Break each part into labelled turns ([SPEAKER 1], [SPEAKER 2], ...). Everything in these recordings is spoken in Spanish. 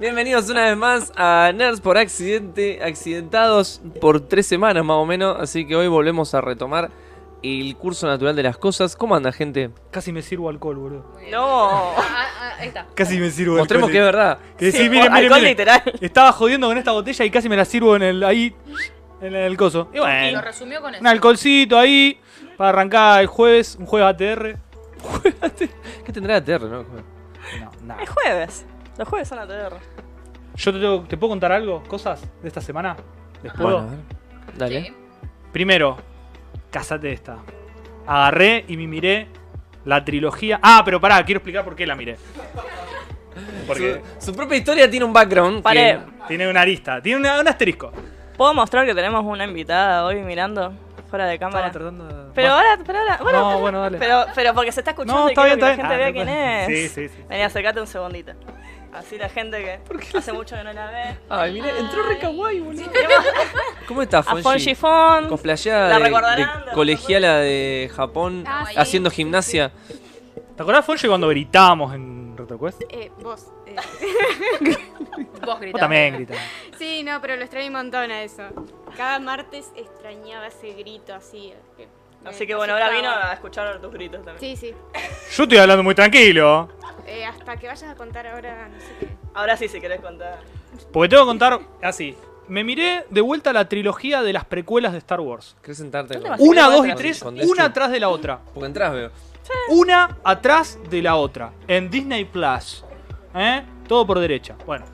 [SPEAKER 1] bienvenidos una vez más a Nerds por accidente, accidentados por tres semanas más o menos, así que hoy volvemos a retomar el curso natural de las cosas. ¿Cómo anda, gente?
[SPEAKER 2] Casi me sirvo alcohol, boludo.
[SPEAKER 3] No.
[SPEAKER 4] Ah, ah, ahí está.
[SPEAKER 2] Casi me sirvo
[SPEAKER 1] Mostremos que es
[SPEAKER 2] alcohol. eh.
[SPEAKER 1] verdad.
[SPEAKER 2] Que decís, miren, miren,
[SPEAKER 3] alcohol
[SPEAKER 2] miren.
[SPEAKER 3] literal.
[SPEAKER 2] Estaba jodiendo con esta botella y casi me la sirvo en el ahí en el coso. Y
[SPEAKER 4] Lo
[SPEAKER 2] bueno,
[SPEAKER 4] resumió con eso.
[SPEAKER 2] un alcoholcito ahí para arrancar el jueves, un jueves ATR.
[SPEAKER 1] ¿Qué tendrá de TR, no?
[SPEAKER 2] No, nada.
[SPEAKER 3] Es jueves. Los jueves son la TR.
[SPEAKER 2] Yo te, tengo- ¿te puedo contar algo, cosas de esta semana. ¿Les puedo?
[SPEAKER 1] Bueno, a ver. Dale.
[SPEAKER 4] Sí.
[SPEAKER 2] Primero, cásate esta. Agarré y me miré la trilogía. Ah, pero pará, quiero explicar por qué la miré. Porque
[SPEAKER 1] Su, su propia historia tiene un background.
[SPEAKER 3] Paré.
[SPEAKER 1] que-
[SPEAKER 2] tiene una arista, tiene una- un asterisco.
[SPEAKER 3] ¿Puedo mostrar que tenemos una invitada hoy mirando? Fuera de cámara.
[SPEAKER 2] Estaba tratando de-
[SPEAKER 3] Pero ahora, pero ahora. Bueno,
[SPEAKER 2] No,
[SPEAKER 3] pero-
[SPEAKER 2] bueno, dale.
[SPEAKER 3] Pero, pero porque se está escuchando
[SPEAKER 2] No,
[SPEAKER 3] y
[SPEAKER 2] está
[SPEAKER 3] quiero
[SPEAKER 2] bien,
[SPEAKER 3] que
[SPEAKER 2] está
[SPEAKER 3] la gente
[SPEAKER 2] bien. Ah,
[SPEAKER 3] vea quién
[SPEAKER 2] no,
[SPEAKER 3] es.
[SPEAKER 2] sí, sí, sí.
[SPEAKER 3] Vení, acercate un segundito. Así la gente que hace mucho que no la ve.
[SPEAKER 1] Ay, mira, entró re kawaii, boludo. ¿Cómo estás,
[SPEAKER 3] A
[SPEAKER 1] Fonji?
[SPEAKER 3] Fonji Fon.
[SPEAKER 1] Cosplayada
[SPEAKER 3] La
[SPEAKER 1] de-
[SPEAKER 3] recordarán,
[SPEAKER 1] de
[SPEAKER 3] la
[SPEAKER 1] colegiala de Japón
[SPEAKER 4] Ah, sí.
[SPEAKER 1] haciendo gimnasia.
[SPEAKER 2] ¿Te acordás, Fonji, cuando gritábamos en RetroQuest?
[SPEAKER 5] Eh, vos. eh.
[SPEAKER 4] Vos
[SPEAKER 2] Vos
[SPEAKER 4] gritás.
[SPEAKER 2] también gritás.
[SPEAKER 5] Sí, no, pero lo extraño un montón a eso. Cada martes extrañaba ese grito así. eh, me
[SPEAKER 3] Así que bueno, ahora vino
[SPEAKER 5] asustaba.
[SPEAKER 3] a escuchar tus gritos también.
[SPEAKER 5] Sí, sí.
[SPEAKER 2] Yo estoy hablando muy tranquilo.
[SPEAKER 5] Eh, hasta que vayas a contar ahora, no sé qué.
[SPEAKER 3] Ahora sí, si querés contar.
[SPEAKER 2] Porque tengo que contar así. Me miré de vuelta la trilogía de las precuelas de Star Wars.
[SPEAKER 1] ¿Querés sentarte?
[SPEAKER 3] ¿Dónde
[SPEAKER 1] con-
[SPEAKER 3] vas?
[SPEAKER 2] Una,
[SPEAKER 3] Con-
[SPEAKER 2] dos y
[SPEAKER 3] con-
[SPEAKER 2] tres,
[SPEAKER 1] con
[SPEAKER 2] una
[SPEAKER 1] Deadpool.
[SPEAKER 2] atrás de la otra.
[SPEAKER 1] Porque entras, veo.
[SPEAKER 2] Una atrás de la otra. En Disney Plus. ¿Eh? Todo por derecha. Bueno.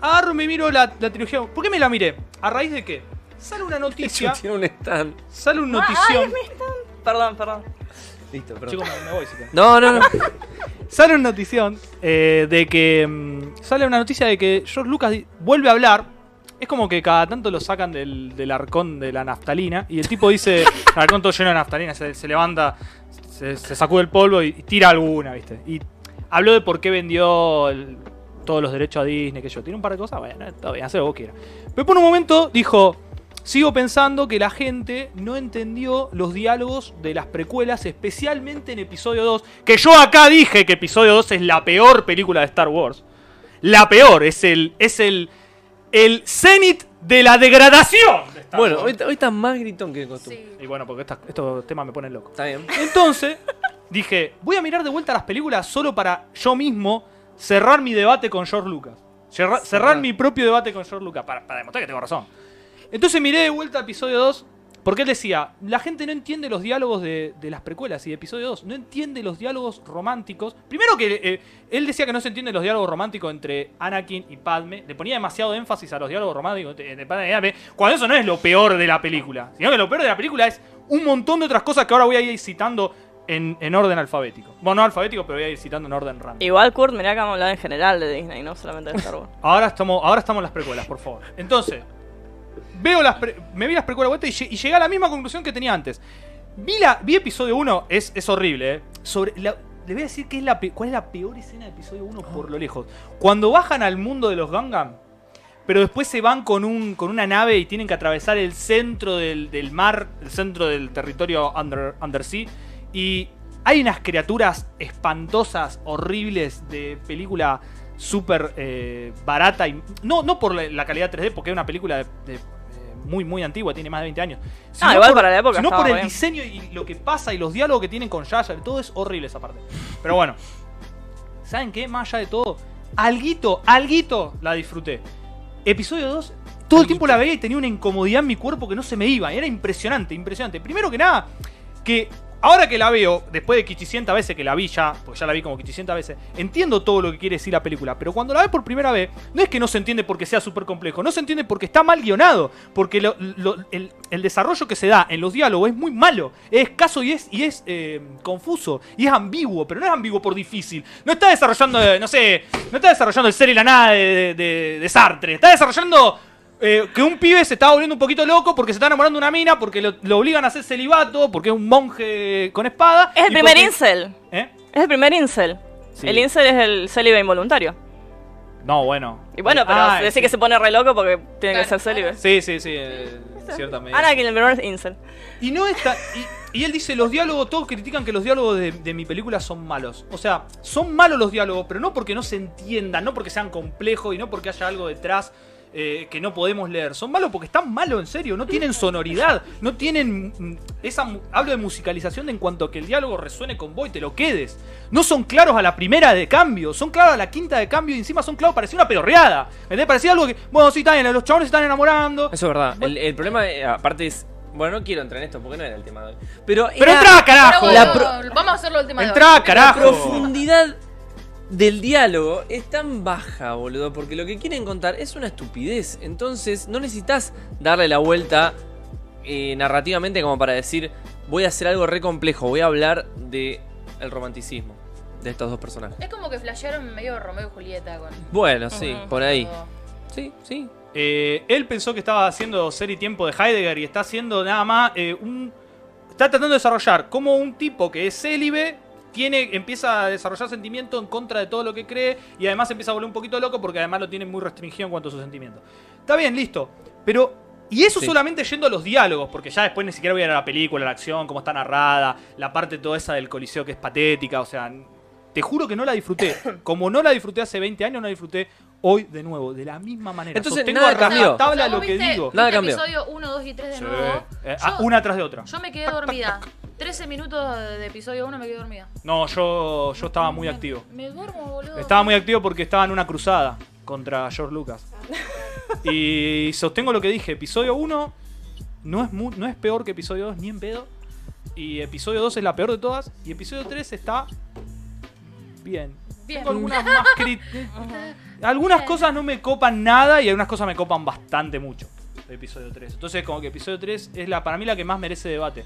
[SPEAKER 2] Agarro, me miro la, la trilogía. ¿Por qué me la miré? ¿A raíz de qué? Sale una noticia.
[SPEAKER 1] Tiene un stand.
[SPEAKER 2] Sale un notición.
[SPEAKER 3] Perdón, perdón.
[SPEAKER 1] Listo, perdón.
[SPEAKER 2] Chicos, me, me voy si quieren.
[SPEAKER 1] No, no, no.
[SPEAKER 2] Sale una notición eh, de que. mm, sale una noticia de que George Lucas di- vuelve a hablar. Es como que cada tanto lo sacan del, del arcón de la naftalina. Y el tipo dice. El arcón todo lleno de naftalina. Se, se levanta, se, se sacude el polvo y, y tira alguna, ¿viste? Y habló de por qué vendió el- todos los derechos a Disney. Que yo. Tiene un par de cosas. Bueno, está bien, hace lo que vos quieras. Pero por un momento dijo. Sigo pensando que la gente no entendió los diálogos de las precuelas, especialmente en episodio 2. Que yo acá dije que episodio 2 es la peor película de Star Wars. La peor, es el. es el. el cenit de la degradación. de Star
[SPEAKER 1] Bueno,
[SPEAKER 2] Wars.
[SPEAKER 1] hoy, hoy está más gritón que de costumbre.
[SPEAKER 4] Sí.
[SPEAKER 2] Y bueno, porque estas- estos temas me ponen loco.
[SPEAKER 1] Está bien.
[SPEAKER 2] Entonces, dije, voy a mirar de vuelta las películas solo para yo mismo cerrar mi debate con George Lucas. Cerra- cerrar,
[SPEAKER 1] Cerrar.
[SPEAKER 2] mi propio debate con George Lucas, para, para demostrar que tengo razón. Entonces miré de vuelta episodio 2, porque él decía, la gente no entiende los diálogos de, de las precuelas y de episodio 2, no entiende los diálogos románticos. Primero que eh, él decía que no se entienden los diálogos románticos entre Anakin y Padme, le ponía demasiado énfasis a los diálogos románticos entre entre Padme y Padme, cuando eso no es lo peor de la película, sino que lo peor de la película es un montón de otras cosas que ahora voy a ir citando en, en orden alfabético. Bueno, no alfabético, pero voy a ir citando en orden random.
[SPEAKER 3] Igual, Kurt, mirá que hemos hablado en general de Disney, no solamente de Star Wars.
[SPEAKER 2] Ahora estamos, ahora estamos en las precuelas, por favor. Entonces, veo las pre- me vi las precuelas de vuelta y, lle- y llegué a la misma conclusión que tenía antes. Vi, la, vi episodio 1, es, es horrible, ¿eh? Sobre la- le voy a decir que es la pe- cuál es la peor escena de episodio 1 por lo lejos. Cuando bajan al mundo de los Gangnam, pero después se van con, un, con una nave y tienen que atravesar el centro del, del mar, el centro del territorio under, undersea, y hay unas criaturas espantosas, horribles, de película súper eh, barata. Y, no, no por la, la calidad 3D, porque es una película de- de, eh, muy, muy antigua, tiene más de 20 años. sino
[SPEAKER 3] Ah, igual
[SPEAKER 2] por-
[SPEAKER 3] para la época
[SPEAKER 2] Sino
[SPEAKER 3] estaba
[SPEAKER 2] por el
[SPEAKER 3] bien.
[SPEAKER 2] diseño y lo que pasa y los diálogos que tienen con Yaya. Todo es horrible esa parte. Pero bueno. ¿Saben qué? Más allá de todo, alguito, alguito la disfruté. Episodio 2, todo el tiempo la veía y tenía una incomodidad en mi cuerpo que no se me iba. Era impresionante, impresionante. Primero que nada, que ahora que la veo, después de 500 veces que la vi ya, porque ya la vi como 500 veces, entiendo todo lo que quiere decir la película. Pero cuando la ves por primera vez, no es que no se entiende porque sea súper complejo, no se entiende porque está mal guionado. Porque lo- lo- el, el desarrollo que se da en los diálogos es muy malo, es escaso y es, y es eh, confuso, y es ambiguo, pero no es ambiguo por difícil. No está desarrollando, eh, no sé, no está desarrollando el ser y la nada de- de- de- de Sartre, está desarrollando eh, que un pibe se está volviendo un poquito loco porque se está enamorando de una mina, porque lo, lo obligan a hacer celibato, porque es un monje con espada.
[SPEAKER 3] Es el
[SPEAKER 2] y
[SPEAKER 3] primer
[SPEAKER 2] porque-
[SPEAKER 3] incel.
[SPEAKER 2] ¿Eh?
[SPEAKER 3] Es el primer incel.
[SPEAKER 2] Sí.
[SPEAKER 3] El incel es el célibe involuntario.
[SPEAKER 2] No, bueno.
[SPEAKER 3] Y bueno, pero
[SPEAKER 2] Ah,
[SPEAKER 3] decir
[SPEAKER 2] sí.
[SPEAKER 3] que se pone re loco porque tiene que
[SPEAKER 4] Claro.
[SPEAKER 3] ser célibe.
[SPEAKER 2] Sí, sí, sí, eh, en cierta medida.
[SPEAKER 3] Anakin, el primer incel.
[SPEAKER 2] Y no está. Y él dice, los diálogos, todos critican que los diálogos de, de mi película son malos. O sea, son malos los diálogos, pero no porque no se entiendan, no porque sean complejos y no porque haya algo detrás eh, que no podemos leer. Son malos porque están malos en serio, no tienen sonoridad, no tienen... mm, Esa, mu- hablo de musicalización de en cuanto a que el diálogo resuene con vos y te lo quedes. No son claros a la primera de cambio, son claros a la quinta de cambio y encima son claros, parecía una perorreada. ¿Entendés? Parecía algo que, bueno, sí, está bien, los chabones se están enamorando.
[SPEAKER 1] Eso es verdad. El, el problema, eh, aparte, es. Bueno, no quiero entrar en esto porque no era el tema de hoy. Pero,
[SPEAKER 2] Pero
[SPEAKER 1] era
[SPEAKER 2] entrá, carajo.
[SPEAKER 4] Pero
[SPEAKER 1] La
[SPEAKER 4] bueno, Vamos a hacerlo el tema de hoy.
[SPEAKER 2] Entrá,
[SPEAKER 1] la
[SPEAKER 2] carajo.
[SPEAKER 1] profundidad del diálogo es tan baja, boludo. Porque lo que quieren contar es una estupidez. Entonces, no necesitas darle la vuelta eh, narrativamente como para decir. Voy a hacer algo re complejo. Voy a hablar de el romanticismo de estos dos personajes.
[SPEAKER 4] Es como que flashearon medio Romeo y Julieta con. Mm.
[SPEAKER 1] Bueno, sí, por ahí.
[SPEAKER 4] todo.
[SPEAKER 1] Sí, sí.
[SPEAKER 2] Eh, él pensó que estaba haciendo serie y tiempo de Heidegger y está haciendo nada más eh, un. Está tratando de desarrollar cómo un tipo que es célibe tiene, empieza a desarrollar sentimiento en contra de todo lo que cree y además se empieza a volver un poquito loco porque además lo tiene muy restringido en cuanto a sus sentimientos. Está bien, listo. Pero. Y eso
[SPEAKER 1] Sí.
[SPEAKER 2] solamente yendo a los diálogos, porque ya después ni siquiera voy a ir a la película, a la acción, cómo está narrada, la parte toda esa del coliseo que es patética, o sea, te juro que no la disfruté. Como no la disfruté hace 20 años, no la disfruté hoy de nuevo, de la misma manera.
[SPEAKER 1] Entonces,
[SPEAKER 2] Sostengo
[SPEAKER 1] nada
[SPEAKER 2] a rajatabla
[SPEAKER 1] cambió.
[SPEAKER 4] O sea, vos
[SPEAKER 2] lo que
[SPEAKER 4] viste-
[SPEAKER 2] digo.
[SPEAKER 1] Nada
[SPEAKER 4] viste
[SPEAKER 1] cambió.
[SPEAKER 4] episodio 1, 2 y 3 de
[SPEAKER 2] Sí.
[SPEAKER 4] nuevo.
[SPEAKER 2] Eh,
[SPEAKER 4] Yo-
[SPEAKER 2] ah, una tras de otra.
[SPEAKER 4] Yo me quedé dormida. 13 minutos de episodio 1 me quedé dormida.
[SPEAKER 2] No, yo, yo estaba muy
[SPEAKER 4] Me-
[SPEAKER 2] activo.
[SPEAKER 4] Me duermo, boludo.
[SPEAKER 2] Estaba muy activo porque estaba en una cruzada contra George Lucas. Y sostengo lo que dije, episodio 1 no es, mu- no es peor que episodio 2 ni en pedo. Y episodio 2 es la peor de todas. Y episodio 3 está bien.
[SPEAKER 4] Bien.
[SPEAKER 2] Tengo algunas más crit- Algunas cosas no me copan nada y algunas cosas me copan bastante mucho de episodio 3. Entonces, como que episodio 3 es la para mí la que más merece debate.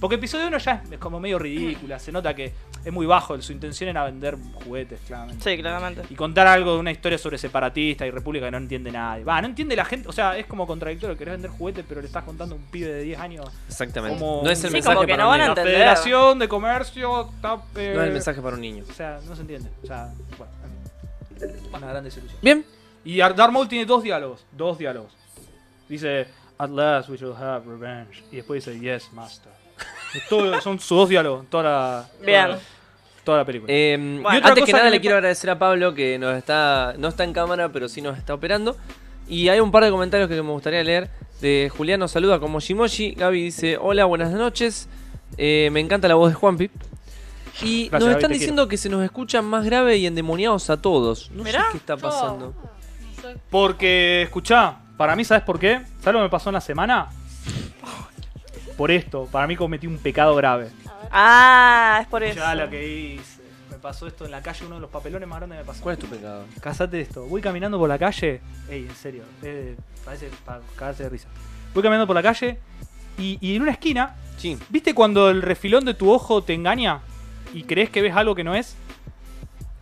[SPEAKER 2] Porque episodio 1 ya es, es como medio ridícula, se nota que es muy bajo, su intención era vender juguetes, claramente.
[SPEAKER 3] Sí, claramente.
[SPEAKER 2] Y contar algo de una historia sobre separatista y república que no entiende nadie. Va, no entiende la gente, o sea, es como contradictorio, querés vender juguetes pero le estás contando a un pibe de 10 años.
[SPEAKER 1] Exactamente.
[SPEAKER 2] Como-
[SPEAKER 1] No es el
[SPEAKER 2] Sí,
[SPEAKER 1] mensaje
[SPEAKER 3] como que
[SPEAKER 1] para
[SPEAKER 3] no
[SPEAKER 1] un
[SPEAKER 3] van a
[SPEAKER 1] niño.
[SPEAKER 2] La
[SPEAKER 3] entender.
[SPEAKER 2] Federación de Comercio, está, eh,
[SPEAKER 1] No es el mensaje para un niño.
[SPEAKER 2] O sea, no se entiende. O sea, bueno, en fin. una gran desilusión.
[SPEAKER 1] Bien.
[SPEAKER 2] Y Ar- Darth Maul tiene dos diálogos. Dos diálogos. Dice, At last we shall have revenge. Y después dice, Yes, master. Es todo- son sus dos diálogos. en Toda la, toda
[SPEAKER 3] Bien.
[SPEAKER 2] la- toda la película.
[SPEAKER 1] Eh,
[SPEAKER 2] otra
[SPEAKER 1] antes que
[SPEAKER 2] cosa
[SPEAKER 1] nada
[SPEAKER 2] que
[SPEAKER 1] le
[SPEAKER 2] me
[SPEAKER 1] quiero
[SPEAKER 2] pa-
[SPEAKER 1] agradecer a Pablo que nos está no está en cámara pero sí nos está operando y hay un par de comentarios que me gustaría leer de Julián nos saluda como Shimoshi Gaby dice hola buenas noches Eh, me encanta la voz de Juanpi y
[SPEAKER 2] Gracias,
[SPEAKER 1] nos
[SPEAKER 2] Gaby,
[SPEAKER 1] están
[SPEAKER 2] te
[SPEAKER 1] diciendo que se nos escuchan más grave y endemoniados a todos no sé
[SPEAKER 3] Mirá.
[SPEAKER 1] qué está
[SPEAKER 4] Yo-
[SPEAKER 1] pasando
[SPEAKER 4] Soy-
[SPEAKER 2] Porque, escuchá, para mí, ¿sabes por qué? ¿Sabes lo que me pasó en la semana? Por esto, para mí cometí un pecado grave.
[SPEAKER 3] Ah, es por eso.
[SPEAKER 2] Ya lo que hice. Me pasó esto en la calle, uno de los papelones más grandes que me pasó.
[SPEAKER 1] ¿cuál es tu pecado?
[SPEAKER 2] Casate esto. Voy caminando por la calle. Ey, en serio. eh, parece para cagarse de risa. Voy caminando por la calle y, y en una esquina.
[SPEAKER 1] sí
[SPEAKER 2] ¿Viste cuando el refilón de tu ojo te engaña y crees que ves algo que no es?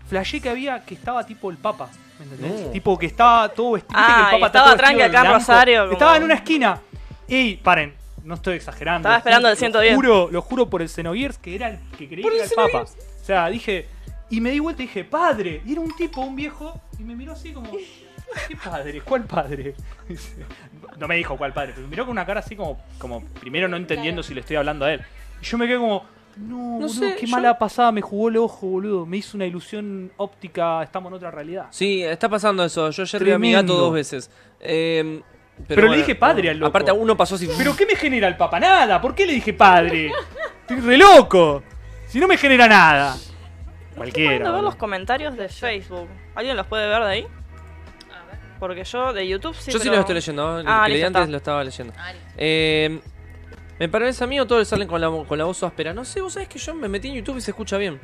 [SPEAKER 2] Flashé que había que estaba tipo el Papa. ¿Me entendés?
[SPEAKER 1] No.
[SPEAKER 2] Tipo que estaba todo vestido. viste
[SPEAKER 3] Ah,
[SPEAKER 2] que el
[SPEAKER 3] y
[SPEAKER 2] Papa está
[SPEAKER 3] estaba
[SPEAKER 2] todo vestido
[SPEAKER 3] tranqui
[SPEAKER 2] de
[SPEAKER 3] acá en
[SPEAKER 2] blanco.
[SPEAKER 3] Rosario, como-
[SPEAKER 2] Estaba en una esquina. Ey, paren. No estoy exagerando.
[SPEAKER 3] Estaba esperando el
[SPEAKER 2] Lo
[SPEAKER 3] 110.
[SPEAKER 2] juro, lo juro por el Xenogears que era el que creí que era el Papa. O sea, dije. Y me di vuelta y dije, padre. Y era un tipo, un viejo. Y me miró así como. ¿Qué padre? ¿Cuál padre? Dice, No me dijo cuál padre, pero me miró con una cara así como, como primero no entendiendo si le estoy hablando a él. Y yo me quedé como, no, boludo,
[SPEAKER 1] sé,
[SPEAKER 2] qué
[SPEAKER 1] yo-
[SPEAKER 2] mala pasada, me jugó el ojo, boludo. Me hizo una ilusión óptica, estamos en otra realidad.
[SPEAKER 1] sí está pasando eso yo ayer vi a mi
[SPEAKER 2] Tremendo.
[SPEAKER 1] gato dos veces Eh,
[SPEAKER 2] Pero le dije padre al loco.
[SPEAKER 1] aparte a uno pasó así
[SPEAKER 2] ¿Pero qué me genera el papa? Nada, ¿por qué le dije padre? Estoy re loco. Si no me genera nada. Cualquiera.
[SPEAKER 3] ¿Puedo ver
[SPEAKER 2] boludo.
[SPEAKER 3] los comentarios de Facebook? ¿Alguien los puede ver de ahí?
[SPEAKER 4] A ver.
[SPEAKER 3] Porque yo de YouTube sí.
[SPEAKER 1] yo sí
[SPEAKER 3] pero-
[SPEAKER 1] lo estoy leyendo ¿eh? el
[SPEAKER 3] Ah,
[SPEAKER 1] que leí
[SPEAKER 3] listo,
[SPEAKER 1] antes
[SPEAKER 3] está.
[SPEAKER 1] lo estaba leyendo
[SPEAKER 4] Ah, listo.
[SPEAKER 1] Eh, me parece a mí o todos salen con la, con la voz áspera. No sé, vos sabés que yo me metí en YouTube y se escucha bien.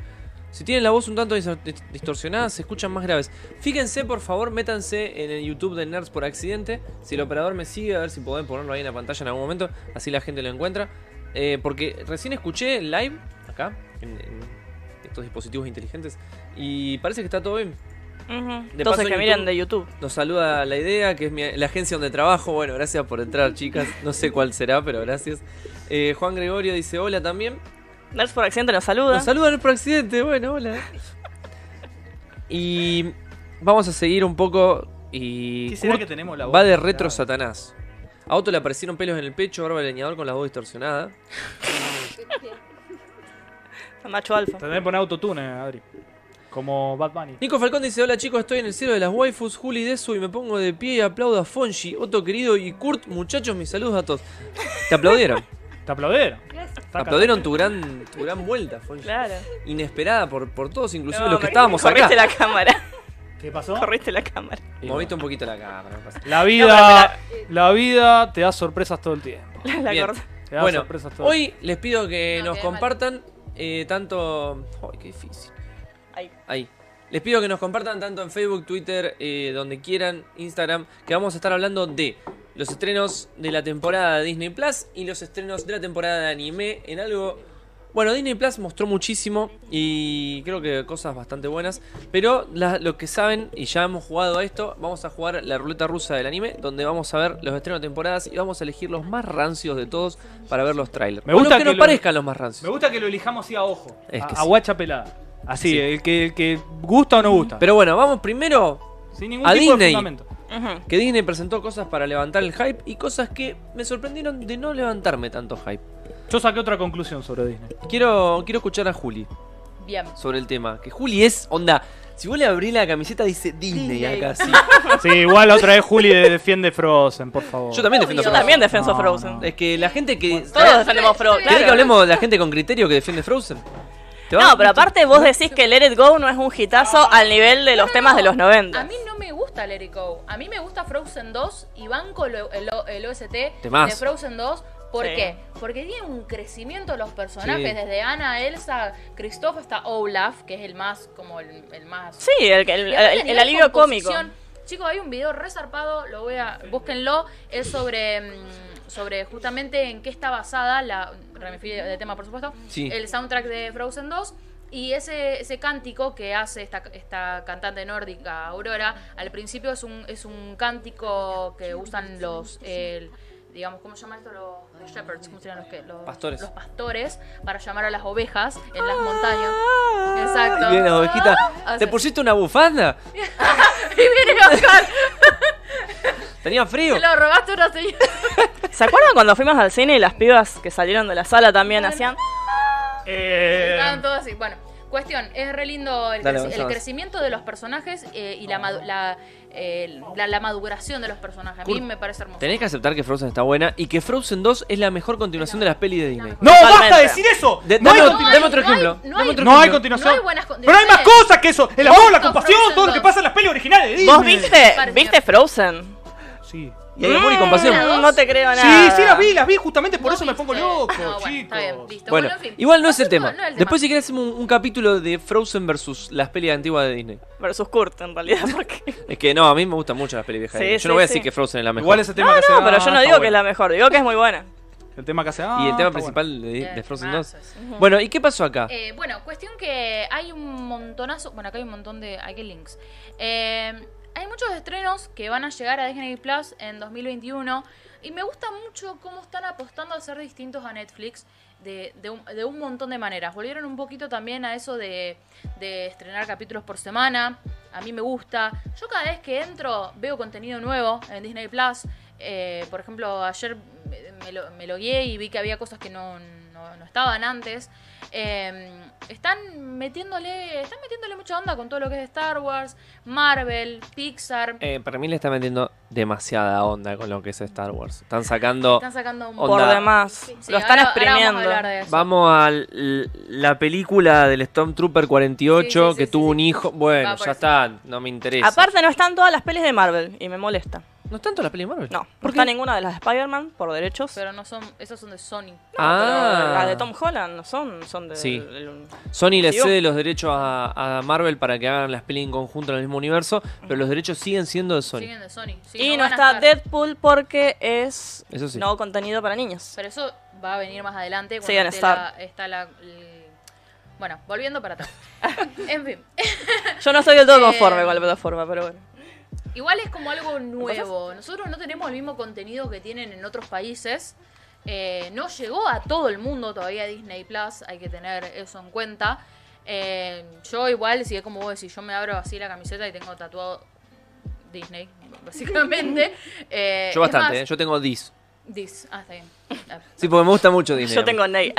[SPEAKER 1] Si tienen la voz un tanto dis- dis- distorsionada, se escuchan más graves. Fíjense, por favor, métanse en el YouTube de Nerds por accidente. Si el operador me sigue, a ver si pueden ponerlo ahí en la pantalla en algún momento. Así la gente lo encuentra. Eh, porque recién escuché live, acá, en, en estos dispositivos inteligentes. Y parece que está todo bien.
[SPEAKER 3] Ujú.
[SPEAKER 1] paso
[SPEAKER 3] Entonces
[SPEAKER 1] en
[SPEAKER 3] que miren
[SPEAKER 1] YouTube.
[SPEAKER 3] de YouTube.
[SPEAKER 1] Nos saluda la idea, que es mi- la agencia donde trabajo. Bueno, gracias por entrar, chicas. No sé cuál será, pero gracias. Eh, Juan Gregorio dice hola también.
[SPEAKER 3] Nerds por accidente nos saluda.
[SPEAKER 1] Nos saludan por accidente. Bueno, hola. Y vamos a seguir un poco. Y
[SPEAKER 2] ¿Qué será
[SPEAKER 1] Kurt
[SPEAKER 2] que tenemos la
[SPEAKER 1] va
[SPEAKER 2] voz
[SPEAKER 1] de
[SPEAKER 2] afectada?
[SPEAKER 1] retro Satanás. A Otto le aparecieron pelos en el pecho, barba de leñador con la voz distorsionada.
[SPEAKER 3] Macho alfa.
[SPEAKER 2] Tendré que poner autotune, Adri. Como Bad Bunny.
[SPEAKER 1] Nico Falcón dice, hola chicos, estoy en el cielo de las waifus, Juli Desu y me pongo de pie y aplaudo a Fonji, Otto querido y Kurt, muchachos, mis saludos a todos. Te aplaudieron.
[SPEAKER 2] Te aplaudieron.
[SPEAKER 1] Te aplaudieron tu gran, tu gran vuelta, Fonji.
[SPEAKER 3] Claro.
[SPEAKER 1] Inesperada por, por todos, inclusive
[SPEAKER 3] No,
[SPEAKER 1] los que
[SPEAKER 3] me-
[SPEAKER 1] estábamos acá.
[SPEAKER 3] Corriste la cámara.
[SPEAKER 2] ¿Qué pasó?
[SPEAKER 3] Corriste la cámara.
[SPEAKER 1] Moviste un poquito la cámara. no pasa nada.
[SPEAKER 2] La vida, la vida te da sorpresas todo el tiempo.
[SPEAKER 3] La, la
[SPEAKER 1] Bien.
[SPEAKER 3] corté.
[SPEAKER 2] Te da
[SPEAKER 1] Bueno,
[SPEAKER 2] sorpresas todo el
[SPEAKER 1] hoy les pido que
[SPEAKER 4] No,
[SPEAKER 1] nos
[SPEAKER 4] quedé mal.
[SPEAKER 1] compartan eh, tanto... Ay, qué difícil.
[SPEAKER 3] Ahí.
[SPEAKER 1] Ahí. Les pido que nos compartan tanto en Facebook, Twitter, eh, donde quieran, Instagram, que vamos a estar hablando de los estrenos de la temporada de Disney Plus y los estrenos de la temporada de anime en algo... Bueno, Disney Plus mostró muchísimo y creo que cosas bastante buenas, pero la- lo que saben, y ya hemos jugado a esto, vamos a jugar la ruleta rusa del anime, donde vamos a ver los estrenos de temporadas y vamos a elegir los más rancios de todos para ver los trailers.
[SPEAKER 2] Me
[SPEAKER 1] O los
[SPEAKER 2] gusta
[SPEAKER 1] que,
[SPEAKER 2] que
[SPEAKER 1] nos
[SPEAKER 2] lo-
[SPEAKER 1] parezcan los más
[SPEAKER 2] Me
[SPEAKER 1] rancios.
[SPEAKER 2] gusta que lo elijamos así a ojo.
[SPEAKER 1] Es
[SPEAKER 2] a,
[SPEAKER 1] que
[SPEAKER 2] a
[SPEAKER 1] sí.
[SPEAKER 2] guacha pelada. Así,
[SPEAKER 1] Sí.
[SPEAKER 2] el, que, el que gusta o no gusta.
[SPEAKER 1] Pero bueno, vamos primero
[SPEAKER 2] Sin ningún
[SPEAKER 1] a
[SPEAKER 2] tipo de
[SPEAKER 1] Disney.
[SPEAKER 2] fundamento.
[SPEAKER 3] Ujú.
[SPEAKER 1] que Disney presentó cosas para levantar el hype y cosas que me sorprendieron de no levantarme tanto hype.
[SPEAKER 2] Yo saqué otra conclusión sobre Disney.
[SPEAKER 1] Quiero, quiero escuchar a Juli
[SPEAKER 4] Bien.
[SPEAKER 1] sobre el tema. Que Juli es, onda, si vos le abrís la camiseta dice Disney,
[SPEAKER 4] Disney.
[SPEAKER 1] acá, sí.
[SPEAKER 2] Sí, igual la otra vez Juli de- defiende Frozen, por favor.
[SPEAKER 1] Yo también defiendo
[SPEAKER 4] Obvio.
[SPEAKER 3] Yo
[SPEAKER 1] Frozen. Ah.
[SPEAKER 3] también defenso
[SPEAKER 2] No,
[SPEAKER 3] Frozen.
[SPEAKER 2] no.
[SPEAKER 1] Es que la gente que...
[SPEAKER 3] Todos defendemos Frozen.
[SPEAKER 1] ¿Querés
[SPEAKER 3] claro.
[SPEAKER 1] que hablemos de la gente con criterio que defiende Frozen? ¿Te va?
[SPEAKER 3] No, pero aparte vos decís que Let It Go no es un hitazo al nivel de los
[SPEAKER 4] No,
[SPEAKER 3] temas de los 90.
[SPEAKER 4] A mí no me gusta Let It Go. A mí me gusta Frozen 2 y banco lo- el, o- el OST
[SPEAKER 1] Temazo.
[SPEAKER 4] de Frozen 2. ¿Por
[SPEAKER 3] Sí.
[SPEAKER 4] qué? Porque tiene un crecimiento de los personajes,
[SPEAKER 1] Sí.
[SPEAKER 4] desde Anna, Elsa, Kristoff hasta Olaf, que es el más, como el, el más...
[SPEAKER 3] Sí, el, el-
[SPEAKER 4] Y
[SPEAKER 3] el-
[SPEAKER 4] aparte, a
[SPEAKER 3] el
[SPEAKER 4] nivel
[SPEAKER 3] alivio cómico.
[SPEAKER 4] composición, Chicos, hay un video resarpado, lo voy a. búsquenlo. Es sobre. mm, sobre justamente en qué está basada la. refiero de tema, por supuesto.
[SPEAKER 1] Sí.
[SPEAKER 4] El soundtrack de Frozen 2. Y ese, ese cántico que hace esta, esta cantante nórdica, Aurora, al principio es un, es un cántico que usan los. el- digamos, ¿cómo se llama esto? Los, los shepherds, ¿cómo serían los que? Los
[SPEAKER 1] Pastores. Ah.
[SPEAKER 4] Los pastores, para llamar a las ovejas en las montañas. Exacto.
[SPEAKER 1] Y viene la ovejita.
[SPEAKER 4] Ah,
[SPEAKER 1] ¿Te
[SPEAKER 4] sí.
[SPEAKER 1] pusiste una bufanda?
[SPEAKER 4] Y viene el Oscar.
[SPEAKER 1] ¿Tenía frío?
[SPEAKER 4] Te lo robaste a una señora.
[SPEAKER 3] ¿Se acuerdan cuando fuimos al cine y las pibas que salieron de la sala también hacían?
[SPEAKER 2] Eh,
[SPEAKER 4] Estaban todos así. Bueno, cuestión, es re lindo el,
[SPEAKER 1] Dale,
[SPEAKER 4] creci-
[SPEAKER 1] avanza,
[SPEAKER 4] el
[SPEAKER 1] avanza.
[SPEAKER 4] crecimiento de los personajes eh, y la, madu- la, eh, la- la maduración de los personajes. A mí
[SPEAKER 1] Kurt,
[SPEAKER 4] me parece hermoso.
[SPEAKER 1] Tenés que aceptar que Frozen está buena y que Frozen 2 es la mejor continuación de las pelis de Disney.
[SPEAKER 2] ¡No, basta de
[SPEAKER 3] Totalmente.
[SPEAKER 2] decir eso!
[SPEAKER 1] De-
[SPEAKER 2] no, hay,
[SPEAKER 1] dame-
[SPEAKER 2] conti-
[SPEAKER 1] dame otro ejemplo,
[SPEAKER 4] No
[SPEAKER 1] dame
[SPEAKER 4] hay,
[SPEAKER 1] otro
[SPEAKER 2] no hay
[SPEAKER 1] ejemplo.
[SPEAKER 2] continuación.
[SPEAKER 4] No hay buenas
[SPEAKER 2] pero hay más
[SPEAKER 4] continuaciones.
[SPEAKER 2] cosas que eso. El amor, la
[SPEAKER 4] Frozen
[SPEAKER 2] compasión, todo lo
[SPEAKER 4] dos.
[SPEAKER 2] que pasa en las pelis originales de Disney.
[SPEAKER 3] ¿Vos viste,
[SPEAKER 4] Parece-
[SPEAKER 3] viste Frozen?
[SPEAKER 2] Sí.
[SPEAKER 1] Y hay amor y compasión.
[SPEAKER 4] Mm.
[SPEAKER 3] No te creo nada.
[SPEAKER 2] Sí, sí, las vi, las vi, justamente por
[SPEAKER 4] No
[SPEAKER 2] eso me pongo
[SPEAKER 4] viste.
[SPEAKER 2] loco,
[SPEAKER 4] No, bueno,
[SPEAKER 2] chicos.
[SPEAKER 4] está bien, listo.
[SPEAKER 1] Bueno,
[SPEAKER 4] Bueno, en fin.
[SPEAKER 1] igual no es el
[SPEAKER 4] No,
[SPEAKER 1] tema.
[SPEAKER 4] no era el tema.
[SPEAKER 1] Después, si querés, hacemos un, un capítulo de Frozen versus las pelis antiguas de Disney.
[SPEAKER 3] Versus Kurt, en realidad, porque...
[SPEAKER 1] Es que no, a mí me gustan mucho las pelis viejas. de
[SPEAKER 3] Sí,
[SPEAKER 1] Disney. Yo no
[SPEAKER 3] sí,
[SPEAKER 1] voy a
[SPEAKER 3] sí.
[SPEAKER 1] decir que Frozen es la mejor.
[SPEAKER 2] Igual ese tema que hace.
[SPEAKER 3] No, pero yo
[SPEAKER 2] ah,
[SPEAKER 3] no
[SPEAKER 2] está
[SPEAKER 3] digo que es
[SPEAKER 2] bueno.
[SPEAKER 3] la mejor, digo que es muy buena.
[SPEAKER 2] El tema que hace.
[SPEAKER 1] y el
[SPEAKER 2] ah,
[SPEAKER 1] tema
[SPEAKER 2] está bueno.
[SPEAKER 1] principal de, de
[SPEAKER 4] Bien,
[SPEAKER 1] Frozen 2.
[SPEAKER 4] temazo.
[SPEAKER 1] Bueno, ¿y qué pasó acá?
[SPEAKER 4] Eh, bueno, cuestión que hay un montonazo. Bueno, acá hay un montón de. Hay que links. Eh, hay muchos estrenos que van a llegar a Disney Plus en 2021. Y me gusta mucho cómo están apostando a ser distintos a Netflix de, de un, de un montón de maneras. Volvieron un poquito también a eso de, de estrenar capítulos por semana. A mí me gusta. Yo cada vez que entro veo contenido nuevo en Disney Plus. Eh, por ejemplo, ayer me, me lo, me logueé y vi que había cosas que no, no- no estaban antes. Eh, están metiéndole. Están metiéndole mucha onda con todo lo que es Star Wars, Marvel, Pixar.
[SPEAKER 1] Eh, para mí le está metiendo demasiada onda con lo que es Star Wars. Están sacando.
[SPEAKER 4] están sacando un
[SPEAKER 1] Onda.
[SPEAKER 3] Por demás.
[SPEAKER 4] Sí,
[SPEAKER 3] Lo están
[SPEAKER 4] ahora- ahora vamos a
[SPEAKER 3] exprimiendo.
[SPEAKER 4] hablar de eso.
[SPEAKER 1] Vamos a l- la película del Stormtrooper 48
[SPEAKER 4] Sí, sí,
[SPEAKER 1] que
[SPEAKER 4] sí,
[SPEAKER 1] tuvo
[SPEAKER 4] sí.
[SPEAKER 1] un hijo. Bueno,
[SPEAKER 4] Va por
[SPEAKER 1] ya
[SPEAKER 4] eso.
[SPEAKER 1] está, no me interesa.
[SPEAKER 3] Aparte no están todas las pelis de Marvel y me molesta.
[SPEAKER 1] ¿No es tanto la peli de Marvel?
[SPEAKER 3] No, no
[SPEAKER 1] ¿Por qué?
[SPEAKER 3] está ninguna de las de Spider-Man por derechos.
[SPEAKER 4] Pero no son. Esos son de Sony.
[SPEAKER 1] ah,
[SPEAKER 3] Pero las de Tom Holland no son, son de...
[SPEAKER 1] Sí.
[SPEAKER 3] el-
[SPEAKER 1] Sony le
[SPEAKER 3] Digo-
[SPEAKER 1] cede los derechos a, a Marvel para que hagan las pelis en conjunto en el mismo universo, pero los derechos siguen siendo de Sony.
[SPEAKER 4] Siguen de Sony. Sí,
[SPEAKER 3] y no,
[SPEAKER 4] van a
[SPEAKER 3] está
[SPEAKER 4] estar.
[SPEAKER 3] Deadpool porque es
[SPEAKER 1] Eso sí.
[SPEAKER 3] no contenido para niños.
[SPEAKER 4] Pero eso va a venir más adelante cuando
[SPEAKER 3] Sí, en
[SPEAKER 4] esté
[SPEAKER 3] Star.
[SPEAKER 4] la- está la. el- Bueno, volviendo para atrás. en fin.
[SPEAKER 3] Yo no estoy del todo
[SPEAKER 4] Eh,
[SPEAKER 3] conforme con la plataforma, pero bueno.
[SPEAKER 4] Igual es como algo nuevo. Nosotros no tenemos el mismo contenido que tienen en otros países. Eh, no llegó a todo el mundo todavía Disney Plus, hay que tener eso en cuenta. Eh, yo igual, si es como vos decís, yo me abro así la camiseta y tengo tatuado Disney, básicamente. Eh,
[SPEAKER 1] Yo
[SPEAKER 4] es
[SPEAKER 1] bastante,
[SPEAKER 4] más,
[SPEAKER 1] ¿eh? yo tengo Dis.
[SPEAKER 4] Dis. Ah, está bien. Ah.
[SPEAKER 1] Sí, porque me gusta mucho Disney.
[SPEAKER 3] Yo tengo Ney.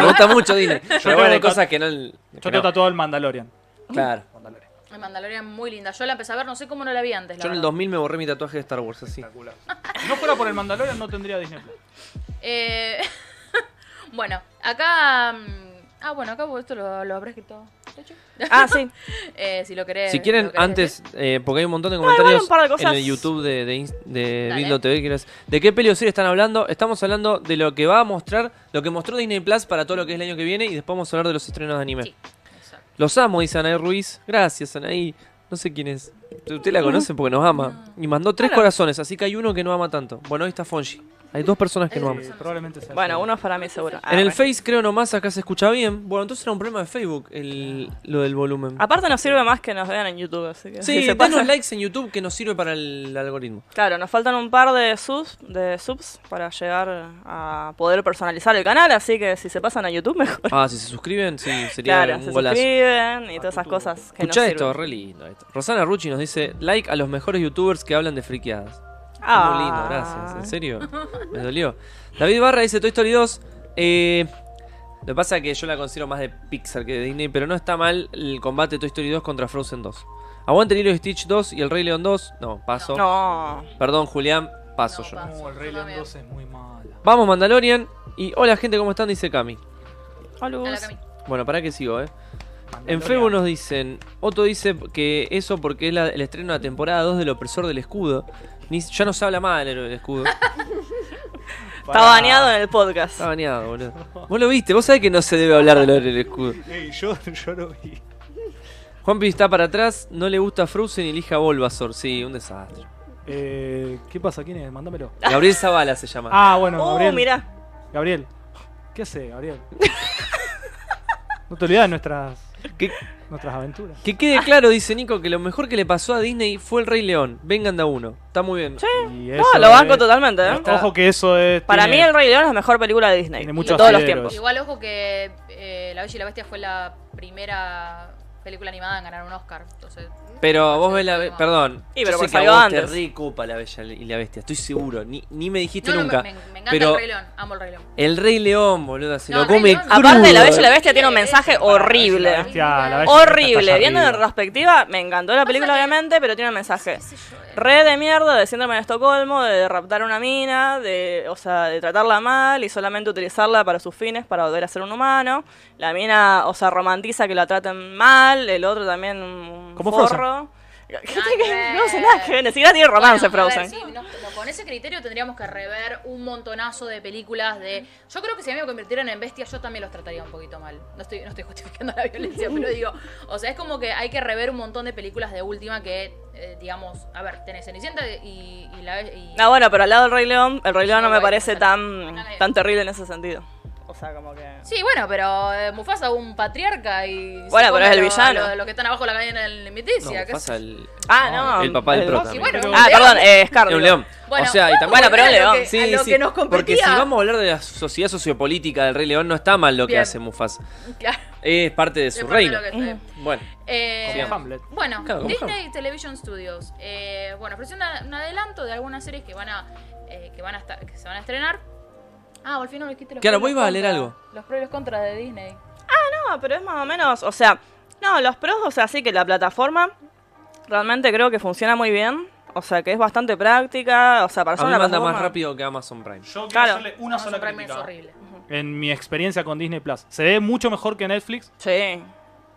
[SPEAKER 1] Me gusta mucho Disney. Pero bueno, hay
[SPEAKER 2] tengo
[SPEAKER 1] cosas que no.
[SPEAKER 2] Yo
[SPEAKER 1] que
[SPEAKER 2] tengo
[SPEAKER 1] no.
[SPEAKER 2] tatuado el Mandalorian.
[SPEAKER 1] Claro.
[SPEAKER 2] Mandalorian.
[SPEAKER 4] El Mandalorian muy linda. Yo la empecé a ver, no sé cómo no la vi antes. la
[SPEAKER 1] Yo en el
[SPEAKER 4] verdad.
[SPEAKER 1] 2000 me borré mi tatuaje de Star Wars, así.
[SPEAKER 2] Espectacular. Si no fuera por el Mandalorian no tendría Disney Plus.
[SPEAKER 4] Eh, bueno, acá. mm, Ah, bueno, acá vos esto lo, lo habré escrito. ¿De hecho?
[SPEAKER 3] Ah, sí.
[SPEAKER 4] Eh, si lo querés.
[SPEAKER 1] Si
[SPEAKER 4] lo
[SPEAKER 1] quieren,
[SPEAKER 4] querés decir.
[SPEAKER 1] antes, eh, porque hay un montón de
[SPEAKER 3] igual
[SPEAKER 1] comentarios
[SPEAKER 3] un par de cosas.
[SPEAKER 1] en el YouTube de, de, Ins- de
[SPEAKER 4] Dale.
[SPEAKER 1] Bildo TV. que las- ¿De qué peli o serie están hablando? Estamos hablando de lo que va a mostrar, lo que mostró Disney Plus para todo lo que es el año que viene y después vamos a hablar de los estrenos de anime.
[SPEAKER 4] Sí, exacto.
[SPEAKER 1] Los amo, dice Anaí Ruiz. Gracias, Anaí. No sé quién es. Usted la conoce porque nos ama. Y mandó tres corazones, así que hay uno que no ama tanto. Bueno, ahí está Fonji. Hay dos personas que no aman.
[SPEAKER 2] Eh, probablemente sea.
[SPEAKER 3] Bueno, uno es para mí seguro. Ah,
[SPEAKER 1] En el
[SPEAKER 3] bueno.
[SPEAKER 1] Face creo nomás acá se escucha bien. Bueno, entonces era un problema de Facebook el, lo del volumen.
[SPEAKER 3] Aparte nos sirve más que nos vean en YouTube, así que si
[SPEAKER 1] Sí,
[SPEAKER 3] Ah, se
[SPEAKER 1] danos
[SPEAKER 3] pasa-
[SPEAKER 1] likes en YouTube que nos sirve para el algoritmo.
[SPEAKER 3] Claro, nos faltan un par de subs, de subs para llegar a poder personalizar el canal, así que si se pasan a YouTube mejor.
[SPEAKER 1] Ah, si se suscriben, sí, sería
[SPEAKER 3] Claro,
[SPEAKER 1] un
[SPEAKER 3] se
[SPEAKER 1] golazo.
[SPEAKER 3] suscriben y todas esas cosas que
[SPEAKER 1] Escuchá
[SPEAKER 3] nos
[SPEAKER 1] esto,
[SPEAKER 3] sirven.
[SPEAKER 1] re lindo esto. Rosana Rucci nos dice, like a los mejores youtubers que hablan de friqueadas.
[SPEAKER 3] Ah.
[SPEAKER 1] Muy lindo, gracias. En serio, me dolió. David Barra dice Toy Story 2. eh, lo que pasa es que yo la considero más de Pixar que de Disney, pero no está mal el combate Toy Story 2 contra Frozen 2. Aguante Lilo y Stitch 2 y el Rey León 2. No, paso.
[SPEAKER 3] No.
[SPEAKER 1] Perdón, Julián, paso
[SPEAKER 4] No,
[SPEAKER 1] yo.
[SPEAKER 4] paso.
[SPEAKER 2] No, el Rey León 2 es muy mala.
[SPEAKER 1] Vamos, Mandalorian. Y hola, gente, ¿cómo están? Dice Cami.
[SPEAKER 3] Hola,
[SPEAKER 4] Dale,
[SPEAKER 3] Luz.
[SPEAKER 4] Cami.
[SPEAKER 1] Bueno, para que sigo, ¿eh? En
[SPEAKER 2] Mandalorian.
[SPEAKER 1] Facebook nos dicen, Otto dice que eso porque es la- el estreno de la temporada 2 del opresor del escudo. Ni- ya no se habla mal del escudo.
[SPEAKER 3] Está baneado en el podcast.
[SPEAKER 2] Ah,
[SPEAKER 1] Está baneado, boludo. Vos lo viste, vos sabés que no se debe hablar del del escudo.
[SPEAKER 2] Ey, yo, yo lo vi.
[SPEAKER 1] Juanpi está para atrás, no le gusta Frozen y elija Bulbasaur. Sí, un desastre.
[SPEAKER 2] Eh, ¿Qué pasa? ¿Quién es? Mándamelo.
[SPEAKER 1] Gabriel Zavala se llama.
[SPEAKER 2] Ah, bueno,
[SPEAKER 3] Uh,
[SPEAKER 2] Gabriel.
[SPEAKER 3] mirá.
[SPEAKER 2] Gabriel. ¿Qué hace, Gabriel? no te olvides de nuestras,
[SPEAKER 1] Que,
[SPEAKER 2] nuestras aventuras.
[SPEAKER 1] que quede claro, dice Nico, que lo mejor que le pasó a Disney fue el Rey León. Vengan de a uno. Está muy bien.
[SPEAKER 2] Y
[SPEAKER 3] No,
[SPEAKER 2] eso
[SPEAKER 3] lo banco
[SPEAKER 2] es-
[SPEAKER 3] totalmente, ¿eh?
[SPEAKER 2] Ojo que eso es.
[SPEAKER 3] Para mí
[SPEAKER 2] tiene-
[SPEAKER 3] El Rey León es la mejor película de Disney.
[SPEAKER 2] Tiene
[SPEAKER 3] de
[SPEAKER 2] muchos
[SPEAKER 3] todos los
[SPEAKER 2] herederos.
[SPEAKER 3] tiempos.
[SPEAKER 4] Igual ojo que eh, La Bella y la Bestia fue la primera película animada en ganar un Oscar. Entonces,
[SPEAKER 1] Pero vos ves la... be- Perdón.
[SPEAKER 3] Y pero
[SPEAKER 1] yo
[SPEAKER 3] porque
[SPEAKER 1] sé que a
[SPEAKER 3] salió
[SPEAKER 1] vos te
[SPEAKER 3] antes.
[SPEAKER 1] recopa la bella y la bestia. Estoy seguro. Ni, ni me dijiste
[SPEAKER 4] no, no,
[SPEAKER 1] nunca.
[SPEAKER 4] me, me- me encanta
[SPEAKER 1] pero
[SPEAKER 4] el Rey León. Amo el Rey León.
[SPEAKER 1] el Rey León, boludo, se
[SPEAKER 4] No,
[SPEAKER 1] lo
[SPEAKER 4] el Rey
[SPEAKER 1] come
[SPEAKER 4] León-
[SPEAKER 1] crudo.
[SPEAKER 3] Aparte, La Bella y la
[SPEAKER 1] eh.
[SPEAKER 3] Bestia tiene un mensaje
[SPEAKER 2] La
[SPEAKER 3] horrible.
[SPEAKER 2] bestia, la bestia está
[SPEAKER 3] Horrible.
[SPEAKER 2] allá
[SPEAKER 3] Viendo en
[SPEAKER 2] arriba.
[SPEAKER 3] retrospectiva, me encantó la película, obviamente, pero tiene un mensaje.
[SPEAKER 4] ¿Qué sé yo? eh.
[SPEAKER 3] Re de mierda, de síndrome de Estocolmo, de raptar a una mina, de, o sea, de tratarla mal y solamente utilizarla para sus fines, para volver a ser un humano. La mina, o sea, romantiza que la traten mal, el otro también un
[SPEAKER 2] Como
[SPEAKER 3] forro. ¿Qué
[SPEAKER 4] Nada
[SPEAKER 3] tiene
[SPEAKER 4] que
[SPEAKER 3] que-
[SPEAKER 4] ver.
[SPEAKER 3] No sé nada que ver, ni siquiera tiene romance
[SPEAKER 4] Bueno, a ver,
[SPEAKER 3] Frozen.
[SPEAKER 4] sí, no, no, con ese criterio tendríamos que rever un montonazo de películas de. Yo creo que si a mí me convirtieran en bestia, yo también los trataría un poquito mal. No estoy, no estoy justificando la violencia, pero digo. O sea, es como que hay que rever un montón de películas de última que, eh, digamos, a ver, tenés Cenicienta y, y la y-
[SPEAKER 3] No, Ah, bueno, pero al lado del Rey León, el Rey León no
[SPEAKER 4] No,
[SPEAKER 1] Ah,
[SPEAKER 3] me
[SPEAKER 4] bueno,
[SPEAKER 3] parece
[SPEAKER 4] o sea,
[SPEAKER 3] tan,
[SPEAKER 4] no le-
[SPEAKER 3] tan terrible en ese sentido. O sea, como que...
[SPEAKER 4] Sí, bueno, pero eh, Mufasa un patriarca y. se
[SPEAKER 3] Bueno, pero
[SPEAKER 4] come
[SPEAKER 3] es el
[SPEAKER 4] lo-
[SPEAKER 3] villano.
[SPEAKER 4] Lo, lo que están abajo de la cadena en Leticia.
[SPEAKER 1] No,
[SPEAKER 4] qué
[SPEAKER 1] pasa
[SPEAKER 4] sé yo.
[SPEAKER 1] el...
[SPEAKER 3] Ah, no.
[SPEAKER 1] El papá del prota.
[SPEAKER 4] Y bueno,
[SPEAKER 3] Ah,
[SPEAKER 4] un
[SPEAKER 3] perdón,
[SPEAKER 4] león.
[SPEAKER 3] eh, Scar,
[SPEAKER 1] Es un
[SPEAKER 3] digo.
[SPEAKER 1] león.
[SPEAKER 4] Bueno,
[SPEAKER 1] o sea, y
[SPEAKER 4] vamos
[SPEAKER 1] también.
[SPEAKER 3] a Bueno, pero
[SPEAKER 4] volver a
[SPEAKER 3] león.
[SPEAKER 4] lo que- a lo que nos
[SPEAKER 1] Porque si
[SPEAKER 4] competía.
[SPEAKER 1] vamos a hablar de la sociedad sociopolítica del Rey León, no está mal lo que
[SPEAKER 4] Bien.
[SPEAKER 1] hace Mufasa.
[SPEAKER 4] Claro,
[SPEAKER 1] Es parte de su
[SPEAKER 4] después de
[SPEAKER 1] reino.
[SPEAKER 4] lo que fue.
[SPEAKER 1] Bueno,
[SPEAKER 4] Eh,
[SPEAKER 2] Como Hamlet.
[SPEAKER 4] Bueno,
[SPEAKER 1] Claro, como
[SPEAKER 4] Disney Television Studios. eh, bueno, ofreció una- un adelanto de algunas series que van a eh, que van a estar, que se van a estrenar. Ah, al final me dijiste los
[SPEAKER 1] Claro,
[SPEAKER 4] pros y
[SPEAKER 1] vos ibas
[SPEAKER 4] los
[SPEAKER 1] a leer
[SPEAKER 4] contras.
[SPEAKER 1] algo.
[SPEAKER 4] Los pros y los contras de Disney.
[SPEAKER 3] No, pero es más o menos, o sea, no, los pros, o sea, sí que la plataforma realmente creo que funciona muy bien, o sea, que es bastante práctica, o sea, para
[SPEAKER 1] a
[SPEAKER 3] ser
[SPEAKER 1] mí
[SPEAKER 3] una
[SPEAKER 1] me anda
[SPEAKER 3] plataforma-
[SPEAKER 1] más rápido que Amazon Prime.
[SPEAKER 2] Yo quiero
[SPEAKER 3] Claro.
[SPEAKER 2] hacerle una
[SPEAKER 4] Amazon
[SPEAKER 2] sola
[SPEAKER 4] Prime es
[SPEAKER 2] crítica.
[SPEAKER 4] horrible.
[SPEAKER 2] En mi experiencia con Disney Plus. Se ve mucho mejor que Netflix,
[SPEAKER 3] Sí.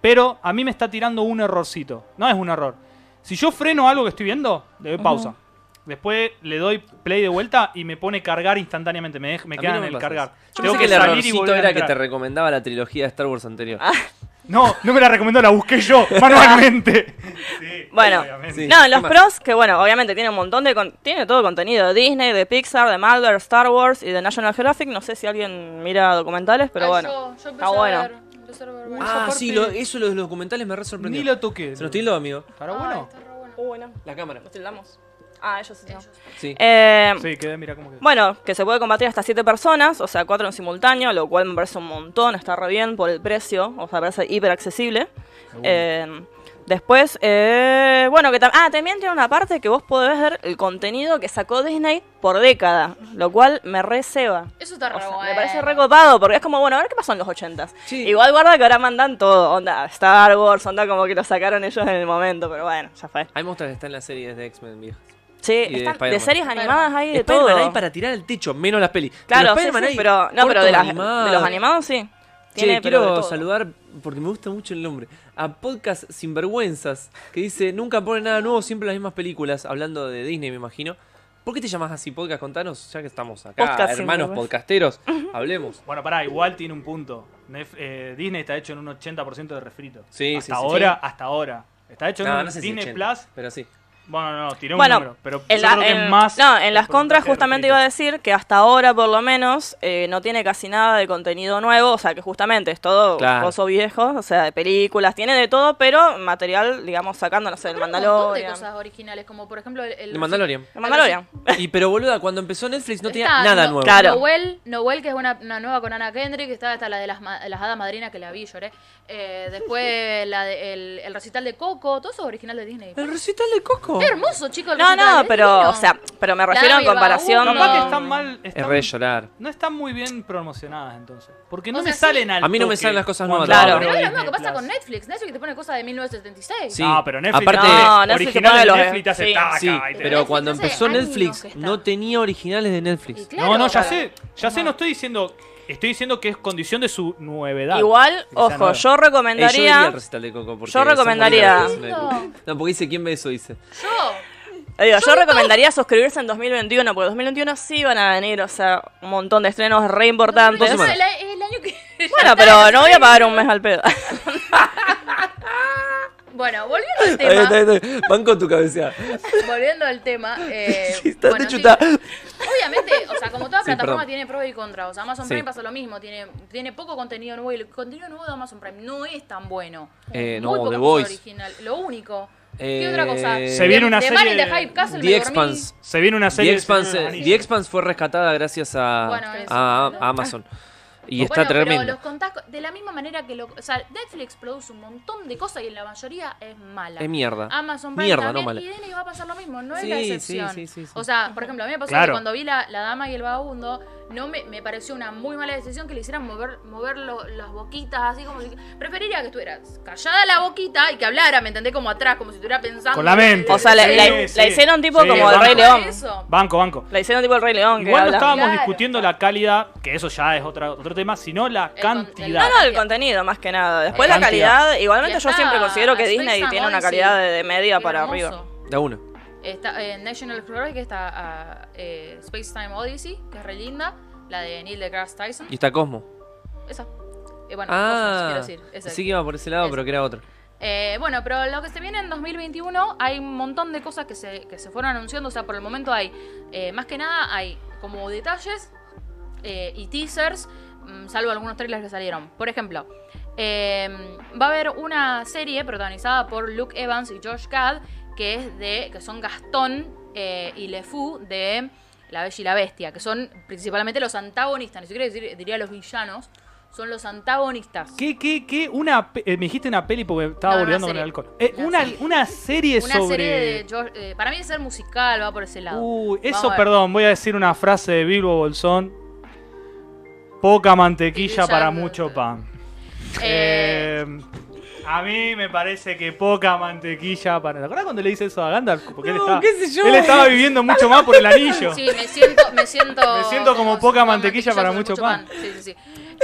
[SPEAKER 2] pero a mí me está tirando un errorcito. No es un error. Si yo freno algo que estoy viendo, le doy pausa. Después le doy play de vuelta y me pone cargar instantáneamente. Me, dej- me
[SPEAKER 1] A mí
[SPEAKER 2] queda
[SPEAKER 1] no
[SPEAKER 2] en
[SPEAKER 1] me
[SPEAKER 2] el
[SPEAKER 1] pasa
[SPEAKER 2] cargar.
[SPEAKER 1] eso. Yo pensé que el
[SPEAKER 2] salir y
[SPEAKER 1] errorcito
[SPEAKER 2] volver a
[SPEAKER 1] era que te
[SPEAKER 2] entrar.
[SPEAKER 1] recomendaba la trilogía de Star Wars anterior.
[SPEAKER 2] No, no me la recomendó, la busqué yo manualmente. Sí,
[SPEAKER 3] Bueno,
[SPEAKER 2] obviamente.
[SPEAKER 1] Sí,
[SPEAKER 3] no,
[SPEAKER 1] ¿qué
[SPEAKER 3] los
[SPEAKER 1] más?
[SPEAKER 3] pros, que bueno, obviamente tiene un montón de... con- tiene todo contenido de Disney, de Pixar, de Marvel, Star Wars y de National Geographic. No sé si alguien mira documentales, pero
[SPEAKER 4] Ay,
[SPEAKER 3] bueno.
[SPEAKER 4] yo- yo empecé
[SPEAKER 3] está
[SPEAKER 4] a
[SPEAKER 3] bueno.
[SPEAKER 4] ver- empecé a ver varios.
[SPEAKER 2] Esa
[SPEAKER 1] Ah,
[SPEAKER 2] parte-
[SPEAKER 1] sí, lo- eso lo de los documentales me re
[SPEAKER 2] Ni
[SPEAKER 1] sorprendió.
[SPEAKER 2] lo toqué.
[SPEAKER 1] Se nos tildó, amigo.
[SPEAKER 2] ¿Estará
[SPEAKER 4] Ay,
[SPEAKER 2] Ah, bueno?
[SPEAKER 4] está re bueno.
[SPEAKER 3] bueno,
[SPEAKER 1] La cámara.
[SPEAKER 3] tildamos. Ah, ellos sí.
[SPEAKER 4] Ellos.
[SPEAKER 1] Sí.
[SPEAKER 3] Eh,
[SPEAKER 2] Sí, quedé, mira cómo quedó.
[SPEAKER 3] Bueno, que se puede combatir hasta siete personas, o sea, cuatro en simultáneo, lo cual me parece un montón, está re bien por el precio, o sea, parece hiper accesible. Eh, Después, eh, bueno, que tam- ah, también tiene una parte que vos podés ver el contenido que sacó Disney por década, lo cual me receba.
[SPEAKER 4] Eso está
[SPEAKER 3] O
[SPEAKER 4] re
[SPEAKER 3] sea,
[SPEAKER 4] bueno.
[SPEAKER 3] me parece recopado, porque es como, bueno, a ver qué pasó en los 80s.
[SPEAKER 1] Sí.
[SPEAKER 3] Igual guarda que ahora mandan todo, onda Star Wars, onda como que lo sacaron ellos en el momento, pero bueno, ya fue.
[SPEAKER 1] Hay monstruos que están en las series de X-Men viejas.
[SPEAKER 3] Sí,
[SPEAKER 1] Y de
[SPEAKER 3] están de,
[SPEAKER 1] Spider-Man.
[SPEAKER 3] series animadas hay de todo.
[SPEAKER 1] Spider-Man hay para tirar al techo, menos las pelis.
[SPEAKER 3] Claro, sí, sí,
[SPEAKER 1] Spider-Man
[SPEAKER 3] pero,
[SPEAKER 1] hay
[SPEAKER 3] no, pero
[SPEAKER 1] cortos
[SPEAKER 3] de, las-
[SPEAKER 1] animados.
[SPEAKER 3] de los animados sí.
[SPEAKER 1] Che,
[SPEAKER 3] Tiene, pero de
[SPEAKER 1] quiero
[SPEAKER 3] todo.
[SPEAKER 1] saludar, porque me gusta mucho el nombre, a Podcast Sinvergüenzas, que dice, nunca pone nada nuevo, siempre las mismas películas, hablando de Disney, me imagino. ¿Por qué te llamas así, Podcast? Contanos, ya que estamos acá,
[SPEAKER 3] Podcast
[SPEAKER 1] hermanos
[SPEAKER 3] Sinvergüenzas.
[SPEAKER 1] podcasteros, hablemos.
[SPEAKER 2] Bueno, pará, igual tiene un punto. Nef- eh, Disney está hecho en un 80% de refrito.
[SPEAKER 1] Sí,
[SPEAKER 2] hasta
[SPEAKER 1] sí, sí.
[SPEAKER 2] ahora, hasta ahora. Está hecho en
[SPEAKER 1] No,
[SPEAKER 2] un
[SPEAKER 1] no sé si
[SPEAKER 2] Disney
[SPEAKER 1] 80,
[SPEAKER 2] Plus.
[SPEAKER 1] pero sí.
[SPEAKER 2] Bueno, no, no, tiré un
[SPEAKER 3] Bueno,
[SPEAKER 2] número. Pero
[SPEAKER 3] En,
[SPEAKER 2] yo
[SPEAKER 3] la-
[SPEAKER 2] creo que
[SPEAKER 3] en-
[SPEAKER 2] es más.
[SPEAKER 3] no, en las
[SPEAKER 2] el
[SPEAKER 3] contras
[SPEAKER 2] porcentaje de refrito.
[SPEAKER 3] justamente iba a decir que hasta ahora por lo menos eh, no tiene casi nada de contenido nuevo, o sea que justamente es todo
[SPEAKER 1] Claro.
[SPEAKER 3] oso viejo, o sea de películas, tiene de todo, pero material, digamos, sacando, no sé, el
[SPEAKER 4] Pero hay un montón de
[SPEAKER 3] Mandalorian.
[SPEAKER 4] cosas originales, como por ejemplo el. el-
[SPEAKER 1] El Mandalorian.
[SPEAKER 3] El Mandalorian.
[SPEAKER 1] Y pero boluda, cuando empezó Netflix no tenía
[SPEAKER 4] Está
[SPEAKER 1] nada
[SPEAKER 4] No-
[SPEAKER 1] nuevo.
[SPEAKER 3] Claro.
[SPEAKER 4] Noel, Noel, que es una, una nueva con Ana Kendrick, está hasta la de las, ma- las hadas madrinas que la vi, lloré. Eh, después la de- el, el recital de Coco, todo eso es original de Disney.
[SPEAKER 1] El recital de Coco.
[SPEAKER 4] Qué hermoso, chicos.
[SPEAKER 3] No, no, pero, o sea, pero me refiero en
[SPEAKER 4] Dame,
[SPEAKER 3] comparación. Mm.
[SPEAKER 4] vagabundo.
[SPEAKER 2] Capaz que
[SPEAKER 4] No.
[SPEAKER 2] están mal.
[SPEAKER 1] Es
[SPEAKER 2] Están,
[SPEAKER 1] re llorar.
[SPEAKER 2] no están muy bien promocionadas entonces. Porque no
[SPEAKER 4] O
[SPEAKER 2] me
[SPEAKER 4] sea, sí.
[SPEAKER 2] salen al
[SPEAKER 1] A mí no me
[SPEAKER 2] toque
[SPEAKER 1] salen las cosas nuevas
[SPEAKER 2] cuando
[SPEAKER 3] Claro.
[SPEAKER 2] abro
[SPEAKER 4] Pero es lo
[SPEAKER 2] Disney
[SPEAKER 4] mismo que pasa
[SPEAKER 2] Plus.
[SPEAKER 4] con Netflix. Netflix te pone cosas de 1976.
[SPEAKER 1] Sí.
[SPEAKER 2] No, pero Netflix
[SPEAKER 1] Aparte-
[SPEAKER 3] No, Netflix se
[SPEAKER 2] original
[SPEAKER 3] pone
[SPEAKER 2] de
[SPEAKER 3] los-
[SPEAKER 2] Netflix te hace
[SPEAKER 3] sí.
[SPEAKER 2] taca
[SPEAKER 1] Sí,
[SPEAKER 2] y te-
[SPEAKER 1] pero cuando
[SPEAKER 4] hace
[SPEAKER 1] empezó
[SPEAKER 4] años
[SPEAKER 1] Netflix
[SPEAKER 4] que está.
[SPEAKER 1] no tenía originales de
[SPEAKER 4] Y
[SPEAKER 1] Netflix.
[SPEAKER 4] claro,
[SPEAKER 2] no, no, ya
[SPEAKER 4] claro.
[SPEAKER 2] sé. Ya sé, no estoy diciendo. Estoy diciendo que es condición de su nuevedad.
[SPEAKER 3] Igual,
[SPEAKER 2] Que sea
[SPEAKER 3] ojo,
[SPEAKER 1] Eh,
[SPEAKER 2] nueva.
[SPEAKER 3] yo
[SPEAKER 1] yo iría
[SPEAKER 3] recomendaría.
[SPEAKER 1] al recital de Coco porque
[SPEAKER 3] yo
[SPEAKER 1] son muy
[SPEAKER 3] recomendaría-
[SPEAKER 1] lindas las canciones de Coco. No, porque dice quién ve eso, dice.
[SPEAKER 4] Yo.
[SPEAKER 3] Digo, yo recomendaría suscribirse en 2021, porque 2021 sí van a venir, o sea, un montón de estrenos re importantes.
[SPEAKER 1] Dos
[SPEAKER 4] Es
[SPEAKER 1] semanas.
[SPEAKER 4] el, es el año que.
[SPEAKER 3] Bueno, pero no voy a pagar un mes al pedo.
[SPEAKER 4] Bueno, volviendo al
[SPEAKER 1] Ahí está,
[SPEAKER 4] tema.
[SPEAKER 1] ahí está. Banco tu cabeza.
[SPEAKER 4] volviendo al tema. Eh,
[SPEAKER 1] Está
[SPEAKER 4] bueno,
[SPEAKER 1] de
[SPEAKER 4] sí,
[SPEAKER 1] chuta.
[SPEAKER 4] Obviamente, o sea, como toda
[SPEAKER 1] Sí,
[SPEAKER 4] plataforma
[SPEAKER 1] perdón.
[SPEAKER 4] tiene pros y contras. O sea, Amazon
[SPEAKER 1] Sí.
[SPEAKER 4] Prime pasa lo mismo, tiene, tiene poco contenido nuevo y el contenido nuevo de Amazon Prime no es tan bueno.
[SPEAKER 1] Eh,
[SPEAKER 4] Muy
[SPEAKER 1] no,
[SPEAKER 4] poca
[SPEAKER 1] The
[SPEAKER 4] cosa
[SPEAKER 1] Voice.
[SPEAKER 4] original. Lo único.
[SPEAKER 1] Eh,
[SPEAKER 4] ¿Qué otra cosa?
[SPEAKER 1] Se
[SPEAKER 4] The-
[SPEAKER 2] viene una
[SPEAKER 4] The
[SPEAKER 2] serie
[SPEAKER 4] Man in
[SPEAKER 2] de-
[SPEAKER 4] the High Castle, me
[SPEAKER 1] The
[SPEAKER 4] dormí.
[SPEAKER 1] Expanse.
[SPEAKER 2] Se viene una
[SPEAKER 1] The
[SPEAKER 2] serie. de
[SPEAKER 1] Expanse,
[SPEAKER 2] Señor de los
[SPEAKER 1] The
[SPEAKER 2] Anillos.
[SPEAKER 1] Expanse fue rescatada gracias a,
[SPEAKER 4] Bueno, eso.
[SPEAKER 1] a- a Amazon. Y está
[SPEAKER 4] Bueno,
[SPEAKER 1] tremendo.
[SPEAKER 4] Pero los contás co- de la misma manera que lo, o sea, Netflix produce un montón de cosas y en la mayoría es mala.
[SPEAKER 1] Es mierda.
[SPEAKER 4] Amazon Prime
[SPEAKER 1] Mierda,
[SPEAKER 4] también,
[SPEAKER 1] no mala.
[SPEAKER 4] y Disney va a pasar lo mismo, no
[SPEAKER 1] Sí,
[SPEAKER 4] es la
[SPEAKER 1] sí,
[SPEAKER 4] excepción.
[SPEAKER 1] sí, sí, sí.
[SPEAKER 4] O sea, por ejemplo, a mí me pasó
[SPEAKER 2] Claro.
[SPEAKER 4] que cuando vi la, la dama y el vagabundo, no me, me pareció una muy mala decisión que le hicieran mover, mover lo- las boquitas, así como si... Preferiría que estuvieras callada la boquita y que hablara, ¿me entendés? Como atrás, como si estuviera pensando...
[SPEAKER 2] Con la mente.
[SPEAKER 3] O sea, la,
[SPEAKER 2] Sí,
[SPEAKER 3] la-
[SPEAKER 2] sí.
[SPEAKER 3] la hicieron tipo
[SPEAKER 2] Sí,
[SPEAKER 3] como el
[SPEAKER 2] banco.
[SPEAKER 3] Rey León.
[SPEAKER 4] Eso.
[SPEAKER 2] Banco, banco.
[SPEAKER 3] La hicieron tipo el Rey León. que
[SPEAKER 2] Igual no
[SPEAKER 3] habla.
[SPEAKER 2] estábamos
[SPEAKER 4] Claro.
[SPEAKER 2] discutiendo la calidad, que eso ya es otra, otro tema, sino la
[SPEAKER 4] El con- el-
[SPEAKER 2] cantidad.
[SPEAKER 3] No, no, el contenido más que nada. Después
[SPEAKER 2] La
[SPEAKER 3] la
[SPEAKER 2] cantidad.
[SPEAKER 3] calidad, igualmente
[SPEAKER 4] Y
[SPEAKER 3] yo
[SPEAKER 4] está
[SPEAKER 3] siempre considero que
[SPEAKER 4] Space
[SPEAKER 3] Disney
[SPEAKER 4] Jam
[SPEAKER 3] tiene una
[SPEAKER 4] Odyssey.
[SPEAKER 3] calidad de, de media
[SPEAKER 4] Qué
[SPEAKER 3] para
[SPEAKER 4] hermoso.
[SPEAKER 3] arriba.
[SPEAKER 1] Da uno.
[SPEAKER 4] Está en National Geographic está ah, eh, Space Time Odyssey, que es re linda, la de Neil deGrasse Tyson.
[SPEAKER 1] Y está Cosmo.
[SPEAKER 4] Esa. Eh, bueno,
[SPEAKER 1] ah,
[SPEAKER 4] Cosmos, quiero decir. esa.
[SPEAKER 1] sí que iba por ese lado,
[SPEAKER 4] Esa.
[SPEAKER 1] pero que era otro.
[SPEAKER 4] Eh, bueno, pero lo que se viene en 2021 hay un montón de cosas que se, que se fueron anunciando. O sea, por el momento hay, eh, más que nada, hay como detalles eh, y teasers, mm, salvo algunos trailers que salieron. Por ejemplo, eh, va a haber una serie protagonizada por Luke Evans y Josh Gad, que, es de, que son Gastón eh, y LeFou de La Bella y la Bestia, que son principalmente los antagonistas, ni siquiera decir- diría los villanos, son los antagonistas.
[SPEAKER 2] ¿Qué, qué, qué? Una, pe- eh, me dijiste una peli porque estaba
[SPEAKER 4] No, no,
[SPEAKER 2] olvidando
[SPEAKER 4] una
[SPEAKER 2] con el
[SPEAKER 4] serie.
[SPEAKER 2] alcohol. Eh,
[SPEAKER 4] Una
[SPEAKER 2] una,
[SPEAKER 4] serie.
[SPEAKER 2] una serie
[SPEAKER 4] Una
[SPEAKER 2] sobre. Uh,
[SPEAKER 4] serie de George- eh, para mí es ser musical, va por ese lado.
[SPEAKER 2] Uy,
[SPEAKER 4] Vamos a
[SPEAKER 2] eso,
[SPEAKER 4] ver.
[SPEAKER 2] perdón, voy a decir una frase de Bilbo Bolsón. Poca mantequilla
[SPEAKER 4] Sí, ya-
[SPEAKER 2] para mucho pan.
[SPEAKER 4] Eh,
[SPEAKER 2] Eh, a mí me parece que poca mantequilla para. ¿Te acuerdas cuando le hice eso a Gandalf? Porque él,
[SPEAKER 1] No,
[SPEAKER 2] estaba,
[SPEAKER 1] qué sé yo.
[SPEAKER 2] él estaba viviendo mucho más por el anillo.
[SPEAKER 4] sí, me siento, me siento.
[SPEAKER 2] Me siento como
[SPEAKER 4] si
[SPEAKER 2] poca
[SPEAKER 4] fuera
[SPEAKER 2] mantequilla para
[SPEAKER 4] sobre
[SPEAKER 2] mucho pan.
[SPEAKER 4] Sí, sí, sí.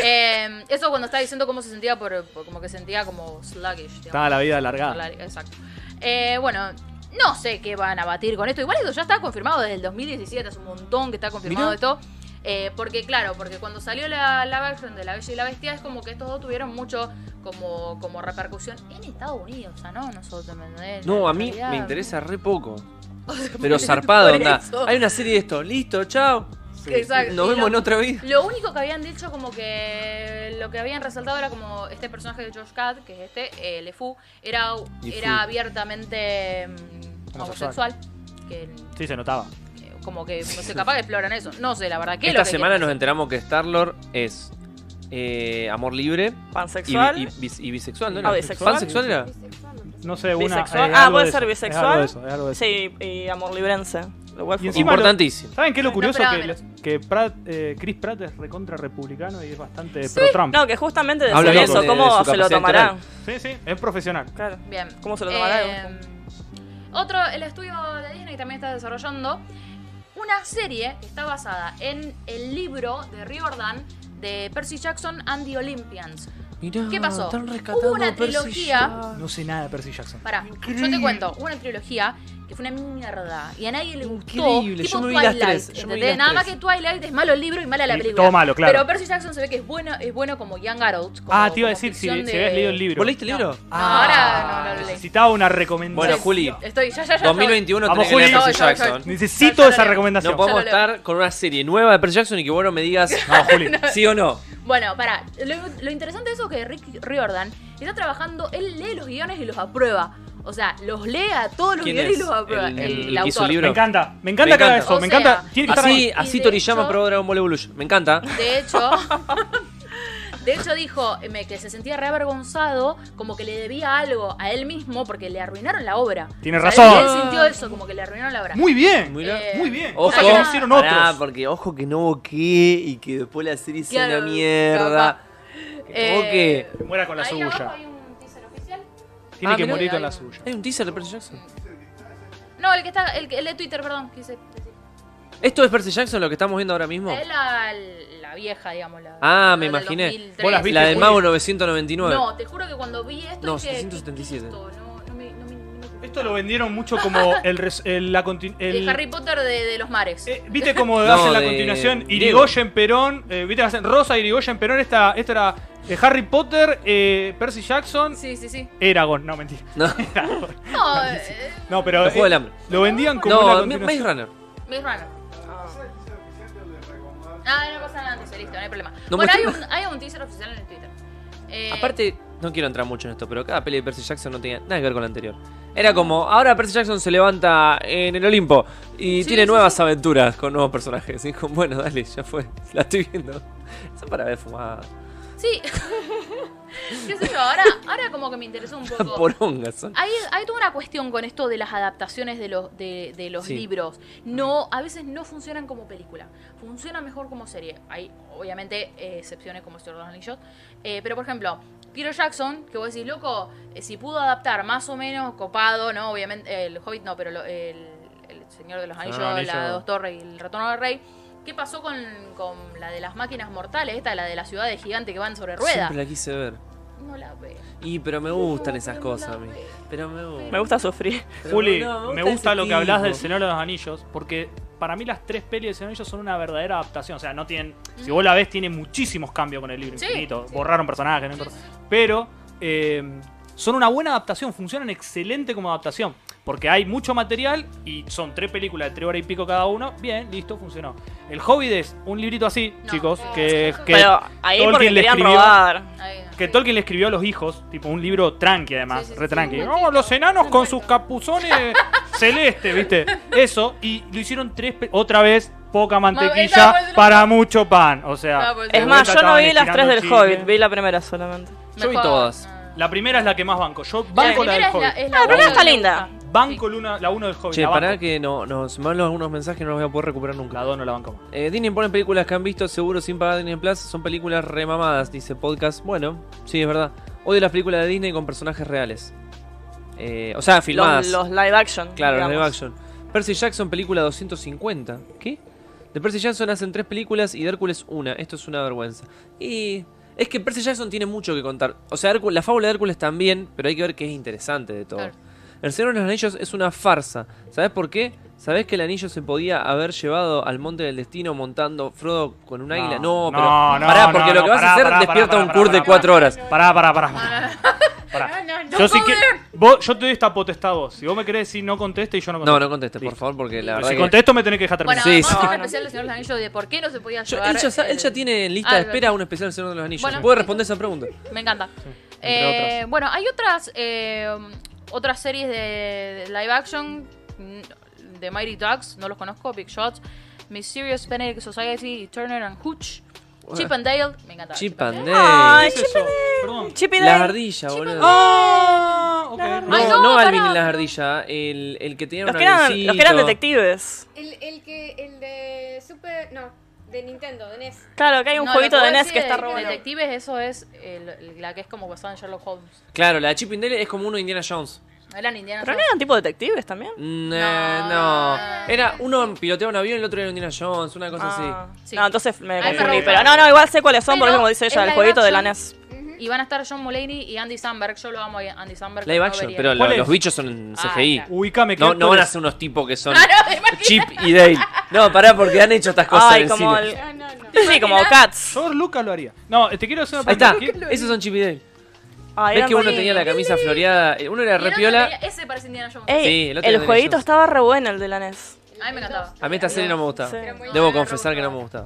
[SPEAKER 4] Eh, eso cuando estaba diciendo cómo se sentía, por, por- como que sentía como sluggish. digamos.
[SPEAKER 2] Estaba la vida alargada.
[SPEAKER 4] Claro, Exacto. Eh, bueno, no sé qué van a batir con esto. Igual esto ya está confirmado desde el 2017, hace un montón que está confirmado
[SPEAKER 2] Mirá.
[SPEAKER 4] esto. Eh, porque claro, porque cuando salió la, la versión de La Bella y la Bestia es como que estos dos tuvieron mucho como, como repercusión en Estados Unidos, o sea, no nosotros, ¿me entendés?
[SPEAKER 1] No,
[SPEAKER 4] En
[SPEAKER 1] a mí
[SPEAKER 4] realidad,
[SPEAKER 1] me interesa re poco. Pero zarpado, onda. Hay una serie de esto. Listo, chao.
[SPEAKER 4] Exacto.
[SPEAKER 1] Nos
[SPEAKER 4] Y
[SPEAKER 1] vemos
[SPEAKER 4] lo-
[SPEAKER 1] en otra vida.
[SPEAKER 4] Lo único que habían dicho como que lo que habían resaltado era como este personaje de Josh Gad, que es este, eh, LeFou, era,
[SPEAKER 1] Lefou.
[SPEAKER 4] era abiertamente mm,
[SPEAKER 2] Homosexual.
[SPEAKER 4] homosexual. Que,
[SPEAKER 2] Sí, se notaba.
[SPEAKER 4] que como que, no sé, capaz que exploran eso. No sé, la verdad. ¿qué es
[SPEAKER 1] Esta
[SPEAKER 4] lo que
[SPEAKER 1] semana nos
[SPEAKER 4] quieren
[SPEAKER 1] enteramos que Star-Lord es eh, amor libre y,
[SPEAKER 3] Pansexual.
[SPEAKER 1] y bis- y bisexual, ¿no?
[SPEAKER 3] Ah,
[SPEAKER 1] era?
[SPEAKER 3] bisexual.
[SPEAKER 1] ¿Pansexual era?
[SPEAKER 5] Bisexual, me parece.
[SPEAKER 2] No sé, una.
[SPEAKER 3] Bisexual.
[SPEAKER 2] eh,
[SPEAKER 3] Ah,
[SPEAKER 2] algo
[SPEAKER 3] puede
[SPEAKER 2] de
[SPEAKER 3] ser
[SPEAKER 2] eso, es
[SPEAKER 3] bisexual.
[SPEAKER 2] algo de eso, es algo de eso.
[SPEAKER 3] Sí, y amor librense. Lo
[SPEAKER 2] Y
[SPEAKER 3] cual fue
[SPEAKER 2] encima lo-
[SPEAKER 1] Importantísimo.
[SPEAKER 2] ¿Saben qué es lo curioso?
[SPEAKER 4] esperaba
[SPEAKER 2] que
[SPEAKER 4] menos.
[SPEAKER 2] que Pratt, eh, Chris Pratt es recontra republicano y es bastante pro-Trump.
[SPEAKER 3] No, que justamente
[SPEAKER 1] Habla
[SPEAKER 3] decir
[SPEAKER 1] bien
[SPEAKER 3] eso,
[SPEAKER 1] de- de
[SPEAKER 3] ¿cómo
[SPEAKER 1] su
[SPEAKER 3] se lo
[SPEAKER 1] capacidad
[SPEAKER 3] tomará?
[SPEAKER 2] Sí, sí, es profesional.
[SPEAKER 3] Claro.
[SPEAKER 4] Bien.
[SPEAKER 3] ¿Cómo se lo tomará?
[SPEAKER 4] Eh, otro, el estudio de Disney también está desarrollando una serie que está basada en el libro de Riordan de Percy Jackson and the Olympians.
[SPEAKER 1] Mirá,
[SPEAKER 4] ¿Qué pasó?
[SPEAKER 1] están rescatando
[SPEAKER 4] Hubo una
[SPEAKER 1] a Percy
[SPEAKER 4] trilogía.
[SPEAKER 1] Jackson.
[SPEAKER 2] No sé nada de Percy Jackson.
[SPEAKER 4] Pará, yo te cuento, hubo una trilogía que fue una mierda y a nadie le gustó.
[SPEAKER 1] Increíble,
[SPEAKER 4] tipo
[SPEAKER 1] yo me vi las
[SPEAKER 4] Twilight,
[SPEAKER 1] tres, yo me vi
[SPEAKER 4] ¿entendés?
[SPEAKER 1] las
[SPEAKER 4] Nada más
[SPEAKER 1] tres.
[SPEAKER 4] que Twilight es malo el libro y mala la
[SPEAKER 2] Y
[SPEAKER 4] película.
[SPEAKER 2] todo malo, claro.
[SPEAKER 4] Pero Percy Jackson se ve que es bueno, es bueno como Young Adult. como-
[SPEAKER 2] Ah, te iba a
[SPEAKER 4] como
[SPEAKER 2] decir si,
[SPEAKER 4] ficción
[SPEAKER 2] si
[SPEAKER 4] de-
[SPEAKER 2] habías leído el libro.
[SPEAKER 1] ¿Vos leíste el libro?
[SPEAKER 4] No, ahora no, no lo leí.
[SPEAKER 2] Necesitaba una recomendación.
[SPEAKER 1] Bueno, Juli,
[SPEAKER 4] Estoy, ya, ya, ya.
[SPEAKER 1] 2021
[SPEAKER 2] Vamos,
[SPEAKER 1] tenés que leer
[SPEAKER 2] Juli.
[SPEAKER 1] Percy
[SPEAKER 4] No, yo- yo-
[SPEAKER 1] Jackson.
[SPEAKER 2] Necesito
[SPEAKER 4] Ya, ya
[SPEAKER 2] esa
[SPEAKER 4] lo leo.
[SPEAKER 2] recomendación.
[SPEAKER 1] No podemos
[SPEAKER 4] Ya lo leo.
[SPEAKER 1] estar con una serie nueva de Percy Jackson y que vos no me digas
[SPEAKER 2] No, Juli.
[SPEAKER 1] sí o no.
[SPEAKER 4] estoy. Bueno, pará. Lo, lo interesante de eso es que Rick Riordan está trabajando, él lee los guiones y los aprueba. O sea, los lee a todos los
[SPEAKER 1] ¿Quién
[SPEAKER 4] guiones
[SPEAKER 1] es?
[SPEAKER 4] y los aprueba.
[SPEAKER 1] El-
[SPEAKER 4] El,
[SPEAKER 1] el que
[SPEAKER 4] autor.
[SPEAKER 1] hizo el libro.
[SPEAKER 2] Me encanta. Me encanta
[SPEAKER 1] Me
[SPEAKER 2] que haga
[SPEAKER 1] encanta.
[SPEAKER 2] eso.
[SPEAKER 4] O
[SPEAKER 2] Me
[SPEAKER 4] sea,
[SPEAKER 2] encanta. Tiene que estar ahí.
[SPEAKER 1] Así,
[SPEAKER 4] ahí. Y
[SPEAKER 1] así
[SPEAKER 4] de
[SPEAKER 1] Toriyama
[SPEAKER 4] hecho-
[SPEAKER 1] probó Dragon Ball Evolution. Me encanta.
[SPEAKER 4] De hecho, de hecho dijo em, que se sentía reavergonzado, como que le debía algo a él mismo porque le arruinaron la obra.
[SPEAKER 2] Tiene
[SPEAKER 4] O sea,
[SPEAKER 2] razón.
[SPEAKER 4] Él, él sintió eso, como que le arruinaron la obra.
[SPEAKER 2] Muy bien.
[SPEAKER 1] Mirá.
[SPEAKER 4] Eh,
[SPEAKER 2] Muy bien.
[SPEAKER 1] Ojo.
[SPEAKER 2] Cosa que no hicieron otros.
[SPEAKER 1] Pará, porque ojo que no boqué y que después la serie sea
[SPEAKER 4] Claro,
[SPEAKER 1] una mierda.
[SPEAKER 4] Eh,
[SPEAKER 1] Que
[SPEAKER 2] Que Muera con la
[SPEAKER 4] ahí abajo
[SPEAKER 2] suya.
[SPEAKER 4] hay un teaser oficial.
[SPEAKER 2] Tiene
[SPEAKER 1] Ah,
[SPEAKER 2] que
[SPEAKER 1] mirá.
[SPEAKER 2] morir con la
[SPEAKER 4] Hay un-
[SPEAKER 2] suya.
[SPEAKER 1] Hay un teaser de Percy Jackson.
[SPEAKER 4] No, el que está, el, que- el de Twitter, perdón, quise decir.
[SPEAKER 1] ¿Esto es Percy Jackson lo que estamos viendo ahora mismo?
[SPEAKER 4] Es la, la vieja, digamos. La,
[SPEAKER 1] Ah,
[SPEAKER 4] la
[SPEAKER 1] me
[SPEAKER 4] del
[SPEAKER 1] imaginé.
[SPEAKER 4] 2003.
[SPEAKER 2] ¿Vos las viste,
[SPEAKER 1] La del
[SPEAKER 2] Juli?
[SPEAKER 1] Mago 999.
[SPEAKER 4] No, te juro que cuando vi esto
[SPEAKER 1] No,
[SPEAKER 4] dije, ¿qué- qué es
[SPEAKER 1] 777.
[SPEAKER 4] esto? No, no me- no me- no me-
[SPEAKER 2] Esto lo vendieron mucho como el, res- el- la continu-
[SPEAKER 1] Eh,
[SPEAKER 2] el-
[SPEAKER 4] De Harry Potter de, de los mares.
[SPEAKER 2] eh, ¿Viste cómo
[SPEAKER 1] No,
[SPEAKER 2] hacen la
[SPEAKER 1] de-
[SPEAKER 2] continuación?
[SPEAKER 1] Diego.
[SPEAKER 2] Irigoyen, Perón. eh, ¿Viste que hacen Rosa, Irigoyen, Perón? Esta, esta era eh, Harry Potter, eh, Percy Jackson,
[SPEAKER 4] Sí, sí,
[SPEAKER 1] eh,
[SPEAKER 4] sí.
[SPEAKER 2] Eragon. No, mentira.
[SPEAKER 1] No,
[SPEAKER 4] No, eh,
[SPEAKER 2] No, pero.
[SPEAKER 1] Los Juegos
[SPEAKER 2] eh,
[SPEAKER 1] del Hambre.
[SPEAKER 2] Lo vendían como
[SPEAKER 1] no,
[SPEAKER 2] la
[SPEAKER 1] Ma-
[SPEAKER 2] continuación.
[SPEAKER 1] Maze Runner.
[SPEAKER 4] Maze Runner. Ah, no pasa nada, entonces listo, no hay problema.
[SPEAKER 1] No,
[SPEAKER 4] bueno, hay
[SPEAKER 1] muestra-
[SPEAKER 4] un, hay un teaser oficial en el Twitter. Eh,
[SPEAKER 1] Aparte, no quiero entrar mucho en esto, pero cada peli de Percy Jackson no tenía nada que ver con la anterior. Era como, ahora Percy Jackson se levanta en el Olimpo y
[SPEAKER 4] Sí,
[SPEAKER 1] tiene
[SPEAKER 4] sí,
[SPEAKER 1] nuevas aventuras con nuevos personajes. Y dijo, bueno, dale, ya fue, la estoy viendo. Son para ver fumadas.
[SPEAKER 4] Sí. ¿Qué sé yo? Ahora, ahora como que me interesó un poco.
[SPEAKER 1] Porongas son.
[SPEAKER 4] Hay, hay toda una cuestión con esto de las adaptaciones de los, de, de los
[SPEAKER 1] Sí.
[SPEAKER 4] libros. No, a veces no funcionan como película. Funciona mejor como serie. Hay, obviamente, eh, excepciones como Señor de los Anillos. Eh, pero, por ejemplo, Peter Jackson, que vos decís, loco, eh, si pudo adaptar más o menos copado, ¿no? Obviamente, eh, el Hobbit no, pero lo- el, el Señor de los Anillos,
[SPEAKER 2] Señor de los
[SPEAKER 4] la
[SPEAKER 2] Anillos.
[SPEAKER 4] Dos Torres y el Retorno del Rey. ¿Qué pasó con, con la de las máquinas mortales? Esta, la de la ciudad de gigante que van sobre ruedas.
[SPEAKER 1] Siempre la quise ver.
[SPEAKER 4] No la veo.
[SPEAKER 1] Y pero me gustan esas
[SPEAKER 4] pero no
[SPEAKER 1] cosas a
[SPEAKER 4] la
[SPEAKER 1] mí.
[SPEAKER 4] veo.
[SPEAKER 1] Pero me gustan.
[SPEAKER 3] Me gusta sufrir.
[SPEAKER 1] Pero
[SPEAKER 2] Juli,
[SPEAKER 1] no,
[SPEAKER 2] me gusta
[SPEAKER 1] ese
[SPEAKER 2] lo que hablas
[SPEAKER 1] tipo.
[SPEAKER 2] del Señor de los Anillos, porque para mí las tres pelis del Señor de los Anillos son una verdadera adaptación. O sea, no tienen. Si vos la ves, tiene muchísimos cambios con el libro
[SPEAKER 4] Sí,
[SPEAKER 2] infinito.
[SPEAKER 4] sí.
[SPEAKER 2] Borraron personajes, no importa. Pero eh, son una buena adaptación, funcionan excelente como adaptación. Porque hay mucho material y son tres películas de tres horas y pico cada uno. Bien, listo, funcionó. El Hobbit es un librito así,
[SPEAKER 4] No, eh,
[SPEAKER 2] chicos,
[SPEAKER 4] no,
[SPEAKER 2] que,
[SPEAKER 4] no.
[SPEAKER 2] que,
[SPEAKER 3] Pero ahí
[SPEAKER 2] Tolkien
[SPEAKER 3] porque
[SPEAKER 2] le
[SPEAKER 3] querían
[SPEAKER 2] escribió-
[SPEAKER 3] robar.
[SPEAKER 4] Ahí,
[SPEAKER 2] que Tolkien le escribió a los hijos, tipo un libro tranqui además,
[SPEAKER 4] Sí, sí,
[SPEAKER 2] re
[SPEAKER 4] sí,
[SPEAKER 2] tranqui.
[SPEAKER 4] un
[SPEAKER 2] No,
[SPEAKER 4] cuentito,
[SPEAKER 2] los enanos
[SPEAKER 4] un
[SPEAKER 2] con sus
[SPEAKER 4] cuento".
[SPEAKER 2] capuzones celestes, ¿viste? Eso, y lo hicieron tres pe- otra vez poca
[SPEAKER 4] estaba por
[SPEAKER 2] mantequilla
[SPEAKER 4] decirlo.
[SPEAKER 2] para mucho pan, o sea.
[SPEAKER 4] Estaba por
[SPEAKER 3] Es
[SPEAKER 4] decirlo.
[SPEAKER 2] de
[SPEAKER 3] más,
[SPEAKER 2] vuelta
[SPEAKER 3] yo no
[SPEAKER 2] estaban
[SPEAKER 3] vi las tres
[SPEAKER 2] estirando
[SPEAKER 3] del
[SPEAKER 2] el
[SPEAKER 3] Hobbit,
[SPEAKER 2] chicle.
[SPEAKER 3] vi la primera solamente.
[SPEAKER 1] Yo vi
[SPEAKER 4] Mejor.
[SPEAKER 1] todas.
[SPEAKER 4] Ah.
[SPEAKER 2] La primera es la que más banco. Yo
[SPEAKER 4] La
[SPEAKER 2] banco la,
[SPEAKER 4] primera
[SPEAKER 2] del
[SPEAKER 4] es la-
[SPEAKER 2] Hobbit.
[SPEAKER 4] es
[SPEAKER 3] Ah, pero
[SPEAKER 4] uno
[SPEAKER 3] está
[SPEAKER 4] que me
[SPEAKER 3] linda.
[SPEAKER 4] gusta.
[SPEAKER 2] Banco luna- la uno del Hobbit.
[SPEAKER 1] Che,
[SPEAKER 2] la,
[SPEAKER 1] pará
[SPEAKER 2] banco.
[SPEAKER 1] que no, nos mandan algunos mensajes que no los voy a poder recuperar nunca.
[SPEAKER 2] la dos no la banco más.
[SPEAKER 1] Eh, Disney pone películas que han visto seguro sin pagar Disney Plus. Son películas remamadas, dice podcast. Bueno, sí, es verdad. Odio las películas de Disney con personajes reales. Eh, o sea, filmadas.
[SPEAKER 3] Los, los live action.
[SPEAKER 1] claro, los
[SPEAKER 3] digamos.
[SPEAKER 1] live action. Percy Jackson, película 250. ¿Qué? De Percy Jackson hacen tres películas y de Hércules una. Esto es una vergüenza. Y. Es que Percy Jackson tiene mucho que contar. O sea, Hércules- la fábula de Hércules también, pero hay que ver qué es interesante de todo.
[SPEAKER 4] Claro.
[SPEAKER 1] El Señor de los Anillos es una farsa. ¿Sabes por qué? ¿Sabes que el anillo se podía haber llevado al monte del destino montando Frodo con un águila? No, pero.
[SPEAKER 2] no, no,
[SPEAKER 1] pará, porque
[SPEAKER 2] no,
[SPEAKER 1] lo
[SPEAKER 2] no,
[SPEAKER 1] que vas
[SPEAKER 2] pará,
[SPEAKER 1] a hacer
[SPEAKER 2] pará,
[SPEAKER 1] despierta
[SPEAKER 2] pará,
[SPEAKER 1] un
[SPEAKER 2] pará,
[SPEAKER 1] cur de
[SPEAKER 2] pará,
[SPEAKER 1] cuatro horas.
[SPEAKER 2] Pará, pará, pará. pará. Pará.
[SPEAKER 4] No, no,
[SPEAKER 2] yo
[SPEAKER 4] no
[SPEAKER 2] sí que.
[SPEAKER 4] Ah. puedo
[SPEAKER 2] Vos, yo te doy esta potestad a vos. Si vos me querés decir no conteste y yo no
[SPEAKER 1] No,
[SPEAKER 2] contesto.
[SPEAKER 1] no contestes, por
[SPEAKER 2] Listo.
[SPEAKER 1] favor, porque la
[SPEAKER 2] Pero
[SPEAKER 1] verdad.
[SPEAKER 2] Si
[SPEAKER 1] que-
[SPEAKER 2] contesto, me tenés que dejar
[SPEAKER 4] Bueno,
[SPEAKER 2] terminar.
[SPEAKER 1] Sí,
[SPEAKER 4] vamos
[SPEAKER 1] sí.
[SPEAKER 4] a hacer
[SPEAKER 3] No,
[SPEAKER 4] un
[SPEAKER 3] no.
[SPEAKER 4] especial de Señor de los Anillos de por qué no se podía
[SPEAKER 1] Yo-
[SPEAKER 4] llevar. eh,
[SPEAKER 1] él, ya, sa-
[SPEAKER 4] el-
[SPEAKER 1] él ya tiene en lista de
[SPEAKER 4] algo.
[SPEAKER 1] espera un especial del Señor de los Anillos.
[SPEAKER 4] Bueno.
[SPEAKER 1] ¿Puede responder esa pregunta?
[SPEAKER 4] Me encanta.
[SPEAKER 2] entre
[SPEAKER 4] Eh, bueno, hay otras eh, otras series de, de live action mm, de Mighty Ducks, no los conozco, Big Shots, Mysterious Benedict Society, Turner and Hooch, Chip and Dale, me encanta.
[SPEAKER 1] Chip and
[SPEAKER 3] Ay,
[SPEAKER 1] Dale.
[SPEAKER 2] ¿Qué es eso? Perdón.
[SPEAKER 3] Chip y
[SPEAKER 1] La
[SPEAKER 3] Mm, Dale. Oh,
[SPEAKER 1] ardilla, boludo.
[SPEAKER 2] Ah, ok.
[SPEAKER 1] No,
[SPEAKER 4] Ay, no,
[SPEAKER 1] no,
[SPEAKER 4] pará.
[SPEAKER 1] Alvin y las ardillas, el, el que tenía
[SPEAKER 3] Los
[SPEAKER 1] un
[SPEAKER 3] que, eran,
[SPEAKER 1] avioncito.
[SPEAKER 3] los que eran detectives.
[SPEAKER 5] El, el que. El de Super. No, de Nintendo, de E NES.
[SPEAKER 3] Claro, que hay un jueguito
[SPEAKER 4] E
[SPEAKER 3] de NES que está re
[SPEAKER 4] robando
[SPEAKER 3] bueno.
[SPEAKER 4] Detectives, eso es el- la que es como basada en Sherlock Holmes.
[SPEAKER 1] Claro, la de Chip and Dale es como uno de Indiana Jones.
[SPEAKER 4] Eran Indiana
[SPEAKER 3] Pero no
[SPEAKER 4] Jones.
[SPEAKER 3] eran tipo detectives también.
[SPEAKER 1] Mm,
[SPEAKER 4] No.
[SPEAKER 1] eh, no. Era uno piloteaba un avión y el otro era Indiana Jones, una cosa
[SPEAKER 3] Ah,
[SPEAKER 4] Sí.
[SPEAKER 3] No, entonces me
[SPEAKER 4] Ahí me
[SPEAKER 3] confundí.
[SPEAKER 2] robaron.
[SPEAKER 3] Pero no, no, igual sé cuáles son, por
[SPEAKER 4] Pero
[SPEAKER 3] como dice
[SPEAKER 4] en
[SPEAKER 3] ella, el
[SPEAKER 4] live
[SPEAKER 3] jueguito de la
[SPEAKER 4] action-
[SPEAKER 3] NES.
[SPEAKER 4] Y van a estar John Mulaney y Andy Samberg. Yo lo amo a Andy Samberg.
[SPEAKER 1] así. Live
[SPEAKER 4] no
[SPEAKER 1] action,
[SPEAKER 4] vería.
[SPEAKER 1] pero lo-
[SPEAKER 2] ¿Cuál es?
[SPEAKER 1] los bichos son en
[SPEAKER 4] Ah,
[SPEAKER 1] CGI.
[SPEAKER 4] claro.
[SPEAKER 2] Ubícame,
[SPEAKER 1] No, no van a
[SPEAKER 2] actores.
[SPEAKER 1] ser unos tipos que son
[SPEAKER 4] Ah, no, me imagino.
[SPEAKER 1] Chip y Dale. No, pará, porque han hecho estas cosas en
[SPEAKER 3] Ay,
[SPEAKER 1] el
[SPEAKER 3] como
[SPEAKER 1] cine.
[SPEAKER 3] el-
[SPEAKER 5] Ah, no, no.
[SPEAKER 3] Sí, como Cats.
[SPEAKER 2] George Lucas lo haría. No, te quiero hacer una
[SPEAKER 1] Ahí está,
[SPEAKER 2] pregunta. ¿Qué-
[SPEAKER 1] esos son Chip y Dale.
[SPEAKER 3] Ay,
[SPEAKER 1] ¿Ves
[SPEAKER 3] eran
[SPEAKER 1] que uno
[SPEAKER 3] re
[SPEAKER 1] tenía la
[SPEAKER 3] lindos.
[SPEAKER 1] camisa floreada? Eh, Uno era
[SPEAKER 4] Y el otro
[SPEAKER 1] repiola.
[SPEAKER 4] tenía- Ese parece Indiana Jones.
[SPEAKER 3] Ey,
[SPEAKER 1] Sí, el
[SPEAKER 3] el,
[SPEAKER 1] otro era de
[SPEAKER 3] jueguito
[SPEAKER 1] ellos.
[SPEAKER 3] estaba re bueno, el de la NES.
[SPEAKER 4] A mí me encantaba.
[SPEAKER 1] A mí esta serie no me gustaba.
[SPEAKER 3] Sí.
[SPEAKER 1] Debo confesar que no me gustaba.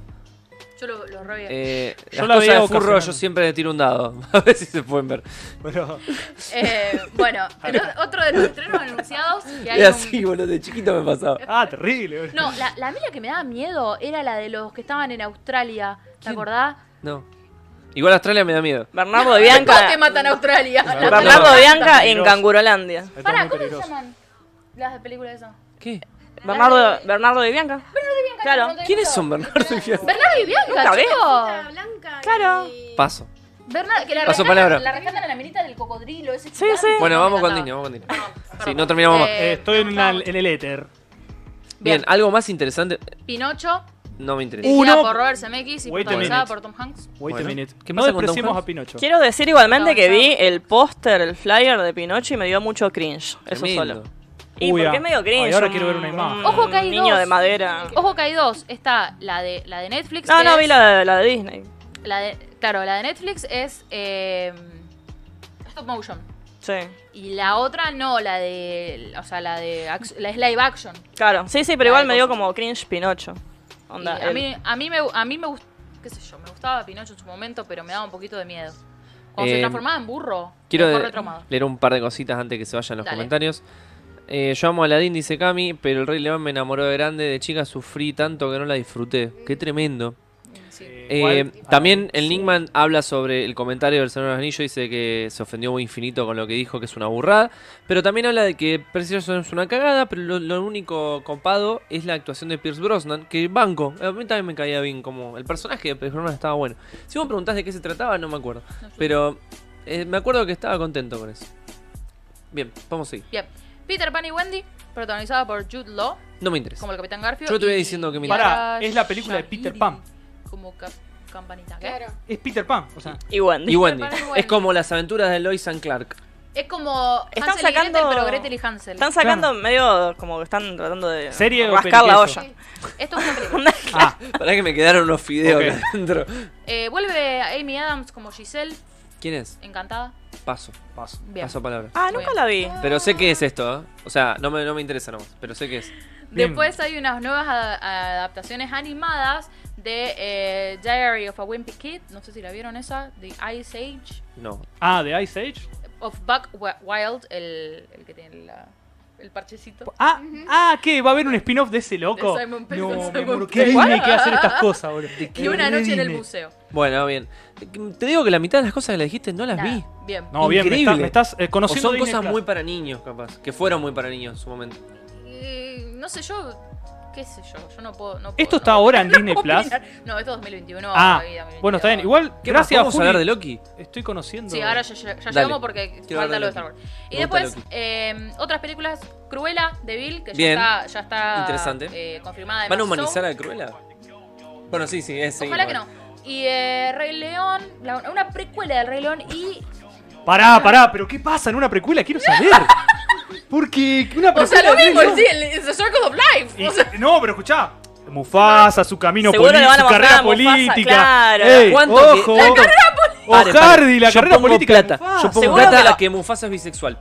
[SPEAKER 4] Yo lo, lo re veía.
[SPEAKER 1] Eh,
[SPEAKER 2] Yo
[SPEAKER 1] las
[SPEAKER 2] la
[SPEAKER 1] cosas
[SPEAKER 2] veía
[SPEAKER 1] de furro
[SPEAKER 2] ocasional.
[SPEAKER 1] yo siempre le tiro un dado. A ver si se pueden ver.
[SPEAKER 2] Pero-
[SPEAKER 4] Eh, bueno, el o- otro de los estrenos anunciados que hay
[SPEAKER 1] Era
[SPEAKER 4] un-
[SPEAKER 1] así, boludo, de chiquito me pasaba.
[SPEAKER 2] Ah, terrible. boludo.
[SPEAKER 4] No, la, la mía que me daba miedo era la de los que estaban en Australia. ¿Te
[SPEAKER 1] ¿Quién?
[SPEAKER 4] acordás?
[SPEAKER 1] No. Igual Australia me da miedo.
[SPEAKER 3] Bernardo de
[SPEAKER 4] ¿Cómo
[SPEAKER 3] Bianca.
[SPEAKER 4] que matan a Australia? La
[SPEAKER 2] Bernardo
[SPEAKER 3] Bernardo
[SPEAKER 4] matan.
[SPEAKER 3] de Bianca en
[SPEAKER 2] Peligroso.
[SPEAKER 3] Cangurolandia.
[SPEAKER 2] Esto es
[SPEAKER 4] Pará,
[SPEAKER 2] muy
[SPEAKER 4] ¿cómo se
[SPEAKER 2] peligroso.
[SPEAKER 4] llaman las películas esas?
[SPEAKER 1] ¿Qué?
[SPEAKER 3] Bernardo, Bernardo de Bianca. Claro.
[SPEAKER 1] ¿Quiénes son Bernardo y Fiat?
[SPEAKER 4] Bernardo y Bianca,
[SPEAKER 3] Nunca vi.
[SPEAKER 5] La
[SPEAKER 4] chicos.
[SPEAKER 5] blanca.
[SPEAKER 3] Claro.
[SPEAKER 5] y-
[SPEAKER 1] Paso.
[SPEAKER 4] Bernardo, que la
[SPEAKER 1] Paso
[SPEAKER 4] rescatan-
[SPEAKER 1] palabra.
[SPEAKER 4] La rescatan a la minita del cocodrilo. Ese
[SPEAKER 3] Sí, sí.
[SPEAKER 1] Bueno, vamos con Dino,
[SPEAKER 4] niño.
[SPEAKER 1] vamos con Dino. Sí, no terminamos más.
[SPEAKER 2] Eh, estoy en, una- en el éter.
[SPEAKER 1] Bien, algo más interesante.
[SPEAKER 4] Pinocho,
[SPEAKER 1] No me interesa.
[SPEAKER 2] Uh,
[SPEAKER 4] dirigida
[SPEAKER 2] Uno.
[SPEAKER 4] por Robert Zemeckis y
[SPEAKER 2] Wait a
[SPEAKER 4] protagonizada
[SPEAKER 2] minute.
[SPEAKER 4] por Tom Hanks.
[SPEAKER 2] Wait
[SPEAKER 1] Bueno.
[SPEAKER 2] a minute.
[SPEAKER 1] ¿Qué
[SPEAKER 2] no
[SPEAKER 1] pasa con Tom
[SPEAKER 2] despreciemos
[SPEAKER 1] Hanks?
[SPEAKER 2] a Pinocho.
[SPEAKER 3] Quiero decir igualmente
[SPEAKER 4] No,
[SPEAKER 3] que
[SPEAKER 4] no.
[SPEAKER 3] vi el póster, el flyer de Pinocho y me dio mucho cringe. Eso
[SPEAKER 1] Tremendo.
[SPEAKER 3] solo. Y
[SPEAKER 2] Uy, ah.
[SPEAKER 3] porque es medio cringe.
[SPEAKER 2] Ay, ahora
[SPEAKER 3] un-
[SPEAKER 2] quiero ver una imagen.
[SPEAKER 3] un
[SPEAKER 4] Ojo que hay
[SPEAKER 3] niño
[SPEAKER 4] dos.
[SPEAKER 3] de madera.
[SPEAKER 4] Ojo que hay dos. Está la de, la de Netflix.
[SPEAKER 3] No,
[SPEAKER 4] que
[SPEAKER 3] no,
[SPEAKER 4] es-
[SPEAKER 3] vi la de, la de Disney.
[SPEAKER 4] la de- claro, la de Netflix es eh, stop motion.
[SPEAKER 3] Sí.
[SPEAKER 4] Y la otra no, la de. O sea, la de. ac- La es live action.
[SPEAKER 3] Claro. Sí, sí,
[SPEAKER 4] Ay,
[SPEAKER 3] pero igual me dio
[SPEAKER 4] cosa.
[SPEAKER 3] como cringe Pinocho. Onda,
[SPEAKER 4] Y a,
[SPEAKER 3] el-
[SPEAKER 4] mí, a, mí me, a mí me gustó. ¿Qué sé yo? Me gustaba Pinocho en su momento, pero me daba un poquito de miedo. Cuando
[SPEAKER 1] Eh,
[SPEAKER 4] se transformaba en burro,
[SPEAKER 1] Quiero
[SPEAKER 4] me
[SPEAKER 1] de-
[SPEAKER 4] dejó retraumado.
[SPEAKER 1] leer un par de cositas antes que se vayan los
[SPEAKER 4] Dale.
[SPEAKER 1] comentarios. Eh, yo amo a Aladdin, dice Cami, pero el Rey León me enamoró de grande. De chica sufrí tanto que no la disfruté. Qué tremendo.
[SPEAKER 4] Sí.
[SPEAKER 1] Eh, también
[SPEAKER 2] ah,
[SPEAKER 1] el Nickman habla sobre el comentario del Señor de los Anillos, dice que se ofendió muy infinito con lo que dijo, que es una burrada, pero también habla de que Precioso es una cagada, pero lo, lo único copado es la actuación de Pierce Brosnan, que banco, a mí también me caía bien, como el personaje de Pierce Brosnan estaba bueno. Si vos preguntás de qué se trataba, no me acuerdo, pero eh, me acuerdo que estaba contento con eso. Bien, vamos a seguir.
[SPEAKER 4] Bien. Peter Pan y Wendy, protagonizada por Jude Law,
[SPEAKER 1] No me interesa.
[SPEAKER 4] como el Capitán Garfield.
[SPEAKER 1] Yo te voy
[SPEAKER 4] y
[SPEAKER 1] diciendo que me
[SPEAKER 4] Clara
[SPEAKER 2] Pará, es la película de Peter Pan.
[SPEAKER 4] Como cap- campanita. ¿qué?
[SPEAKER 5] Claro.
[SPEAKER 2] Es Peter Pan. O sea,
[SPEAKER 3] Y Wendy.
[SPEAKER 1] Y Wendy,
[SPEAKER 4] Pan y Wendy.
[SPEAKER 1] es como las aventuras de Lois and Clark.
[SPEAKER 4] Es como Hansel
[SPEAKER 3] Están
[SPEAKER 4] y Gretel,
[SPEAKER 3] sacando-
[SPEAKER 4] pero Gretel y Hansel.
[SPEAKER 3] Están sacando medio como que están tratando de
[SPEAKER 2] ¿Serie o
[SPEAKER 3] rascar la
[SPEAKER 2] periqueso?
[SPEAKER 3] olla.
[SPEAKER 4] Esto es una película.
[SPEAKER 2] ah,
[SPEAKER 1] Para que me quedaron unos fideos
[SPEAKER 2] Ok.
[SPEAKER 1] acá adentro.
[SPEAKER 4] Eh, vuelve Amy Adams como Giselle,
[SPEAKER 1] ¿Quién es?
[SPEAKER 4] encantada.
[SPEAKER 1] Paso.
[SPEAKER 2] paso.
[SPEAKER 4] Bien.
[SPEAKER 1] Paso palabra.
[SPEAKER 3] Ah, nunca la vi.
[SPEAKER 1] Pero sé qué es esto, ¿eh? O sea, no me, no me interesa nomás, pero sé qué es.
[SPEAKER 2] Bien.
[SPEAKER 4] Después hay unas nuevas a- a- adaptaciones animadas de eh, Diary of a Wimpy Kid, no sé si la vieron esa, The Ice Age
[SPEAKER 1] No.
[SPEAKER 2] Ah, de Ice Age.
[SPEAKER 4] of Buck Wi- Wild, el, el que tiene la- el parchecito.
[SPEAKER 2] Ah, ah, ¿qué? ¿Va a haber un spin-off de ese loco?
[SPEAKER 4] De Simon Pegg,
[SPEAKER 2] no,
[SPEAKER 4] Simon
[SPEAKER 2] mi amor,
[SPEAKER 4] Pegg.
[SPEAKER 2] qué Disney que hacer estas
[SPEAKER 4] What?
[SPEAKER 2] cosas, boludo.
[SPEAKER 4] Y una noche en el
[SPEAKER 2] Disney.
[SPEAKER 4] museo.
[SPEAKER 1] Bueno, bien. Te digo que la mitad de las cosas que le dijiste no las
[SPEAKER 4] Nada,
[SPEAKER 1] vi.
[SPEAKER 4] Bien.
[SPEAKER 2] No, bien, me
[SPEAKER 1] Increíble.
[SPEAKER 2] estás, me estás eh,
[SPEAKER 1] O
[SPEAKER 2] conociendo
[SPEAKER 1] son
[SPEAKER 2] Disney
[SPEAKER 1] cosas
[SPEAKER 2] Plus.
[SPEAKER 1] muy para niños, capaz. Que fueron muy para niños en su momento.
[SPEAKER 4] Eh, no sé, yo. ¿Qué sé yo? Yo no puedo. No puedo
[SPEAKER 2] ¿Esto
[SPEAKER 4] no
[SPEAKER 2] está
[SPEAKER 4] puedo
[SPEAKER 2] ahora en Disney Plus?
[SPEAKER 4] opinar. No, esto es 2021.
[SPEAKER 2] Ah,
[SPEAKER 4] vida, 2022.
[SPEAKER 2] bueno, está bien. Igual,
[SPEAKER 1] ¿Qué más?
[SPEAKER 2] gracias,
[SPEAKER 1] ¿Vamos
[SPEAKER 2] Juli,
[SPEAKER 1] a hablar de Loki?
[SPEAKER 2] Estoy conociendo.
[SPEAKER 4] Sí, ahora ya, ya- ya
[SPEAKER 1] Dale.
[SPEAKER 4] llegamos porque
[SPEAKER 1] Quiero
[SPEAKER 4] falta
[SPEAKER 1] hablar
[SPEAKER 4] lo de
[SPEAKER 1] de
[SPEAKER 4] Star Wars.
[SPEAKER 1] Loki.
[SPEAKER 4] Y
[SPEAKER 1] Me gusta
[SPEAKER 4] después,
[SPEAKER 1] Loki.
[SPEAKER 4] eh, otras películas: Cruella, de Bill, que
[SPEAKER 1] Bien.
[SPEAKER 4] ya está, ya está
[SPEAKER 1] Interesante.
[SPEAKER 4] eh, confirmada. en
[SPEAKER 1] ¿Van a
[SPEAKER 4] Amazon.
[SPEAKER 1] humanizar a Cruella? Bueno, sí, sí, es
[SPEAKER 4] Ojalá que
[SPEAKER 1] seguimos.
[SPEAKER 4] no. Y eh, Rey León, la- una precuela del Rey León y.
[SPEAKER 2] Pará, pará, pero ¿qué pasa en una precuela? Quiero saber. Porque una precuela.
[SPEAKER 4] O sea, lo
[SPEAKER 2] de
[SPEAKER 4] mismo,
[SPEAKER 2] Rey León-
[SPEAKER 4] sí, el, it's the Circle of Life.
[SPEAKER 2] Y-
[SPEAKER 4] O sea,
[SPEAKER 2] no, pero escuchá. Mufasa, su camino
[SPEAKER 3] Seguro le
[SPEAKER 2] político,
[SPEAKER 3] van a
[SPEAKER 2] su
[SPEAKER 3] mostrar
[SPEAKER 2] carrera
[SPEAKER 3] a Mufasa,
[SPEAKER 2] política.
[SPEAKER 3] claro.
[SPEAKER 2] Ey,
[SPEAKER 1] ¿Cuánto que-
[SPEAKER 2] ojo.
[SPEAKER 1] cuánto-
[SPEAKER 2] O
[SPEAKER 1] Pare, pare.
[SPEAKER 2] Hardy, la
[SPEAKER 1] Yo
[SPEAKER 2] carrera
[SPEAKER 1] pongo
[SPEAKER 2] política. de
[SPEAKER 1] plata.
[SPEAKER 2] Mufasa.
[SPEAKER 1] Yo pongo
[SPEAKER 3] Seguro
[SPEAKER 1] plata
[SPEAKER 3] que
[SPEAKER 1] a
[SPEAKER 3] lo-
[SPEAKER 1] que Mufasa es bisexual.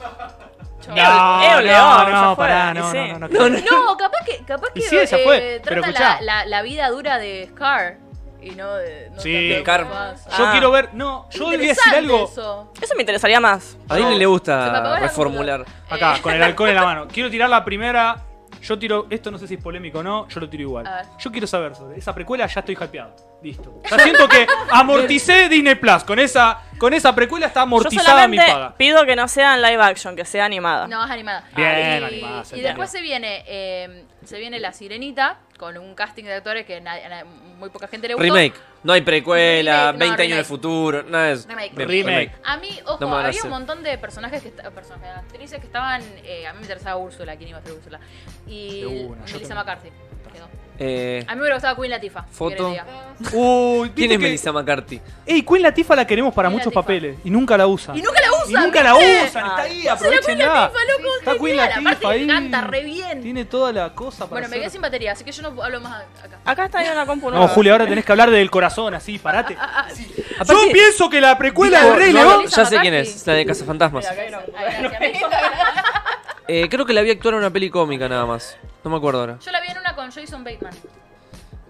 [SPEAKER 4] chau.
[SPEAKER 2] No,
[SPEAKER 3] Eh, un león,
[SPEAKER 2] no,
[SPEAKER 3] ya
[SPEAKER 2] no,
[SPEAKER 3] fue,
[SPEAKER 2] pará,
[SPEAKER 3] y
[SPEAKER 2] no,
[SPEAKER 3] sí.
[SPEAKER 2] no, no, no.
[SPEAKER 4] No, capaz que, capaz que
[SPEAKER 2] Y sí, esa
[SPEAKER 4] eh,
[SPEAKER 2] fue, pero
[SPEAKER 4] trata
[SPEAKER 2] escuchá.
[SPEAKER 4] la, la, la vida dura de Scar y no de. No
[SPEAKER 2] Sí.
[SPEAKER 4] tanto de
[SPEAKER 1] Scar.
[SPEAKER 4] Mufasa.
[SPEAKER 2] Yo
[SPEAKER 3] Ah.
[SPEAKER 2] quiero ver. No, yo voy a decir
[SPEAKER 4] Interesante
[SPEAKER 2] algo.
[SPEAKER 4] eso.
[SPEAKER 3] Eso me interesaría más.
[SPEAKER 1] A Disney le
[SPEAKER 4] Se me apagó
[SPEAKER 1] gusta
[SPEAKER 4] la
[SPEAKER 1] Ah, reformular.
[SPEAKER 2] Acá,
[SPEAKER 4] Eh.
[SPEAKER 2] con el alcohol en la mano. Quiero tirar la primera. Yo tiro. Esto no sé si es polémico o no. Yo lo tiro igual.
[SPEAKER 4] A ver.
[SPEAKER 2] Yo quiero saber sobre esa precuela. Ya estoy hypeado. Listo. Ya siento que amorticé Disney Plus con esa Con esa precuela está
[SPEAKER 3] Yo
[SPEAKER 2] amortizada mi
[SPEAKER 3] solamente
[SPEAKER 2] paga.
[SPEAKER 3] pido que no sea en live action, que sea animada.
[SPEAKER 4] No, es animada. Ah,
[SPEAKER 2] Bien,
[SPEAKER 4] y,
[SPEAKER 2] animada, se
[SPEAKER 4] Y
[SPEAKER 2] entendió.
[SPEAKER 4] después se viene, eh, se viene La Sirenita con un casting de actores que na- na- muy poca gente le gustó.
[SPEAKER 1] Remake. No hay precuela,
[SPEAKER 4] Remake, no,
[SPEAKER 1] 20 años
[SPEAKER 4] remake.
[SPEAKER 1] de futuro, nada es.
[SPEAKER 4] Remake.
[SPEAKER 1] Bien,
[SPEAKER 2] Remake.
[SPEAKER 4] A mí, ojo,
[SPEAKER 1] No me van a
[SPEAKER 4] había
[SPEAKER 1] hacer.
[SPEAKER 4] un montón de personajes que esta- personajes, actrices que estaban. eh, a mí me interesaba Úrsula, quién iba a ser Úrsula. Y
[SPEAKER 2] De una, yo
[SPEAKER 4] Melissa
[SPEAKER 2] también.
[SPEAKER 4] McCarthy. quedó.
[SPEAKER 1] Eh,
[SPEAKER 4] A mí me hubiera gustado Queen Latifa.
[SPEAKER 1] Foto.
[SPEAKER 5] Ah,
[SPEAKER 2] Uy, ¿viste
[SPEAKER 1] ¿Quién es
[SPEAKER 2] que-
[SPEAKER 1] Melissa McCarthy?
[SPEAKER 2] Ey, Queen Latifa la queremos para
[SPEAKER 4] Queen
[SPEAKER 2] muchos
[SPEAKER 4] Latifah.
[SPEAKER 2] papeles y nunca la usan.
[SPEAKER 4] Y nunca la
[SPEAKER 2] Y
[SPEAKER 4] usan.
[SPEAKER 2] nunca la
[SPEAKER 4] ¿viste? Ah.
[SPEAKER 2] usan, está ahí,
[SPEAKER 4] Usan a Queen
[SPEAKER 2] aprovechenla.
[SPEAKER 4] Latifa, loco,
[SPEAKER 2] Está Queen
[SPEAKER 4] genial,
[SPEAKER 2] Latifah
[SPEAKER 4] Aparte,
[SPEAKER 2] ahí.
[SPEAKER 4] canta re bien.
[SPEAKER 2] Tiene toda la cosa para
[SPEAKER 4] Bueno, me
[SPEAKER 2] hacer-
[SPEAKER 4] quedé sin batería, así que yo no hablo más acá.
[SPEAKER 2] Ah,
[SPEAKER 3] Acá está en una compu
[SPEAKER 2] No,
[SPEAKER 3] nueva.
[SPEAKER 2] Julia, ahora tenés que hablar del corazón, así, parate.
[SPEAKER 1] Aparte-
[SPEAKER 2] Yo pienso que la precuela
[SPEAKER 1] Digo,
[SPEAKER 2] del Rey
[SPEAKER 1] no,
[SPEAKER 2] León.
[SPEAKER 1] no, ya sé quién es, la de Cazafantasmas.
[SPEAKER 3] Acá hay una compu.
[SPEAKER 4] Ay, gracias.
[SPEAKER 1] Eh, creo que la vi actuar en una peli cómica nada más. No me acuerdo ahora.
[SPEAKER 4] Yo la vi en una con Jason Bateman.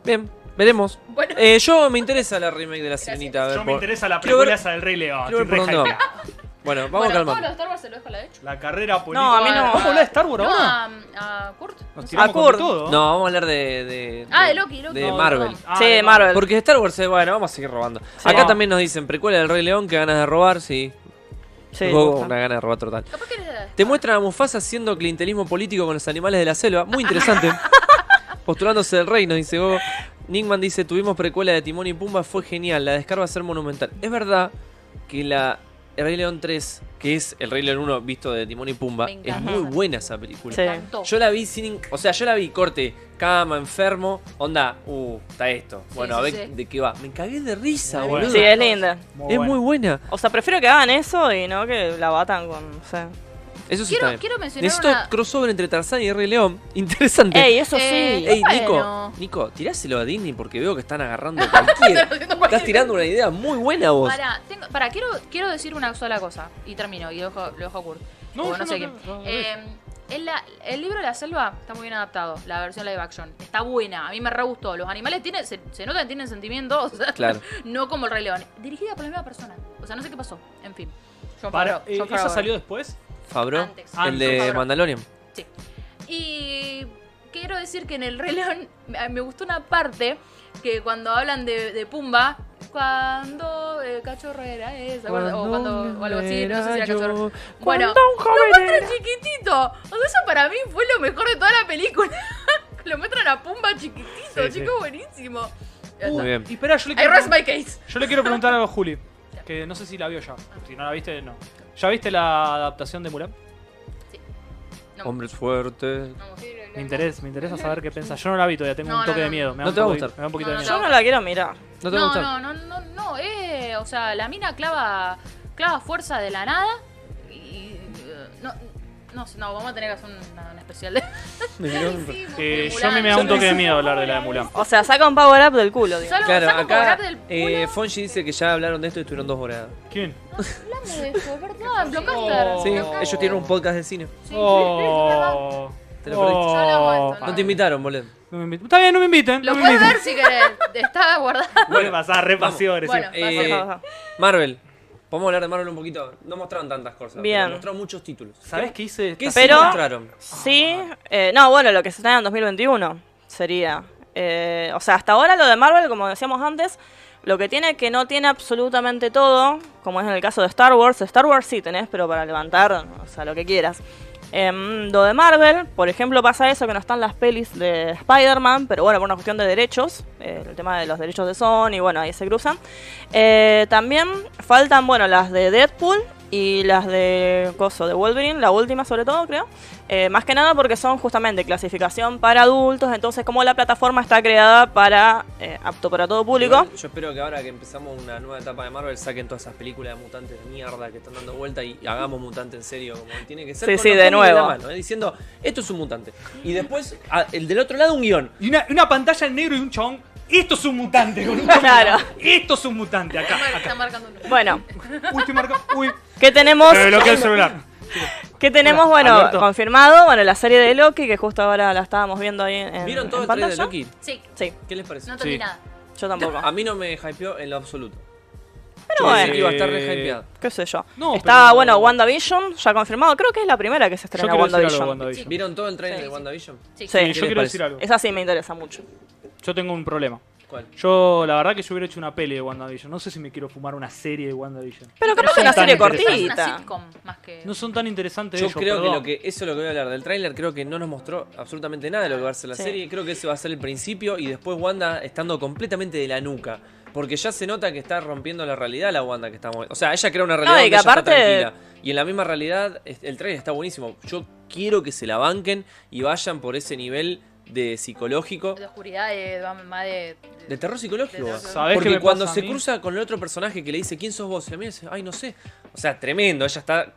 [SPEAKER 1] Bien, veremos.
[SPEAKER 4] Bueno.
[SPEAKER 1] Eh, yo me interesa la remake de la sirenita. a ver
[SPEAKER 2] Yo me
[SPEAKER 1] por-
[SPEAKER 2] interesa la
[SPEAKER 1] Quiero
[SPEAKER 2] precuela
[SPEAKER 1] ver-
[SPEAKER 2] esa del Rey León.
[SPEAKER 1] quiero ver
[SPEAKER 2] estoy
[SPEAKER 1] por
[SPEAKER 2] re
[SPEAKER 1] dónde
[SPEAKER 2] hypeado.
[SPEAKER 1] Bueno, vamos
[SPEAKER 4] bueno,
[SPEAKER 1] a
[SPEAKER 4] Todos los
[SPEAKER 1] calmar.
[SPEAKER 4] Star Wars se lo dejo a la hecho.
[SPEAKER 2] La carrera política.
[SPEAKER 3] No, a mí no.
[SPEAKER 2] ¿Vamos a hablar de Star Wars
[SPEAKER 4] No,
[SPEAKER 2] ahora?
[SPEAKER 4] a, a Kurt.
[SPEAKER 2] Nos tiramos contra
[SPEAKER 3] Kurt.
[SPEAKER 2] todo.
[SPEAKER 1] No, vamos a hablar de. de-
[SPEAKER 4] Ah,
[SPEAKER 1] de-
[SPEAKER 4] de Loki, Loki.
[SPEAKER 1] De
[SPEAKER 4] No,
[SPEAKER 1] Marvel.
[SPEAKER 4] perdón.
[SPEAKER 2] Ah,
[SPEAKER 3] Sí,
[SPEAKER 2] de
[SPEAKER 3] Marvel.
[SPEAKER 1] Porque Star Wars, eh, bueno, vamos a seguir robando. Acá
[SPEAKER 3] Vamos.
[SPEAKER 1] también nos dicen precuela del Rey León, que ganas de robar, sí.
[SPEAKER 3] Sí,
[SPEAKER 1] Tengo
[SPEAKER 3] posta.
[SPEAKER 1] una gana de robar total.
[SPEAKER 4] Capaz que eres de-
[SPEAKER 1] Te muestran a Mufasa haciendo clientelismo político con los animales de la selva. Muy interesante. Postulándose del reino, dice Gogo. Nickman dice, tuvimos precuela de Timón y Pumba, fue genial, la descarga va a ser monumental. Es verdad que la El Rey León 3, que es El Rey León 1 visto de Timón y Pumba,
[SPEAKER 4] Me
[SPEAKER 1] es
[SPEAKER 4] encanta.
[SPEAKER 1] muy buena esa película.
[SPEAKER 3] Sí.
[SPEAKER 4] Me encantó.
[SPEAKER 1] Yo la vi sin... O sea, yo la vi corte, cama, enfermo, onda, uh, está esto. Bueno,
[SPEAKER 4] sí,
[SPEAKER 1] a ver
[SPEAKER 4] sí.
[SPEAKER 1] de qué va. Me cagué de risa,
[SPEAKER 2] Muy
[SPEAKER 1] boludo.
[SPEAKER 3] Sí, es linda.
[SPEAKER 1] es muy buena.
[SPEAKER 3] O sea, prefiero que hagan eso y no que la batan con. O sea.
[SPEAKER 1] Eso sí
[SPEAKER 4] Quiero-
[SPEAKER 1] está bien.
[SPEAKER 4] quiero mencionar
[SPEAKER 1] Necesito
[SPEAKER 4] una-
[SPEAKER 1] crossover entre Tarzán y el Rey León. Interesante.
[SPEAKER 3] Ey, eso sí.
[SPEAKER 4] Eh,
[SPEAKER 1] Ey, Nico,
[SPEAKER 4] Bueno.
[SPEAKER 1] Nico, tiráselo a Disney porque veo que están agarrando cualquiera. Estás tirando una idea muy buena vos.
[SPEAKER 4] Para, tengo, para quiero, quiero decir una sola cosa. Y termino, y dejo, lo dejo a Kurt.
[SPEAKER 2] No,
[SPEAKER 4] O
[SPEAKER 2] yo
[SPEAKER 4] no sé
[SPEAKER 2] no,
[SPEAKER 4] quién.
[SPEAKER 2] no, no, no.
[SPEAKER 4] Eh, en la- el libro de la selva está muy bien adaptado, la versión live action. Está buena, a mí me re gustó. Los animales tienen, se, se notan, tienen sentimientos. o sea,
[SPEAKER 1] Claro.
[SPEAKER 4] No como el Rey León. Dirigida por la misma persona. O sea, no sé qué pasó. En fin. John
[SPEAKER 2] Para,
[SPEAKER 4] Favreau,
[SPEAKER 2] eh,
[SPEAKER 4] John
[SPEAKER 2] ¿Esa
[SPEAKER 4] Favreau.
[SPEAKER 2] salió después?
[SPEAKER 1] Fabro,
[SPEAKER 4] Antes.
[SPEAKER 1] el
[SPEAKER 2] Antes,
[SPEAKER 1] de
[SPEAKER 4] Fabro.
[SPEAKER 1] Mandalorian.
[SPEAKER 4] Sí. Y quiero decir que en el Rey León me me gustó una parte que cuando hablan de, de Pumba, cuando el cachorro era ese, o, cuando, o algo así, no sé si era cachorro. Bueno, lo muestran chiquitito. O sea, eso para mí fue lo mejor de toda la película. lo muestran a Pumba chiquitito,
[SPEAKER 2] Sí, sí.
[SPEAKER 4] chico, buenísimo. Ya
[SPEAKER 2] Uh,
[SPEAKER 1] Muy bien.
[SPEAKER 2] Y espera, yo le
[SPEAKER 4] está. I
[SPEAKER 2] quiero,
[SPEAKER 4] rest my case.
[SPEAKER 2] yo le quiero preguntar a Juli. Que no sé si la vio ya. Si no la viste, no. ¿Ya viste la adaptación de Mulan?
[SPEAKER 4] No,
[SPEAKER 1] Hombres fuertes.
[SPEAKER 4] no, sí.
[SPEAKER 2] Me interesa, me interesa saber qué pensás. Yo no la vi todavía, tengo
[SPEAKER 4] No,
[SPEAKER 2] un toque
[SPEAKER 4] no,
[SPEAKER 2] de
[SPEAKER 4] no.
[SPEAKER 2] miedo. Me da
[SPEAKER 1] No
[SPEAKER 2] un
[SPEAKER 1] te va a
[SPEAKER 2] poquito-
[SPEAKER 1] gustar.
[SPEAKER 2] Me da un poquito
[SPEAKER 4] No,
[SPEAKER 2] de
[SPEAKER 4] no,
[SPEAKER 3] Yo
[SPEAKER 2] miedo.
[SPEAKER 3] no la quiero mirar.
[SPEAKER 1] ¿No te
[SPEAKER 4] No,
[SPEAKER 1] gustan?
[SPEAKER 4] no, no, no, no, eh, o sea, la mina clava, clava fuerza de la nada y eh, no, no, sé, no, vamos a tener que hacer una, una especial de.
[SPEAKER 1] Me miró un-
[SPEAKER 2] Eh, yo a mí me da un toque de miedo hablar de la de Mulan.
[SPEAKER 3] O sea, saca un power up del culo, digo.
[SPEAKER 4] Solo
[SPEAKER 1] Claro,
[SPEAKER 4] saco
[SPEAKER 1] acá
[SPEAKER 4] Power Up del
[SPEAKER 1] eh,
[SPEAKER 4] culo.
[SPEAKER 1] Fonji dice que ya hablaron de esto y estuvieron dos horas.
[SPEAKER 2] ¿Quién?
[SPEAKER 4] Hablame de esto, es verdad, en Blockbuster.
[SPEAKER 2] Oh.
[SPEAKER 1] Sí,
[SPEAKER 4] Blockbuster.
[SPEAKER 1] ellos tienen un podcast de cine.
[SPEAKER 4] Sí,
[SPEAKER 2] Oh.
[SPEAKER 1] Te lo perdiste.
[SPEAKER 2] Oh.
[SPEAKER 4] Yo hablamos de esto,
[SPEAKER 1] No te invitaron, boludo.
[SPEAKER 2] No me inviten. Está bien, no me inviten.
[SPEAKER 4] Lo
[SPEAKER 2] no me
[SPEAKER 4] puedes
[SPEAKER 2] inviten.
[SPEAKER 4] ver si querés, está guardado.
[SPEAKER 2] Bueno, pasar ah, re pasivo agresivo.
[SPEAKER 4] Bueno.
[SPEAKER 1] Eh,
[SPEAKER 3] Baja, baja.
[SPEAKER 1] Marvel. Podemos hablar de Marvel un poquito. No mostraron tantas cosas.
[SPEAKER 3] Bien.
[SPEAKER 1] pero mostraron muchos títulos.
[SPEAKER 2] ¿Sabés qué hice?
[SPEAKER 1] ¿Qué
[SPEAKER 2] esta
[SPEAKER 1] sí
[SPEAKER 3] Pero-
[SPEAKER 2] semana?
[SPEAKER 1] mostraron?
[SPEAKER 3] Sí, eh, no, bueno, lo que se estrena en 2021 sería. Eh, o sea, hasta ahora lo de Marvel, como decíamos antes, lo que tiene que no tiene absolutamente todo, como es en el caso de Star Wars. Star Wars sí tenés, pero para levantar, o sea, lo que quieras. Em, lo de Marvel, por ejemplo, pasa eso que no están las pelis de Spider-Man, pero bueno, por una cuestión de derechos, eh, el tema de los derechos de Sony, bueno, ahí se cruzan. Eh, también faltan, bueno, las de Deadpool y las de Coso, de Wolverine, la última sobre todo, creo. Eh, más que nada porque son justamente clasificación para adultos, entonces como la plataforma está creada para eh, apto para todo público.
[SPEAKER 1] Igual, yo espero que ahora que empezamos una nueva etapa de Marvel saquen todas esas películas de mutantes de mierda que están dando vuelta y hagamos mutante en serio, como que tiene que ser
[SPEAKER 3] Sí,
[SPEAKER 1] con
[SPEAKER 3] sí,
[SPEAKER 1] los
[SPEAKER 3] de
[SPEAKER 1] cómics
[SPEAKER 3] nuevo.
[SPEAKER 1] la mano, eh, diciendo, esto es un mutante. Y después, a- el del otro lado un guión.
[SPEAKER 2] Y una, una pantalla en negro y un chabón. Esto es un mutante, boludo.
[SPEAKER 3] Claro.
[SPEAKER 2] Esto es un mutante acá. acá.
[SPEAKER 4] Está marcando uno.
[SPEAKER 3] Bueno,
[SPEAKER 2] Uy, estoy marcado. Uy.
[SPEAKER 3] ¿qué tenemos?
[SPEAKER 2] Eh, Se bloqueó el celular.
[SPEAKER 3] ¿Qué tenemos?
[SPEAKER 2] Hola,
[SPEAKER 3] bueno,
[SPEAKER 2] Alberto.
[SPEAKER 3] confirmado, bueno, la serie de Loki, que justo ahora la estábamos viendo ahí en,
[SPEAKER 1] ¿Vieron
[SPEAKER 3] en
[SPEAKER 1] todo el
[SPEAKER 3] pantalla.
[SPEAKER 1] trailer de Loki?
[SPEAKER 4] Sí,
[SPEAKER 3] Sí,
[SPEAKER 1] ¿Qué les pareció?
[SPEAKER 4] no entendí
[SPEAKER 2] Sí.
[SPEAKER 4] nada.
[SPEAKER 3] yo tampoco.
[SPEAKER 2] Ah,
[SPEAKER 1] A mí no me hypeó en lo absoluto.
[SPEAKER 3] Pero
[SPEAKER 1] Yo pensé
[SPEAKER 3] bueno.
[SPEAKER 1] que iba a estar re hypeado.
[SPEAKER 3] qué sé yo.
[SPEAKER 2] No,
[SPEAKER 3] Está,
[SPEAKER 2] pero-
[SPEAKER 3] bueno, WandaVision, ya confirmado. Creo que es la primera que se
[SPEAKER 2] Yo
[SPEAKER 3] estrena
[SPEAKER 2] quiero decir algo,
[SPEAKER 3] WandaVision.
[SPEAKER 2] WandaVision.
[SPEAKER 1] ¿Vieron todo el trailer
[SPEAKER 4] Sí,
[SPEAKER 1] de
[SPEAKER 4] sí.
[SPEAKER 1] Wandavision?
[SPEAKER 4] Sí.
[SPEAKER 3] Sí.
[SPEAKER 2] Sí,
[SPEAKER 1] ¿Qué
[SPEAKER 2] yo
[SPEAKER 1] les
[SPEAKER 2] quiero
[SPEAKER 1] parece?
[SPEAKER 2] decir algo.
[SPEAKER 3] Esa sí me interesa mucho.
[SPEAKER 2] Yo tengo un problema.
[SPEAKER 1] ¿Cuál?
[SPEAKER 2] Yo, la verdad que yo hubiera hecho una peli de WandaVision. No sé si me quiero fumar una serie de WandaVision.
[SPEAKER 3] Pero capaz
[SPEAKER 2] Pero
[SPEAKER 3] una
[SPEAKER 2] tan
[SPEAKER 3] serie
[SPEAKER 2] interesante.
[SPEAKER 4] Es una
[SPEAKER 3] cortita.
[SPEAKER 4] sitcom más que.
[SPEAKER 2] No son tan interesantes
[SPEAKER 1] Yo
[SPEAKER 2] ellos,
[SPEAKER 1] creo que,
[SPEAKER 2] perdón.
[SPEAKER 1] lo que eso es lo que voy a hablar del tráiler. Creo que no nos mostró absolutamente nada de lo que va a ser la
[SPEAKER 3] Sí.
[SPEAKER 1] serie. Creo que ese va a ser el principio y después Wanda estando completamente de la nuca. Porque ya se nota que está rompiendo la realidad la Wanda que estamos. O sea, ella crea una realidad
[SPEAKER 3] y
[SPEAKER 1] donde
[SPEAKER 3] que
[SPEAKER 1] ella está
[SPEAKER 3] aparte-
[SPEAKER 1] tranquila. Y en la misma realidad, es- el tráiler está buenísimo. Yo quiero que se la banquen y vayan por ese nivel de psicológico.
[SPEAKER 4] De oscuridad, de. va- va de-
[SPEAKER 1] De terror psicológico.
[SPEAKER 4] De terror
[SPEAKER 2] ¿Sabés qué
[SPEAKER 1] Porque
[SPEAKER 2] me
[SPEAKER 1] cuando
[SPEAKER 2] pasa a
[SPEAKER 1] se
[SPEAKER 2] mí?
[SPEAKER 1] cruza con el otro personaje que le dice, ¿quién sos vos? Y la mía dice, ay, no sé. O sea, tremendo. Ella está.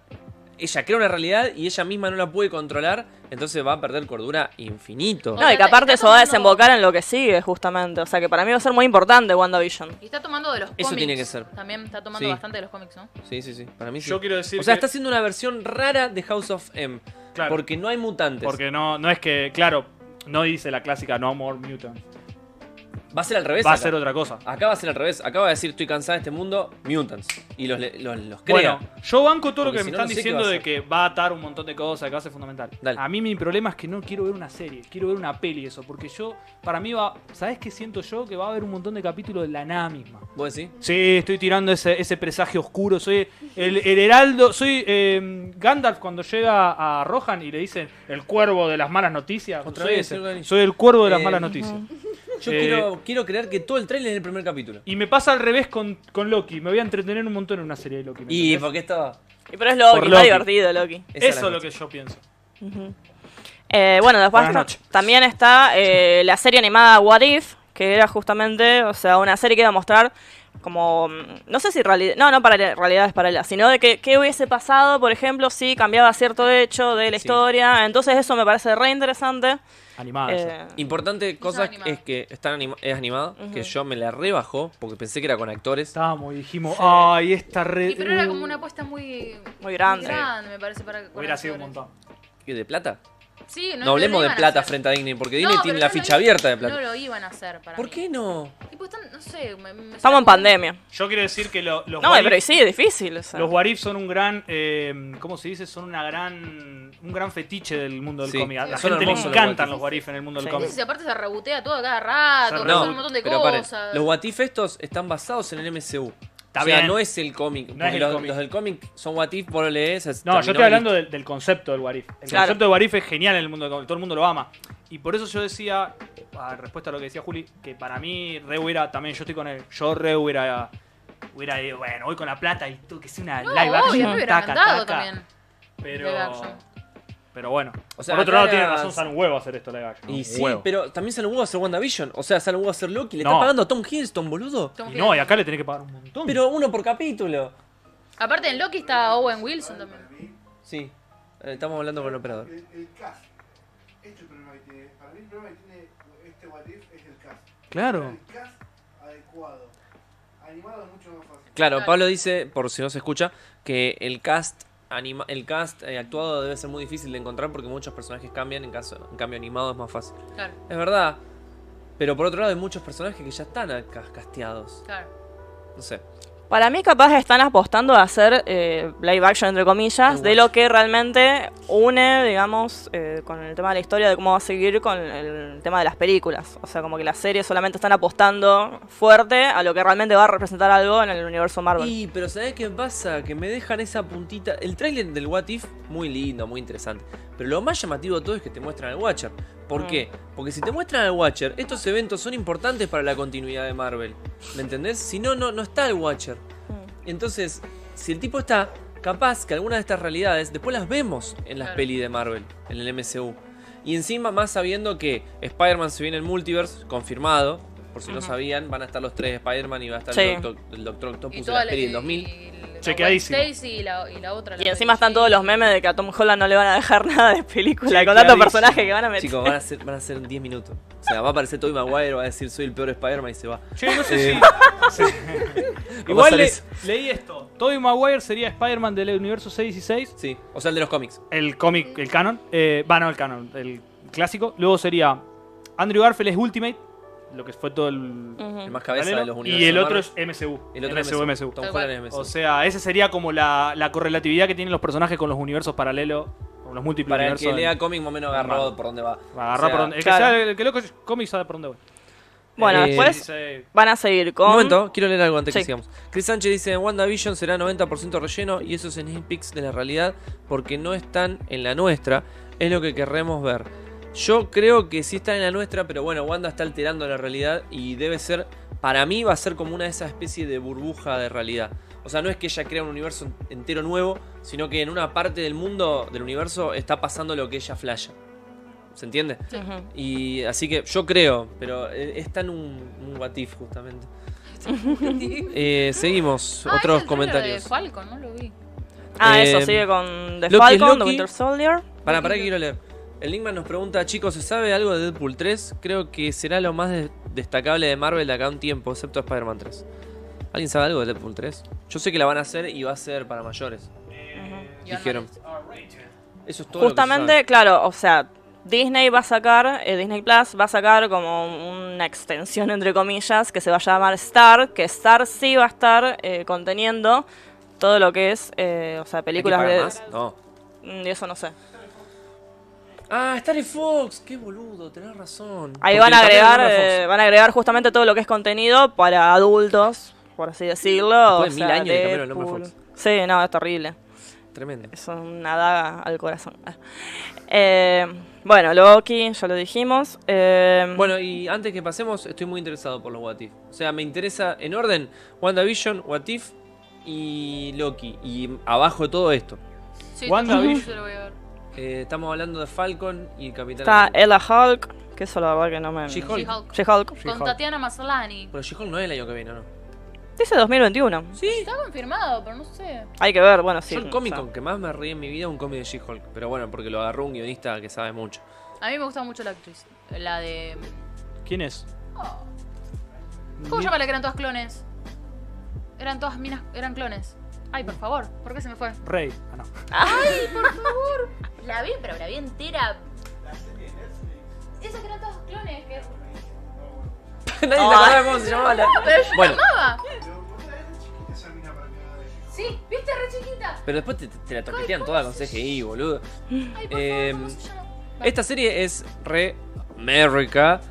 [SPEAKER 1] Ella crea una realidad y ella misma no la puede controlar. Entonces va a perder cordura infinito.
[SPEAKER 3] No, y que aparte eso va a desembocar en lo que sigue, justamente. O sea que para mí va a ser muy importante WandaVision.
[SPEAKER 4] Y está tomando de los cómics.
[SPEAKER 1] Eso tiene que ser.
[SPEAKER 4] También está tomando
[SPEAKER 1] Sí.
[SPEAKER 4] bastante de los cómics,
[SPEAKER 3] Eh,
[SPEAKER 4] ¿no?
[SPEAKER 1] Sí, sí, sí. Para mí sí.
[SPEAKER 2] Yo quiero decir
[SPEAKER 1] o sea,
[SPEAKER 2] que-
[SPEAKER 1] está haciendo una versión rara de House of M.
[SPEAKER 2] Claro.
[SPEAKER 1] Porque no hay mutantes.
[SPEAKER 2] Porque no, no es que, claro, no dice la clásica No More Mutant.
[SPEAKER 1] Va a ser al revés.
[SPEAKER 2] Va a
[SPEAKER 1] acá.
[SPEAKER 2] ser otra cosa.
[SPEAKER 1] Acá va a ser al revés. Acá va a decir, estoy cansada de este mundo, mutants. Y los, le- los, los crea.
[SPEAKER 2] Bueno, yo banco todo lo
[SPEAKER 1] Porque
[SPEAKER 2] que
[SPEAKER 1] si
[SPEAKER 2] me
[SPEAKER 1] no,
[SPEAKER 2] están
[SPEAKER 1] no sé qué
[SPEAKER 2] diciendo
[SPEAKER 1] va a
[SPEAKER 2] de
[SPEAKER 1] hacer.
[SPEAKER 2] que va a atar un montón de cosas, que va a ser fundamental.
[SPEAKER 1] Dale.
[SPEAKER 2] A mí mi problema es que no quiero ver una serie, quiero ver una peli eso, porque yo, para mí va, ¿sabes qué siento yo? Que va a haber un montón de capítulos de la nada misma.
[SPEAKER 1] ¿Vos decís?
[SPEAKER 2] Sí, estoy tirando ese, ese presagio oscuro. Soy el, el heraldo. Soy eh, Gandalf cuando llega a Rohan y le dicen el cuervo de las malas noticias.
[SPEAKER 1] Otra
[SPEAKER 2] soy,
[SPEAKER 1] vez,
[SPEAKER 2] ese.
[SPEAKER 1] el organi-
[SPEAKER 2] soy el cuervo de las
[SPEAKER 1] Eh,
[SPEAKER 2] malas noticias.
[SPEAKER 1] Yo
[SPEAKER 2] Eh,
[SPEAKER 1] quiero, quiero creer que todo el trailer es el primer capítulo.
[SPEAKER 2] Y me pasa al revés con, con Loki. Me voy a entretener un montón en una serie de Loki. ¿me
[SPEAKER 1] Y
[SPEAKER 2] entendés?
[SPEAKER 1] porque estaba.
[SPEAKER 3] Y pero es Loki,
[SPEAKER 2] Por
[SPEAKER 3] está
[SPEAKER 2] Loki.
[SPEAKER 3] divertido Loki.
[SPEAKER 1] esa es
[SPEAKER 2] Eso
[SPEAKER 1] la
[SPEAKER 2] es
[SPEAKER 1] cosa.
[SPEAKER 2] lo que yo pienso.
[SPEAKER 3] Eh, bueno, después
[SPEAKER 2] Buenas noches.
[SPEAKER 3] también está eh, la serie animada What If, que era justamente, o sea, una serie que iba a mostrar como, mm, no sé si realidad, no, no para realidades paralelas, sino de que qué hubiese pasado, por ejemplo, si cambiaba cierto hecho de la
[SPEAKER 1] Sí.
[SPEAKER 3] historia. Entonces eso me parece re interesante.
[SPEAKER 2] Animada. esa.
[SPEAKER 3] Eh,
[SPEAKER 1] Importante cosa
[SPEAKER 4] animada.
[SPEAKER 1] es que está anima- es animada, que yo me la rebajó porque pensé que era con actores.
[SPEAKER 2] Estábamos y dijimos, ay, esta red.
[SPEAKER 4] Y pero era como una apuesta muy.
[SPEAKER 3] uh. Muy grande.
[SPEAKER 4] me parece, para. para
[SPEAKER 2] Uh, Hubiera sido un
[SPEAKER 4] actores.
[SPEAKER 2] montón.
[SPEAKER 1] ¿Qué, ¿De plata?
[SPEAKER 4] Sí, no,
[SPEAKER 1] No,
[SPEAKER 4] no
[SPEAKER 1] hablemos
[SPEAKER 4] lo
[SPEAKER 1] de
[SPEAKER 4] iban a
[SPEAKER 1] plata
[SPEAKER 4] hacer.
[SPEAKER 1] frente a Disney porque
[SPEAKER 4] No,
[SPEAKER 1] Disney
[SPEAKER 4] pero
[SPEAKER 1] tiene la
[SPEAKER 4] no lo
[SPEAKER 1] ficha
[SPEAKER 4] i-
[SPEAKER 1] abierta de plata.
[SPEAKER 4] No lo iban a hacer para
[SPEAKER 1] ¿Por
[SPEAKER 4] mí.
[SPEAKER 1] qué no?
[SPEAKER 4] Y pues están- no sé. me- me-
[SPEAKER 3] estamos en pandemia.
[SPEAKER 2] Yo quiero decir que lo- los,
[SPEAKER 3] No,
[SPEAKER 2] what
[SPEAKER 3] pero
[SPEAKER 2] if-
[SPEAKER 3] sí, es difícil. o sea.
[SPEAKER 2] los Warif son un gran. eh, ¿Cómo se dice? Son una gran. Un gran fetiche del mundo del
[SPEAKER 1] Sí.
[SPEAKER 2] cómic. A la
[SPEAKER 1] Son
[SPEAKER 2] gente le
[SPEAKER 1] hermosos los what
[SPEAKER 2] encantan
[SPEAKER 1] if.
[SPEAKER 2] los Warif en el mundo del
[SPEAKER 3] Sí.
[SPEAKER 4] No
[SPEAKER 2] cómic.
[SPEAKER 4] sé si aparte se rebotea todo cada rato,
[SPEAKER 2] Se
[SPEAKER 4] pasan
[SPEAKER 2] re-
[SPEAKER 1] No,
[SPEAKER 4] un montón de
[SPEAKER 1] pero paren,
[SPEAKER 4] cosas.
[SPEAKER 1] los What If estos están basados en el MCU.
[SPEAKER 2] Está
[SPEAKER 1] o sea,
[SPEAKER 2] bien.
[SPEAKER 1] no es el cómic. porque
[SPEAKER 2] es el
[SPEAKER 1] los,
[SPEAKER 2] cómic.
[SPEAKER 1] los del cómic son What If, ponele esa.
[SPEAKER 2] No, yo estoy hablando del, del concepto del Warif. El
[SPEAKER 3] Claro.
[SPEAKER 2] concepto de Warif es genial en el mundo del cómic, todo el mundo lo ama. Y por eso yo decía, a respuesta a lo que decía Juli, que para mí re hubiera, también yo estoy con él, yo re hubiera, hubiera ido, bueno, voy con la plata y tú que sea una
[SPEAKER 4] No,
[SPEAKER 2] live
[SPEAKER 4] obvio,
[SPEAKER 2] action,
[SPEAKER 4] me hubiera
[SPEAKER 2] taca,
[SPEAKER 4] encantado
[SPEAKER 2] taca.
[SPEAKER 4] también.
[SPEAKER 2] Pero,
[SPEAKER 4] live action.
[SPEAKER 2] pero bueno,
[SPEAKER 1] O sea,
[SPEAKER 2] por otro
[SPEAKER 1] acá
[SPEAKER 2] lado tiene
[SPEAKER 1] las-
[SPEAKER 2] razón, sale un huevo hacer esto live action.
[SPEAKER 1] Y
[SPEAKER 2] Un
[SPEAKER 1] sí,
[SPEAKER 2] huevo.
[SPEAKER 1] pero también se lo hubo a hacer WandaVision. O sea, se lo hubo a hacer Loki. Le
[SPEAKER 2] No.
[SPEAKER 1] está pagando a Tom Hiddleston, boludo.
[SPEAKER 4] Tom
[SPEAKER 2] Y no, y
[SPEAKER 4] Hiddleston.
[SPEAKER 2] acá le tenés que pagar un montón.
[SPEAKER 1] Pero uno por capítulo.
[SPEAKER 4] Aparte en Loki está Owen Wilson también.
[SPEAKER 1] Sí. Eh, Estamos hablando con el operador.
[SPEAKER 6] El, el cast. Este es el problema que tiene. Para mí el problema que tiene este What If es el cast.
[SPEAKER 2] claro.
[SPEAKER 6] El cast adecuado. Animado es mucho más fácil.
[SPEAKER 1] Claro,
[SPEAKER 4] Claro.
[SPEAKER 1] Pablo dice, por si no se escucha, que el cast anima el cast eh, actuado debe ser muy difícil de encontrar porque muchos personajes cambian, en, caso, en cambio animado es más fácil.
[SPEAKER 4] Claro,
[SPEAKER 1] Es verdad. Pero por otro lado hay muchos personajes que ya están acá casteados.
[SPEAKER 4] claro.
[SPEAKER 1] No sé.
[SPEAKER 3] Para mí capaz están apostando a hacer eh, live action, entre comillas,
[SPEAKER 1] Muy
[SPEAKER 3] de
[SPEAKER 1] bueno.
[SPEAKER 3] lo que realmente une, digamos, eh, con el tema de la historia, de cómo va a seguir con el tema de las películas. O sea, como que las series solamente están apostando fuerte a lo que realmente va a representar algo en el universo Marvel.
[SPEAKER 1] Y, pero ¿sabés qué pasa? Que me dejan esa puntita. El tráiler del What If, muy lindo, muy interesante. Pero lo más llamativo de todo es que te muestran al Watcher. ¿Por
[SPEAKER 3] Mm.
[SPEAKER 1] qué? Porque si te muestran al Watcher, estos eventos son importantes para la continuidad de Marvel. ¿Me entendés? Si no, no, no está el Watcher.
[SPEAKER 3] Mm.
[SPEAKER 1] Entonces, si el tipo está, capaz que algunas de estas realidades después las vemos en las
[SPEAKER 4] Claro.
[SPEAKER 1] pelis de Marvel, en el MCU. Y encima, más sabiendo que Spider-Man se viene el multiverse, confirmado. Por si no sabían, van a estar los tres Spider-Man y va a estar el
[SPEAKER 3] Sí.
[SPEAKER 1] Doctor, el Doctor Octopus en
[SPEAKER 4] toda
[SPEAKER 1] la peli del 2000.
[SPEAKER 4] y- y-
[SPEAKER 2] Chequeadísimo.
[SPEAKER 4] la Gwen Stacy y la, y la otra. la
[SPEAKER 3] Y encima están
[SPEAKER 4] Mary
[SPEAKER 3] todos
[SPEAKER 4] Jane.
[SPEAKER 3] los memes de que a Tom Holland no le van a dejar nada de película, con tantos
[SPEAKER 2] Chequeadísimo.
[SPEAKER 3] personajes que van a meter.
[SPEAKER 1] Chicos, van a ser, van a ser 10 minutos. O sea, va a aparecer Tobey Maguire, va a decir soy el peor Spider-Man y se va.
[SPEAKER 2] Che, no sé
[SPEAKER 1] Eh,
[SPEAKER 2] si.
[SPEAKER 1] ¿Cómo
[SPEAKER 2] Igual
[SPEAKER 1] sale
[SPEAKER 2] le-
[SPEAKER 1] eso?
[SPEAKER 2] leí esto. Tobey Maguire sería Spider-Man del universo 616.
[SPEAKER 1] Sí, o sea, el de los cómics.
[SPEAKER 2] El cómic, el canon. Eh, va, no, el canon, el clásico. Luego sería Andrew Garfield es Ultimate, lo que fue todo el.
[SPEAKER 4] Mm.
[SPEAKER 1] El
[SPEAKER 3] Ujú.
[SPEAKER 1] más cabeza
[SPEAKER 2] paralelo,
[SPEAKER 1] de los universos.
[SPEAKER 2] y el otro
[SPEAKER 1] Marvel.
[SPEAKER 2] es MCU.
[SPEAKER 1] El otro
[SPEAKER 2] MCU, MCU.
[SPEAKER 1] Tom
[SPEAKER 4] Tal
[SPEAKER 1] Holland
[SPEAKER 4] cual.
[SPEAKER 1] es MCU.
[SPEAKER 2] O sea, esa sería como la, la correlatividad que tienen los personajes con los universos paralelos, con los múltiples
[SPEAKER 1] Para el
[SPEAKER 2] universos.
[SPEAKER 1] que lea cómic más o menos agarrado
[SPEAKER 2] Marvel.
[SPEAKER 1] por dónde va.
[SPEAKER 2] Agarrá
[SPEAKER 1] O sea,
[SPEAKER 2] por donde. El que,
[SPEAKER 3] claro.
[SPEAKER 2] sea, el que leo cómics sabe por dónde voy.
[SPEAKER 3] Bueno,
[SPEAKER 1] Eh,
[SPEAKER 3] después
[SPEAKER 2] Dice,
[SPEAKER 3] van a seguir con.
[SPEAKER 1] Un momento, quiero leer algo antes que
[SPEAKER 3] Sí.
[SPEAKER 1] sigamos. Chris Sánchez dice, WandaVision será 90% relleno y esos sneak peeks de la realidad porque no están en la nuestra, es lo que querremos ver. Yo creo que sí están en la nuestra, pero bueno, Wanda está alterando la realidad y debe ser, para mí va a ser como una de esas especies de burbuja de realidad. O sea, no es que ella crea un universo entero nuevo, sino que en una parte del mundo, del universo, está pasando lo que ella flasha. ¿Se entiende?
[SPEAKER 3] Ujú.
[SPEAKER 1] Y así que yo creo, pero eh, está en un, un what if justamente. Eh, seguimos,
[SPEAKER 4] Ah,
[SPEAKER 1] otros
[SPEAKER 4] es el tráiler
[SPEAKER 1] comentarios.
[SPEAKER 4] De Falcon, no lo vi.
[SPEAKER 3] Ah, eso,
[SPEAKER 1] Eh,
[SPEAKER 3] sigue con The
[SPEAKER 1] Loki es
[SPEAKER 3] Falcon, The
[SPEAKER 1] Loki.
[SPEAKER 3] Winter Soldier.
[SPEAKER 1] Para, para que quiero leer. El Linkman nos pregunta, chicos, ¿se sabe algo de Deadpool 3? Creo que será lo más de- destacable de Marvel de acá a un tiempo, excepto Spider-Man 3. ¿Alguien sabe algo de Deadpool 3? Yo sé que la van a hacer y va a ser para mayores.
[SPEAKER 4] Yo no
[SPEAKER 1] Dijeron.
[SPEAKER 4] vi.
[SPEAKER 1] Eso es todo. lo que se
[SPEAKER 3] Justamente, claro, o sea, Disney va a sacar, eh, Disney Plus va a sacar como una extensión, entre comillas, que se va a llamar Star, que Star sí va a estar eh, conteniendo todo lo que es, eh, o
[SPEAKER 1] sabe.
[SPEAKER 3] sea,
[SPEAKER 1] ¿Hay que
[SPEAKER 3] películas
[SPEAKER 1] pagar
[SPEAKER 3] de...
[SPEAKER 1] más? No.
[SPEAKER 3] Mm, de eso no sé.
[SPEAKER 1] Ah, Starry Fox, qué boludo, tenés razón.
[SPEAKER 3] Ahí
[SPEAKER 1] Porque
[SPEAKER 3] van a
[SPEAKER 1] también
[SPEAKER 3] agregar,
[SPEAKER 1] es una Fox.
[SPEAKER 3] eh, van a agregar justamente todo lo que es contenido para adultos, por así decirlo.
[SPEAKER 1] Después de mil años le cambiaron el nombre a
[SPEAKER 3] Deadpool. Sí, no, es terrible.
[SPEAKER 1] Tremendo.
[SPEAKER 3] Es una daga al corazón. Ah. Eh, bueno, Loki, ya lo dijimos. Eh,
[SPEAKER 1] Bueno, y antes que pasemos, estoy muy interesado por los What If. O sea, me interesa en orden WandaVision, What If y Loki. Y abajo de todo esto.
[SPEAKER 4] Sí,
[SPEAKER 2] WandaVision.
[SPEAKER 4] yo lo voy a ver.
[SPEAKER 1] Eh, estamos hablando de Falcon y Capitán
[SPEAKER 3] está
[SPEAKER 1] América.
[SPEAKER 3] Ella Hulk, que eso la verdad que no me...
[SPEAKER 1] She-Hulk.
[SPEAKER 4] She-Hulk.
[SPEAKER 3] She-Hulk.
[SPEAKER 4] Con Tatiana Maslany.
[SPEAKER 1] Pero She-Hulk no es el año que viene, ¿o ¿no?
[SPEAKER 3] Dice 2021.
[SPEAKER 1] Sí.
[SPEAKER 4] Está confirmado, pero no sé.
[SPEAKER 3] Hay que ver, bueno, sí.
[SPEAKER 1] Yo el
[SPEAKER 3] o
[SPEAKER 1] cómic
[SPEAKER 3] sea.
[SPEAKER 1] con que más me reí en mi vida es un cómic de She-Hulk. Pero bueno, porque lo agarró un guionista que sabe mucho.
[SPEAKER 4] A mí me gusta mucho la actriz. La de.
[SPEAKER 2] ¿Quién es?
[SPEAKER 4] ¿Cómo se llama la que eran todas clones? Eran todas minas. Eran clones. Ay, por favor, ¿por qué se me fue?
[SPEAKER 2] Rey. Ah, no.
[SPEAKER 4] La vi, pero la vi entera. Esas que eran todas clones. Que...
[SPEAKER 1] Nadie se
[SPEAKER 3] ah,
[SPEAKER 1] acordaba cómo se llamaba la...
[SPEAKER 4] Pero yo
[SPEAKER 1] Bueno.
[SPEAKER 4] la amaba.
[SPEAKER 6] Pero, ¿por qué era chiquita esa mina para que haga de-
[SPEAKER 4] Sí, viste, re chiquita.
[SPEAKER 1] Pero después te, te la toquetean toda con CGI, boludo.
[SPEAKER 4] Ay, por
[SPEAKER 1] Eh,
[SPEAKER 4] favor, ¿cómo se llama?
[SPEAKER 1] Esta serie es re America.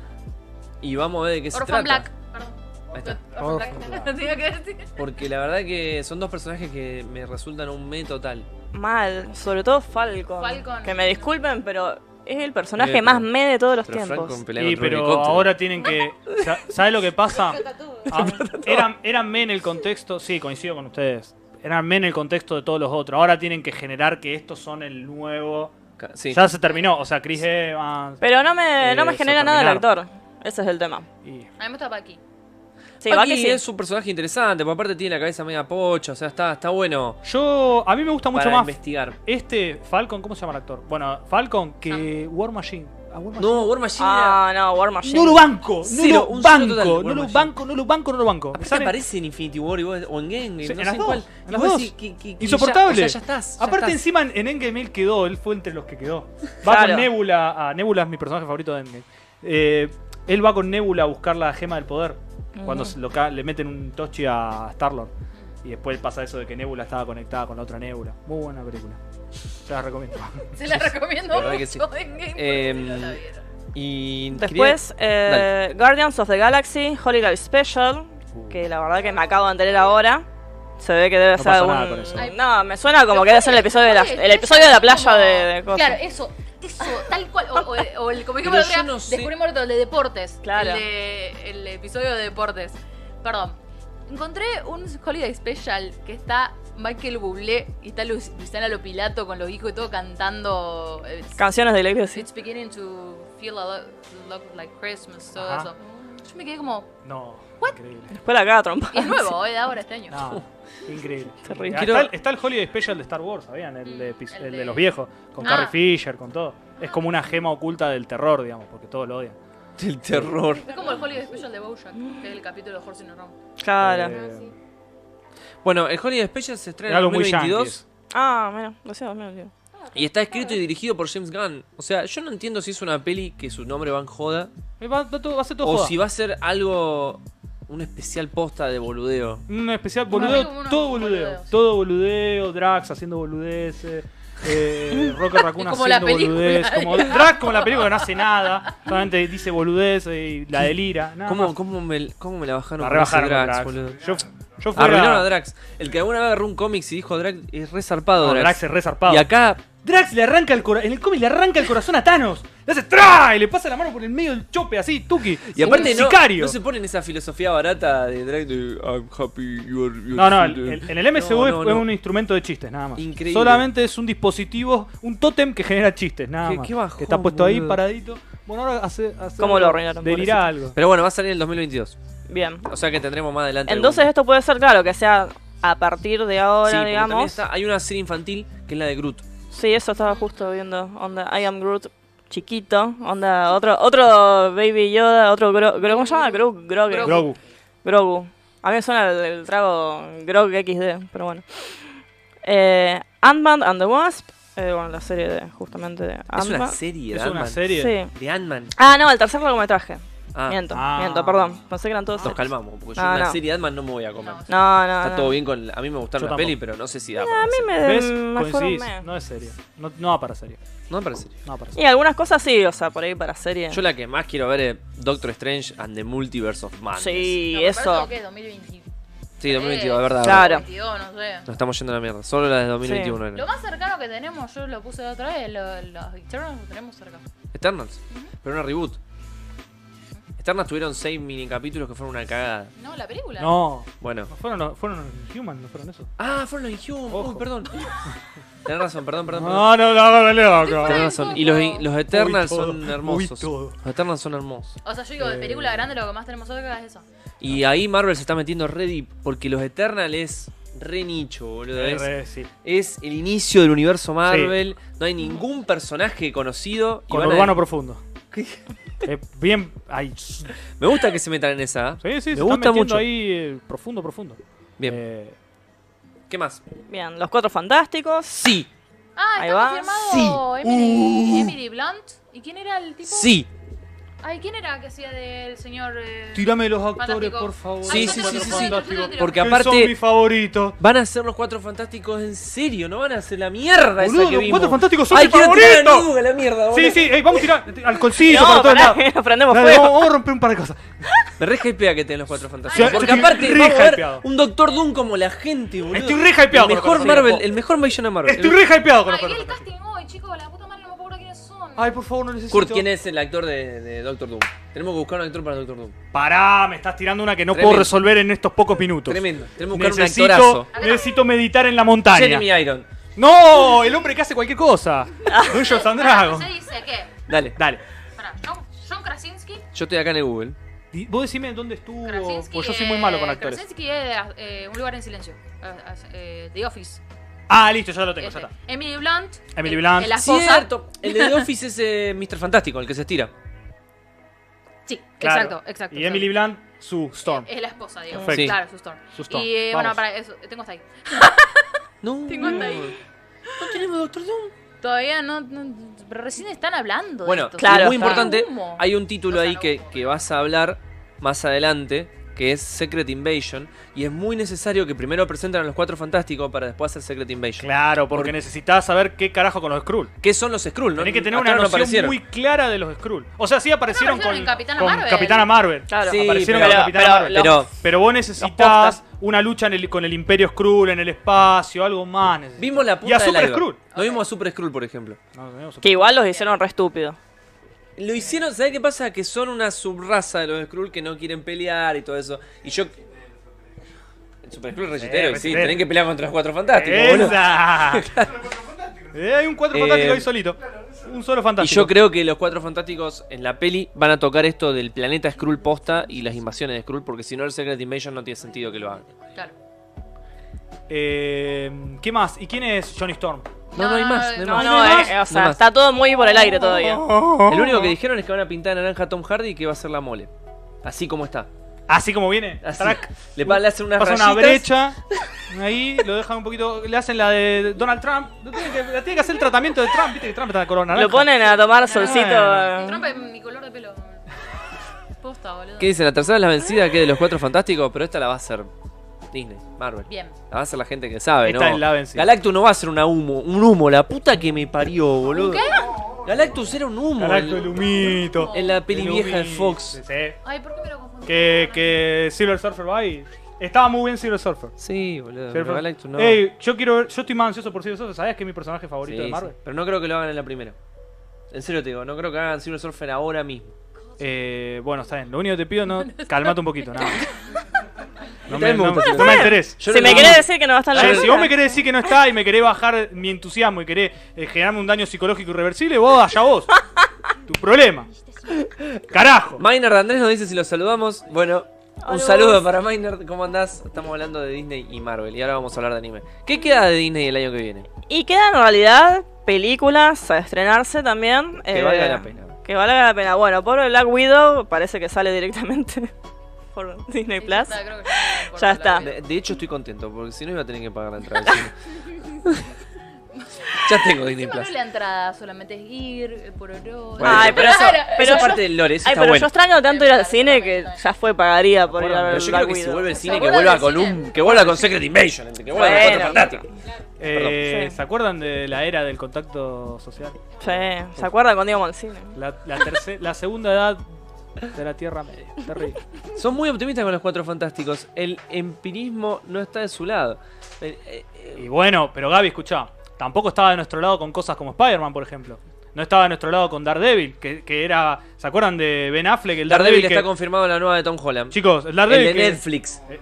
[SPEAKER 1] Y vamos a ver de qué se trata.
[SPEAKER 4] Orphan Black. Perdón.
[SPEAKER 1] Ahí está.
[SPEAKER 4] Orphan Black. Lo tenía que decir.
[SPEAKER 1] Porque la verdad que son dos personajes que me resultan un me total.
[SPEAKER 3] Mal, sobre todo Falcon.
[SPEAKER 4] Falcon.
[SPEAKER 3] Que me disculpen, pero es el personaje
[SPEAKER 1] Eh,
[SPEAKER 3] más
[SPEAKER 1] pero-
[SPEAKER 3] me de todos los
[SPEAKER 1] Pero
[SPEAKER 3] tiempos.
[SPEAKER 1] Falcon pelea
[SPEAKER 2] Y
[SPEAKER 1] contra un
[SPEAKER 2] pero
[SPEAKER 1] helicóptero.
[SPEAKER 2] ahora tienen que. sa- ¿Sabe lo que pasa?
[SPEAKER 5] Tatu.
[SPEAKER 2] Ah, eran, eran men el contexto. Sí, coincido con ustedes. Eran men el contexto de todos los otros. Ahora tienen que generar que estos son el nuevo.
[SPEAKER 1] Ca- Sí.
[SPEAKER 2] Ya se terminó. O sea, Chris Evans.
[SPEAKER 3] Pero no me, no
[SPEAKER 1] Eh,
[SPEAKER 3] me
[SPEAKER 2] Eso,
[SPEAKER 3] genera nada el
[SPEAKER 2] terminar.
[SPEAKER 3] actor. Ese es el tema.
[SPEAKER 2] y-
[SPEAKER 4] A mí me gusta Paki.
[SPEAKER 3] Sí,
[SPEAKER 1] Bucky
[SPEAKER 3] Bucky sí.
[SPEAKER 1] es un personaje interesante, porque aparte tiene la cabeza media pocha, o sea, está, está bueno
[SPEAKER 2] Yo. A mí me gusta mucho
[SPEAKER 1] para
[SPEAKER 2] más.
[SPEAKER 1] investigar.
[SPEAKER 2] Este Falcon, ¿cómo se llama el actor? Bueno, Falcon que War Machine. A War Machine.
[SPEAKER 1] No, War Machine era-
[SPEAKER 3] Ah, no, War Machine.
[SPEAKER 2] No lo banco, no
[SPEAKER 1] Cero,
[SPEAKER 2] lo
[SPEAKER 1] un
[SPEAKER 2] banco,
[SPEAKER 1] cero total,
[SPEAKER 2] no
[SPEAKER 1] War
[SPEAKER 2] lo
[SPEAKER 1] Machine.
[SPEAKER 2] banco, no lo banco, no lo banco.
[SPEAKER 1] Aparte
[SPEAKER 2] Sale-
[SPEAKER 1] aparece en Infinity War y vos- o en Game,
[SPEAKER 2] Sí,
[SPEAKER 1] no
[SPEAKER 2] en
[SPEAKER 1] sé
[SPEAKER 2] las
[SPEAKER 1] en
[SPEAKER 2] dos,
[SPEAKER 1] cuál.
[SPEAKER 2] en
[SPEAKER 1] Y
[SPEAKER 2] las
[SPEAKER 1] vos
[SPEAKER 2] dos.
[SPEAKER 1] decís que- que- que
[SPEAKER 2] Insoportable.
[SPEAKER 1] ya- o sea, ya estás. ya
[SPEAKER 2] Aparte,
[SPEAKER 1] estás.
[SPEAKER 2] encima en en Endgame él quedó, él fue entre los que quedó. Va
[SPEAKER 3] Claro.
[SPEAKER 2] con Nebula, a Nebula es mi personaje favorito de Endgame. Eh, él va con Nebula a buscar la gema del poder. Cuando se lo ca- le meten un tochi a Starlord. Y después pasa eso de que Nebula estaba conectada con la otra Nebula. Muy buena película. Te la recomiendo.
[SPEAKER 4] Se la recomiendo
[SPEAKER 1] La
[SPEAKER 4] mucho.
[SPEAKER 1] verdad que sí.
[SPEAKER 4] en Game, por
[SPEAKER 1] Eh,
[SPEAKER 4] si no la vieron.
[SPEAKER 1] Y
[SPEAKER 3] Después, eh, Guardians of the Galaxy, Holiday Special, que la verdad que me acabo de enterar ahora. Se ve que debe
[SPEAKER 2] Uh. No
[SPEAKER 3] ser
[SPEAKER 2] pasó
[SPEAKER 3] un...
[SPEAKER 2] nada con eso.
[SPEAKER 3] No, me suena como
[SPEAKER 4] Los
[SPEAKER 3] que debe ser el episodio de la,
[SPEAKER 4] Oye,
[SPEAKER 3] el episodio de la playa
[SPEAKER 4] como-
[SPEAKER 3] de, de cosas.
[SPEAKER 4] Claro, eso, eso, tal cual. O, o- o el, como dijimos
[SPEAKER 1] Pero
[SPEAKER 4] el otro
[SPEAKER 1] yo
[SPEAKER 4] día,
[SPEAKER 1] no sé.
[SPEAKER 4] descubrimos otro, el de deportes.
[SPEAKER 3] Claro.
[SPEAKER 4] El, de- el episodio de deportes. Perdón. Encontré un Holiday Special que está Michael Bublé y está Lu- Luciana Lopilato con los hijos y todo cantando. eh,
[SPEAKER 3] Canciones de la iglesia.
[SPEAKER 4] It's beginning to feel a lot, to look like Christmas, todo
[SPEAKER 2] Ajá.
[SPEAKER 4] eso. Yo me quedé como.
[SPEAKER 2] No, increíble.
[SPEAKER 3] Después la caga trompa.
[SPEAKER 4] Y es nuevo, eh, de ahora, este año.
[SPEAKER 2] No, increíble.
[SPEAKER 3] Terrible.
[SPEAKER 2] Está,
[SPEAKER 1] Quiero-
[SPEAKER 2] el- está el Holiday Special de Star Wars, ¿sabían? El de, epi-
[SPEAKER 4] Mm, el
[SPEAKER 2] el de
[SPEAKER 4] de-
[SPEAKER 2] los viejos, con
[SPEAKER 4] Ah.
[SPEAKER 2] Carrie Fisher, con todo. Es como una gema oculta del terror, digamos, porque todos lo odian.
[SPEAKER 1] El terror.
[SPEAKER 4] Es como el Holiday Special de Bojack, que es el capítulo de Horse in a Row.
[SPEAKER 3] Claro.
[SPEAKER 5] Ah,
[SPEAKER 2] Eh,
[SPEAKER 1] Bueno, el Holiday Special se estrena
[SPEAKER 2] era
[SPEAKER 1] en
[SPEAKER 2] algo muy yankee
[SPEAKER 1] 2022.
[SPEAKER 2] eso.
[SPEAKER 3] Ah, mira, lo sé, mira, mira.
[SPEAKER 1] Y está escrito y dirigido por James Gunn. O sea, yo no entiendo si es una peli que su nombre va en joda.
[SPEAKER 2] Eh, Va, va todo- va a ser todo
[SPEAKER 1] o
[SPEAKER 2] joda.
[SPEAKER 1] si va a ser algo. Un especial posta de boludeo.
[SPEAKER 2] Un especial
[SPEAKER 4] Bueno,
[SPEAKER 2] boludeo,
[SPEAKER 4] hay como unos
[SPEAKER 2] todo boludeo.
[SPEAKER 4] boludeos.
[SPEAKER 2] Todo boludeo, Drax haciendo boludeces. eh, Rocket Raccoon
[SPEAKER 4] Es como la
[SPEAKER 2] haciendo
[SPEAKER 4] película.
[SPEAKER 2] boludez, como Drax como la película que no hace nada, solamente dice boludez eh, y la delira. nada
[SPEAKER 1] ¿Cómo,
[SPEAKER 2] más.
[SPEAKER 1] cómo, me, ¿Cómo me la bajaron
[SPEAKER 2] La
[SPEAKER 1] con ese
[SPEAKER 2] rebajaron con
[SPEAKER 1] Drax,
[SPEAKER 2] Drax.
[SPEAKER 1] boludo?
[SPEAKER 2] Yo, yo fuera-
[SPEAKER 1] Arruinaron a Drax. El que alguna vez agarró un cómic y dijo Drax es resarpado
[SPEAKER 2] No,
[SPEAKER 1] Drax.
[SPEAKER 2] Drax es re zarpado.
[SPEAKER 1] Y acá,
[SPEAKER 2] Drax le arranca el corazón. En el cómic le arranca el corazón a Thanos. Le hace ¡tra! Y le pasa la mano por el medio del chope así, Tuki.
[SPEAKER 1] y aparte
[SPEAKER 2] Un
[SPEAKER 1] no,
[SPEAKER 2] sicario.
[SPEAKER 1] no se ponen esa filosofía barata de Drax de I'm happy you are you
[SPEAKER 2] No, no,
[SPEAKER 1] are
[SPEAKER 2] el-
[SPEAKER 1] free".
[SPEAKER 2] el- en el MCU
[SPEAKER 1] No,
[SPEAKER 2] es-
[SPEAKER 1] no,
[SPEAKER 2] es
[SPEAKER 1] no.
[SPEAKER 2] un instrumento de chistes, nada más.
[SPEAKER 1] Increíble.
[SPEAKER 2] Solamente es un dispositivo, un tótem que genera chistes, nada
[SPEAKER 1] Qué-
[SPEAKER 2] más.
[SPEAKER 1] qué bajón,
[SPEAKER 2] que está puesto ahí
[SPEAKER 1] boludo.
[SPEAKER 2] paradito. Bueno, ahora hace. hace
[SPEAKER 3] ¿Cómo lo arruinaron,
[SPEAKER 2] Delirá algo.
[SPEAKER 1] Pero bueno, va a salir en el 2022.
[SPEAKER 3] Bien.
[SPEAKER 1] O sea que tendremos más adelante.
[SPEAKER 3] Entonces esto puede ser, claro, que sea a partir de ahora,
[SPEAKER 1] Sí, porque también
[SPEAKER 3] digamos.
[SPEAKER 1] está- hay una serie infantil que es la de Groot.
[SPEAKER 3] Sí, eso estaba justo viendo. Onda, I am Groot chiquito. Onda, otro, otro Baby Yoda, otro Gro, Gro- ¿Cómo se llama? Gro, Grogu.
[SPEAKER 4] Grogu.
[SPEAKER 2] Grogu.
[SPEAKER 3] Grogu. A mí me suena el, el trago Grog XD, pero bueno. Eh, Ant-Man and the Wasp. eh, bueno, la serie de, justamente de
[SPEAKER 1] Es una
[SPEAKER 3] Ant-Man.
[SPEAKER 1] serie de
[SPEAKER 2] Es una
[SPEAKER 1] Ant-Man.
[SPEAKER 2] serie.
[SPEAKER 3] Sí.
[SPEAKER 1] De Ant-Man.
[SPEAKER 3] Ah, no, el tercer largometraje.
[SPEAKER 1] Ah,
[SPEAKER 3] Miento,
[SPEAKER 2] Ah.
[SPEAKER 3] miento, perdón. Pensé que eran todos.
[SPEAKER 1] nos calmamos. Porque yo
[SPEAKER 3] No,
[SPEAKER 1] una
[SPEAKER 3] no.
[SPEAKER 1] serie de Ant-Man no me voy a comer.
[SPEAKER 4] No, sí.
[SPEAKER 3] No, no.
[SPEAKER 1] Está
[SPEAKER 3] no.
[SPEAKER 1] todo bien con. A mí me gustaron
[SPEAKER 2] Yo
[SPEAKER 1] la
[SPEAKER 2] tampoco.
[SPEAKER 1] peli, pero no sé si da para
[SPEAKER 3] A mí me,
[SPEAKER 2] ¿Ves?
[SPEAKER 3] me fueron
[SPEAKER 2] Coincidís.
[SPEAKER 3] me.
[SPEAKER 2] No es serio. No, no va para serio.
[SPEAKER 1] No me parece.
[SPEAKER 2] No va para serio.
[SPEAKER 3] Y algunas cosas sí, o sea, por ahí para serie.
[SPEAKER 1] Yo la que más quiero ver es Doctor Strange and the Multiverse of Madness.
[SPEAKER 3] Sí,
[SPEAKER 4] No, me parece
[SPEAKER 3] eso.
[SPEAKER 4] que es 2020.
[SPEAKER 1] Sí, 2022, de verdad. de verdad.
[SPEAKER 3] Claro.
[SPEAKER 4] 2022, no sé.
[SPEAKER 1] Nos estamos yendo a la mierda. Solo la de 2021
[SPEAKER 4] Lo
[SPEAKER 1] era.
[SPEAKER 4] más cercano que tenemos, yo lo puse la otra vez, lo- los Eternals lo tenemos cerca.
[SPEAKER 1] Eternals. Pero una reboot. Eternals tuvieron seis mini capítulos que fueron una cagada.
[SPEAKER 4] No, la película.
[SPEAKER 2] No.
[SPEAKER 1] Bueno.
[SPEAKER 2] no Fueron los, fueron los Inhumans, no fueron eso.
[SPEAKER 1] Ah, fueron los Inhumans. Uy,
[SPEAKER 2] Ojo.
[SPEAKER 1] perdón. Tenés razón, perdón, perdón. perdón.
[SPEAKER 2] No, no, no, no, no,
[SPEAKER 4] Estoy
[SPEAKER 2] no.
[SPEAKER 4] fuera
[SPEAKER 1] Tenés
[SPEAKER 4] de
[SPEAKER 1] razón.
[SPEAKER 4] foco.
[SPEAKER 1] Y los, los Eternals
[SPEAKER 2] Uy, todo.
[SPEAKER 1] son hermosos.
[SPEAKER 2] Uy, todo.
[SPEAKER 1] Los Eternals son hermosos.
[SPEAKER 4] O sea, yo digo, de película grande lo que más tenemos cerca es eso.
[SPEAKER 1] Y ahí Marvel se está metiendo ready porque los Eternals es re nicho, boludo. Es,
[SPEAKER 2] Eh, sí.
[SPEAKER 1] es el inicio del universo Marvel. No hay ningún personaje conocido. y
[SPEAKER 2] Con
[SPEAKER 1] van a-
[SPEAKER 2] Urbano Profundo. Eh, bien. Ay, sí,
[SPEAKER 1] Me gusta que se metan en esa. ¿eh? Me
[SPEAKER 2] sí, se está
[SPEAKER 1] gusta
[SPEAKER 2] metiendo
[SPEAKER 1] mucho.
[SPEAKER 2] ahí eh, profundo, profundo.
[SPEAKER 1] Bien.
[SPEAKER 2] Eh,
[SPEAKER 1] ¿Qué más?
[SPEAKER 3] Bien, los cuatro fantásticos.
[SPEAKER 1] Sí,
[SPEAKER 4] Ah,
[SPEAKER 3] Ahí
[SPEAKER 4] está
[SPEAKER 3] va.
[SPEAKER 4] confirmado Emily, Emily Blunt. ¿Y quién era el tipo?
[SPEAKER 1] sí.
[SPEAKER 4] Ay, ¿quién era que hacía del señor? eh?
[SPEAKER 2] Tirame los
[SPEAKER 4] Fantástico.
[SPEAKER 2] actores, por favor.
[SPEAKER 1] Sí,
[SPEAKER 4] Ay,
[SPEAKER 1] sí,
[SPEAKER 4] yo
[SPEAKER 1] sí,
[SPEAKER 4] te lo
[SPEAKER 1] sí,
[SPEAKER 4] tiro,
[SPEAKER 1] sí.
[SPEAKER 4] yo te lo tiro, yo te lo
[SPEAKER 1] Porque
[SPEAKER 4] tiro.
[SPEAKER 2] Que son
[SPEAKER 1] aparte
[SPEAKER 2] mis favoritos.
[SPEAKER 1] van a ser los cuatro fantásticos en serio. No van a ser la mierda
[SPEAKER 2] Boludo,
[SPEAKER 1] esa que
[SPEAKER 2] los
[SPEAKER 1] vimos.
[SPEAKER 2] cuatro fantásticos son
[SPEAKER 1] Ay,
[SPEAKER 2] mis
[SPEAKER 1] quiero tirar a
[SPEAKER 2] favoritos.
[SPEAKER 1] Nuga, la mierda.
[SPEAKER 2] Sí,
[SPEAKER 1] boludo.
[SPEAKER 2] sí, ey, vamos a tirar alcoholcillo
[SPEAKER 3] no,
[SPEAKER 2] para todos
[SPEAKER 3] pará,
[SPEAKER 2] lados.
[SPEAKER 3] nos prendemos
[SPEAKER 2] Dale,
[SPEAKER 3] fuego.
[SPEAKER 2] vamos, vamos a romper un par de cosas.
[SPEAKER 1] Me re hypea que tengan los cuatro fantásticos.
[SPEAKER 2] Yo- yo
[SPEAKER 1] porque
[SPEAKER 2] estoy
[SPEAKER 1] aparte
[SPEAKER 2] re
[SPEAKER 1] vamos a ver
[SPEAKER 2] hypeado.
[SPEAKER 1] un Doctor Doom como la gente, boludo.
[SPEAKER 2] Estoy re hypeado
[SPEAKER 1] El
[SPEAKER 2] con
[SPEAKER 1] mejor
[SPEAKER 2] los
[SPEAKER 1] Marvel,
[SPEAKER 2] cuatro.
[SPEAKER 1] el mejor villano de Marvel.
[SPEAKER 2] Estoy re hypeado con los
[SPEAKER 4] Ay, el
[SPEAKER 2] cuatro.
[SPEAKER 4] casting hoy, chicos, la puta madre no me acuerdo quiénes son.
[SPEAKER 2] Ay, por favor, no necesito.
[SPEAKER 1] Kurt, ¿quién es el actor de, de Doctor Doom? Tenemos que buscar un actor para Doctor Doom.
[SPEAKER 2] Pará, me estás tirando una que no
[SPEAKER 1] Tremendo.
[SPEAKER 2] puedo resolver en estos pocos minutos.
[SPEAKER 1] Tremendo. Tenemos que buscar un
[SPEAKER 2] Necesito,
[SPEAKER 1] actorazo.
[SPEAKER 2] necesito meditar en la montaña.
[SPEAKER 1] Jeremy Iron.
[SPEAKER 2] No, el hombre que hace cualquier cosa. Dungeons and
[SPEAKER 4] Pará,
[SPEAKER 2] Dragons.
[SPEAKER 4] Se dice que.
[SPEAKER 1] Dale,
[SPEAKER 2] Dale.
[SPEAKER 4] Pará, John, John Krasinski.
[SPEAKER 1] yo estoy acá en el Google.
[SPEAKER 2] Di- Vos decime dónde estuvo. Porque
[SPEAKER 4] Krasinski.
[SPEAKER 2] Pues yo soy
[SPEAKER 4] eh,
[SPEAKER 2] muy malo con actores.
[SPEAKER 4] Krasinski es eh, un lugar en silencio. Eh, eh, The Office.
[SPEAKER 2] Ah, listo, ya lo tengo, ya
[SPEAKER 4] Este,
[SPEAKER 2] está.
[SPEAKER 4] Emily Blunt.
[SPEAKER 2] Emily
[SPEAKER 4] el-
[SPEAKER 2] Blunt.
[SPEAKER 4] el- La esposa.
[SPEAKER 1] Cierto. El de The Office es eh, Mr. Fantástico, el que se estira.
[SPEAKER 4] Sí,
[SPEAKER 2] Claro.
[SPEAKER 4] exacto, exacto. Eh,
[SPEAKER 2] Y Emily Blunt, su Storm.
[SPEAKER 4] Es la esposa, digo.
[SPEAKER 2] Perfecto.
[SPEAKER 4] Claro, su Storm.
[SPEAKER 2] Su Storm.
[SPEAKER 4] Y eh,
[SPEAKER 2] Vamos.
[SPEAKER 4] bueno, para eso, tengo hasta ahí.
[SPEAKER 1] No.
[SPEAKER 4] Tengo hasta ahí.
[SPEAKER 1] No tenemos Doctor Doom.
[SPEAKER 4] Todavía no, no- pero recién están hablando.
[SPEAKER 1] Bueno,
[SPEAKER 4] de esto.
[SPEAKER 3] Claro,
[SPEAKER 1] y muy
[SPEAKER 4] está.
[SPEAKER 1] importante,
[SPEAKER 4] Humo.
[SPEAKER 1] hay un título
[SPEAKER 4] O sea,
[SPEAKER 1] ahí
[SPEAKER 4] no
[SPEAKER 1] que,
[SPEAKER 4] humo.
[SPEAKER 1] que vas a hablar más adelante, que es Secret Invasion, y es muy necesario que primero presenten a los Cuatro Fantásticos para después hacer Secret Invasion.
[SPEAKER 2] Claro, porque necesitabas saber qué carajo con los Skrull.
[SPEAKER 1] ¿Qué son los Skrull? ¿no?
[SPEAKER 2] Tenés que tener
[SPEAKER 1] Acá
[SPEAKER 2] una
[SPEAKER 1] no
[SPEAKER 2] noción
[SPEAKER 1] aparecieron.
[SPEAKER 2] muy clara de los Skrull. O sea, sí aparecieron
[SPEAKER 4] aparecieron
[SPEAKER 2] con,
[SPEAKER 4] en Capitana
[SPEAKER 2] con
[SPEAKER 4] Marvel.
[SPEAKER 2] Capitana Marvel.
[SPEAKER 3] Claro.
[SPEAKER 1] Sí,
[SPEAKER 2] Aparecieron
[SPEAKER 1] pero-
[SPEAKER 2] con Capitana
[SPEAKER 3] pero-
[SPEAKER 2] Marvel.
[SPEAKER 1] Pero
[SPEAKER 2] Pero vos necesitas
[SPEAKER 3] postas.
[SPEAKER 2] una lucha en el- con el Imperio Skrull, en el espacio, algo más. necesitas.
[SPEAKER 1] vimos la
[SPEAKER 2] Y
[SPEAKER 1] punta
[SPEAKER 2] a
[SPEAKER 1] del
[SPEAKER 2] Super
[SPEAKER 1] iceberg.
[SPEAKER 2] Skrull.
[SPEAKER 1] No vimos a Super Skrull, por ejemplo.
[SPEAKER 2] No, no, no, Super-
[SPEAKER 3] Que igual los hicieron re estúpido.
[SPEAKER 1] Lo hicieron, ¿sabés qué pasa? Que son una subraza de los Skrull que no quieren pelear y todo eso. Y yo... El Super Skrull es rechetero,
[SPEAKER 2] Eh,
[SPEAKER 1] y sí,
[SPEAKER 2] rechetero.
[SPEAKER 1] tienen que pelear contra los Cuatro Fantásticos. boludo.
[SPEAKER 2] ¡Esa! Eh, hay un cuatro
[SPEAKER 1] Eh,
[SPEAKER 2] fantástico ahí solito. Un solo
[SPEAKER 1] Y
[SPEAKER 2] fantástico.
[SPEAKER 1] yo creo que los cuatro fantásticos en la peli van a tocar esto del planeta Skrull posta y las invasiones de Skrull, porque si no el Secret Invasion no tiene sentido que lo hagan.
[SPEAKER 4] Claro.
[SPEAKER 2] Eh, ¿Qué más? ¿Y quién es Johnny Storm?
[SPEAKER 1] No, no, hay más. No,
[SPEAKER 3] No,
[SPEAKER 1] hay
[SPEAKER 3] no,
[SPEAKER 1] más.
[SPEAKER 3] eh, o sea,
[SPEAKER 1] más.
[SPEAKER 3] está todo muy por el aire todavía.
[SPEAKER 1] El único que dijeron es que van a pintar de naranja a Tom Hardy y que va a ser la mole. Así como está.
[SPEAKER 2] Así como viene.
[SPEAKER 1] Así.
[SPEAKER 2] Track.
[SPEAKER 1] Le, pa- le hacen unas
[SPEAKER 2] Pasa
[SPEAKER 1] rayitas.
[SPEAKER 2] una brecha. Ahí lo dejan un poquito. Le hacen la de Donald Trump. Lo tienen que, la tiene que hacer el tratamiento de Trump. Viste que Trump está de corona.
[SPEAKER 3] Lo ponen a tomar solcito.
[SPEAKER 2] Ah,
[SPEAKER 3] eh.
[SPEAKER 2] bueno.
[SPEAKER 4] Trump es mi color de pelo. Posta, boludo.
[SPEAKER 1] ¿Qué dicen? La tercera es la vencida que de los cuatro fantásticos, pero esta la va a hacer Disney, Marvel.
[SPEAKER 4] Bien.
[SPEAKER 1] La va a hacer la gente que sabe,
[SPEAKER 2] Está
[SPEAKER 1] ¿no?
[SPEAKER 2] en la vencida.
[SPEAKER 1] Galactus no va a ser una humo, un humo, la puta que me parió, boludo.
[SPEAKER 4] ¿Qué?
[SPEAKER 1] Galactus era un humo.
[SPEAKER 2] Galacto,
[SPEAKER 1] en-
[SPEAKER 2] el humito.
[SPEAKER 1] En la peli
[SPEAKER 2] El
[SPEAKER 1] vieja de
[SPEAKER 2] humito,
[SPEAKER 1] Fox.
[SPEAKER 2] sí.
[SPEAKER 4] Ay, ¿por qué me lo confundí?
[SPEAKER 2] Que, que Silver Surfer va y. Estaba muy bien Silver Surfer.
[SPEAKER 1] Sí, boludo.
[SPEAKER 2] Silver
[SPEAKER 1] pero
[SPEAKER 2] Surfer.
[SPEAKER 1] Galactus no.
[SPEAKER 2] Ey, yo quiero ver- yo estoy más ansioso por Silver Surfer. ¿Sabías que es mi personaje favorito
[SPEAKER 1] Sí,
[SPEAKER 2] de Marvel?
[SPEAKER 1] sí. Pero no creo que lo hagan en la primera. En serio te digo, no creo que hagan Silver Surfer ahora mismo.
[SPEAKER 2] Eh, bueno, está bien. Lo único que te pido no. Calmate un poquito, nada.
[SPEAKER 1] Está
[SPEAKER 2] No me,
[SPEAKER 1] bien, me
[SPEAKER 2] no,
[SPEAKER 1] gusta
[SPEAKER 2] no
[SPEAKER 1] Silver
[SPEAKER 2] me
[SPEAKER 1] Surfer.
[SPEAKER 2] interesa.
[SPEAKER 1] Yo
[SPEAKER 3] si
[SPEAKER 1] no-
[SPEAKER 3] me querés decir que no va a estar en la
[SPEAKER 2] Sí, si
[SPEAKER 3] película,
[SPEAKER 2] vos me querés decir que no está y me querés bajar mi entusiasmo y querés eh, generarme un daño psicológico irreversible, vos allá vos. Tu problema. Carajo.
[SPEAKER 1] Maynard Andrés nos dice si los saludamos. Bueno, un
[SPEAKER 3] Hola.
[SPEAKER 1] saludo para Maynard. ¿Cómo andás? Estamos hablando de Disney y Marvel. Y ahora vamos a hablar de anime. ¿Qué queda de Disney el año que viene?
[SPEAKER 3] Y quedan en realidad películas a estrenarse también.
[SPEAKER 1] Que
[SPEAKER 3] eh,
[SPEAKER 1] valga la pena.
[SPEAKER 3] Que valga la pena. Bueno, por Black Widow parece que sale directamente por Disney
[SPEAKER 4] Sí,
[SPEAKER 3] Plus.
[SPEAKER 4] está, creo que ya no me
[SPEAKER 3] Ya
[SPEAKER 4] importa
[SPEAKER 3] está.
[SPEAKER 4] la vida.
[SPEAKER 1] De, de hecho, estoy contento porque si no iba a tener que pagar la entrada. al cine. ya tengo Disney
[SPEAKER 4] Encima no
[SPEAKER 1] Plus.
[SPEAKER 4] es la entrada, solamente es eh, ir, pororó.
[SPEAKER 1] Bueno,
[SPEAKER 3] Ay, pero eso-
[SPEAKER 4] Claro,
[SPEAKER 3] pero
[SPEAKER 1] Eso es
[SPEAKER 3] yo-
[SPEAKER 1] parte del lore, eso
[SPEAKER 3] Ay,
[SPEAKER 1] está
[SPEAKER 3] pero yo
[SPEAKER 1] bueno.
[SPEAKER 3] extraño tanto ir al
[SPEAKER 4] Claro,
[SPEAKER 3] cine
[SPEAKER 4] está
[SPEAKER 3] que
[SPEAKER 4] bien.
[SPEAKER 3] ya fue, pagaría por ir a ver
[SPEAKER 1] Pero yo
[SPEAKER 3] Black
[SPEAKER 1] creo que si
[SPEAKER 3] Widow.
[SPEAKER 1] vuelve el cine,
[SPEAKER 4] Se
[SPEAKER 1] que
[SPEAKER 4] vuelve
[SPEAKER 1] vuelva
[SPEAKER 4] al
[SPEAKER 1] con
[SPEAKER 4] cine.
[SPEAKER 1] un. Que vuelva con Secret Invasion, que vuelva con
[SPEAKER 3] Bueno.
[SPEAKER 1] Cuatro Fantásticos.
[SPEAKER 2] Eh,
[SPEAKER 3] Perdón. Sí.
[SPEAKER 2] ¿Se acuerdan de la era del contacto social?
[SPEAKER 3] Sí, ¿se acuerdan cuando íbamos al cine?
[SPEAKER 2] La, la, terce- la segunda edad de la Tierra Media. Terrible.
[SPEAKER 1] Son muy optimistas con los cuatro fantásticos. El empirismo no está de su lado. Eh, eh, eh,
[SPEAKER 2] Y bueno, pero Gaby, escuchá, tampoco estaba de nuestro lado con cosas como Spider-Man, por ejemplo. No estaba de nuestro lado con Daredevil, que, que era. ¿Se acuerdan de Ben Affleck? El Daredevil,
[SPEAKER 1] Daredevil está
[SPEAKER 2] que-
[SPEAKER 1] confirmado en la nueva de Tom Holland.
[SPEAKER 2] Chicos, el
[SPEAKER 1] el
[SPEAKER 2] Daredevil.
[SPEAKER 1] de
[SPEAKER 2] que-
[SPEAKER 1] Netflix.
[SPEAKER 2] Eh.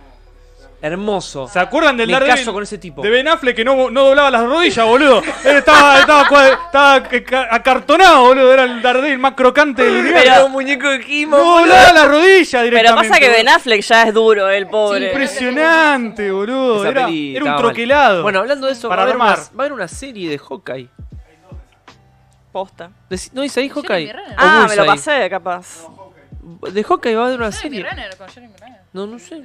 [SPEAKER 1] Hermoso.
[SPEAKER 2] ¿Se acuerdan del
[SPEAKER 1] Me
[SPEAKER 2] Daredevil?
[SPEAKER 1] caso con ese tipo.
[SPEAKER 2] De Ben Affleck que no, no doblaba las rodillas, boludo. Él estaba, estaba, cua- estaba que- ca- acartonado, boludo. Era el Daredevil más crocante del universo.
[SPEAKER 1] Era un muñeco de Kimo.
[SPEAKER 2] No doblaba las rodillas
[SPEAKER 3] Pero
[SPEAKER 2] directamente.
[SPEAKER 3] pasa que Ben Affleck ya es duro, el pobre.
[SPEAKER 2] Impresionante, boludo.
[SPEAKER 1] Esa
[SPEAKER 2] Era,
[SPEAKER 1] peli
[SPEAKER 2] era un
[SPEAKER 1] estaba mal.
[SPEAKER 2] troquelado.
[SPEAKER 1] Bueno, hablando de eso, va, a
[SPEAKER 2] Para
[SPEAKER 1] haber una,
[SPEAKER 2] armar.
[SPEAKER 1] va a haber una serie de Hawkeye.
[SPEAKER 3] Posta.
[SPEAKER 1] Decí- ¿No dice ahí Hawkeye?
[SPEAKER 4] Jeremy Renner.
[SPEAKER 1] O
[SPEAKER 3] Ah, me
[SPEAKER 1] Bullseye.
[SPEAKER 3] lo pasé, capaz.
[SPEAKER 1] De Hawkeye va a haber una
[SPEAKER 4] Jeremy
[SPEAKER 1] serie.
[SPEAKER 4] Renner, con Jeremy Renner.
[SPEAKER 1] No, no sé.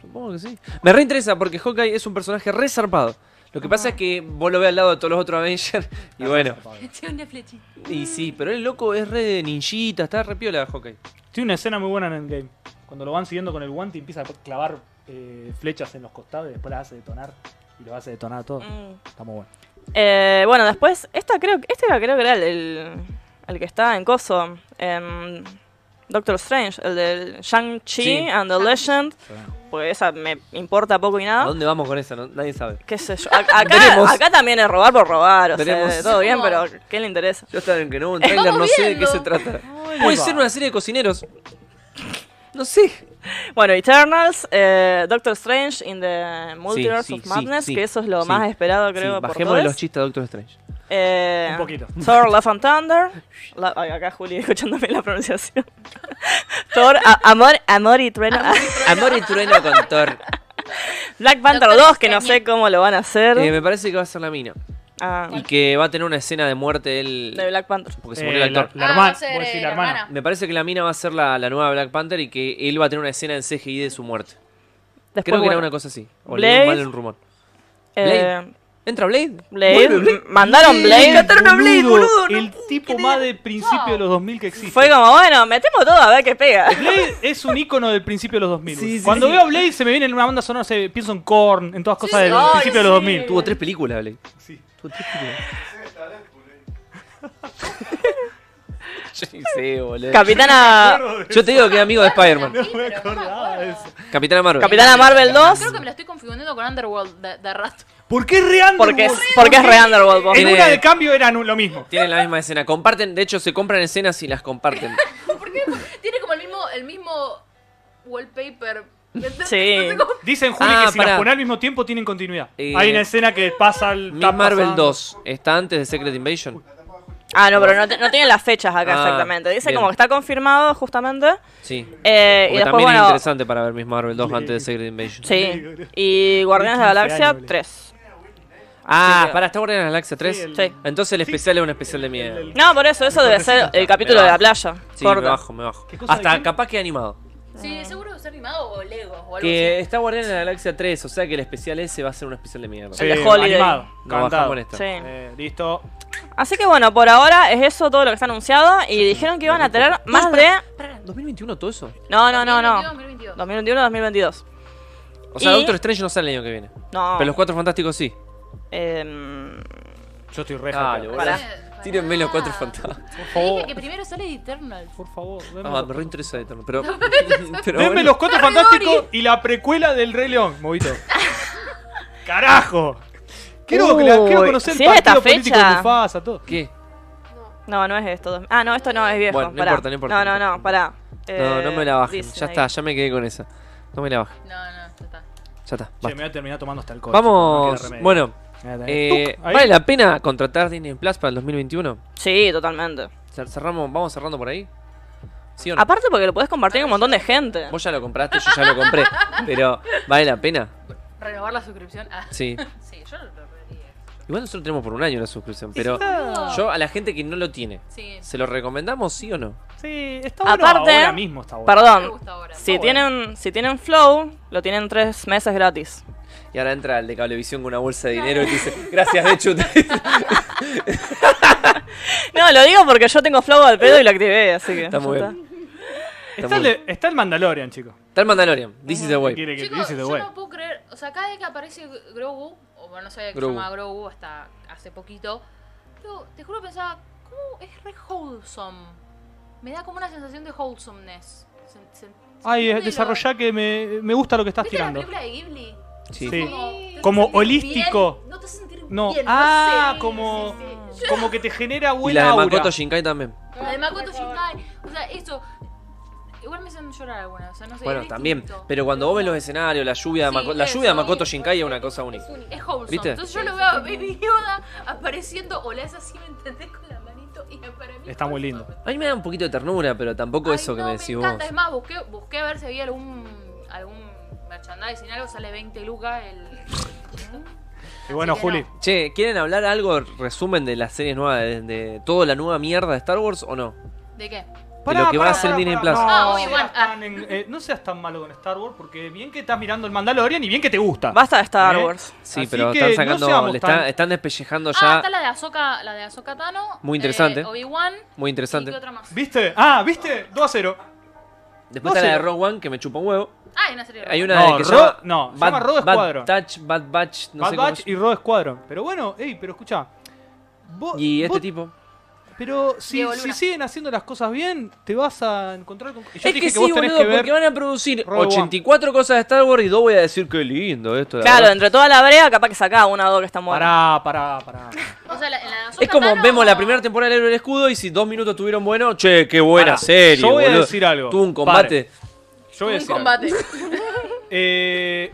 [SPEAKER 1] Supongo que sí. Me reinteresa porque Hawkeye es un personaje resarpado. Lo que
[SPEAKER 4] Ah.
[SPEAKER 1] pasa es que vos lo ves al lado de todos los otros Avengers y bueno.
[SPEAKER 4] Tiene una flechita.
[SPEAKER 1] Y sí, pero el loco es re ninjita, está re piola Hawkeye.
[SPEAKER 2] Tiene una escena muy buena en Endgame. Cuando lo van siguiendo con el guante y empieza a clavar eh, flechas en los costados y después las hace detonar. Y lo hace detonar a todos.
[SPEAKER 3] Mm.
[SPEAKER 2] Está muy bueno.
[SPEAKER 3] Eh, bueno, después, esta creo, este era, creo que era el, el, el que está en Coso. en Doctor Strange, el del Shang-Chi
[SPEAKER 1] Sí.
[SPEAKER 3] and the Legend. Pues esa me importa poco y
[SPEAKER 2] Ah.
[SPEAKER 1] ¿A
[SPEAKER 3] nada.
[SPEAKER 1] dónde vamos con eso? No- nadie sabe.
[SPEAKER 3] ¿Qué sé yo? A- acá,
[SPEAKER 1] Veremos.
[SPEAKER 3] acá también es robar por robar, o
[SPEAKER 1] Veremos.
[SPEAKER 3] sea, todo bien,
[SPEAKER 4] No.
[SPEAKER 3] pero ¿qué le interesa?
[SPEAKER 1] Yo hasta en que no hubo un trailer, no
[SPEAKER 4] Vamos
[SPEAKER 1] sé de qué
[SPEAKER 4] viendo.
[SPEAKER 1] se trata. Puede ser una serie de cocineros. No sé.
[SPEAKER 3] Bueno, Eternals, eh, Doctor Strange in the Multiverse
[SPEAKER 1] sí,
[SPEAKER 3] of
[SPEAKER 1] sí,
[SPEAKER 3] Madness,
[SPEAKER 1] sí.
[SPEAKER 3] que eso es lo
[SPEAKER 1] Sí.
[SPEAKER 3] más esperado, creo,
[SPEAKER 1] Sí,
[SPEAKER 3] por
[SPEAKER 1] bajemos de
[SPEAKER 3] todos.
[SPEAKER 1] los chistes de Doctor Strange.
[SPEAKER 3] Eh,
[SPEAKER 2] Un poquito.
[SPEAKER 3] Thor, Love and Thunder. La- ay, acá Juli escuchándome la pronunciación. Thor, a- Amor, Amor y Trueno.
[SPEAKER 1] Amor y trueno con Thor.
[SPEAKER 3] Black Panther
[SPEAKER 4] Doctor
[SPEAKER 3] 2, que no sé cómo lo van a hacer.
[SPEAKER 1] Eh, me parece que va a ser la mina.
[SPEAKER 3] Ah,
[SPEAKER 1] Y que va a tener una escena de muerte él.
[SPEAKER 3] de Black Panther.
[SPEAKER 1] Porque Pues se murió el
[SPEAKER 2] Eh, la,
[SPEAKER 1] actor.
[SPEAKER 2] la
[SPEAKER 4] Ah,
[SPEAKER 2] hermana.
[SPEAKER 4] va a ser,
[SPEAKER 2] vos decís
[SPEAKER 4] eh,
[SPEAKER 2] la
[SPEAKER 4] la
[SPEAKER 2] hermana.
[SPEAKER 4] hermana.
[SPEAKER 1] Me parece que la mina va a ser la, la nueva Black Panther y que él va a tener una escena en CGI de su muerte.
[SPEAKER 3] Después,
[SPEAKER 1] Creo que era
[SPEAKER 3] bueno,
[SPEAKER 1] una cosa así. O leí un
[SPEAKER 3] Blade.
[SPEAKER 1] mal un rumor.
[SPEAKER 3] eh,
[SPEAKER 1] ¿Entra Blade?
[SPEAKER 3] Blade.
[SPEAKER 1] Vuelve
[SPEAKER 3] m- Mandaron Blade.
[SPEAKER 1] Mataron a Blade, boludo, no
[SPEAKER 2] el tipo más de principio de los 2000 que existe.
[SPEAKER 3] Fue como, bueno, metemos todo a ver qué pega.
[SPEAKER 2] Blade es un icono del principio de los 2000.
[SPEAKER 1] Sí, sí,
[SPEAKER 2] Cuando
[SPEAKER 1] sí.
[SPEAKER 2] veo a Blade se me viene en una banda sonora, se pienso en Korn, en todas cosas del
[SPEAKER 3] ay,
[SPEAKER 2] principio de los 2000.
[SPEAKER 1] Tuvo tres películas, Blade.
[SPEAKER 2] Sí.
[SPEAKER 1] Tuvo tres películas. Yo ni sé, boludo.
[SPEAKER 3] Capitana,
[SPEAKER 1] Yo te digo que es amigo de Spider-Man.
[SPEAKER 4] Sí, pero no me acuerdo.
[SPEAKER 1] Capitana Marvel.
[SPEAKER 3] Capitana Marvel 2.
[SPEAKER 4] Creo que me la estoy confundiendo con Underworld de, de rato.
[SPEAKER 2] ¿Por qué Reander?
[SPEAKER 3] Porque es, porque es re Underworld. vos.
[SPEAKER 2] En
[SPEAKER 1] Tiene-
[SPEAKER 2] una de cambio eran un- lo mismo.
[SPEAKER 1] Tienen la misma escena. Comparten, de hecho, se compran escenas y las comparten.
[SPEAKER 4] ¿Por qué? Tiene como el mismo, el mismo wallpaper.
[SPEAKER 3] Sí.
[SPEAKER 4] No sé cómo-
[SPEAKER 2] Dicen Juli
[SPEAKER 1] Ah,
[SPEAKER 2] que si
[SPEAKER 1] pará.
[SPEAKER 2] las pone al mismo tiempo tienen continuidad.
[SPEAKER 1] Eh,
[SPEAKER 2] Hay una escena que pasa al
[SPEAKER 1] Miss
[SPEAKER 2] está
[SPEAKER 1] Marvel
[SPEAKER 2] pasando.
[SPEAKER 1] 2 está antes de Secret Invasion.
[SPEAKER 3] Ah, no, pero no, te- no tienen las fechas acá
[SPEAKER 1] Ah,
[SPEAKER 3] exactamente. Dice
[SPEAKER 1] bien.
[SPEAKER 3] como que está confirmado justamente.
[SPEAKER 1] Sí.
[SPEAKER 3] Eh, y
[SPEAKER 1] Porque también
[SPEAKER 3] después,
[SPEAKER 1] es
[SPEAKER 3] bueno,
[SPEAKER 1] interesante para ver Miss Marvel 2 antes de Secret Invasion.
[SPEAKER 3] sí. Y Guardianes de la
[SPEAKER 2] 15
[SPEAKER 3] Galaxia
[SPEAKER 2] años,
[SPEAKER 3] 3.
[SPEAKER 1] Ah,
[SPEAKER 3] Sí.
[SPEAKER 1] para ¿está Guardianes de la Galaxia 3?
[SPEAKER 2] Sí, el-
[SPEAKER 3] Sí.
[SPEAKER 1] Entonces el especial es un especial de miedo.
[SPEAKER 3] No, por eso, eso debe ser el capítulo
[SPEAKER 1] Me
[SPEAKER 3] de
[SPEAKER 1] bajo.
[SPEAKER 3] la playa.
[SPEAKER 1] Sí,
[SPEAKER 3] corto.
[SPEAKER 1] me bajo, me bajo.
[SPEAKER 2] ¿Qué cosa
[SPEAKER 1] Hasta
[SPEAKER 2] dijiste?
[SPEAKER 1] capaz que animado.
[SPEAKER 4] Sí, seguro que es animado o Lego o algo
[SPEAKER 1] Que está Guardianes de la Galaxia 3, o sea que el especial ese va a ser un especial de mierda.
[SPEAKER 2] Sí,
[SPEAKER 3] El de Holiday.
[SPEAKER 2] Animado,
[SPEAKER 1] No
[SPEAKER 2] cantado.
[SPEAKER 1] bajamos en esta.
[SPEAKER 3] Sí.
[SPEAKER 2] Eh, listo.
[SPEAKER 3] Así que bueno, por ahora es eso todo lo que está anunciado. Y dijeron que iban a tener más de.
[SPEAKER 1] Pará, 2021 todo eso.
[SPEAKER 3] No,
[SPEAKER 4] así.
[SPEAKER 3] no, no, no.
[SPEAKER 4] 2022, 2022.
[SPEAKER 3] 2021-2022.
[SPEAKER 1] O O sea,
[SPEAKER 3] Y-
[SPEAKER 1] Doctor Strange no sale el año que viene.
[SPEAKER 2] Ah.
[SPEAKER 3] No.
[SPEAKER 1] Pero los Cuatro Fantásticos sí.
[SPEAKER 3] Em,
[SPEAKER 2] Yo estoy re
[SPEAKER 1] Ah,
[SPEAKER 2] hypeado.
[SPEAKER 1] lo-
[SPEAKER 3] Pará.
[SPEAKER 4] Pará.
[SPEAKER 1] Tírenme los Cuatro Fantásticos.
[SPEAKER 2] Por
[SPEAKER 4] Te dije
[SPEAKER 2] favor.
[SPEAKER 4] que primero sale Eternal.
[SPEAKER 2] Por favor, denme
[SPEAKER 1] Ah,
[SPEAKER 2] los-
[SPEAKER 1] me reinteresa Eterno. Pero. pero
[SPEAKER 2] Denme
[SPEAKER 1] bueno.
[SPEAKER 2] los cuatro fantásticos y la precuela del Rey León, movito. ¡Carajo! Quiero, que la- quiero
[SPEAKER 3] Uy,
[SPEAKER 2] conocer
[SPEAKER 3] si
[SPEAKER 2] el
[SPEAKER 3] es esta
[SPEAKER 2] partido político de
[SPEAKER 3] fecha.
[SPEAKER 2] Mufasa, todo.
[SPEAKER 1] ¿Qué?
[SPEAKER 3] no, no es esto. dos- Ah, no, esto no es viejo.
[SPEAKER 1] Bueno, no
[SPEAKER 3] pará.
[SPEAKER 1] importa, no importa, no
[SPEAKER 3] No, no,
[SPEAKER 1] importa.
[SPEAKER 3] no, pará.
[SPEAKER 1] No,
[SPEAKER 3] Eh,
[SPEAKER 1] no me la bajen. Ya
[SPEAKER 3] Disney.
[SPEAKER 1] está, ya me quedé con esa. No me la bajen.
[SPEAKER 4] No, no, ya está.
[SPEAKER 1] Ya está.
[SPEAKER 2] Che, me
[SPEAKER 1] basta.
[SPEAKER 2] voy a terminar tomando hasta alcohol.
[SPEAKER 1] Vamos. bueno, eh, ¿vale
[SPEAKER 2] la...
[SPEAKER 1] la pena contratar Disney Plus para el 2021?
[SPEAKER 3] Sí, totalmente.
[SPEAKER 1] Cer- Cerramos, vamos cerrando por ahí. ¿Sí o no?
[SPEAKER 3] Aparte porque lo puedes compartir con un montón de gente.
[SPEAKER 1] Vos ya lo compraste, yo ya lo compré. Pero, ¿vale la pena?
[SPEAKER 4] Renovar la suscripción. Ah,
[SPEAKER 1] Sí.
[SPEAKER 4] sí, yo lo perdería.
[SPEAKER 1] Igual nosotros tenemos por un año la suscripción, pero yo a la gente que no lo tiene,
[SPEAKER 4] Sí,
[SPEAKER 1] ¿se lo recomendamos sí o no?
[SPEAKER 2] Sí, está bueno
[SPEAKER 3] Aparte-
[SPEAKER 2] ahora mismo está bueno.
[SPEAKER 4] me
[SPEAKER 3] Perdón.
[SPEAKER 4] gusta ahora.
[SPEAKER 3] Si
[SPEAKER 2] Está bueno.
[SPEAKER 3] tienen, si tienen Flow, lo tienen tres meses gratis.
[SPEAKER 1] Y ahora entra el de cablevisión con una bolsa de dinero y te dice, gracias, de hecho. Está
[SPEAKER 3] No, lo digo porque yo tengo Flow al pedo y lo activé, así que. ya
[SPEAKER 1] muy
[SPEAKER 3] está.
[SPEAKER 1] bien.
[SPEAKER 2] Está, el, de- está el Mandalorian, chico.
[SPEAKER 1] Está el Mandalorian, This is the way.
[SPEAKER 2] Quiere que
[SPEAKER 4] Chicos,
[SPEAKER 2] dice de
[SPEAKER 4] yo
[SPEAKER 2] bueno.
[SPEAKER 4] no puedo creer, o sea, cada vez que aparece Gr- Grogu, o bueno, no sabía que se
[SPEAKER 1] Grogu.
[SPEAKER 4] llamaba Grogu hasta hace poquito, yo te juro pensaba, ¿cómo es re wholesome? Me da como una sensación de wholesomeness. Se- se-
[SPEAKER 2] Ay,
[SPEAKER 4] ¿se entiende
[SPEAKER 2] desarrollá que me, me gusta lo que
[SPEAKER 4] lo-
[SPEAKER 2] estás
[SPEAKER 4] ¿Viste la
[SPEAKER 2] tirando.
[SPEAKER 4] película de Ghibli?
[SPEAKER 1] Sí.
[SPEAKER 2] Sí.
[SPEAKER 4] Como, te hace
[SPEAKER 2] Como
[SPEAKER 4] sentir
[SPEAKER 2] holístico.
[SPEAKER 4] bien, no te hace sentir
[SPEAKER 2] No.
[SPEAKER 4] bien,
[SPEAKER 2] ah,
[SPEAKER 4] sé.
[SPEAKER 2] como,
[SPEAKER 4] Sí, sí, sí.
[SPEAKER 2] como que te genera
[SPEAKER 1] Y
[SPEAKER 2] buena
[SPEAKER 1] la de
[SPEAKER 2] aura.
[SPEAKER 1] Makoto Shinkai también.
[SPEAKER 4] La de Makoto
[SPEAKER 5] Por favor.
[SPEAKER 4] Shinkai. O sea, eso. Igual me hacen llorar algunas. O sea, no sé.
[SPEAKER 1] Bueno,
[SPEAKER 4] es
[SPEAKER 1] también.
[SPEAKER 4] distinto.
[SPEAKER 1] Pero cuando vos ves los escenarios, la lluvia de,
[SPEAKER 4] Sí,
[SPEAKER 1] Mako- la
[SPEAKER 4] eso,
[SPEAKER 1] lluvia de Makoto
[SPEAKER 5] sí,
[SPEAKER 1] Shinkai es
[SPEAKER 5] porque
[SPEAKER 1] una cosa única.
[SPEAKER 5] Es única.
[SPEAKER 4] Es wholesome.
[SPEAKER 1] ¿Viste?
[SPEAKER 4] Entonces yo lo veo a Baby Yoda apareciendo o le hace así, ¿me entendés? Con la manito y para mí.
[SPEAKER 2] Está muy lindo.
[SPEAKER 1] A mí me da un poquito de ternura, pero tampoco
[SPEAKER 4] Ay,
[SPEAKER 1] eso que
[SPEAKER 4] no,
[SPEAKER 1] me decís
[SPEAKER 4] me
[SPEAKER 1] vos.
[SPEAKER 4] encanta. Es más, busqué, busqué a ver si había algún, algún merchandising, algo. Sale 20 lucas el. ¿Mm?
[SPEAKER 2] Y bueno,
[SPEAKER 4] Así que
[SPEAKER 2] Juli,
[SPEAKER 1] Che, ¿quieren hablar algo, resumen de las series nuevas, de, de toda la nueva mierda de Star Wars o no?
[SPEAKER 4] ¿De qué?
[SPEAKER 1] de lo que va a hacer Disney Plus.
[SPEAKER 2] No,
[SPEAKER 4] Ah, obvio,
[SPEAKER 2] seas
[SPEAKER 4] bueno, ah.
[SPEAKER 2] tan en- eh, no seas tan malo con Star Wars, porque bien que estás mirando el Mandalorian y bien que te gusta.
[SPEAKER 3] Basta de Star
[SPEAKER 2] ¿Eh?
[SPEAKER 3] Wars.
[SPEAKER 1] Sí,
[SPEAKER 2] Así
[SPEAKER 1] pero
[SPEAKER 2] que
[SPEAKER 1] están
[SPEAKER 2] no
[SPEAKER 1] sacando,
[SPEAKER 2] seamos
[SPEAKER 1] le están,
[SPEAKER 2] tan-
[SPEAKER 1] están despellejando
[SPEAKER 4] Ah,
[SPEAKER 1] ya.
[SPEAKER 4] está la de Ahsoka, la de Ahsoka Tano.
[SPEAKER 1] Muy interesante.
[SPEAKER 4] eh, Obi-Wan.
[SPEAKER 1] Muy
[SPEAKER 4] ¿Y
[SPEAKER 1] interesante.
[SPEAKER 4] qué otra más?
[SPEAKER 2] ¿Viste? Ah, ¿viste? 2 a 0.
[SPEAKER 1] Después
[SPEAKER 2] No
[SPEAKER 1] está la de
[SPEAKER 2] sé.
[SPEAKER 1] Rogue One, que me chupa un huevo.
[SPEAKER 4] Ah, hay una serie. de
[SPEAKER 1] Hay
[SPEAKER 4] Rogue
[SPEAKER 1] una
[SPEAKER 2] No,
[SPEAKER 1] que se
[SPEAKER 2] Ro-
[SPEAKER 1] llama
[SPEAKER 2] no, se llama Rogue Squadron.
[SPEAKER 1] Bad Touch, Bad Batch, no
[SPEAKER 2] Bad
[SPEAKER 1] sé cómo
[SPEAKER 2] Batch
[SPEAKER 1] es.
[SPEAKER 2] y Rogue Squadron. Pero bueno, ey, pero escucha.
[SPEAKER 1] Y este tipo.
[SPEAKER 2] Pero si,
[SPEAKER 4] Diego
[SPEAKER 2] si
[SPEAKER 4] Luna.
[SPEAKER 2] siguen haciendo las cosas bien, te vas a encontrar con. y Yo te
[SPEAKER 1] es
[SPEAKER 2] dije
[SPEAKER 1] que sí,
[SPEAKER 2] vos tenés
[SPEAKER 1] boludo,
[SPEAKER 2] que ver.
[SPEAKER 1] porque van a producir
[SPEAKER 2] Rogue One.
[SPEAKER 1] 84 cosas de Star Wars y dos voy a decir qué lindo esto. la
[SPEAKER 3] Claro,
[SPEAKER 1] verdad".
[SPEAKER 3] entre toda la brea, capaz que saca una o dos que están muertas.
[SPEAKER 2] Pará, pará, pará.
[SPEAKER 4] One. O sea, la- en la de Ahsoka
[SPEAKER 1] Es como
[SPEAKER 4] Tano-
[SPEAKER 1] vemos la primera temporada del Héroe del Escudo y si dos minutos tuvieron bueno, che, qué buena
[SPEAKER 2] Pará,
[SPEAKER 1] serie.
[SPEAKER 2] yo voy a
[SPEAKER 1] boludo.
[SPEAKER 2] decir algo.
[SPEAKER 1] Tuvo un combate.
[SPEAKER 2] Yo voy a
[SPEAKER 4] Un
[SPEAKER 2] decir algo.
[SPEAKER 4] combate.
[SPEAKER 2] Eh,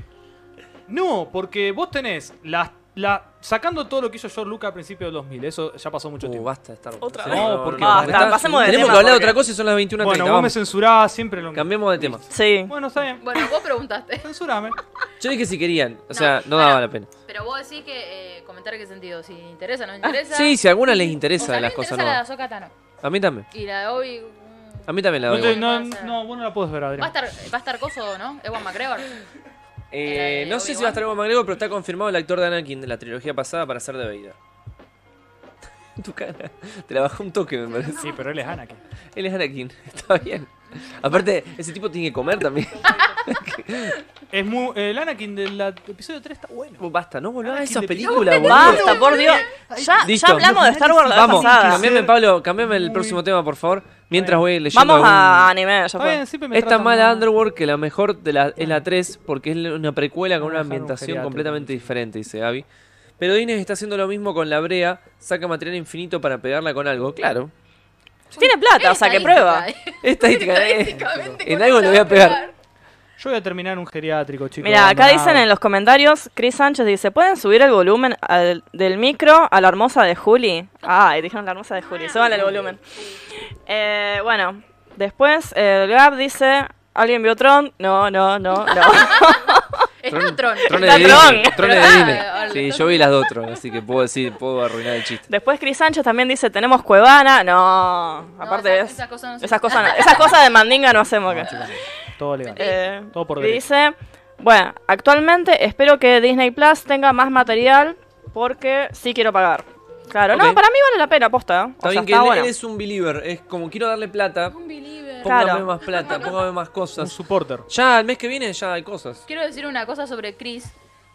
[SPEAKER 2] no, porque vos tenés la, la- sacando todo lo que hizo George Lucas al principio del 2000. Eso ya pasó mucho
[SPEAKER 1] Uh,
[SPEAKER 2] tiempo.
[SPEAKER 1] basta de Star Wars.
[SPEAKER 3] Otra
[SPEAKER 1] Sí,
[SPEAKER 3] vez.
[SPEAKER 2] No, porque basta,
[SPEAKER 1] está-
[SPEAKER 3] pasemos de
[SPEAKER 1] Tenemos
[SPEAKER 3] tema,
[SPEAKER 1] que hablar de
[SPEAKER 3] porque-
[SPEAKER 1] otra cosa y son las 21.30.
[SPEAKER 2] Bueno, vos me
[SPEAKER 1] vamos.
[SPEAKER 2] censurás siempre lo mismo.
[SPEAKER 1] Cambiemos de tema.
[SPEAKER 3] Sí.
[SPEAKER 2] Bueno, está bien.
[SPEAKER 4] Bueno, vos preguntaste.
[SPEAKER 2] Censurame.
[SPEAKER 1] Yo dije si querían, o sea, no,
[SPEAKER 4] pará.
[SPEAKER 1] daba la pena.
[SPEAKER 4] Pero vos decís que eh, comentar qué sentido, si interesa o no interesa.
[SPEAKER 1] Sí, si a alguna les
[SPEAKER 4] O sea,
[SPEAKER 1] interesa
[SPEAKER 4] a mí
[SPEAKER 1] las
[SPEAKER 4] me
[SPEAKER 1] cosas
[SPEAKER 4] interesa la de
[SPEAKER 1] nuevas.
[SPEAKER 4] Ahsoka Tano.
[SPEAKER 1] A mí también.
[SPEAKER 4] Y la de Obi. mm,
[SPEAKER 1] A mí también la
[SPEAKER 2] No,
[SPEAKER 1] doy.
[SPEAKER 4] Bueno,
[SPEAKER 2] te-
[SPEAKER 1] igual.
[SPEAKER 2] no,
[SPEAKER 4] pasa.
[SPEAKER 2] no, vos no la podés ver,
[SPEAKER 4] Va a
[SPEAKER 2] Adrián.
[SPEAKER 4] estar, va a estar coso, ¿no? Ewan McGregor.
[SPEAKER 1] Eh,
[SPEAKER 4] la de
[SPEAKER 1] no sé si va a estar Ewan McGregor, pero está confirmado el actor de Anakin de la trilogía pasada para ser de Vader. tu cara. Te la bajó un toque, me parece.
[SPEAKER 2] Sí, pero él es Anakin.
[SPEAKER 1] Él es Anakin, está bien. Aparte, ese tipo tiene que comer también.
[SPEAKER 2] Es mu- el Anakin del la- episodio 3 está bueno.
[SPEAKER 1] Basta, no volvás a
[SPEAKER 2] Anakin
[SPEAKER 1] Ah, esas
[SPEAKER 2] de
[SPEAKER 1] películas, boludo.
[SPEAKER 3] Basta, por Dios. Ya,
[SPEAKER 1] Listo.
[SPEAKER 3] ya hablamos de Star Wars la vez
[SPEAKER 1] Vamos,
[SPEAKER 3] pasada.
[SPEAKER 1] cambiame, Pablo, cambiame el próximo tema, por favor. Mientras voy leyendo.
[SPEAKER 3] Vamos a
[SPEAKER 1] algún-
[SPEAKER 3] anime, ya
[SPEAKER 2] Está bien,
[SPEAKER 3] fue.
[SPEAKER 2] siempre me
[SPEAKER 1] Es tan
[SPEAKER 2] tratan
[SPEAKER 1] mala
[SPEAKER 2] mal.
[SPEAKER 1] Underworld que la mejor de la, es la 3 porque es una precuela con
[SPEAKER 2] Vamos
[SPEAKER 1] una
[SPEAKER 2] a dejar un
[SPEAKER 1] ambientación
[SPEAKER 2] geriatra,
[SPEAKER 1] completamente
[SPEAKER 2] entonces.
[SPEAKER 1] diferente, dice Gaby. Pero Ines está haciendo lo mismo con la brea, saca material infinito para pegarla con algo, claro.
[SPEAKER 3] Tiene plata, o sea que prueba.
[SPEAKER 1] Estadística, eh.
[SPEAKER 4] Estadísticamente,
[SPEAKER 1] en
[SPEAKER 4] ¿cómo
[SPEAKER 1] algo
[SPEAKER 4] la
[SPEAKER 1] le voy
[SPEAKER 4] va
[SPEAKER 1] a pegar.
[SPEAKER 2] Yo voy a terminar en un geriátrico, chicos.
[SPEAKER 3] Mira, acá
[SPEAKER 2] abandonado.
[SPEAKER 3] dicen en los comentarios, Chris Sánchez dice, ¿pueden subir el volumen al- del micro a la hermosa de Juli? Ay, dijeron la hermosa de Juli, suban el volumen. Eh, bueno, después eh, el Gab dice, ¿alguien vio Tron? No, no, no, no.
[SPEAKER 4] Está Tron.
[SPEAKER 1] Trones
[SPEAKER 3] Está
[SPEAKER 1] de Disney.
[SPEAKER 3] Tron.
[SPEAKER 1] Trones de
[SPEAKER 4] Pero
[SPEAKER 1] Disney.
[SPEAKER 4] está, vale.
[SPEAKER 1] Sí, yo vi las dos Tron, así que puedo decir, puedo arruinar el chiste.
[SPEAKER 3] Después Chris Sánchez también dice, ¿tenemos Cuevana? No, aparte
[SPEAKER 4] esas-
[SPEAKER 3] es-
[SPEAKER 4] esas cosas no se-
[SPEAKER 3] esas cosas, no- esas cosas de mandinga no hacemos acá.
[SPEAKER 2] Todo legal.
[SPEAKER 3] Eh,
[SPEAKER 2] Todo por
[SPEAKER 3] y
[SPEAKER 2] derecho.
[SPEAKER 3] dice, bueno, actualmente espero que Disney Plus tenga más material porque sí quiero pagar. Claro,
[SPEAKER 1] Ok.
[SPEAKER 3] no, para mí vale la pena, posta. ¿eh? O
[SPEAKER 1] Está
[SPEAKER 3] sea,
[SPEAKER 1] bien que
[SPEAKER 3] está
[SPEAKER 1] él,
[SPEAKER 3] bueno.
[SPEAKER 1] él es un believer, es como quiero darle plata,
[SPEAKER 4] Un believer.
[SPEAKER 1] póngame
[SPEAKER 3] Claro.
[SPEAKER 1] más plata, póngame más
[SPEAKER 2] Un
[SPEAKER 1] cosas.
[SPEAKER 2] supporter.
[SPEAKER 1] Ya el mes que viene ya hay cosas.
[SPEAKER 4] Quiero decir una cosa sobre Chris.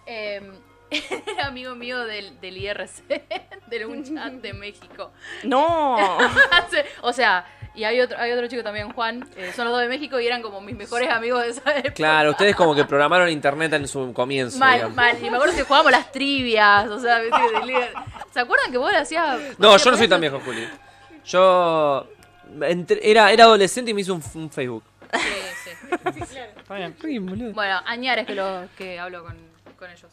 [SPEAKER 4] Eh, era amigo mío del, del IRC, del UNCHAT de México.
[SPEAKER 3] No.
[SPEAKER 4] Hace- o sea, y hay otro, hay otro chico también, Juan. eh, son los dos de México y eran como mis mejores amigos de esa época.
[SPEAKER 1] Claro, ustedes como que programaron internet en su comienzo.
[SPEAKER 4] Mal,
[SPEAKER 1] digamos.
[SPEAKER 4] mal. Y me acuerdo que jugábamos las trivias, o sea, ¿viste? del líder. ¿Se acuerdan que vos le hacías...
[SPEAKER 1] No, yo no soy tan viejo, Juli. Yo entré- era, era adolescente y me hice un, un Facebook.
[SPEAKER 4] Sí, sí.
[SPEAKER 2] Está bien.
[SPEAKER 4] Bueno, Añares que, lo, que hablo con, con ellos.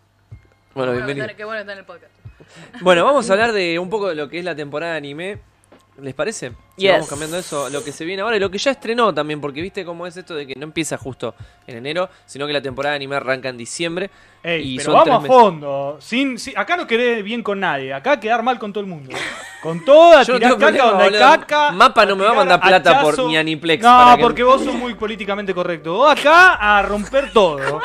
[SPEAKER 1] Bueno,
[SPEAKER 4] Bueno,
[SPEAKER 1] bienvenido.
[SPEAKER 4] Qué bueno que están en el podcast.
[SPEAKER 1] Bueno, vamos a hablar de un poco de lo que es la temporada de anime. ¿Les parece? Si
[SPEAKER 3] Yes.
[SPEAKER 1] Vamos cambiando eso, lo que se viene ahora y lo que ya estrenó también, porque viste cómo es esto de que no empieza justo en enero, sino que la temporada de anime arranca en diciembre.
[SPEAKER 2] Ey,
[SPEAKER 1] y son
[SPEAKER 2] pero vamos a
[SPEAKER 1] tres meses.
[SPEAKER 2] fondo. Sin, sin- acá no querer bien con nadie. Acá quedar mal con todo el mundo. Con toda,
[SPEAKER 1] Yo no
[SPEAKER 2] tirar
[SPEAKER 1] tengo
[SPEAKER 2] caca
[SPEAKER 1] problema,
[SPEAKER 2] donde hay
[SPEAKER 1] boludo.
[SPEAKER 2] caca.
[SPEAKER 1] Mapa no me va a
[SPEAKER 2] tirar
[SPEAKER 1] mandar plata
[SPEAKER 2] hachazo.
[SPEAKER 1] por- ni Aniplex
[SPEAKER 2] No,
[SPEAKER 1] para que-
[SPEAKER 2] porque vos sos muy políticamente correcto. Vos acá a romper todo.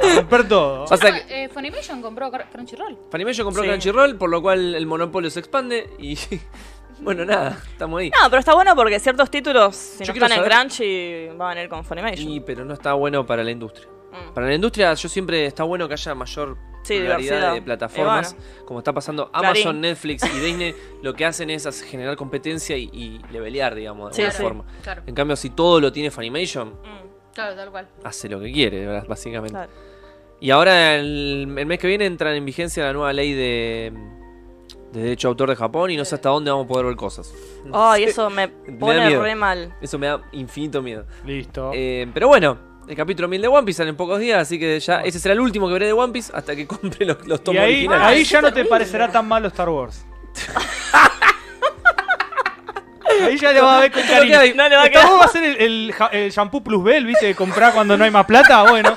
[SPEAKER 2] A romper todo.
[SPEAKER 1] Pasa que
[SPEAKER 4] Eh, Funimation compró Cr- Crunchyroll.
[SPEAKER 1] Funimation compró
[SPEAKER 3] Sí.
[SPEAKER 1] Crunchyroll, por lo cual el monopolio se expande y. Bueno, nada, estamos ahí.
[SPEAKER 3] No, pero está bueno porque ciertos títulos, si
[SPEAKER 1] Yo
[SPEAKER 3] no están
[SPEAKER 1] quiero
[SPEAKER 3] en
[SPEAKER 1] saber-
[SPEAKER 3] Crunchy, van a ir con Funimation.
[SPEAKER 1] Y, pero no está bueno para la industria.
[SPEAKER 3] Mm.
[SPEAKER 1] Para la industria, yo siempre está bueno que haya mayor
[SPEAKER 3] Sí,
[SPEAKER 1] variedad
[SPEAKER 3] diversidad.
[SPEAKER 1] de plataformas.
[SPEAKER 3] Y
[SPEAKER 1] Como está pasando Amazon,
[SPEAKER 3] Clarín.
[SPEAKER 1] Netflix y Disney, lo que hacen es hacer- generar competencia y, y levelear, digamos, de
[SPEAKER 3] Sí,
[SPEAKER 1] alguna
[SPEAKER 3] sí.
[SPEAKER 1] forma.
[SPEAKER 4] Claro,
[SPEAKER 1] En cambio, si todo lo tiene Funimation,
[SPEAKER 3] Mm,
[SPEAKER 4] claro, tal cual.
[SPEAKER 1] hace lo que quiere, ¿verdad? básicamente.
[SPEAKER 3] claro.
[SPEAKER 1] Y ahora, el, el mes que viene, entra en vigencia la nueva ley de, de derecho de autor de Japón y no sé hasta dónde vamos a poder ver cosas.
[SPEAKER 3] Ay, eso me
[SPEAKER 1] da
[SPEAKER 3] pone
[SPEAKER 1] miedo.
[SPEAKER 3] re mal.
[SPEAKER 1] Eso me da infinito miedo.
[SPEAKER 2] Listo.
[SPEAKER 1] Eh, pero bueno. El capítulo 1000 de One Piece sale en pocos días, así que ya ese será el último que veré de One Piece hasta que compre los, los
[SPEAKER 2] y
[SPEAKER 1] tomos
[SPEAKER 2] ahí,
[SPEAKER 1] originales.
[SPEAKER 2] ahí ya no te parecerá tan malo Star Wars. Ahí ya le va a ver con
[SPEAKER 1] Creo que
[SPEAKER 2] cariño.
[SPEAKER 1] hay-
[SPEAKER 3] No le va a
[SPEAKER 2] Esta
[SPEAKER 3] quedar.
[SPEAKER 2] vos va a ser el, el ja- el shampoo plus Bell, ¿viste? Que Comprá cuando no hay más plata, bueno.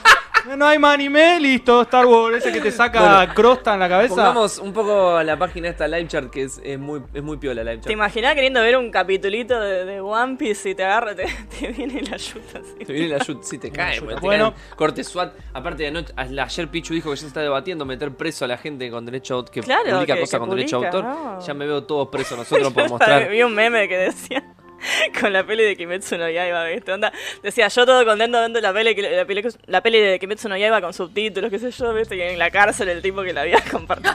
[SPEAKER 2] No hay más anime, listo, Star Wars, ese que te saca crosta en la cabeza.
[SPEAKER 1] Pongamos un poco la página esta live chart que es, es muy es muy piola live
[SPEAKER 3] ¿Te
[SPEAKER 1] chart.
[SPEAKER 3] imaginás queriendo ver un capitulito de, de One Piece y te agarra, te, te viene la yuta así?
[SPEAKER 1] Te viene la ayuda, si te cae, bueno, te
[SPEAKER 2] Bueno.
[SPEAKER 1] caen. corte SWAT. Aparte de anoche- a- ayer Pichu dijo que ya se está debatiendo meter preso a la gente con derecho a autor, que
[SPEAKER 3] Claro,
[SPEAKER 1] publica
[SPEAKER 3] que-
[SPEAKER 1] cosas
[SPEAKER 3] que
[SPEAKER 1] con derecho a
[SPEAKER 3] publica,
[SPEAKER 1] autor.
[SPEAKER 3] no.
[SPEAKER 1] Ya me veo todos presos nosotros por
[SPEAKER 3] Yo
[SPEAKER 1] mostrar.
[SPEAKER 3] Vi un meme que decía con la peli de Kimetsu no Yaiba, ¿viste? Onda, decía, yo todo contento viendo la peli, que- la, peli, la peli de Kimetsu no Yaiba con subtítulos, qué sé yo, ¿viste? Que en la cárcel el tipo que la había compartido.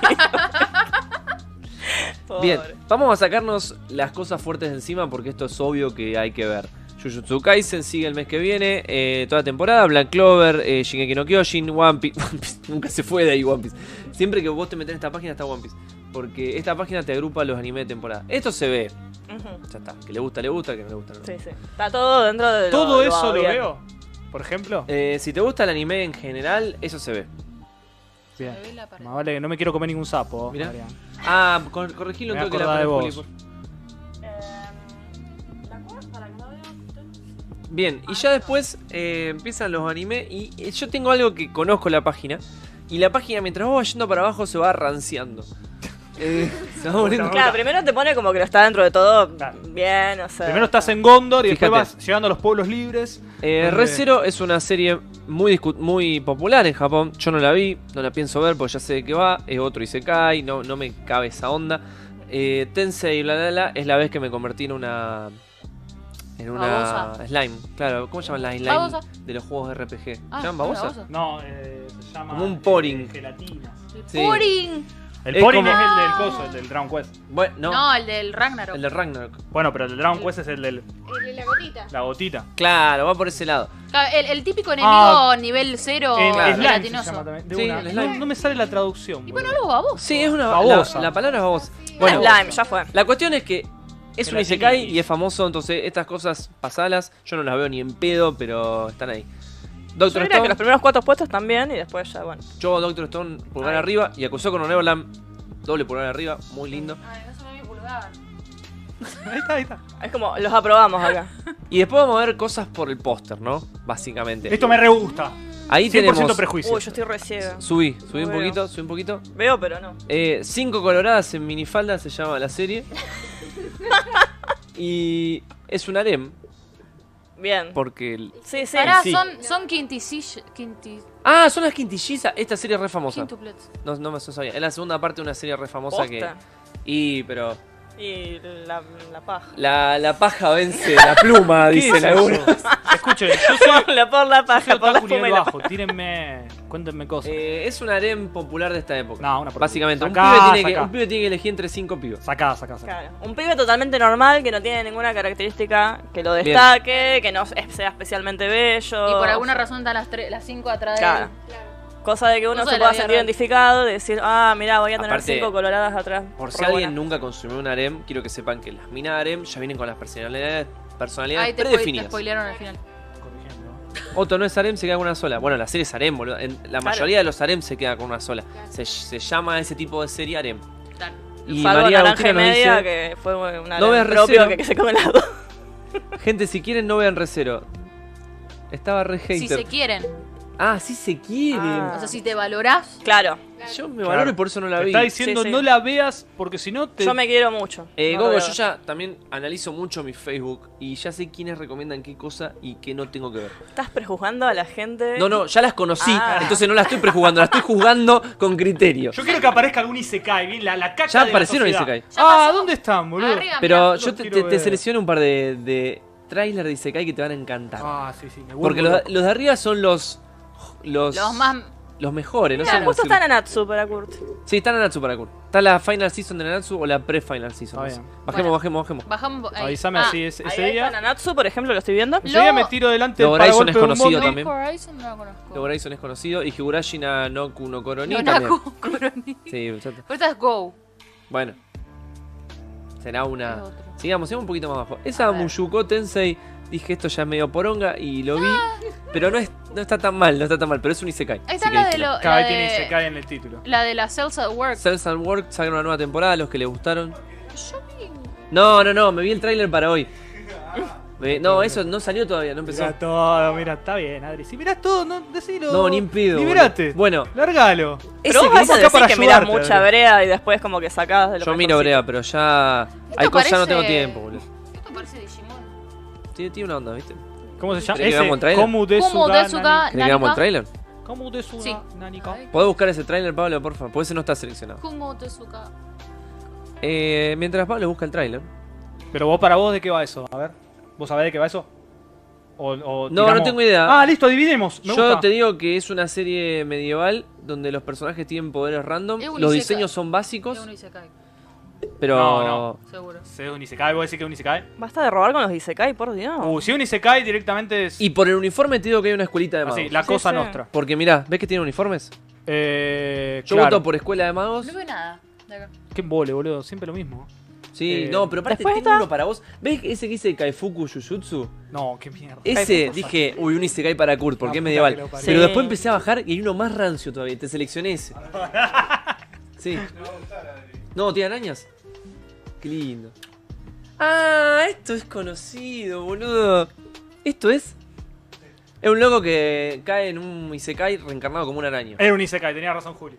[SPEAKER 3] Pobre.
[SPEAKER 1] Bien, vamos a sacarnos las cosas fuertes de encima porque esto es obvio que hay que ver. Jujutsu Kaisen sigue el mes que viene, eh, toda temporada, Black Clover, eh, Shingeki no Kyojin, One Piece, One Piece, nunca se fue de ahí One Piece. Siempre que vos te metés en esta página está One Piece, porque esta página te agrupa los animes de temporada. Esto se ve,
[SPEAKER 3] Ujú.
[SPEAKER 1] ya está, que le gusta, le gusta, que no le gusta. no.
[SPEAKER 3] Sí, sí. Está todo dentro de lo-
[SPEAKER 2] Todo eso lo
[SPEAKER 3] bien.
[SPEAKER 2] veo, por ejemplo.
[SPEAKER 1] Eh, si te gusta el anime en general, eso se ve.
[SPEAKER 2] Bien.
[SPEAKER 4] Me ve la pared.
[SPEAKER 2] Más vale que no me quiero comer ningún sapo.
[SPEAKER 1] Mirá.
[SPEAKER 2] Marian.
[SPEAKER 1] Ah, cor- corregilo un
[SPEAKER 2] Me voy a
[SPEAKER 1] toque la
[SPEAKER 2] acordar de
[SPEAKER 1] Juli,
[SPEAKER 2] vos.
[SPEAKER 1] por- Bien, y ya después eh, empiezan los animes y eh, yo tengo algo que conozco la página y la página mientras vos vas yendo para abajo se va ranciando. Eh, se va poniendo-
[SPEAKER 3] Claro, primero te pone como que lo está dentro de todo
[SPEAKER 2] Claro.
[SPEAKER 3] bien, o sea.
[SPEAKER 2] Primero estás en Gondor y después
[SPEAKER 1] Fíjate.
[SPEAKER 2] vas llegando a los pueblos libres.
[SPEAKER 1] Eh,
[SPEAKER 2] Donde-
[SPEAKER 1] Re Zero es una serie muy, discu- muy popular en Japón. Yo no la vi, no la pienso ver porque ya sé de qué va. Es otro Isekai, no, no me cabe esa onda. Eh, Tensei bla bla bla es la vez que me convertí en una. En una.
[SPEAKER 4] Babosa.
[SPEAKER 1] Slime, claro. ¿Cómo se llaman las slime
[SPEAKER 4] Babosa.
[SPEAKER 1] de los juegos RPG?
[SPEAKER 4] Ah,
[SPEAKER 1] ¿Se llaman
[SPEAKER 4] una
[SPEAKER 1] babosa?
[SPEAKER 4] babosa.
[SPEAKER 2] No, eh, se llama.
[SPEAKER 1] Como un poring.
[SPEAKER 2] eh, gelatina.
[SPEAKER 1] Sí.
[SPEAKER 4] ¡Puring!
[SPEAKER 2] El
[SPEAKER 1] Es
[SPEAKER 2] poring
[SPEAKER 1] como-
[SPEAKER 2] es el del coso, el del Dragon Quest.
[SPEAKER 1] Bueno,
[SPEAKER 4] No.
[SPEAKER 1] no,
[SPEAKER 4] el del Ragnarok.
[SPEAKER 1] el de Ragnarok.
[SPEAKER 2] Bueno, pero el Dragon Quest es el de
[SPEAKER 5] El de la gotita.
[SPEAKER 2] la gotita.
[SPEAKER 1] Claro, va por ese lado.
[SPEAKER 4] Claro, el, el típico enemigo
[SPEAKER 2] Ah,
[SPEAKER 4] nivel cero
[SPEAKER 2] En
[SPEAKER 1] claro.
[SPEAKER 2] slime se
[SPEAKER 4] Oh, gelatinoso.
[SPEAKER 2] llama también, de
[SPEAKER 1] Sí,
[SPEAKER 2] una.
[SPEAKER 1] el slime.
[SPEAKER 2] No, no me sale la traducción.
[SPEAKER 4] Y bueno,
[SPEAKER 2] boludo.
[SPEAKER 4] algo baboso.
[SPEAKER 1] Sí, es una
[SPEAKER 2] Babosa.
[SPEAKER 1] La, la palabra es babosa.
[SPEAKER 3] Bueno,
[SPEAKER 1] Bueno,
[SPEAKER 3] Slime, ya fue.
[SPEAKER 1] la cuestión es que es un
[SPEAKER 2] Gelatina.
[SPEAKER 1] Isekai y es famoso, entonces estas cosas pasalas, yo no las veo ni en pedo, pero están ahí.
[SPEAKER 3] Yo
[SPEAKER 1] Doctor
[SPEAKER 3] diría que
[SPEAKER 1] Stone,
[SPEAKER 3] los primeros cuatro puestos también y después ya, bueno.
[SPEAKER 1] yo Doctor Stone, pulgar
[SPEAKER 3] Ay.
[SPEAKER 1] arriba, y acusó con Neverland, doble pulgar arriba, muy lindo.
[SPEAKER 4] Ay, no se me ve mi pulgar.
[SPEAKER 2] Ahí está, ahí está.
[SPEAKER 3] Es como, los aprobamos acá.
[SPEAKER 1] Y después vamos a ver cosas por el póster, ¿no? Básicamente.
[SPEAKER 2] Esto me re gusta. 100%
[SPEAKER 1] Ahí tenemos...
[SPEAKER 2] prejuicio.
[SPEAKER 3] Uy, yo estoy re ciega.
[SPEAKER 1] Subí, subí un
[SPEAKER 3] Bueno.
[SPEAKER 1] poquito, subí un poquito.
[SPEAKER 3] Veo, pero no.
[SPEAKER 1] Eh, cinco coloradas en minifalda se llama la serie. y es un harem,
[SPEAKER 3] Bien.
[SPEAKER 1] porque el-
[SPEAKER 3] Sí, sí.
[SPEAKER 4] Pará,
[SPEAKER 1] Sí.
[SPEAKER 4] son, son quintisis- quinti-
[SPEAKER 1] Ah, son las quintillizas. Esta serie es re famosa.
[SPEAKER 4] Quintuplets.
[SPEAKER 1] No, no me no sabía. Es la segunda parte de una serie re famosa que.
[SPEAKER 3] Posta.
[SPEAKER 1] Y, pero.
[SPEAKER 3] Y la, la paja.
[SPEAKER 1] La, la paja vence la pluma, dicen algunos.
[SPEAKER 2] Escuchen, yo soy,
[SPEAKER 3] La por la
[SPEAKER 2] yo soy
[SPEAKER 3] paja, por la
[SPEAKER 2] otaku
[SPEAKER 3] espuma
[SPEAKER 2] nivel
[SPEAKER 3] y la paja.
[SPEAKER 2] bajo. Tírenme, cuéntenme cosas.
[SPEAKER 1] Eh, es un harem popular de esta época.
[SPEAKER 2] No, una porquería.
[SPEAKER 1] Básicamente, un
[SPEAKER 2] Sacá,
[SPEAKER 1] pibe, tiene que,
[SPEAKER 2] sacá.
[SPEAKER 1] un pibe tiene que elegir entre cinco pibes.
[SPEAKER 2] Sacá, sacá, sacá.
[SPEAKER 3] Claro. Un pibe totalmente normal que no tiene ninguna característica que lo destaque, que no es- sea especialmente bello.
[SPEAKER 4] Y por alguna razón están las, tre- las cinco atrás de
[SPEAKER 3] Claro.
[SPEAKER 4] él.
[SPEAKER 3] Cosa de que uno
[SPEAKER 4] Cosa
[SPEAKER 3] se
[SPEAKER 4] de la
[SPEAKER 3] pueda
[SPEAKER 4] vida
[SPEAKER 3] sentir
[SPEAKER 4] real.
[SPEAKER 3] identificado, de decir, ah, mira, voy a tener
[SPEAKER 1] Aparte,
[SPEAKER 3] cinco coloradas atrás.
[SPEAKER 1] Por si
[SPEAKER 3] Re
[SPEAKER 1] alguien
[SPEAKER 3] buena.
[SPEAKER 1] nunca consumió un harem, quiero que sepan que las minas harem ya vienen con las personalidades, personalidades
[SPEAKER 4] Ay, te, spoil- te
[SPEAKER 1] predefinidas.
[SPEAKER 4] spoilearon al final.
[SPEAKER 2] Corrigiendo.
[SPEAKER 1] Otto no es harem, se queda con una sola. Bueno, la serie es harem, boludo. En- la mayoría de los harem se queda con una sola. Se, se llama ese tipo de serie harem.
[SPEAKER 4] Claro.
[SPEAKER 1] Y
[SPEAKER 3] Salvo
[SPEAKER 1] María
[SPEAKER 3] naranja
[SPEAKER 1] Agustina
[SPEAKER 3] y
[SPEAKER 1] nos
[SPEAKER 3] media,
[SPEAKER 1] dice,
[SPEAKER 3] que fue una
[SPEAKER 1] No
[SPEAKER 3] no
[SPEAKER 1] veas
[SPEAKER 3] propio
[SPEAKER 1] Recero.
[SPEAKER 3] que, que se come las dos.
[SPEAKER 1] gente, si quieren no vean Recero. Estaba re hater.
[SPEAKER 4] Si se quieren.
[SPEAKER 1] Ah, sí se quieren.
[SPEAKER 3] Ah.
[SPEAKER 4] O sea, si te valorás.
[SPEAKER 3] Claro,
[SPEAKER 1] Yo me
[SPEAKER 2] Claro.
[SPEAKER 1] valoro y por eso no la
[SPEAKER 2] Te
[SPEAKER 1] vi.
[SPEAKER 2] está diciendo
[SPEAKER 3] Sí, sí.
[SPEAKER 2] no la veas porque si no te.
[SPEAKER 3] yo me quiero mucho.
[SPEAKER 1] Eh,
[SPEAKER 3] No
[SPEAKER 1] Gogo,
[SPEAKER 3] veo.
[SPEAKER 1] yo ya también analizo mucho mi Facebook y ya sé quiénes recomiendan qué cosa y qué no tengo que ver.
[SPEAKER 3] Estás prejuzgando a la gente.
[SPEAKER 1] No, no, ya las conocí,
[SPEAKER 3] Eh, Ah.
[SPEAKER 1] entonces no las estoy prejugando, las estoy juzgando con criterio.
[SPEAKER 2] Yo quiero que aparezca algún Isekai, bien, la, la caca
[SPEAKER 1] Ya
[SPEAKER 2] de
[SPEAKER 1] aparecieron
[SPEAKER 2] la sociedad.
[SPEAKER 1] Isekai.
[SPEAKER 4] Ya
[SPEAKER 2] Ah,
[SPEAKER 4] pasó.
[SPEAKER 2] ¿dónde están, boludo?
[SPEAKER 4] Arriba,
[SPEAKER 1] Pero
[SPEAKER 4] mirá.
[SPEAKER 1] yo te,
[SPEAKER 2] quiero
[SPEAKER 1] te- te
[SPEAKER 2] ver.
[SPEAKER 1] selecciono un par de, de trailers de Isekai que te van a encantar.
[SPEAKER 2] Ah, sí, sí, me vuelvo
[SPEAKER 1] Porque los,
[SPEAKER 2] loco.
[SPEAKER 1] los de arriba son los. Los,
[SPEAKER 4] Los más.
[SPEAKER 1] los mejores, no sé
[SPEAKER 3] Mira,
[SPEAKER 1] cómo
[SPEAKER 3] Ah, justo
[SPEAKER 1] decirlo.
[SPEAKER 3] está Nanatsu para Kurt.
[SPEAKER 1] Sí, está Nanatsu para Kur. Está la final season de Nanatsu o la pre-final season.
[SPEAKER 2] Está
[SPEAKER 1] no sé. Bajemos,
[SPEAKER 2] bien.
[SPEAKER 4] Bueno.
[SPEAKER 1] bajemos, bajemos.
[SPEAKER 4] Bajamos. ahí.
[SPEAKER 2] Avísame
[SPEAKER 4] Ah,
[SPEAKER 2] así es- ese
[SPEAKER 3] Ahí está
[SPEAKER 2] día.
[SPEAKER 3] Nanatsu, por ejemplo, lo estoy viendo.
[SPEAKER 2] Ese día
[SPEAKER 4] Lo-
[SPEAKER 2] me tiro delante
[SPEAKER 1] Lo
[SPEAKER 2] del para
[SPEAKER 1] Horizon
[SPEAKER 2] golpe
[SPEAKER 1] es
[SPEAKER 2] de un
[SPEAKER 1] conocido
[SPEAKER 2] bondi.
[SPEAKER 1] también.
[SPEAKER 4] Horizon no lo conozco.
[SPEAKER 1] Leo Grayson es conocido y Higurashi na, no Kuno Koroni
[SPEAKER 4] No,
[SPEAKER 1] también.
[SPEAKER 4] Naku, Kuroni.
[SPEAKER 1] Sí, exacto.
[SPEAKER 4] Pero esta es Go.
[SPEAKER 1] Bueno. Será
[SPEAKER 4] Es
[SPEAKER 1] una.
[SPEAKER 4] otro.
[SPEAKER 1] Sigamos, sigamos un poquito más abajo. Esa
[SPEAKER 4] A ver.
[SPEAKER 1] Muyuko Tensei, dije esto ya es medio poronga y lo vi. Pero no, es, no está tan mal, no está tan mal, pero es un Isekai.
[SPEAKER 4] Ahí Ah. está
[SPEAKER 1] así que
[SPEAKER 4] la de,
[SPEAKER 1] déjela.
[SPEAKER 4] lo,
[SPEAKER 2] Cada
[SPEAKER 4] la,
[SPEAKER 2] vez tiene
[SPEAKER 4] de,
[SPEAKER 2] Isekai en el título.
[SPEAKER 4] la de las Cells at Work.
[SPEAKER 1] Cells and Work sacan una nueva temporada, los que les gustaron.
[SPEAKER 4] Yo vi.
[SPEAKER 1] No, no, no, me vi el tráiler para hoy. Me- no, eso no salió todavía, no empezó.
[SPEAKER 2] Mirá todo, mira, está bien, Adri. Si mirás todo, no, decilo.
[SPEAKER 1] No, ni impido.
[SPEAKER 2] Liberate.
[SPEAKER 1] Bueno,
[SPEAKER 2] Largalo.
[SPEAKER 3] Pero vos
[SPEAKER 2] grupo
[SPEAKER 3] vas a
[SPEAKER 2] acá
[SPEAKER 3] decir
[SPEAKER 2] para
[SPEAKER 3] que miras
[SPEAKER 2] ayudarte,
[SPEAKER 3] mucha
[SPEAKER 2] Adri.
[SPEAKER 3] brea y después como que sacás de lo
[SPEAKER 1] yo
[SPEAKER 3] que
[SPEAKER 1] miro
[SPEAKER 3] consiste.
[SPEAKER 1] Brea, pero ya. Hay cosas ya no tengo
[SPEAKER 4] parece-
[SPEAKER 1] tiempo, boludo.
[SPEAKER 4] Esto parece Digimon.
[SPEAKER 1] Tiene, tiene una onda, ¿viste? ¿Creen
[SPEAKER 2] ¿Cómo se llama?
[SPEAKER 1] ¿Crees que veamos el
[SPEAKER 2] Ese,
[SPEAKER 1] trailer?
[SPEAKER 2] Komu de
[SPEAKER 4] Como Desuga
[SPEAKER 2] Suga.
[SPEAKER 1] que hagamos el
[SPEAKER 4] Nanika.
[SPEAKER 1] tráiler?
[SPEAKER 2] Komu de Suga.
[SPEAKER 4] Sí.
[SPEAKER 2] Nanika.
[SPEAKER 1] ¿Podés buscar ese tráiler, Pablo, por favor? Pues ese no está seleccionado.
[SPEAKER 4] Como Desuga.
[SPEAKER 1] Eh, mientras Pablo busca el tráiler.
[SPEAKER 2] Pero vos, para vos, ¿de qué va eso? A ver. ¿Vos sabés de qué va eso? O, o
[SPEAKER 1] No,
[SPEAKER 2] tiramos-
[SPEAKER 1] no tengo idea.
[SPEAKER 2] Ah, listo, adivinemos. Me
[SPEAKER 1] Yo
[SPEAKER 2] gusta.
[SPEAKER 1] te digo que es una serie medieval donde los personajes tienen poderes random,
[SPEAKER 4] Es un
[SPEAKER 1] los
[SPEAKER 4] isekai.
[SPEAKER 1] diseños son básicos,
[SPEAKER 4] Es un Isekai,
[SPEAKER 1] pero
[SPEAKER 2] No,
[SPEAKER 4] seguro.
[SPEAKER 2] Si es un Isekai, vos decís que es un Isekai.
[SPEAKER 3] Basta de robar con los Isekai, por Dios.
[SPEAKER 2] Uh, si es un Isekai, directamente es.
[SPEAKER 1] y por el uniforme te digo que hay una escuelita de magos.
[SPEAKER 2] Así, Ah, la
[SPEAKER 3] Sí,
[SPEAKER 2] cosa
[SPEAKER 3] sí.
[SPEAKER 2] nostra.
[SPEAKER 1] Porque mirá, ¿ves que tiene uniformes?
[SPEAKER 2] Eh.
[SPEAKER 1] Yo
[SPEAKER 2] claro.
[SPEAKER 1] voto por escuela de magos.
[SPEAKER 4] No veo nada. de acá.
[SPEAKER 2] Qué embole, boludo. Siempre lo mismo.
[SPEAKER 1] Sí,
[SPEAKER 2] Eh,
[SPEAKER 1] no, pero aparte
[SPEAKER 3] después
[SPEAKER 1] tengo
[SPEAKER 3] está-
[SPEAKER 1] uno para vos. ¿Ves ese que dice Kaifuku Jujutsu?
[SPEAKER 2] No, qué mierda.
[SPEAKER 1] Ese dije, uy, un Isekai para Kurt, porque
[SPEAKER 2] La
[SPEAKER 1] es
[SPEAKER 2] puta que
[SPEAKER 1] medieval.
[SPEAKER 2] lo parió.
[SPEAKER 1] Pero
[SPEAKER 3] Sí.
[SPEAKER 1] después empecé a bajar y hay uno más rancio todavía. Te seleccioné ese. Sí. No, tiene arañas. Qué lindo. Ah, esto es conocido, boludo. ¿Esto es? Es un loco que cae en un Isekai reencarnado como una araña.
[SPEAKER 2] Era un Isekai, tenía razón Julio.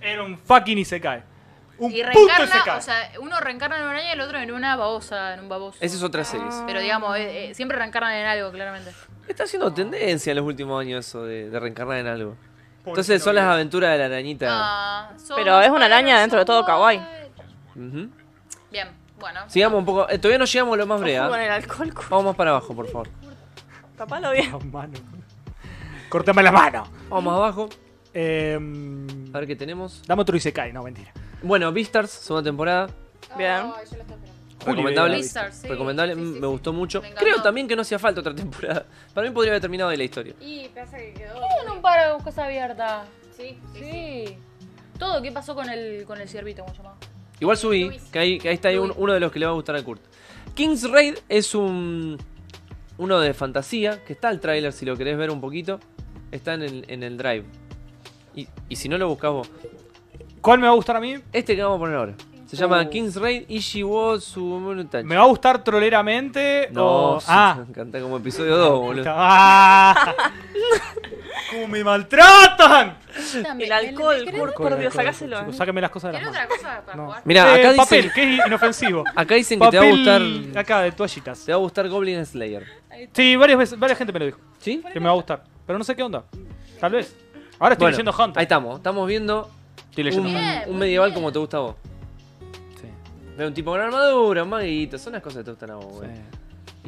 [SPEAKER 2] Era un fucking Isekai. Un
[SPEAKER 4] Y
[SPEAKER 2] puto
[SPEAKER 4] reencarna,
[SPEAKER 2] Isekai.
[SPEAKER 4] o sea, uno reencarna en una araña y el otro en una babosa, en un baboso.
[SPEAKER 1] Esa es otra serie. esa.
[SPEAKER 4] Pero digamos, eh, eh, siempre reencarnan en algo, claramente.
[SPEAKER 1] Está haciendo tendencia en los últimos años eso de, de reencarnar en algo.
[SPEAKER 2] Pobrecito
[SPEAKER 1] Entonces son las
[SPEAKER 2] Guido.
[SPEAKER 1] aventuras de la arañita.
[SPEAKER 4] Ah, somos
[SPEAKER 3] Pero es una araña
[SPEAKER 4] para
[SPEAKER 3] dentro de todo
[SPEAKER 4] saber.
[SPEAKER 3] kawaii.
[SPEAKER 1] Ujú.
[SPEAKER 4] Bien, bueno.
[SPEAKER 1] Sigamos un poco. eh, todavía no llegamos a lo más ¿ah?
[SPEAKER 3] Ojo Con
[SPEAKER 1] brea.
[SPEAKER 3] el alcohol, cu-
[SPEAKER 1] Vamos más para abajo, por favor.
[SPEAKER 3] tapalo bien.
[SPEAKER 2] Las manos. Cortame la mano.
[SPEAKER 1] Vamos más abajo.
[SPEAKER 2] Eh,
[SPEAKER 1] A ver qué tenemos.
[SPEAKER 2] dame otro Isekai, no, mentira.
[SPEAKER 1] Bueno, Beastars, segunda temporada.
[SPEAKER 3] Bien.
[SPEAKER 5] Ay, yo lo estoy esperando.
[SPEAKER 2] Juli,
[SPEAKER 1] recomendable.
[SPEAKER 2] vea.
[SPEAKER 4] Beastars, sí,
[SPEAKER 1] recomendable.
[SPEAKER 4] sí,
[SPEAKER 1] mm,
[SPEAKER 4] sí,
[SPEAKER 1] me
[SPEAKER 4] sí.
[SPEAKER 1] gustó mucho.
[SPEAKER 4] Me encantó.
[SPEAKER 1] Creo también que no hacía falta otra temporada. Para mí podría haber terminado de la historia.
[SPEAKER 5] Y pasa que quedó.
[SPEAKER 4] Tienen un par de cosas abiertas.
[SPEAKER 5] Sí, sí.
[SPEAKER 4] Sí. Todo, ¿qué pasó con el, con el ciervito? ¿Cómo se llamaba?
[SPEAKER 1] Igual subí, que ahí, que ahí está ahí un- uno de los que le va a gustar a Kurt. King's Raid es un. Uno de fantasía, que está el tráiler si lo querés ver un poquito. Está en el, en el drive. Y, y si no lo buscás vos.
[SPEAKER 2] ¿Cuál me va a gustar a mí?
[SPEAKER 1] Este que vamos a poner ahora. Se
[SPEAKER 4] Uh.
[SPEAKER 1] llama King's Raid Ishiwo Sumunutachi.
[SPEAKER 2] ¿Me va a gustar troleramente?
[SPEAKER 1] No,
[SPEAKER 2] o...
[SPEAKER 1] sí,
[SPEAKER 2] Ah.
[SPEAKER 1] me encanta como episodio 2, boludo.
[SPEAKER 2] Ah. ¡Cómo me maltratan!
[SPEAKER 3] El alcohol, Kurt, por Dios, sacáselo. eh.
[SPEAKER 2] Chicos, sáquenme las cosas de
[SPEAKER 4] ¿Querés
[SPEAKER 2] las
[SPEAKER 4] otra
[SPEAKER 2] manos.
[SPEAKER 4] cosa para
[SPEAKER 2] No.
[SPEAKER 4] jugar?
[SPEAKER 1] Mira,
[SPEAKER 2] Eh,
[SPEAKER 1] acá dicen,
[SPEAKER 2] papel, que es inofensivo.
[SPEAKER 1] acá dicen que te va a
[SPEAKER 2] papel
[SPEAKER 1] gustar.
[SPEAKER 2] acá de toallitas.
[SPEAKER 1] Te va a gustar Goblin Slayer.
[SPEAKER 2] Sí, varias veces, varias gente me lo dijo.
[SPEAKER 1] ¿Sí?
[SPEAKER 2] Que me va a gustar. Pero no sé qué onda. Tal vez. Ahora estoy
[SPEAKER 1] Bueno,
[SPEAKER 2] leyendo Hunter.
[SPEAKER 1] Ahí estamos, estamos viendo
[SPEAKER 2] Estoy
[SPEAKER 1] un,
[SPEAKER 2] leyendo Hunter.
[SPEAKER 4] Bien,
[SPEAKER 1] un
[SPEAKER 4] muy
[SPEAKER 1] medieval
[SPEAKER 4] bien.
[SPEAKER 1] como te gusta a vos.
[SPEAKER 2] Sí,
[SPEAKER 1] De un tipo con armadura, un maguito, son las cosas que te gustan a vos, güey.
[SPEAKER 2] sí.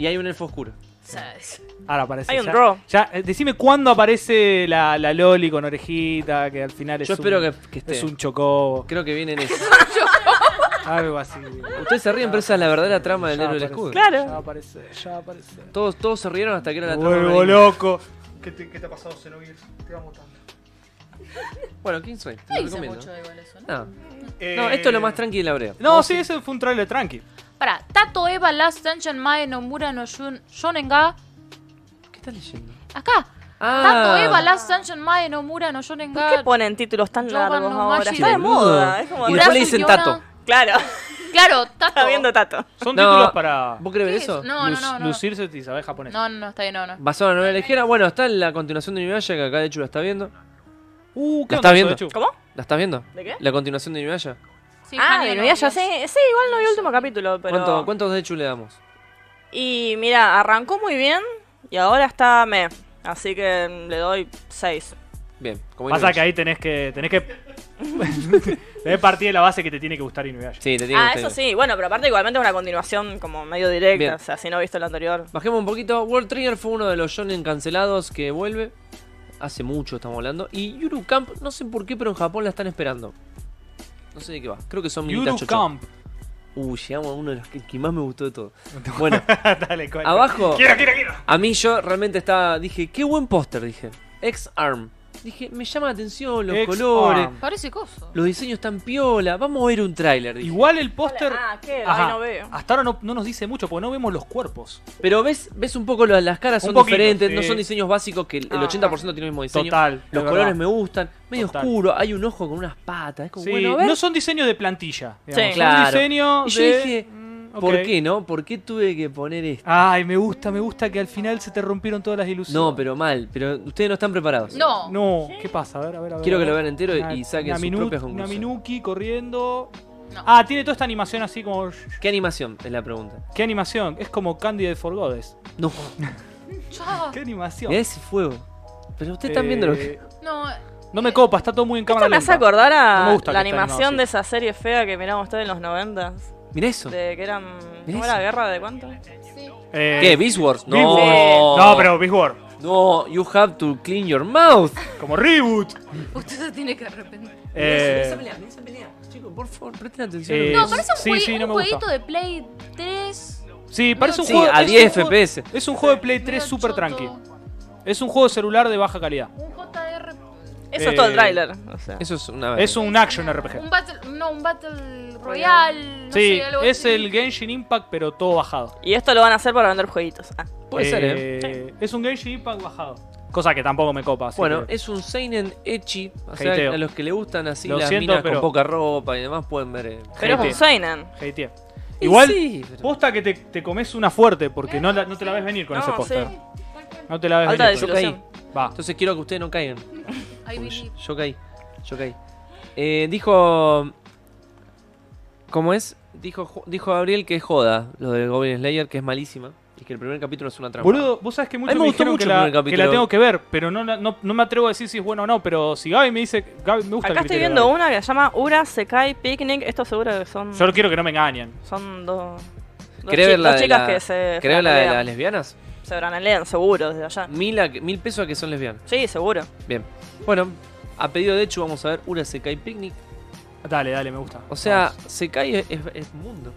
[SPEAKER 1] Y hay un elfo oscuro.
[SPEAKER 4] ¿Sabes?
[SPEAKER 2] Ahora aparece.
[SPEAKER 3] Hay un
[SPEAKER 2] ya-
[SPEAKER 3] draw.
[SPEAKER 2] ya, eh, decime cuándo aparece la, la Loli con orejita, que al final es
[SPEAKER 1] Yo espero
[SPEAKER 2] un,
[SPEAKER 1] que, que esté.
[SPEAKER 2] es un chocobo.
[SPEAKER 1] Creo que viene en eso.
[SPEAKER 2] Algo así.
[SPEAKER 1] Ustedes se ríen, pero esa es la verdadera trama del
[SPEAKER 2] Ya
[SPEAKER 1] héroe del
[SPEAKER 2] aparece,
[SPEAKER 1] escudo.
[SPEAKER 3] Claro.
[SPEAKER 2] Ya aparece, ya aparece.
[SPEAKER 1] Todos, todos se rieron hasta que era la trama.
[SPEAKER 2] Vuelvo
[SPEAKER 1] del-
[SPEAKER 2] loco.
[SPEAKER 6] ¿Qué te, qué te ha pasado, Xenogears? Te vamos tanto.
[SPEAKER 1] Bueno, ¿quién soy? Te
[SPEAKER 4] No
[SPEAKER 1] lo
[SPEAKER 4] dice
[SPEAKER 1] recomiendo.
[SPEAKER 4] mucho eh. igual eso, ¿no?
[SPEAKER 1] No. No, esto es lo más tranquilo de la brea.
[SPEAKER 2] Eh, No, sí, ese fue un trailer tranqui.
[SPEAKER 4] Pará, Tato Eva Last Dungeon Mae Nomura no Shun Shonenga.
[SPEAKER 1] ¿Qué estás leyendo?
[SPEAKER 4] Acá.
[SPEAKER 1] Ah,
[SPEAKER 4] Tato Eva Last Dungeon Mae Nomura no
[SPEAKER 3] ¿Por qué
[SPEAKER 4] Shonenga.
[SPEAKER 3] ponen títulos tan
[SPEAKER 4] Jovan
[SPEAKER 3] largos
[SPEAKER 4] no
[SPEAKER 3] ahora?
[SPEAKER 4] Machi
[SPEAKER 3] Está de
[SPEAKER 4] de
[SPEAKER 3] moda. Es como,
[SPEAKER 1] Y después le
[SPEAKER 4] Brazo
[SPEAKER 1] dicen
[SPEAKER 4] Kiona.
[SPEAKER 1] tato.
[SPEAKER 3] claro,
[SPEAKER 4] Claro, Tato.
[SPEAKER 3] está viendo Tato.
[SPEAKER 2] Son
[SPEAKER 1] No.
[SPEAKER 2] títulos para
[SPEAKER 1] ¿Vos querés ver
[SPEAKER 4] ¿Qué es?
[SPEAKER 1] eso?
[SPEAKER 4] No, no,
[SPEAKER 2] luz-
[SPEAKER 4] no, no.
[SPEAKER 2] lucirse y saber japonés.
[SPEAKER 4] No, no, no, está bien, no, no.
[SPEAKER 1] Basado en la novela ligera. Bueno, está en la continuación de Inuyasha, que acá de hecho la está viendo.
[SPEAKER 2] Uh, ¿qué
[SPEAKER 1] ¿Lo
[SPEAKER 2] onda
[SPEAKER 1] estás
[SPEAKER 2] eso,
[SPEAKER 1] viendo?
[SPEAKER 2] Dechu?
[SPEAKER 3] ¿Cómo?
[SPEAKER 1] ¿La estás viendo?
[SPEAKER 3] ¿De qué?
[SPEAKER 1] La continuación de Inuyasha.
[SPEAKER 4] Sí,
[SPEAKER 3] ah,
[SPEAKER 4] Hania
[SPEAKER 3] de
[SPEAKER 4] no,
[SPEAKER 3] Inuyasha,
[SPEAKER 4] Dios.
[SPEAKER 3] sí, sí, igual no vi el último capítulo, pero...
[SPEAKER 1] ¿Cuánto- ¿Cuántos de hecho le damos?
[SPEAKER 3] Y mira, arrancó muy bien y ahora está me. Así que mm, le doy 6.
[SPEAKER 1] Bien. Como
[SPEAKER 2] Pasa que
[SPEAKER 1] Inuyasha.
[SPEAKER 2] ahí tenés que. tenés que. tenés que partir de la base que te tiene que gustar Inuyasha.
[SPEAKER 1] Sí, te tiene
[SPEAKER 3] Ah,
[SPEAKER 1] que
[SPEAKER 3] eso
[SPEAKER 1] gustar.
[SPEAKER 3] sí. Bueno, pero aparte igualmente es una continuación como medio directa.
[SPEAKER 1] Bien.
[SPEAKER 3] O sea, si no viste el anterior.
[SPEAKER 1] Bajemos un poquito. World Trigger fue uno de los shonen cancelados que vuelve. Hace mucho estamos hablando. Y Yuru Camp, no sé por qué, pero en Japón la están esperando. No sé de qué va. Creo que son minitas
[SPEAKER 2] Yuru
[SPEAKER 1] chocho.
[SPEAKER 2] Camp.
[SPEAKER 1] Uh, llegamos a uno de los que, que más me gustó de todo. Bueno,
[SPEAKER 2] Dale, cuenta.
[SPEAKER 1] abajo.
[SPEAKER 2] Quiero, quiero, quiero.
[SPEAKER 1] A mí yo realmente estaba. Dije, qué buen póster, dije. X-Arm. Dije, me llama la atención los
[SPEAKER 2] X-Arm.
[SPEAKER 1] colores.
[SPEAKER 4] Parece coso.
[SPEAKER 1] Los diseños tan piola. Vamos a ver un tráiler, dije.
[SPEAKER 2] Igual el póster.
[SPEAKER 3] Ah, ¿qué?
[SPEAKER 2] Ajá.
[SPEAKER 3] Ay, no veo.
[SPEAKER 2] Hasta ahora no, no nos dice mucho porque no vemos los cuerpos.
[SPEAKER 1] Pero ves, ves un poco lo- las caras
[SPEAKER 2] Un
[SPEAKER 1] son
[SPEAKER 2] poquito,
[SPEAKER 1] diferentes,
[SPEAKER 2] sí.
[SPEAKER 1] no son diseños básicos que el el
[SPEAKER 3] Ah.
[SPEAKER 1] 80% tiene el mismo diseño.
[SPEAKER 2] Total, es
[SPEAKER 1] Los
[SPEAKER 2] verdad.
[SPEAKER 1] colores me gustan, medio
[SPEAKER 2] Total.
[SPEAKER 1] oscuro, hay un ojo con unas patas, es como
[SPEAKER 2] Sí,
[SPEAKER 1] bueno, a ver.
[SPEAKER 2] no son diseños de plantilla. digamos,
[SPEAKER 3] Sí.
[SPEAKER 1] Claro.
[SPEAKER 2] Son diseños
[SPEAKER 1] Y yo
[SPEAKER 2] de-
[SPEAKER 1] dije,
[SPEAKER 2] Mm,
[SPEAKER 1] ¿Por
[SPEAKER 2] ok.
[SPEAKER 1] qué no? ¿Por qué tuve que poner esto?
[SPEAKER 2] Ay, me gusta, me gusta que al final se te rompieron todas las ilusiones.
[SPEAKER 1] No, pero mal, pero ustedes no están preparados.
[SPEAKER 4] No.
[SPEAKER 2] No, ¿qué pasa? A ver, a ver, a ver.
[SPEAKER 1] Quiero
[SPEAKER 2] a
[SPEAKER 1] que lo
[SPEAKER 2] ver.
[SPEAKER 1] vean entero
[SPEAKER 2] Una-
[SPEAKER 1] y saquen
[SPEAKER 2] una
[SPEAKER 1] sus
[SPEAKER 2] minu-
[SPEAKER 1] propias
[SPEAKER 2] Una
[SPEAKER 1] conclusiones.
[SPEAKER 2] Minuki corriendo.
[SPEAKER 4] No.
[SPEAKER 2] Ah, tiene toda esta animación así como.
[SPEAKER 1] ¿Qué animación? Es la pregunta.
[SPEAKER 2] ¿Qué animación? Es como Candy de Forgodes.
[SPEAKER 1] No,
[SPEAKER 4] Ya.
[SPEAKER 2] ¿Qué animación?
[SPEAKER 1] mirá ese fuego. Pero ustedes ¿Eh? están viendo lo que.
[SPEAKER 2] Eh,
[SPEAKER 4] No,
[SPEAKER 2] No me copa, está todo muy en cámara
[SPEAKER 3] Esto me hace
[SPEAKER 2] lenta.
[SPEAKER 3] acordar a
[SPEAKER 2] No me gusta
[SPEAKER 3] la
[SPEAKER 2] que esté
[SPEAKER 3] animación
[SPEAKER 2] animado así.
[SPEAKER 3] de esa serie fea que miramos todos en los 90
[SPEAKER 1] Mirá eso.
[SPEAKER 3] De que eran.
[SPEAKER 1] Eso.
[SPEAKER 3] ¿Cómo era? ¿Guerra de cuánto?
[SPEAKER 4] sí.
[SPEAKER 2] Eh,
[SPEAKER 1] ¿Qué? ¿Beast Wars?
[SPEAKER 2] Beast
[SPEAKER 1] No.
[SPEAKER 2] Wars. No, pero Beast Wars.
[SPEAKER 1] No, you have to clean your mouth.
[SPEAKER 2] Como reboot.
[SPEAKER 4] Usted se tiene que arrepentir.
[SPEAKER 2] Eh,
[SPEAKER 1] Chicos, por favor, presten atención.
[SPEAKER 2] Eh,
[SPEAKER 4] No, parece un,
[SPEAKER 2] sí,
[SPEAKER 4] jue-
[SPEAKER 2] sí, no
[SPEAKER 4] un
[SPEAKER 2] me gusta.
[SPEAKER 4] jueguito de Play 3.
[SPEAKER 2] sí, parece un
[SPEAKER 1] Sí,
[SPEAKER 2] juego.
[SPEAKER 1] a
[SPEAKER 2] es un
[SPEAKER 1] 10
[SPEAKER 2] juego-
[SPEAKER 1] FPS.
[SPEAKER 2] Es un juego de Play 3
[SPEAKER 4] medio
[SPEAKER 2] super
[SPEAKER 4] choto.
[SPEAKER 2] tranqui. Es un juego celular de baja calidad.
[SPEAKER 4] Un JR.
[SPEAKER 3] Eso es todo el
[SPEAKER 2] Eh,
[SPEAKER 3] tráiler. O sea.
[SPEAKER 1] Eso es una
[SPEAKER 2] Es un action RPG.
[SPEAKER 4] Un battle, no, un Battle Royale. No
[SPEAKER 2] Sí,
[SPEAKER 4] sé, algo
[SPEAKER 2] es
[SPEAKER 4] así.
[SPEAKER 2] el Genshin Impact, pero todo bajado.
[SPEAKER 3] Y esto lo van a hacer para vender jueguitos. Ah.
[SPEAKER 1] Puede ser, ¿eh?
[SPEAKER 2] Eh, Es un Genshin Impact bajado. Cosa que tampoco me copa. así
[SPEAKER 1] Bueno,
[SPEAKER 2] que-
[SPEAKER 1] es un seinen echi, o sea,
[SPEAKER 2] Hateo.
[SPEAKER 1] a los que le gustan así
[SPEAKER 2] Lo
[SPEAKER 1] las
[SPEAKER 2] siento,
[SPEAKER 1] minas
[SPEAKER 2] pero-
[SPEAKER 1] con poca ropa y demás pueden ver. eh.
[SPEAKER 3] Pero es
[SPEAKER 2] Gente.
[SPEAKER 3] un Seinen.
[SPEAKER 2] hateé.
[SPEAKER 1] Y
[SPEAKER 2] Igual,
[SPEAKER 1] sí, pero-
[SPEAKER 2] posta que te, te comes una fuerte, porque no, la- no te la ves venir con
[SPEAKER 3] No,
[SPEAKER 2] ese póster.
[SPEAKER 3] sí.
[SPEAKER 2] No te la ves
[SPEAKER 3] Alta
[SPEAKER 2] venir.
[SPEAKER 1] Yo
[SPEAKER 2] con-
[SPEAKER 1] caí.
[SPEAKER 3] desilusión.
[SPEAKER 2] Va.
[SPEAKER 1] Entonces quiero que ustedes no caigan.
[SPEAKER 4] Ahí
[SPEAKER 1] porque
[SPEAKER 4] vi-
[SPEAKER 1] yo, yo caí. Yo caí. Eh, dijo. ¿Cómo es? Dijo, Ju- dijo Gabriel que es joda lo del Goblin Slayer, que es malísima. Y que el primer capítulo es una trampa.
[SPEAKER 2] Boludo, vos sabés que muchos
[SPEAKER 1] me
[SPEAKER 2] me,
[SPEAKER 1] gustó
[SPEAKER 2] dijeron
[SPEAKER 1] mucho
[SPEAKER 2] que
[SPEAKER 1] el
[SPEAKER 2] la,
[SPEAKER 1] primer
[SPEAKER 2] que la
[SPEAKER 1] capítulo.
[SPEAKER 2] tengo que ver, pero no, la- no, no me atrevo a decir si es bueno o no, pero si Gaby me dice, Gaby me gusta
[SPEAKER 3] Acá
[SPEAKER 2] el criterio
[SPEAKER 3] estoy
[SPEAKER 2] de
[SPEAKER 3] viendo
[SPEAKER 2] Gaby.
[SPEAKER 3] una que se llama Ura Sekai Picnic. Esto seguro que son.
[SPEAKER 2] Yo quiero que no me engañen.
[SPEAKER 3] Son dos. Dos,
[SPEAKER 1] ¿Querés
[SPEAKER 3] chi-
[SPEAKER 1] ver la
[SPEAKER 3] dos
[SPEAKER 1] de
[SPEAKER 3] chicas
[SPEAKER 1] la-
[SPEAKER 3] que se.
[SPEAKER 1] ¿Querés ver la Mm. de
[SPEAKER 3] franelean.
[SPEAKER 1] las lesbianas?
[SPEAKER 3] Se franelean, seguro, desde allá.
[SPEAKER 1] Mil, a- mil pesos a que son lesbianas.
[SPEAKER 3] Sí, seguro.
[SPEAKER 1] Bien. Bueno, a pedido de hecho, vamos a ver Ura Sekai Picnic.
[SPEAKER 2] Dale, dale, me gusta.
[SPEAKER 1] O sea,
[SPEAKER 2] Vamos.
[SPEAKER 1] Sekai es, es- es mundo.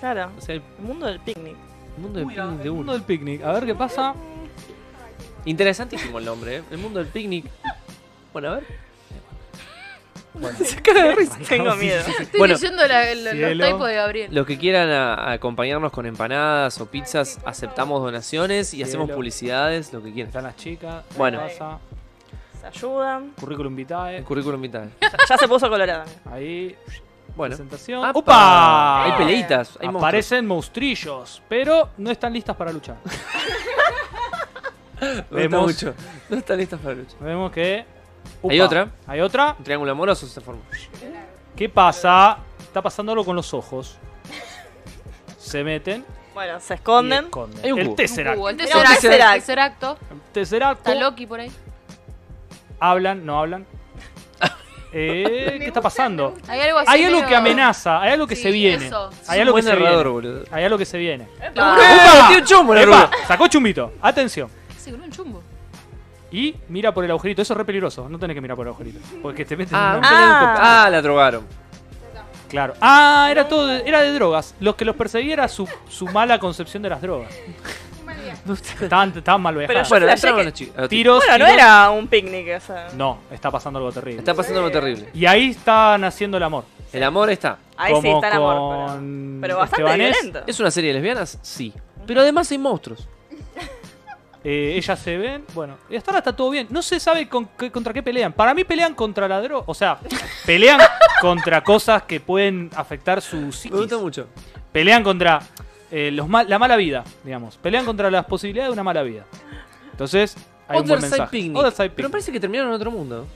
[SPEAKER 3] Claro.
[SPEAKER 1] O sea, el
[SPEAKER 3] El mundo del picnic.
[SPEAKER 1] mundo de
[SPEAKER 2] Uy, la-
[SPEAKER 1] picnic de
[SPEAKER 2] el
[SPEAKER 1] uno.
[SPEAKER 2] mundo del picnic. A ver qué pasa.
[SPEAKER 1] Interesantísimo el nombre, ¿eh? El mundo del picnic. Bueno, a ver.
[SPEAKER 3] Tengo miedo.
[SPEAKER 4] Estoy
[SPEAKER 1] Bueno,
[SPEAKER 4] leyendo la, la-
[SPEAKER 2] cielo.
[SPEAKER 4] los typos de Gabriel.
[SPEAKER 1] Los que quieran a- a acompañarnos con empanadas o pizzas, aceptamos donaciones y hacemos
[SPEAKER 2] Cielo.
[SPEAKER 1] publicidades, lo que quieran.
[SPEAKER 2] Están las chicas. ¿qué
[SPEAKER 1] Bueno.
[SPEAKER 2] pasa?
[SPEAKER 3] Se ayudan.
[SPEAKER 2] Currículum vitae.
[SPEAKER 1] El currículum vital.
[SPEAKER 3] Ya se puso colorada.
[SPEAKER 2] Ahí.
[SPEAKER 1] Bueno.
[SPEAKER 2] Presentación.
[SPEAKER 1] ¡Apa!
[SPEAKER 2] ¡Opa!
[SPEAKER 1] Hay peleitas, hay monstruos.
[SPEAKER 2] Aparecen monstrillos, pero no están listas para luchar.
[SPEAKER 1] Me gusta
[SPEAKER 2] Vemos.
[SPEAKER 1] mucho. No están listas para la lucha.
[SPEAKER 2] Vemos que.
[SPEAKER 1] Hay otra.
[SPEAKER 2] Hay otra.
[SPEAKER 1] Un triángulo amoroso se forma.
[SPEAKER 2] ¿Qué pasa? Está pasando algo con los ojos. Se meten.
[SPEAKER 3] Bueno, se
[SPEAKER 2] y
[SPEAKER 3] esconden.
[SPEAKER 2] esconden.
[SPEAKER 1] Hay un
[SPEAKER 2] El
[SPEAKER 1] cubo.
[SPEAKER 2] Tesseract.
[SPEAKER 4] Hugo, Uh, el
[SPEAKER 3] Era un
[SPEAKER 4] tercer,
[SPEAKER 3] Tesseract.
[SPEAKER 4] tercer acto.
[SPEAKER 2] El Tesseract.
[SPEAKER 4] Está Loki por ahí.
[SPEAKER 2] ¿Hablan? ¿No hablan? Eh, ¿Qué está pasando?
[SPEAKER 4] Hay algo así.
[SPEAKER 2] Hay algo
[SPEAKER 4] medio-
[SPEAKER 2] que amenaza, hay algo que
[SPEAKER 4] Sí,
[SPEAKER 2] se viene.
[SPEAKER 4] eso.
[SPEAKER 2] Hay algo que
[SPEAKER 1] buen
[SPEAKER 2] se
[SPEAKER 1] narrador,
[SPEAKER 2] viene.
[SPEAKER 1] boludo.
[SPEAKER 2] Hay algo que se viene.
[SPEAKER 4] Epa,
[SPEAKER 1] ¡Epa! Tiene un chumbo la
[SPEAKER 2] ¡Epa!
[SPEAKER 1] rubia.
[SPEAKER 2] Sacó chumbito. Atención.
[SPEAKER 4] Se volvió un chumbo.
[SPEAKER 2] Y mira por el agujerito. Eso es re peligroso. No tenés que mirar por el agujerito. Porque te metes en
[SPEAKER 1] Ah,
[SPEAKER 2] una-
[SPEAKER 3] Ah.
[SPEAKER 1] ah, la drogaron.
[SPEAKER 2] Claro. Ah, era todo. de- era de drogas. Los que los perseguía era su, su mala concepción de las drogas. Estaban, estaban mal viajadas.
[SPEAKER 1] Bueno,
[SPEAKER 3] flashé
[SPEAKER 1] entraron
[SPEAKER 3] que-
[SPEAKER 1] los chicos. los
[SPEAKER 2] Tiros.
[SPEAKER 3] Bueno, no
[SPEAKER 2] tiros.
[SPEAKER 3] era un picnic, o sea.
[SPEAKER 2] No, está pasando algo terrible.
[SPEAKER 1] tipos. Está pasando algo terrible.
[SPEAKER 2] Y ahí están haciendo el amor.
[SPEAKER 1] El amor está.
[SPEAKER 3] Ahí sí
[SPEAKER 2] Como
[SPEAKER 3] está el amor. pero-
[SPEAKER 2] con
[SPEAKER 3] Pero, bastante
[SPEAKER 2] Estebanés.
[SPEAKER 3] violento.
[SPEAKER 1] ¿Es una serie de lesbianas? Sí. Pero además hay monstruos.
[SPEAKER 2] Eh, ellas se ven. Bueno, y hasta ahora está todo bien. No se sabe con qué- contra qué pelean. Para mí pelean contra la droga. O sea, pelean contra cosas que pueden afectar su
[SPEAKER 1] Me
[SPEAKER 2] psiquis.
[SPEAKER 1] gusta mucho.
[SPEAKER 2] Pelean contra eh, los mal- la mala vida, digamos. Pelean contra las posibilidades de una mala vida. Entonces, hay un
[SPEAKER 1] Other
[SPEAKER 2] buen
[SPEAKER 1] Side
[SPEAKER 2] mensaje.
[SPEAKER 1] Picnic.
[SPEAKER 2] Other Side
[SPEAKER 1] Pero
[SPEAKER 2] Picnic.
[SPEAKER 1] parece que terminaron en otro mundo.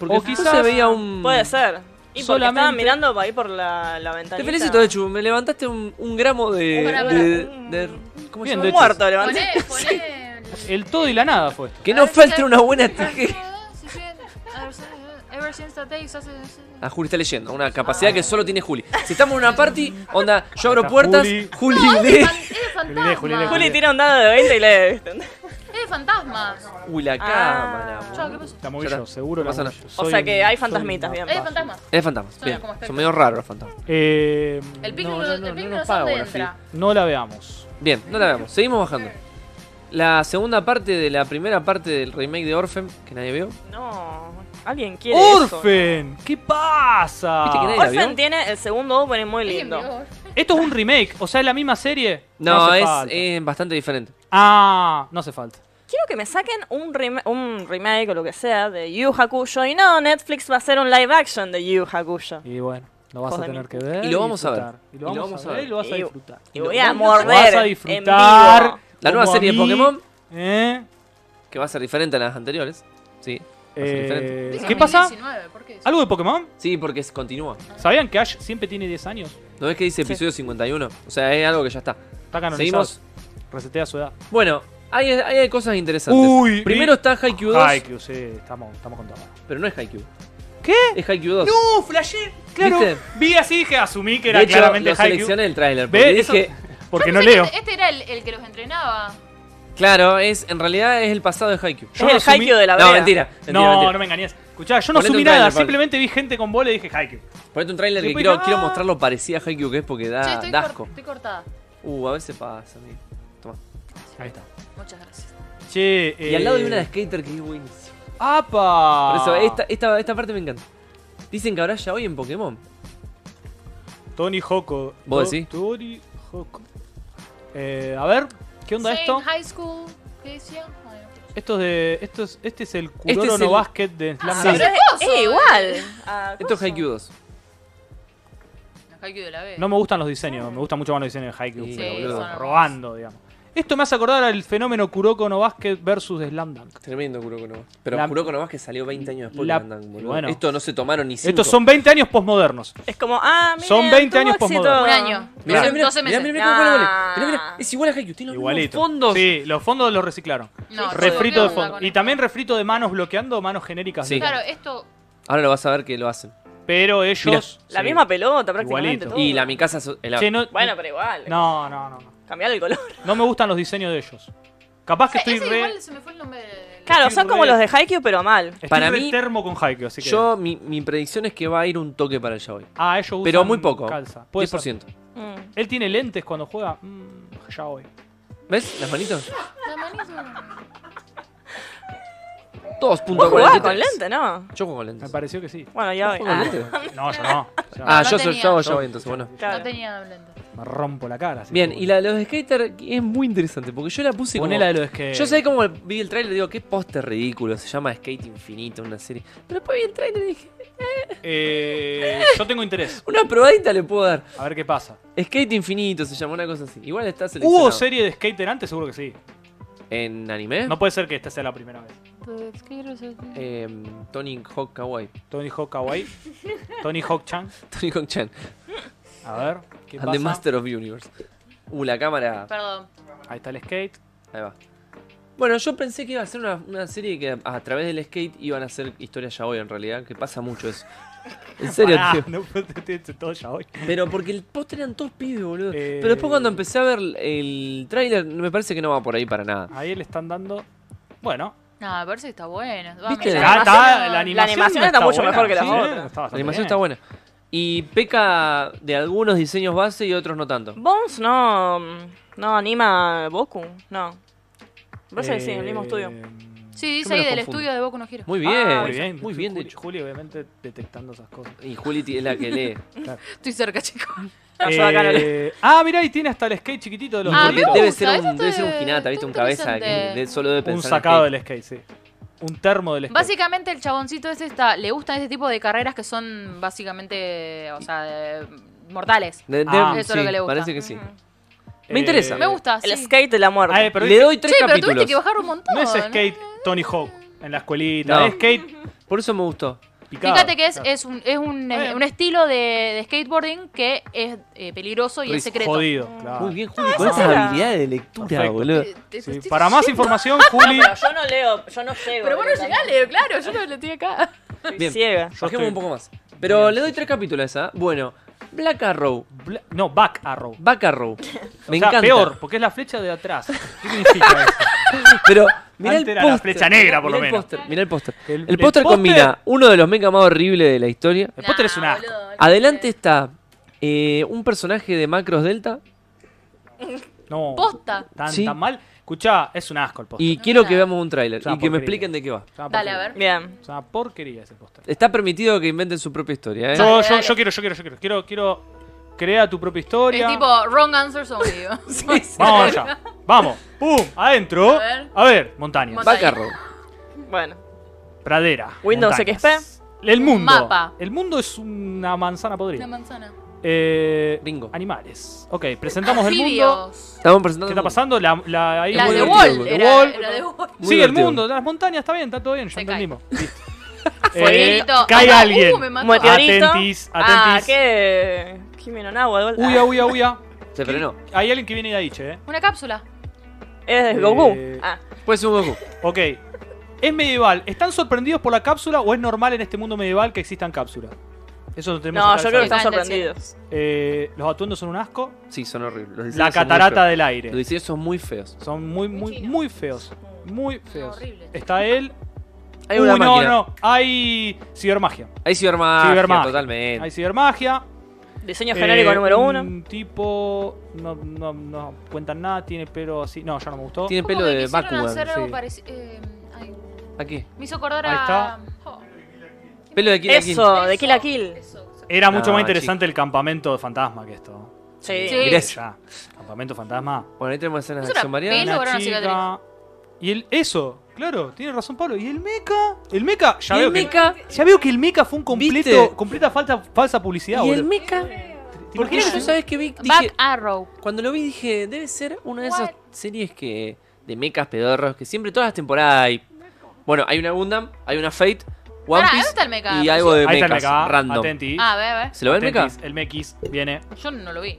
[SPEAKER 1] Porque
[SPEAKER 2] O
[SPEAKER 1] después
[SPEAKER 2] quizás-
[SPEAKER 1] se veía un.
[SPEAKER 3] Puede ser. Y porque
[SPEAKER 2] Solamente-
[SPEAKER 3] estaban mirando para ahí por la, la ventanita.
[SPEAKER 1] Te felicito, de hecho. Me levantaste un, un gramo de.
[SPEAKER 4] Pará, pará.
[SPEAKER 1] de, de- ¿Cómo se llama?
[SPEAKER 2] Bien, de
[SPEAKER 3] Un
[SPEAKER 2] hecho.
[SPEAKER 3] muerto, levanté.
[SPEAKER 4] Poné, poné. el-
[SPEAKER 2] El todo y la nada fue esto.
[SPEAKER 1] Que no falte una buena estrategia.
[SPEAKER 4] Ever since that day, so- so- so-
[SPEAKER 1] Ah, Juli está leyendo, una capacidad que solo tiene Juli. Si estamos en una party, onda, yo abro
[SPEAKER 2] Acá
[SPEAKER 1] puertas,
[SPEAKER 2] Juli.
[SPEAKER 1] Juli
[SPEAKER 4] Es
[SPEAKER 1] lee.
[SPEAKER 4] fan- es de
[SPEAKER 2] Juli, Juli,
[SPEAKER 4] fantasma.
[SPEAKER 3] Juli tira un dado de 20 y lee. ¿viste?
[SPEAKER 4] Es de fantasmas.
[SPEAKER 1] Uy, la cámara,
[SPEAKER 4] Chao, ¿qué
[SPEAKER 1] boludo.
[SPEAKER 4] pasó?
[SPEAKER 2] La moví
[SPEAKER 1] Ya
[SPEAKER 2] yo,
[SPEAKER 1] está. No
[SPEAKER 2] seguro. la
[SPEAKER 1] pasa
[SPEAKER 2] moví
[SPEAKER 1] nada.
[SPEAKER 2] yo.
[SPEAKER 3] O
[SPEAKER 2] Soy
[SPEAKER 3] sea que
[SPEAKER 2] un- soy
[SPEAKER 3] hay fantasmitas,
[SPEAKER 2] un-
[SPEAKER 3] bien.
[SPEAKER 4] Es de fantasmas.
[SPEAKER 1] Es fantasmas,
[SPEAKER 4] Suena
[SPEAKER 1] bien.
[SPEAKER 4] como espectro.
[SPEAKER 1] Son medio raros los fantasmas.
[SPEAKER 2] Eh,
[SPEAKER 4] El
[SPEAKER 1] No,
[SPEAKER 4] picnic
[SPEAKER 1] no,
[SPEAKER 4] no,
[SPEAKER 1] no,
[SPEAKER 4] el picnic
[SPEAKER 1] no
[SPEAKER 4] no,
[SPEAKER 1] pago
[SPEAKER 4] sabe
[SPEAKER 1] la
[SPEAKER 4] dónde entra.
[SPEAKER 2] no la veamos.
[SPEAKER 1] Bien, no la veamos, seguimos bajando. La segunda parte de la primera parte del remake de Orphan, que nadie vio.
[SPEAKER 3] No, alguien quiere eso.
[SPEAKER 2] ¡Orphen! ¿Qué pasa?
[SPEAKER 1] Viste que nadie- ¿La vio?
[SPEAKER 3] Orphan tiene el segundo opening muy
[SPEAKER 4] Alguien
[SPEAKER 3] lindo.
[SPEAKER 4] vio.
[SPEAKER 2] Esto es un remake, o sea, es la misma serie.
[SPEAKER 1] No,
[SPEAKER 2] hace
[SPEAKER 1] es, eh,
[SPEAKER 2] falta.
[SPEAKER 1] es bastante diferente.
[SPEAKER 2] Ah, no hace falta.
[SPEAKER 3] Quiero que me saquen un, rem- un remake o lo que sea de Yu Hakusho. Y no, Netflix va a hacer un live action de Yu Hakusho.
[SPEAKER 2] Y bueno, lo vas
[SPEAKER 3] Joder,
[SPEAKER 2] a tener
[SPEAKER 3] mi
[SPEAKER 2] que ver.
[SPEAKER 1] Y lo vamos a ver.
[SPEAKER 2] disfrutar. Y lo vamos, a ver y lo vas a
[SPEAKER 3] Y-
[SPEAKER 2] disfrutar.
[SPEAKER 3] Y
[SPEAKER 1] Lo
[SPEAKER 3] voy a
[SPEAKER 1] vamos a-
[SPEAKER 2] Lo vas
[SPEAKER 3] morder.
[SPEAKER 2] a
[SPEAKER 3] en
[SPEAKER 2] disfrutar.
[SPEAKER 3] vivo.
[SPEAKER 1] La
[SPEAKER 2] como
[SPEAKER 1] nueva
[SPEAKER 2] a
[SPEAKER 1] serie de
[SPEAKER 2] mí.
[SPEAKER 1] Pokémon.
[SPEAKER 2] ¿Eh?
[SPEAKER 1] Que va a ser diferente a las anteriores. Sí. Va a ser
[SPEAKER 2] Eh,
[SPEAKER 1] diferente.
[SPEAKER 4] Dice
[SPEAKER 2] ¿Qué pasa?
[SPEAKER 4] 2019, ¿por qué dice?
[SPEAKER 2] ¿Algo de Pokémon?
[SPEAKER 1] Sí, porque es- continúa.
[SPEAKER 2] ¿Sabían que Ash siempre tiene 10 años?
[SPEAKER 1] ¿No ves que dice episodio 51? O sea, es algo que ya está.
[SPEAKER 2] Está canonizado.
[SPEAKER 1] Seguimos.
[SPEAKER 2] Resetea su edad.
[SPEAKER 1] Bueno, hay, hay hay cosas interesantes.
[SPEAKER 2] Uy,
[SPEAKER 1] Primero
[SPEAKER 2] vi-
[SPEAKER 1] está Haikyuu 2,
[SPEAKER 2] Haikyuu, sí, estamos, estamos con todo.
[SPEAKER 1] pero no es Haikyuu.
[SPEAKER 2] ¿Qué?
[SPEAKER 1] Es Haikyuu 2.
[SPEAKER 2] No, flashé. Claro,
[SPEAKER 1] ¿Viste?
[SPEAKER 2] vi así que asumí que era
[SPEAKER 1] de hecho,
[SPEAKER 2] claramente
[SPEAKER 1] lo
[SPEAKER 2] Haikyuu.
[SPEAKER 1] seleccioné en el tráiler
[SPEAKER 2] Ve,
[SPEAKER 1] porque
[SPEAKER 2] eso-
[SPEAKER 1] dije,
[SPEAKER 2] Porque
[SPEAKER 4] Yo
[SPEAKER 2] no
[SPEAKER 4] pensé que
[SPEAKER 2] leo.
[SPEAKER 4] Este era el, el que los entrenaba.
[SPEAKER 1] claro, es en realidad es el pasado de Haikyuu.
[SPEAKER 2] Yo
[SPEAKER 3] es
[SPEAKER 2] lo
[SPEAKER 3] el
[SPEAKER 2] asumí-
[SPEAKER 3] Haikyuu de la
[SPEAKER 1] No,
[SPEAKER 3] vereda.
[SPEAKER 1] mentira, mentira,
[SPEAKER 2] no,
[SPEAKER 1] mentira.
[SPEAKER 2] no me engañes. Escuchá, yo no
[SPEAKER 1] Ponete
[SPEAKER 2] asumí
[SPEAKER 1] un trailer,
[SPEAKER 2] nada,
[SPEAKER 1] Pablo.
[SPEAKER 2] simplemente vi gente con bola y dije Haikyuu.
[SPEAKER 1] Ponete un tráiler que
[SPEAKER 2] Después
[SPEAKER 1] quiero,
[SPEAKER 2] dije,
[SPEAKER 1] quiero
[SPEAKER 2] ah.
[SPEAKER 1] mostrar lo parecida a Haikyuu que es porque
[SPEAKER 4] Che,
[SPEAKER 1] da,
[SPEAKER 4] estoy,
[SPEAKER 1] Ah, da
[SPEAKER 4] cor-
[SPEAKER 1] asco.
[SPEAKER 4] estoy cortada.
[SPEAKER 1] Uh, a veces pasa, amigo. Toma.
[SPEAKER 2] Ahí está.
[SPEAKER 4] Muchas gracias.
[SPEAKER 2] Che,
[SPEAKER 1] Y al lado de
[SPEAKER 2] eh,
[SPEAKER 1] una de skater que es buenísimo.
[SPEAKER 2] ¡Apa!
[SPEAKER 1] Por eso, esta, esta, esta parte me encanta. Dicen que ahora ya hoy en Pokémon.
[SPEAKER 2] Tony Hoko.
[SPEAKER 1] ¿Vos
[SPEAKER 2] To-
[SPEAKER 1] decís?
[SPEAKER 2] Tony Hoko. Eh, a ver, ¿qué onda
[SPEAKER 4] Same
[SPEAKER 2] esto?
[SPEAKER 4] high school, ¿qué decía? Bueno.
[SPEAKER 2] Esto es de. Esto es, este es el
[SPEAKER 1] es
[SPEAKER 2] Kuroro no
[SPEAKER 1] el-
[SPEAKER 2] Basket de Slam
[SPEAKER 1] Ah,
[SPEAKER 3] Pero
[SPEAKER 2] Dunk.
[SPEAKER 1] sí.
[SPEAKER 3] es, es igual. Ah,
[SPEAKER 1] Esto es
[SPEAKER 3] cosa.
[SPEAKER 1] Haikyuu 2.
[SPEAKER 4] Los Haikyuu de la B.
[SPEAKER 2] No me gustan los diseños, me gustan mucho más los diseños de Haikyuu,
[SPEAKER 1] Sí,
[SPEAKER 2] pero
[SPEAKER 1] sí,
[SPEAKER 2] boludo,
[SPEAKER 1] son
[SPEAKER 4] hermosos.
[SPEAKER 2] robando, digamos. Esto me hace acordar al fenómeno Kuroko no Basket versus Slam Dunk.
[SPEAKER 1] Tremendo Kuroko no Basket. Pero
[SPEAKER 2] La-
[SPEAKER 1] Kuroko no Basket salió 20 años después
[SPEAKER 2] La-
[SPEAKER 1] de Gundam, boludo.
[SPEAKER 2] bueno.
[SPEAKER 1] Esto no se tomaron ni 5.
[SPEAKER 2] Estos son 20 años posmodernos.
[SPEAKER 3] Es como, ah, miren,
[SPEAKER 2] Son 20
[SPEAKER 3] tuvo
[SPEAKER 2] años
[SPEAKER 3] éxito.
[SPEAKER 2] posmodernos.
[SPEAKER 4] Un año.
[SPEAKER 1] Mirá, mirá,
[SPEAKER 4] Doce-
[SPEAKER 1] mirá,
[SPEAKER 4] 12
[SPEAKER 1] mirá,
[SPEAKER 4] meses. Ah.
[SPEAKER 1] mirá, mirá cómo lo duele.
[SPEAKER 3] Nah.
[SPEAKER 1] Mirá, mirá. Es igual a Haikyuu. Tiene los mismos
[SPEAKER 2] Igualito.
[SPEAKER 1] fondos.
[SPEAKER 2] Sí, los fondos los reciclaron.
[SPEAKER 4] No,
[SPEAKER 2] Refrito de
[SPEAKER 4] ¿qué onda
[SPEAKER 2] fondo.
[SPEAKER 4] con
[SPEAKER 2] Y
[SPEAKER 4] esto?
[SPEAKER 2] también refrito de manos bloqueando manos genéricas.
[SPEAKER 1] Sí.
[SPEAKER 2] digamos.
[SPEAKER 4] Claro, esto.
[SPEAKER 1] Ahora lo vas a ver que lo hacen.
[SPEAKER 2] Pero ellos.
[SPEAKER 3] La
[SPEAKER 2] sí.
[SPEAKER 3] misma pelota prácticamente.
[SPEAKER 2] Igualito.
[SPEAKER 3] todo.
[SPEAKER 1] Y la mi casa. so- el-
[SPEAKER 2] Che, no-
[SPEAKER 3] Bueno, pero igual.
[SPEAKER 2] no, no, no, no.
[SPEAKER 3] Cambiar el color.
[SPEAKER 2] No me gustan los diseños de ellos. Capaz que
[SPEAKER 4] Ese-
[SPEAKER 2] estoy
[SPEAKER 4] ese
[SPEAKER 2] re.
[SPEAKER 4] igual se me fue el nombre del.
[SPEAKER 3] Claro,
[SPEAKER 2] Estoy
[SPEAKER 3] son como
[SPEAKER 2] re- Eh,
[SPEAKER 3] los de Haikyuu, pero mal.
[SPEAKER 2] estoy
[SPEAKER 1] Para
[SPEAKER 2] re
[SPEAKER 1] mí,
[SPEAKER 2] termo con Haikyuu, así que.
[SPEAKER 1] Yo, mi, mi predicción es que va a ir un toque para el yaoi.
[SPEAKER 2] Ah, ellos usan
[SPEAKER 1] Pero muy poco.
[SPEAKER 2] Calza. Puede ser.
[SPEAKER 1] 10%.
[SPEAKER 3] Mm.
[SPEAKER 2] Él tiene lentes cuando juega. Mm, ya voy.
[SPEAKER 1] ¿Ves? Las manitos.
[SPEAKER 4] La manito.
[SPEAKER 3] Vos jugabas con
[SPEAKER 1] 2.43.
[SPEAKER 3] lente, ¿no?
[SPEAKER 1] Yo juego con
[SPEAKER 2] Me
[SPEAKER 1] lentes.
[SPEAKER 2] pareció que sí.
[SPEAKER 3] Bueno, ya voy.
[SPEAKER 1] Juego con
[SPEAKER 3] Ah,
[SPEAKER 1] lentes.
[SPEAKER 2] No, yo no. Yo
[SPEAKER 1] Ah,
[SPEAKER 4] No
[SPEAKER 1] yo soy
[SPEAKER 4] tenía.
[SPEAKER 1] yo hago yaoi, entonces bueno.
[SPEAKER 3] claro.
[SPEAKER 4] No tenía lente.
[SPEAKER 2] Me rompo la cara. así
[SPEAKER 1] Bien,
[SPEAKER 2] que-
[SPEAKER 1] y la de los skater es muy interesante porque yo la puse como.
[SPEAKER 2] Poné la de los que.
[SPEAKER 1] Yo sé cómo vi el trailer digo, qué póster ridículo, se llama Skate Infinito, una serie. Pero después vi el trailer y dije,
[SPEAKER 2] Eh, yo tengo interés.
[SPEAKER 1] una probadita le puedo dar.
[SPEAKER 2] A ver qué pasa.
[SPEAKER 1] Skate Infinito se llama una cosa así. Igual está seleccionado.
[SPEAKER 2] ¿Hubo serie de skater antes? Seguro que sí.
[SPEAKER 1] ¿En anime?
[SPEAKER 2] No puede ser que esta sea la primera vez.
[SPEAKER 1] Em, Tony Hawk Kawaii.
[SPEAKER 2] Tony Hawk Kawaii. Tony Hawk Chan.
[SPEAKER 1] Tony Hawk Chan.
[SPEAKER 2] A ver. ¿Qué
[SPEAKER 1] And
[SPEAKER 2] pasa?
[SPEAKER 1] the Master of Universe. Uh, la cámara.
[SPEAKER 4] Perdón.
[SPEAKER 2] Ahí está el skate.
[SPEAKER 1] Ahí va. Bueno, yo pensé que iba a ser una, una serie que a, a través del skate iban a hacer historias ya hoy en realidad, que pasa mucho eso. En serio,
[SPEAKER 2] Pará,
[SPEAKER 1] tío.
[SPEAKER 2] no, pues, te- te- todo ya hoy.
[SPEAKER 1] Pero porque el póster eran todos pibes, boludo.
[SPEAKER 2] Eh.
[SPEAKER 1] Pero después cuando empecé a ver el tráiler, me parece que no va por ahí para nada.
[SPEAKER 2] Ahí le están dando. Bueno,
[SPEAKER 4] No, me parece que está bueno. Va,
[SPEAKER 1] ¿Viste?
[SPEAKER 4] me
[SPEAKER 1] La-
[SPEAKER 4] llama.
[SPEAKER 2] está-
[SPEAKER 3] animación- la animación está mucho mejor que las otras.
[SPEAKER 2] está
[SPEAKER 1] La
[SPEAKER 2] bastante
[SPEAKER 1] animación
[SPEAKER 2] bien.
[SPEAKER 1] está buena. Y peca de algunos diseños base y otros no tanto.
[SPEAKER 3] Bones no, no anima Boku, no. Me Parece que sí, el mismo
[SPEAKER 2] Eh,
[SPEAKER 3] estudio.
[SPEAKER 4] Sí, dice
[SPEAKER 1] me
[SPEAKER 4] ahí
[SPEAKER 1] los
[SPEAKER 4] del
[SPEAKER 1] confundo.
[SPEAKER 4] estudio de Boku no Hero.
[SPEAKER 1] Muy bien,
[SPEAKER 2] Ah, muy bien,
[SPEAKER 1] muy bien de
[SPEAKER 2] Juli,
[SPEAKER 1] hecho.
[SPEAKER 2] Juli, obviamente detectando esas cosas.
[SPEAKER 1] Y Juli ti- es la que lee.
[SPEAKER 4] Estoy cerca, chicos.
[SPEAKER 3] Yo acá no le-
[SPEAKER 2] Eh, ah, mirá, y tiene hasta el skate chiquitito de los
[SPEAKER 4] Ah,
[SPEAKER 1] Juli
[SPEAKER 4] me
[SPEAKER 2] doritos.
[SPEAKER 4] gusta,
[SPEAKER 1] debe ser
[SPEAKER 4] eso
[SPEAKER 1] un,
[SPEAKER 4] está-
[SPEAKER 1] debe ser un jinata,
[SPEAKER 4] está
[SPEAKER 1] viste, un cabeza que
[SPEAKER 4] interesante.
[SPEAKER 1] de- solo debe pensar.
[SPEAKER 2] Un
[SPEAKER 1] en
[SPEAKER 2] sacado
[SPEAKER 1] skate.
[SPEAKER 2] del skate, sí. Un termo del skate.
[SPEAKER 4] Básicamente el chaboncito ese está, le gustan ese tipo de carreras que son básicamente, o sea, de- mortales.
[SPEAKER 1] De- de-
[SPEAKER 2] Ah,
[SPEAKER 1] sí,
[SPEAKER 4] eso es lo que le gusta.
[SPEAKER 1] Parece que sí.
[SPEAKER 3] Ujú.
[SPEAKER 1] Me interesa.
[SPEAKER 4] Me gusta, sí.
[SPEAKER 3] El skate de la muerte.
[SPEAKER 2] Ah, eh, pero
[SPEAKER 1] Le
[SPEAKER 2] dice-
[SPEAKER 1] doy tres
[SPEAKER 4] Che, pero tuviste
[SPEAKER 1] capítulos.
[SPEAKER 4] que bajar un montón.
[SPEAKER 2] No es
[SPEAKER 4] ¿eh?
[SPEAKER 2] skate Tony Hawk en la escuelita.
[SPEAKER 1] No.
[SPEAKER 2] Es skate
[SPEAKER 1] Por eso me gustó.
[SPEAKER 2] picado.
[SPEAKER 4] Fíjate que es,
[SPEAKER 2] Claro.
[SPEAKER 4] es, un, es un, eh,
[SPEAKER 2] Está bien.
[SPEAKER 4] un estilo de, de skateboarding que es eh, peligroso y es
[SPEAKER 1] Ris-
[SPEAKER 4] secreto. Mm.
[SPEAKER 2] Jodido, claro.
[SPEAKER 1] Muy bien, Juli, con
[SPEAKER 3] esa
[SPEAKER 1] esas
[SPEAKER 3] era-
[SPEAKER 1] habilidades de lectura,
[SPEAKER 2] Perfecto.
[SPEAKER 1] boludo.
[SPEAKER 4] Te- te-
[SPEAKER 2] Sí,
[SPEAKER 4] te estoy
[SPEAKER 2] Para más
[SPEAKER 4] diciendo.
[SPEAKER 2] información, Juli.
[SPEAKER 3] Pero yo no leo, yo no llego.
[SPEAKER 4] Pero bueno,
[SPEAKER 3] directamente.
[SPEAKER 4] llegale, claro, yo no lo tenía acá.
[SPEAKER 3] Soy
[SPEAKER 1] Bien.
[SPEAKER 2] Yo
[SPEAKER 3] ciega.
[SPEAKER 1] Bajemos
[SPEAKER 2] estoy-
[SPEAKER 1] un poco más. Pero le doy tres capítulos a esa. Bueno, Black Arrow,
[SPEAKER 2] Bla- No, back arrow.
[SPEAKER 1] Back Arrow. Me
[SPEAKER 2] o sea,
[SPEAKER 1] encanta.
[SPEAKER 2] peor, porque es la flecha de atrás. ¿Qué significa eso?
[SPEAKER 1] Pero mirá
[SPEAKER 2] Antes
[SPEAKER 1] el
[SPEAKER 2] era la
[SPEAKER 1] póster.
[SPEAKER 2] flecha negra, por lo
[SPEAKER 1] Mirá el
[SPEAKER 2] menos.
[SPEAKER 1] póster, mirá el póster.
[SPEAKER 2] El-
[SPEAKER 1] El
[SPEAKER 2] el
[SPEAKER 1] póster
[SPEAKER 2] póster-
[SPEAKER 1] combina uno de los mega más horribles de la historia.
[SPEAKER 2] El póster es un asco.
[SPEAKER 1] Adelante está eh, un personaje de Macros Delta.
[SPEAKER 2] No.
[SPEAKER 4] Posta.
[SPEAKER 2] Tan,
[SPEAKER 1] Sí.
[SPEAKER 2] tan mal. Escuchá, es un asco el póster.
[SPEAKER 1] Y quiero que
[SPEAKER 4] Mira.
[SPEAKER 1] veamos un tráiler
[SPEAKER 2] Es una
[SPEAKER 1] y que me
[SPEAKER 2] porquería.
[SPEAKER 1] expliquen de qué va.
[SPEAKER 2] Es una
[SPEAKER 4] Dale, a
[SPEAKER 2] porquería.
[SPEAKER 4] ver.
[SPEAKER 3] Bien.
[SPEAKER 2] Es una porquería ese póster.
[SPEAKER 1] Está permitido que inventen su propia historia, ¿eh?
[SPEAKER 2] Yo,
[SPEAKER 4] Dale,
[SPEAKER 2] yo,
[SPEAKER 4] dale.
[SPEAKER 2] yo quiero, yo quiero, yo quiero. Quiero, quiero. Crea tu propia historia.
[SPEAKER 4] Es tipo wrong answer zombie.
[SPEAKER 2] Vamos allá. Vamos. ¡Pum! Adentro.
[SPEAKER 4] A ver.
[SPEAKER 2] A ver, montañas.
[SPEAKER 4] Monta-
[SPEAKER 1] Back Arrow.
[SPEAKER 3] Bueno.
[SPEAKER 2] Pradera.
[SPEAKER 3] Windows
[SPEAKER 2] montañas.
[SPEAKER 3] XP.
[SPEAKER 2] El mundo.
[SPEAKER 4] Mapa.
[SPEAKER 2] El mundo es una manzana podrida.
[SPEAKER 4] Una manzana.
[SPEAKER 2] Eh,
[SPEAKER 1] Bingo.
[SPEAKER 2] Animales. Ok, presentamos el mundo.
[SPEAKER 4] Anfibios.
[SPEAKER 1] Estamos presentando.
[SPEAKER 2] ¿Qué está pasando? La, la, ahí-
[SPEAKER 4] La
[SPEAKER 1] muy
[SPEAKER 4] de
[SPEAKER 1] divertido,
[SPEAKER 4] Wall.
[SPEAKER 1] porque
[SPEAKER 2] The
[SPEAKER 4] Era,
[SPEAKER 2] Wall.
[SPEAKER 4] era de Wall.
[SPEAKER 1] Muy
[SPEAKER 2] Sí,
[SPEAKER 1] divertido.
[SPEAKER 2] el mundo, las montañas, está bien, está todo bien, ya
[SPEAKER 4] Se cae.
[SPEAKER 2] entendimos. Listo. Eh,
[SPEAKER 4] Fueguito.
[SPEAKER 2] cae
[SPEAKER 4] Ah,
[SPEAKER 2] alguien.
[SPEAKER 4] uh, me mató.
[SPEAKER 3] Muerte. Meteorito.
[SPEAKER 2] Atentis, atentis.
[SPEAKER 3] Ah, qué. Kimi no Nawa, de vuelta.
[SPEAKER 2] Uya, uya, uya.
[SPEAKER 1] Se frenó.
[SPEAKER 2] Hay alguien que viene de ahí, che, eh.
[SPEAKER 4] Una cápsula.
[SPEAKER 3] Ah, Es de Goku.
[SPEAKER 2] Eh,
[SPEAKER 3] Ah,
[SPEAKER 1] Puede ser un Goku.
[SPEAKER 2] Ok. Es medieval. ¿Están sorprendidos por la cápsula o es normal en este mundo medieval que existan cápsulas? Eso no tenemos
[SPEAKER 3] no,
[SPEAKER 2] acá
[SPEAKER 3] yo creo que
[SPEAKER 2] de
[SPEAKER 3] están
[SPEAKER 4] Están
[SPEAKER 3] sorprendidos.
[SPEAKER 2] saber. Eh, los atuendos son un asco.
[SPEAKER 1] Sí, son horribles. Los
[SPEAKER 2] La
[SPEAKER 1] diseños son muy
[SPEAKER 2] catarata
[SPEAKER 1] feos.
[SPEAKER 2] del
[SPEAKER 1] Los
[SPEAKER 2] aire.
[SPEAKER 1] diseños son muy feos.
[SPEAKER 2] Son muy, muy, muy feos. Muy feos.
[SPEAKER 4] horrible.
[SPEAKER 2] Está él.
[SPEAKER 1] Hay una
[SPEAKER 2] Uy, no,
[SPEAKER 1] máquina.
[SPEAKER 2] no. Hay cibermagia.
[SPEAKER 1] Hay cibermagia,
[SPEAKER 2] Cibermagia.
[SPEAKER 1] totalmente.
[SPEAKER 2] Hay cibermagia.
[SPEAKER 3] Diseño
[SPEAKER 2] Eh,
[SPEAKER 3] genérico número uno.
[SPEAKER 2] Un tipo. No, no, no cuentan nada, tiene pelo así. No, ya no me gustó.
[SPEAKER 1] Tiene
[SPEAKER 4] Como
[SPEAKER 1] pelo
[SPEAKER 4] que
[SPEAKER 1] de
[SPEAKER 4] quisieron
[SPEAKER 1] Bakugan.
[SPEAKER 4] hacer algo
[SPEAKER 1] sí.
[SPEAKER 4] pareci- eh, ay,
[SPEAKER 1] Aquí.
[SPEAKER 4] me hizo acordar
[SPEAKER 2] Ahí
[SPEAKER 4] a.
[SPEAKER 2] está.
[SPEAKER 4] Oh.
[SPEAKER 1] Pelo de Kill la Kill.
[SPEAKER 3] Eso, de Kill a Kill.
[SPEAKER 4] Eso, eso.
[SPEAKER 2] Era mucho
[SPEAKER 1] Ah,
[SPEAKER 2] más interesante el campamento de fantasma que esto.
[SPEAKER 3] Sí.
[SPEAKER 4] Sí.
[SPEAKER 1] Mirá eso.
[SPEAKER 2] Ya, campamento fantasma.
[SPEAKER 1] Bueno, ahí tenemos escenas de
[SPEAKER 4] Es una
[SPEAKER 1] acción variada.
[SPEAKER 4] peli. logra una
[SPEAKER 2] Y el, eso, claro, tiene razón Pablo. ¿Y el mecha? El mecha, ya,
[SPEAKER 1] Y
[SPEAKER 2] veo,
[SPEAKER 1] el mecha.
[SPEAKER 2] Que, ya veo que el mecha fue un completo,
[SPEAKER 1] ¿Viste?
[SPEAKER 2] completa falta, falsa publicidad.
[SPEAKER 1] Y el
[SPEAKER 2] boludo.
[SPEAKER 1] mecha.
[SPEAKER 2] ¿Te
[SPEAKER 1] Porque
[SPEAKER 2] imaginas?
[SPEAKER 1] yo, ¿sabes que vi? Dije,
[SPEAKER 4] Back Arrow.
[SPEAKER 1] Cuando lo vi dije, debe ser una de esas
[SPEAKER 4] What?
[SPEAKER 1] series que de mecas pedorros que siempre todas las temporadas hay. Bueno, hay una Gundam, hay una Fate, One
[SPEAKER 4] Pará, ¿dónde
[SPEAKER 1] Piece
[SPEAKER 4] está el mecha?
[SPEAKER 1] y algo de
[SPEAKER 2] Ahí está
[SPEAKER 1] mecas
[SPEAKER 2] el mecha.
[SPEAKER 1] random.
[SPEAKER 2] Atenti.
[SPEAKER 4] Ah, ve, ve.
[SPEAKER 1] ¿Se lo ve el mecha?
[SPEAKER 2] Atentis, el mequis viene.
[SPEAKER 4] Yo no lo vi.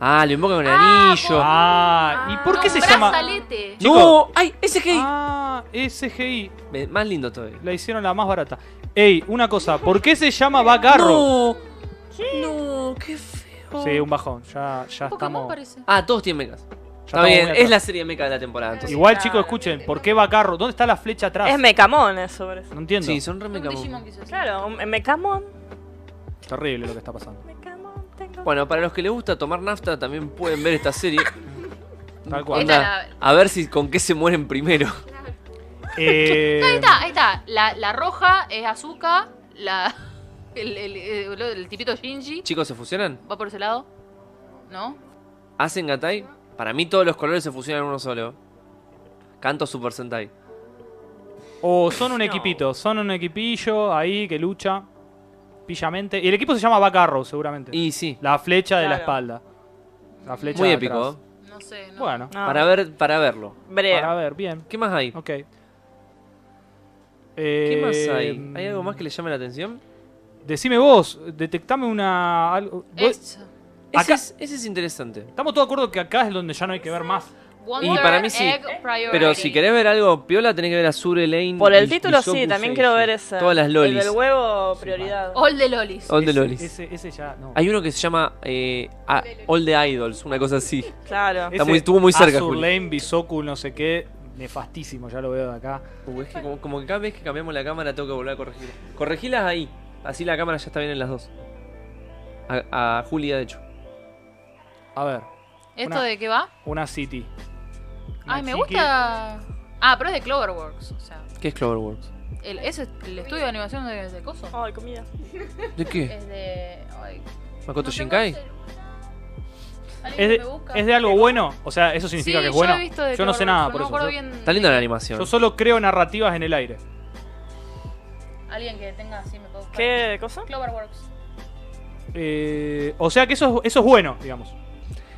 [SPEAKER 1] Ah, lo invoca con el
[SPEAKER 4] Ah,
[SPEAKER 1] anillo.
[SPEAKER 2] Ah, ¿y por qué se
[SPEAKER 4] Con
[SPEAKER 2] llama?
[SPEAKER 4] brazalete.
[SPEAKER 1] no, ay, ese que
[SPEAKER 2] Ah, es CGI.
[SPEAKER 1] Me- más lindo todavía.
[SPEAKER 2] La hicieron la más barata. Ey, una cosa, ¿por qué se llama Back Arrow?
[SPEAKER 1] No. No, qué feo.
[SPEAKER 2] Sí, un bajón. Ya, ya
[SPEAKER 4] Pokémon
[SPEAKER 2] estamos.
[SPEAKER 4] parece.
[SPEAKER 1] Ah, todos tienen mecas.
[SPEAKER 2] ya
[SPEAKER 1] Está
[SPEAKER 2] estamos
[SPEAKER 1] bien,
[SPEAKER 2] muy
[SPEAKER 1] es
[SPEAKER 2] atrás.
[SPEAKER 1] la serie meca de la temporada entonces.
[SPEAKER 2] Igual, chicos, escuchen, ¿por qué Back Arrow? ¿Dónde está la flecha atrás?
[SPEAKER 3] Es Mecamon eso, parece.
[SPEAKER 2] No entiendo.
[SPEAKER 1] Sí, son re
[SPEAKER 4] Un
[SPEAKER 1] meca
[SPEAKER 4] Digimon quizás.
[SPEAKER 3] Claro, un- Mecamon.
[SPEAKER 2] Terrible lo que está pasando.
[SPEAKER 3] Mecamon, tengo.
[SPEAKER 1] Bueno, para los que les gusta tomar nafta también pueden ver esta serie.
[SPEAKER 2] Tal cual.
[SPEAKER 4] Esta
[SPEAKER 1] Onda,
[SPEAKER 4] la-
[SPEAKER 1] a ver si con qué se mueren primero.
[SPEAKER 2] Eh,
[SPEAKER 4] Ahí está, ahí está. La, la roja es Azuka. La, el, el, el- el tipito Shinji.
[SPEAKER 1] Chicos, ¿se fusionan?
[SPEAKER 4] Va por ese lado. ¿No?
[SPEAKER 1] ¿Hacen Gatai? Para mí todos los colores se fusionan en uno solo. Canto Super Sentai.
[SPEAKER 2] Eh, O son un equipito, son un equipillo ahí que lucha pillamente. Y el equipo se llama Back Arrow, seguramente.
[SPEAKER 1] Y sí,
[SPEAKER 2] La flecha de la
[SPEAKER 3] Claro.
[SPEAKER 2] espalda. La flecha
[SPEAKER 1] muy
[SPEAKER 2] de
[SPEAKER 1] épico.
[SPEAKER 2] atrás.
[SPEAKER 1] ¿eh?
[SPEAKER 4] No sé. No.
[SPEAKER 2] Bueno,
[SPEAKER 3] No,
[SPEAKER 1] Para, ver, para verlo.
[SPEAKER 3] breve.
[SPEAKER 2] para ver, bien.
[SPEAKER 1] ¿Qué más hay?
[SPEAKER 2] Ok.
[SPEAKER 1] ¿Qué
[SPEAKER 2] Eh,
[SPEAKER 1] más hay? ¿Hay algo más que les llame la atención?
[SPEAKER 2] Decime vos, detectame una. algo- vos-
[SPEAKER 4] Eso.
[SPEAKER 1] Ese,
[SPEAKER 2] Acá-
[SPEAKER 1] es, ese es interesante.
[SPEAKER 2] Estamos todos de acuerdo que acá es donde ya no hay que ver más.
[SPEAKER 4] Wonder
[SPEAKER 1] para mí sí,
[SPEAKER 4] Egg
[SPEAKER 2] ¿eh?
[SPEAKER 4] Priority.
[SPEAKER 1] Pero si querés ver algo piola, tenés que ver a Sure Lane.
[SPEAKER 3] Por
[SPEAKER 1] y-
[SPEAKER 3] el título
[SPEAKER 1] y Sobu
[SPEAKER 3] sí, también
[SPEAKER 1] Seishi.
[SPEAKER 3] quiero ver esa.
[SPEAKER 1] Todas las
[SPEAKER 3] El
[SPEAKER 1] lolis.
[SPEAKER 3] del huevo, prioridad.
[SPEAKER 4] All the Lolis.
[SPEAKER 1] All the
[SPEAKER 2] Ese-
[SPEAKER 1] lolis.
[SPEAKER 2] Ese, ese ya, no.
[SPEAKER 1] Hay uno que se llama eh, a- All the Idols, una cosa así.
[SPEAKER 3] Claro.
[SPEAKER 1] está muy- estuvo muy cerca,
[SPEAKER 2] Azur
[SPEAKER 1] Juli.
[SPEAKER 2] Lane, Bisoku, no sé qué. Nefastísimo, ya lo veo de acá.
[SPEAKER 1] Uh, es que como, como que cada vez que cambiamos la cámara tengo que volver a corregir. Corregilas ahí. Así la cámara ya está bien en las dos. A, a Julia, de hecho.
[SPEAKER 2] A ver,
[SPEAKER 4] ¿Esto
[SPEAKER 2] Una-
[SPEAKER 4] de qué va?
[SPEAKER 2] una City. Una
[SPEAKER 4] Ay, me
[SPEAKER 2] chiqui-
[SPEAKER 4] gusta. Ah, pero es de Cloverworks. O sea,
[SPEAKER 1] ¿Qué es Cloverworks?
[SPEAKER 4] el, ese es el estudio de animación de, de Coso.
[SPEAKER 2] Oh.
[SPEAKER 3] Ay, comida.
[SPEAKER 1] ¿De qué?
[SPEAKER 3] Eh,
[SPEAKER 4] Es de. Ay,
[SPEAKER 1] ¿Makoto
[SPEAKER 4] no tengo
[SPEAKER 1] Shinkai?
[SPEAKER 4] el celular. Alguien
[SPEAKER 2] ¿Es
[SPEAKER 4] que me
[SPEAKER 2] de,
[SPEAKER 4] busca.
[SPEAKER 2] es de algo bueno? O sea, ¿eso
[SPEAKER 4] Sí,
[SPEAKER 2] significa que es
[SPEAKER 4] yo
[SPEAKER 2] bueno?
[SPEAKER 4] he visto de
[SPEAKER 2] yo no sé
[SPEAKER 4] Cloverworks,
[SPEAKER 2] nada
[SPEAKER 4] pero
[SPEAKER 2] por
[SPEAKER 4] no
[SPEAKER 2] eso.
[SPEAKER 4] me acuerdo
[SPEAKER 2] yo-
[SPEAKER 4] bien
[SPEAKER 1] Está linda la
[SPEAKER 2] Yo
[SPEAKER 1] animación.
[SPEAKER 2] solo creo narrativas en el aire.
[SPEAKER 4] Alguien que tenga así me puede buscar.
[SPEAKER 3] ¿Qué cosa?
[SPEAKER 4] Cloverworks.
[SPEAKER 2] Eh, o sea que eso, es- eso es bueno, digamos.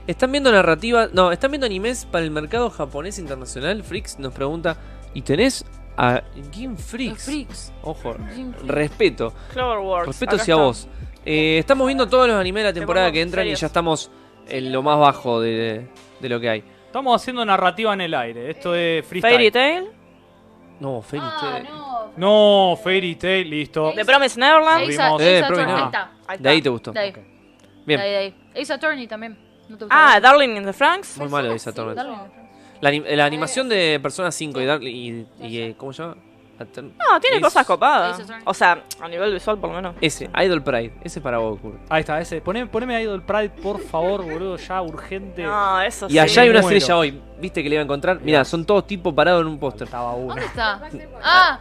[SPEAKER 1] ¿Están viendo narrativa? No, ¿están viendo animes para el mercado japonés internacional? Freaks nos pregunta. ¿Y tenés a Gin Freaks?
[SPEAKER 4] Freaks.
[SPEAKER 1] Ojo.
[SPEAKER 4] Jim Freaks.
[SPEAKER 1] Respeto.
[SPEAKER 3] Cloverworks.
[SPEAKER 1] Respeto
[SPEAKER 3] acá
[SPEAKER 1] hacia
[SPEAKER 3] está.
[SPEAKER 1] vos. Eh, estamos viendo todos los animes de la
[SPEAKER 3] Te
[SPEAKER 1] temporada
[SPEAKER 3] pongo
[SPEAKER 1] que entran y
[SPEAKER 3] serios.
[SPEAKER 1] ya estamos en lo más bajo de, de lo que hay.
[SPEAKER 2] Estamos haciendo narrativa en el aire. Esto es
[SPEAKER 3] Fairy
[SPEAKER 2] freestyle.
[SPEAKER 3] Tail.
[SPEAKER 1] No, Fairy
[SPEAKER 4] Ah,
[SPEAKER 1] Tail.
[SPEAKER 4] no.
[SPEAKER 2] No, Fairy Tail, listo.
[SPEAKER 3] The Promised Neverland.
[SPEAKER 4] Ace Attorney.
[SPEAKER 1] Eh,
[SPEAKER 4] Ace
[SPEAKER 1] pero
[SPEAKER 4] Attorney.
[SPEAKER 1] no.
[SPEAKER 4] Ahí está.
[SPEAKER 1] De ahí te gustó.
[SPEAKER 4] De ahí.
[SPEAKER 1] Ok.
[SPEAKER 4] De
[SPEAKER 1] Bien,
[SPEAKER 4] ahí, de ahí. Ace Attorney también. ¿No te gustaba?
[SPEAKER 3] Ah, Darling in the Franks.
[SPEAKER 1] muy malo esa
[SPEAKER 5] Persona
[SPEAKER 1] tormenta.
[SPEAKER 5] cinco.
[SPEAKER 1] La, anim- la animación de Persona 5 y, Dark- y, y, eh, ¿Cómo se llama? Atern-
[SPEAKER 3] No, tiene
[SPEAKER 1] Es-
[SPEAKER 3] cosas copadas.
[SPEAKER 4] Ace Attorney.
[SPEAKER 3] O sea, a nivel visual por lo menos.
[SPEAKER 1] Ese, Idol Pride. Ese es para Goku.
[SPEAKER 2] Ahí está, ese. Poneme, poneme Idol Pride, por favor, boludo, ya urgente.
[SPEAKER 3] No, eso sí.
[SPEAKER 1] Eh, Y allá hay una
[SPEAKER 2] muero.
[SPEAKER 1] estrella hoy. ¿Viste que le iba a encontrar? Mira, son todos tipos parados en un póster.
[SPEAKER 2] Faltaba uno.
[SPEAKER 4] ¿Dónde está? Ah,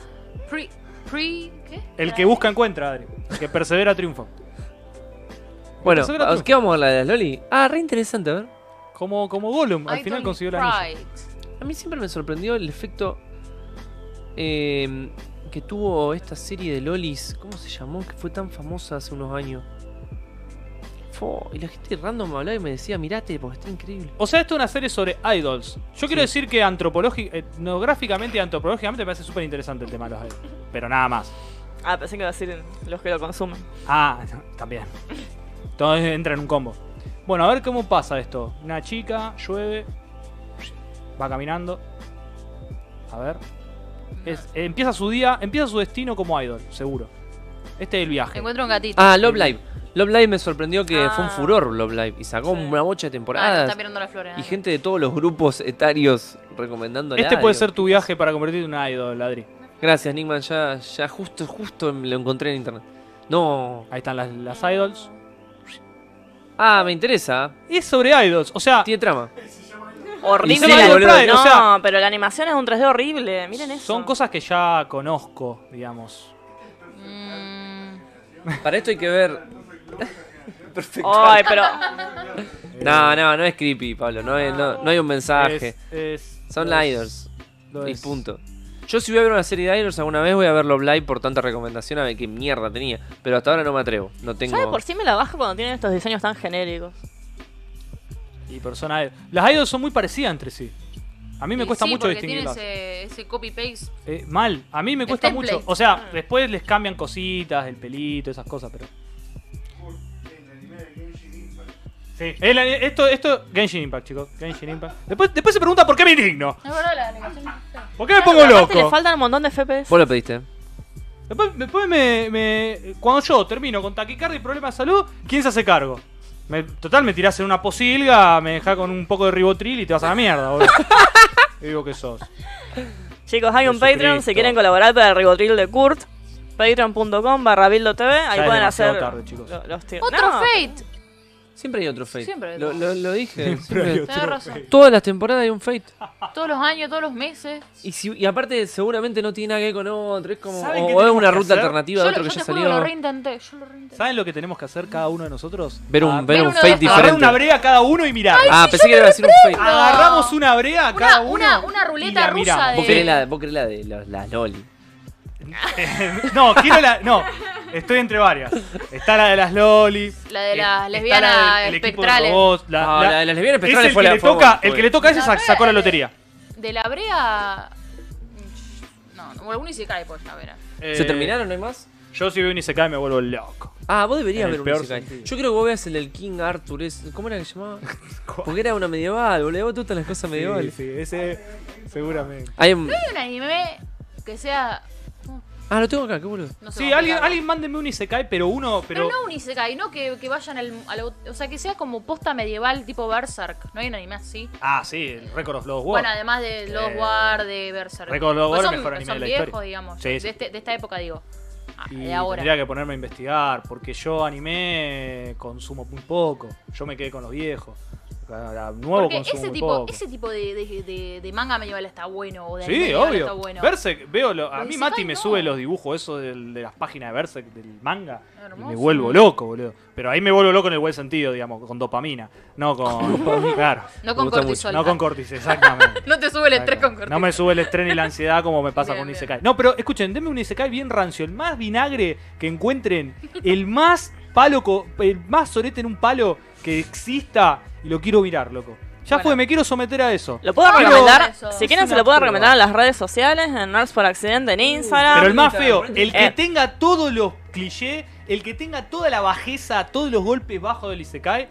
[SPEAKER 4] pre. pre ¿Qué?
[SPEAKER 2] El que busca encuentra, Adri. El que persevera triunfa.
[SPEAKER 1] Bueno,
[SPEAKER 2] Eso era tú.
[SPEAKER 1] ¿qué vamos a hablar de las Loli? Ah, re interesante, a ver.
[SPEAKER 2] Como, como Gollum, al final
[SPEAKER 4] Idol
[SPEAKER 2] consiguió la anillo.
[SPEAKER 4] Pride.
[SPEAKER 1] A mí siempre me sorprendió el efecto eh, que tuvo esta serie de Lolis. ¿Cómo se llamó? Que fue tan famosa hace unos años. Fo, y la gente random me hablaba y me decía, mirate, porque está increíble.
[SPEAKER 2] O sea, esto es una serie sobre idols. Yo quiero decir que antropológica, etnográficamente y antropológicamente me parece súper interesante el tema de los idols. Pero nada más.
[SPEAKER 3] Ah, pensé que iba a decir los que lo consumen.
[SPEAKER 2] Ah, también. Entonces entra en un combo. Bueno, a ver cómo pasa esto. Una chica, llueve, va caminando. A ver. Es- empieza su día, empieza su destino como idol, seguro. Este es el viaje.
[SPEAKER 4] Encuentro un gatito.
[SPEAKER 1] Ah, Love Live. Love Live me sorprendió que fue un
[SPEAKER 3] Ah.
[SPEAKER 1] furor Love Live. Y sacó
[SPEAKER 3] Sí.
[SPEAKER 1] una bocha de
[SPEAKER 4] Ah, no,
[SPEAKER 1] temporadas.
[SPEAKER 4] está mirando las flores.
[SPEAKER 1] y
[SPEAKER 4] nada.
[SPEAKER 1] gente de todos los grupos etarios recomendando
[SPEAKER 2] Este puede ser tu viaje para convertirte en una idol, Adri.
[SPEAKER 1] Gracias, Nickman. Ya, ya justo, justo em, lo encontré en internet. No.
[SPEAKER 2] Ahí están las, las idols.
[SPEAKER 1] Ah, me interesa.
[SPEAKER 2] Y es sobre idols, o sea,
[SPEAKER 1] Tiene trama.
[SPEAKER 3] Horrible.
[SPEAKER 1] Y sí,
[SPEAKER 3] la-
[SPEAKER 1] boludo,
[SPEAKER 2] o
[SPEAKER 3] no,
[SPEAKER 2] sea-
[SPEAKER 3] pero la animación es un 3D horrible. Miren eso.
[SPEAKER 2] son cosas que ya conozco, digamos.
[SPEAKER 4] Mm,
[SPEAKER 1] Para esto hay que ver.
[SPEAKER 3] Ay, pero.
[SPEAKER 1] No, no, no es creepy, Pablo. No, es- no, no hay un mensaje.
[SPEAKER 2] Es- es-
[SPEAKER 1] Son
[SPEAKER 2] lo es-
[SPEAKER 1] idols.
[SPEAKER 2] lo
[SPEAKER 1] Y
[SPEAKER 2] es.
[SPEAKER 1] punto. Yo si voy a ver una serie de idols alguna vez voy a verlo live por tanta recomendación a ver qué mierda tenía. Pero hasta ahora no me atrevo. No tengo.
[SPEAKER 3] ¿Sabes por sí me la baja cuando tienen estos diseños tan genéricos?
[SPEAKER 2] Y persona idol. Las idols son muy parecidas entre sí. A mí me
[SPEAKER 4] y
[SPEAKER 2] cuesta
[SPEAKER 4] sí,
[SPEAKER 2] mucho
[SPEAKER 4] porque
[SPEAKER 2] distinguirlas.
[SPEAKER 4] Tiene ese, ese copy-paste.
[SPEAKER 2] Eh, mal, a mí me
[SPEAKER 4] El
[SPEAKER 2] cuesta
[SPEAKER 4] template. Ah.
[SPEAKER 2] mucho. O sea, después les cambian cositas, el pelito, esas cosas, pero.
[SPEAKER 6] El anime de Genshin Impact.
[SPEAKER 2] Sí. El- esto, esto, Genshin Impact, chicos. Genshin Impact. Después, después se pregunta por qué me indigno.
[SPEAKER 4] No, es verdad, la animación.
[SPEAKER 2] ¿Por qué me
[SPEAKER 3] Claro,
[SPEAKER 2] pongo
[SPEAKER 3] pero aparte le
[SPEAKER 2] loco?
[SPEAKER 3] faltan un montón de FPS.
[SPEAKER 1] Vos lo pediste.
[SPEAKER 2] Después, después me, me- Cuando yo termino con taquicardia y problemas de salud, ¿quién se hace cargo? Me- total, me tirás en una posilga, me dejás con un poco de ribotril y te vas a la mierda, boludo. Y digo que sos.
[SPEAKER 3] Chicos, hay un Patreon
[SPEAKER 2] Jesucristo.
[SPEAKER 3] si quieren colaborar para el ribotril de Kurt. Patreon.com barra BildoTV. Ahí
[SPEAKER 2] es
[SPEAKER 3] pueden
[SPEAKER 2] demasiado
[SPEAKER 3] hacer
[SPEAKER 2] tarde, chicos.
[SPEAKER 3] lo- los tiros.
[SPEAKER 4] Otro
[SPEAKER 3] No,
[SPEAKER 4] Fate.
[SPEAKER 1] Siempre hay otro fate.
[SPEAKER 4] Siempre hay
[SPEAKER 1] lo,
[SPEAKER 4] otro.
[SPEAKER 1] lo- lo dije. siempre.
[SPEAKER 2] hay otro.
[SPEAKER 4] Tenés razón.
[SPEAKER 1] Todas las temporadas hay un fate.
[SPEAKER 4] Todos los años, todos los meses.
[SPEAKER 1] Y, si, y aparte seguramente no tiene nada que ver con otro. Es como.
[SPEAKER 2] ¿Saben qué
[SPEAKER 1] O, o es
[SPEAKER 2] tenemos
[SPEAKER 1] una
[SPEAKER 2] que
[SPEAKER 1] ruta
[SPEAKER 2] hacer?
[SPEAKER 1] alternativa
[SPEAKER 4] yo
[SPEAKER 1] de
[SPEAKER 4] lo-
[SPEAKER 1] otro que
[SPEAKER 4] yo
[SPEAKER 1] ya
[SPEAKER 4] te juro que lo
[SPEAKER 1] salió.
[SPEAKER 4] reintenté. Yo lo reintenté.
[SPEAKER 2] ¿Saben lo que tenemos que hacer cada uno de nosotros?
[SPEAKER 1] Ver
[SPEAKER 2] Ah,
[SPEAKER 1] un, ver
[SPEAKER 4] Ver
[SPEAKER 1] un
[SPEAKER 4] uno
[SPEAKER 1] fate
[SPEAKER 4] de-
[SPEAKER 2] agarrar
[SPEAKER 1] diferente.
[SPEAKER 2] una brea a cada uno y mirar.
[SPEAKER 1] Ah, pensé que iba a decir un fate.
[SPEAKER 2] Agarramos una brea a cada
[SPEAKER 4] Una,
[SPEAKER 2] uno.
[SPEAKER 4] una, una
[SPEAKER 2] y
[SPEAKER 4] ruleta
[SPEAKER 2] la
[SPEAKER 4] rusa
[SPEAKER 2] miramos.
[SPEAKER 1] Ah, Vos querés
[SPEAKER 4] de.
[SPEAKER 1] la, vos querés la de los- las Loli.
[SPEAKER 2] No, quiero la. No, estoy entre varias. Está la de las Loli.
[SPEAKER 4] La de las
[SPEAKER 2] está
[SPEAKER 4] lesbianas
[SPEAKER 2] la del- el equipo de
[SPEAKER 4] espectrales.
[SPEAKER 2] robots, la-
[SPEAKER 1] Ah,
[SPEAKER 2] la-
[SPEAKER 1] la de las lesbianas
[SPEAKER 2] es
[SPEAKER 1] espectrales
[SPEAKER 2] el
[SPEAKER 1] fue
[SPEAKER 2] que
[SPEAKER 1] la-
[SPEAKER 2] le
[SPEAKER 1] fue
[SPEAKER 2] toca,
[SPEAKER 1] buena,
[SPEAKER 2] El que le
[SPEAKER 1] fue
[SPEAKER 2] toca a ese
[SPEAKER 4] buena.
[SPEAKER 2] sa- sacó la lotería.
[SPEAKER 4] De la brea. No, no, algún Isekai, pues, a ver.
[SPEAKER 1] Eh, ¿Se terminaron? ¿No hay más?
[SPEAKER 2] Eh, Yo si veo un Isekai me vuelvo loco.
[SPEAKER 1] Ah, vos deberías
[SPEAKER 2] En el
[SPEAKER 1] ver un
[SPEAKER 2] peor
[SPEAKER 1] Isekai.
[SPEAKER 2] sentido.
[SPEAKER 1] Yo creo que vos veas el del King Arthur. ese- ¿Cómo era que se llamaba? Porque era una medieval, boludo. Vos te gustan las cosas medievales.
[SPEAKER 7] Sí, ese seguramente.
[SPEAKER 1] Hay un-
[SPEAKER 4] Hay un anime que sea.
[SPEAKER 1] Ah, lo tengo acá, qué boludo.
[SPEAKER 4] No sé
[SPEAKER 2] Sí,
[SPEAKER 4] cómo
[SPEAKER 2] alguien,
[SPEAKER 4] explicarlo.
[SPEAKER 2] alguien mándeme un Isekai, pero uno, pero...
[SPEAKER 4] Pero, no un Isekai, no que, que vayan al, al- O sea, que sea como posta medieval tipo Berserk. No hay un anime así.
[SPEAKER 2] Ah, sí, el Record of Lost War.
[SPEAKER 4] Bueno, además de Lost
[SPEAKER 2] Eh,
[SPEAKER 4] War, de Berserk.
[SPEAKER 2] Record of Lost War
[SPEAKER 4] Pues
[SPEAKER 2] es
[SPEAKER 4] son,
[SPEAKER 2] el mejor anime
[SPEAKER 4] son
[SPEAKER 2] de la
[SPEAKER 4] viejos,
[SPEAKER 2] historia.
[SPEAKER 4] digamos.
[SPEAKER 2] Sí, sí.
[SPEAKER 4] De, este- de esta época, digo. Ah,
[SPEAKER 2] Y
[SPEAKER 4] de ahora.
[SPEAKER 2] tendría que ponerme a investigar, porque yo anime consumo muy poco. Yo me quedé con los viejos. Ahora, Nuevo
[SPEAKER 4] Porque
[SPEAKER 2] consumo
[SPEAKER 4] ese
[SPEAKER 2] muy
[SPEAKER 4] tipo,
[SPEAKER 2] poco.
[SPEAKER 4] ese tipo de, de- de- de manga medieval está bueno. O de anime
[SPEAKER 2] Sí,
[SPEAKER 4] medieval
[SPEAKER 2] obvio.
[SPEAKER 4] Está bueno.
[SPEAKER 2] Berserk, veo lo- a
[SPEAKER 4] Los
[SPEAKER 2] mí Mati
[SPEAKER 4] Isekai
[SPEAKER 2] me
[SPEAKER 4] no.
[SPEAKER 2] sube los dibujos eso del- de las páginas de Berserk del manga y me
[SPEAKER 4] Hermoso.
[SPEAKER 2] vuelvo loco, boludo. Pero ahí me vuelvo loco en el buen sentido, digamos, con dopamina, no con claro,
[SPEAKER 4] No
[SPEAKER 1] Me
[SPEAKER 4] con
[SPEAKER 1] gusta
[SPEAKER 4] cortisol.
[SPEAKER 2] no con cortis, exactamente.
[SPEAKER 4] No te sube el estrés con cortisol.
[SPEAKER 2] No me sube el estrés y la ansiedad como me pasa
[SPEAKER 4] Bien,
[SPEAKER 2] con un
[SPEAKER 4] bien.
[SPEAKER 2] Isekai. No, pero escuchen, denme un Isekai bien rancio, el más vinagre que encuentren, el más palo, co- el más sorete en un palo que exista y lo quiero mirar, loco. Ya
[SPEAKER 4] Bueno.
[SPEAKER 2] fue, me quiero someter a eso.
[SPEAKER 3] Lo puedo
[SPEAKER 4] Pero-
[SPEAKER 3] recomendar.
[SPEAKER 4] Ah, Eso.
[SPEAKER 3] Si
[SPEAKER 4] Es Uh,
[SPEAKER 3] quieren, se
[SPEAKER 2] una
[SPEAKER 3] lo puedo
[SPEAKER 2] prueba.
[SPEAKER 3] recomendar en las redes sociales, en Nerds por Accidente, en Instagram.
[SPEAKER 2] Pero el más feo, el que
[SPEAKER 3] Eh.
[SPEAKER 2] tenga todos los clichés, el que tenga toda la bajeza, todos los golpes bajos del Isekai,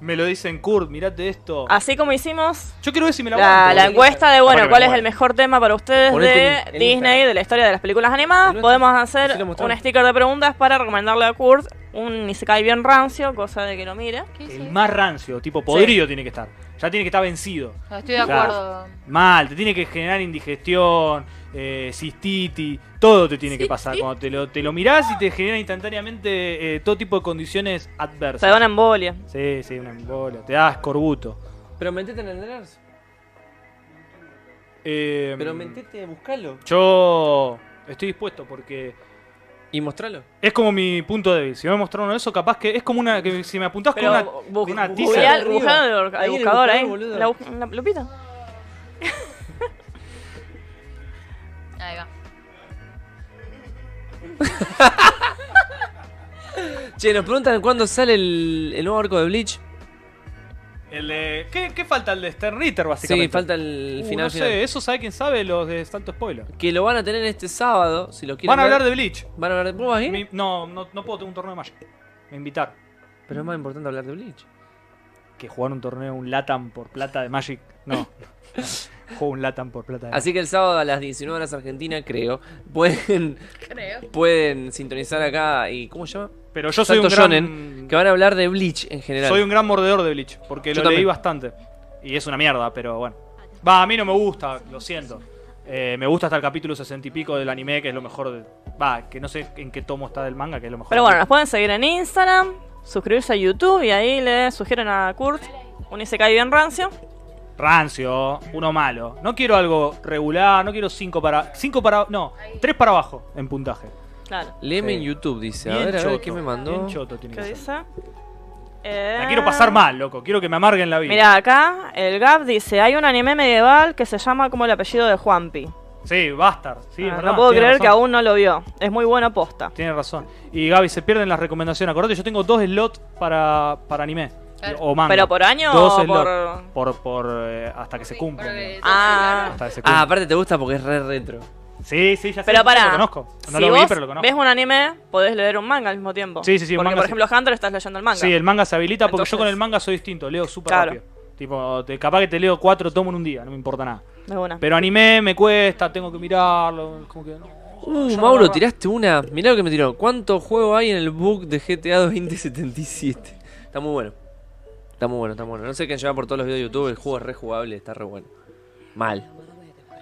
[SPEAKER 2] me lo dicen, Kurt, mirate esto.
[SPEAKER 3] Así como hicimos
[SPEAKER 2] Yo quiero ver si me lo
[SPEAKER 3] Ah, la,
[SPEAKER 2] aguanto.
[SPEAKER 3] la encuesta de,
[SPEAKER 2] Aparte
[SPEAKER 3] bueno,
[SPEAKER 2] me
[SPEAKER 3] cuál es
[SPEAKER 2] muero.
[SPEAKER 3] el mejor tema para ustedes
[SPEAKER 1] Ponete en-
[SPEAKER 3] de
[SPEAKER 1] en
[SPEAKER 3] Disney,
[SPEAKER 1] Instagram.
[SPEAKER 3] de la historia de las películas
[SPEAKER 1] En
[SPEAKER 3] animadas.
[SPEAKER 1] nuestro-
[SPEAKER 3] Podemos
[SPEAKER 1] así
[SPEAKER 3] hacer
[SPEAKER 1] lo mostramos.
[SPEAKER 3] un sticker de preguntas para recomendarle a Kurt un Isekai bien rancio, cosa de que lo mire.
[SPEAKER 4] ¿Qué es
[SPEAKER 2] El
[SPEAKER 4] eso?
[SPEAKER 2] más rancio, tipo podrido tiene que estar. Ya tiene que estar vencido.
[SPEAKER 4] No, Estoy de
[SPEAKER 2] Claro.
[SPEAKER 4] acuerdo.
[SPEAKER 2] Mal, te tiene que generar indigestión, eh, cistiti, todo te tiene que pasar. Cuando te lo, te lo mirás y te genera instantáneamente eh, todo tipo de condiciones
[SPEAKER 3] Se da
[SPEAKER 2] adversas.
[SPEAKER 3] una embolia.
[SPEAKER 2] Sí, sí, una embolia, te da escorbuto.
[SPEAKER 1] Pero metete en el Nerds.
[SPEAKER 2] Eh,
[SPEAKER 1] Pero metete, buscalo.
[SPEAKER 2] Yo estoy dispuesto porque
[SPEAKER 1] Y mostralo.
[SPEAKER 2] es como mi punto débil. Si me mostraron eso, capaz que es como una. que si me apuntás
[SPEAKER 3] Pero
[SPEAKER 2] con una,
[SPEAKER 3] bu-
[SPEAKER 2] una
[SPEAKER 1] bu-
[SPEAKER 2] tiza-
[SPEAKER 1] googleá-
[SPEAKER 3] Googlear-
[SPEAKER 1] arriba.
[SPEAKER 3] buscar al al
[SPEAKER 1] Ahí en el
[SPEAKER 3] buscador, ahí.
[SPEAKER 1] buscador, boludo.
[SPEAKER 3] eh. La, bu- la lupita.
[SPEAKER 4] Ahí va.
[SPEAKER 1] Che, nos preguntan cuándo sale el, el nuevo arco de Bleach.
[SPEAKER 2] el de- ¿qué, qué falta? El de Stern Ritter, básicamente.
[SPEAKER 1] Sí, falta el
[SPEAKER 2] Uh,
[SPEAKER 1] final.
[SPEAKER 2] No sé,
[SPEAKER 1] final.
[SPEAKER 2] eso sabe quién sabe, los de Santo Spoiler.
[SPEAKER 1] Que lo van a tener este sábado, si lo quieren.
[SPEAKER 2] Van a
[SPEAKER 1] ver.
[SPEAKER 2] hablar de Bleach.
[SPEAKER 1] Van a hablar de. ¿Vos vas a ir?
[SPEAKER 2] Mi- no, no, no puedo tener un torneo de Magic. Me invitar.
[SPEAKER 1] Pero es más importante hablar de Bleach.
[SPEAKER 2] Que jugar un torneo, un Latam por plata de Magic. No. Juego un Latam por plata de Magic.
[SPEAKER 1] Así que el sábado a las 19 horas Argentina, creo, pueden,
[SPEAKER 4] Creo.
[SPEAKER 1] pueden sintonizar acá y ¿cómo se llama?
[SPEAKER 2] Pero yo soy
[SPEAKER 1] Santo
[SPEAKER 2] un gran.
[SPEAKER 1] Shonen, Que van a hablar de Bleach en general.
[SPEAKER 2] Soy un gran mordedor de Bleach, porque
[SPEAKER 1] Yo
[SPEAKER 2] lo leí
[SPEAKER 1] también.
[SPEAKER 2] bastante. Y es una mierda, pero bueno. Va, a mí no me gusta, lo siento. Eh, me gusta hasta el capítulo 60 y pico del anime, que es lo mejor de... Va, que no sé en qué tomo está del manga, que es lo mejor.
[SPEAKER 3] Pero bueno, nos pueden seguir en Instagram, suscribirse a YouTube y ahí le sugieren a Kurt un Isekai bien rancio.
[SPEAKER 2] Rancio, uno malo. No quiero algo regular, no quiero cinco para... cinco para... No, tres para abajo en puntaje.
[SPEAKER 3] Claro.
[SPEAKER 1] Léeme
[SPEAKER 2] Sí.
[SPEAKER 1] en YouTube, dice. A
[SPEAKER 2] Bien
[SPEAKER 1] ver, a ver
[SPEAKER 2] choto,
[SPEAKER 1] qué me mandó.
[SPEAKER 2] bien choto tiene
[SPEAKER 3] ¿Qué
[SPEAKER 2] que ser.
[SPEAKER 3] dice?
[SPEAKER 2] La quiero pasar
[SPEAKER 3] más
[SPEAKER 2] mal, loco. Quiero que me amarguen la vida.
[SPEAKER 3] Mira, acá el Gap dice, hay un anime medieval que se llama como el apellido de Juanpi.
[SPEAKER 2] Sí, bastard. Sí, es
[SPEAKER 3] Ah,
[SPEAKER 2] verdad,
[SPEAKER 3] no puedo
[SPEAKER 2] tiene
[SPEAKER 3] creer que
[SPEAKER 2] razón.
[SPEAKER 3] aún no lo vio. Es muy bueno posta.
[SPEAKER 2] Tienes razón. Y Gaby, se pierden las recomendaciones. Acordate, yo tengo dos slots para, para anime.
[SPEAKER 4] Claro.
[SPEAKER 2] O manga.
[SPEAKER 3] ¿Pero por año
[SPEAKER 2] Dos
[SPEAKER 3] o
[SPEAKER 2] slots.
[SPEAKER 3] por...?
[SPEAKER 2] Por, por, eh, hasta que se cumplan. digamos.
[SPEAKER 3] Ah,
[SPEAKER 2] Hasta que se
[SPEAKER 1] Ah,
[SPEAKER 2] cumplan.
[SPEAKER 1] aparte te gusta porque es re retro.
[SPEAKER 2] sí, sí, ya sé.
[SPEAKER 3] Pero
[SPEAKER 2] yo
[SPEAKER 3] pará.
[SPEAKER 2] Lo conozco. No
[SPEAKER 3] si
[SPEAKER 2] lo vi,
[SPEAKER 3] vos
[SPEAKER 2] pero lo conozco.
[SPEAKER 3] ves un anime, podés leer un manga al mismo tiempo.
[SPEAKER 2] Sí, sí, sí, un
[SPEAKER 3] Porque,
[SPEAKER 2] manga
[SPEAKER 3] por ejemplo, Hunter estás leyendo el manga.
[SPEAKER 2] Sí, el manga se habilita porque yo
[SPEAKER 3] Entonces-
[SPEAKER 2] con el manga soy distinto. Leo súper
[SPEAKER 3] Claro.
[SPEAKER 2] rápido. Tipo, te- capaz que te leo cuatro tomo en un día. No me importa nada.
[SPEAKER 3] De una.
[SPEAKER 2] Pero anime me cuesta, tengo que mirarlo. es Como que no.
[SPEAKER 1] Uh,
[SPEAKER 2] Yo no
[SPEAKER 1] Mauro,
[SPEAKER 2] agarro-
[SPEAKER 1] tiraste una. Mirá lo que me tiró. ¿Cuánto juego hay en el book de GTA 2077? Está muy bueno. Está muy bueno, está muy bueno. No sé quién lleva por todos los videos de YouTube. El juego es re jugable, está re bueno. Mal.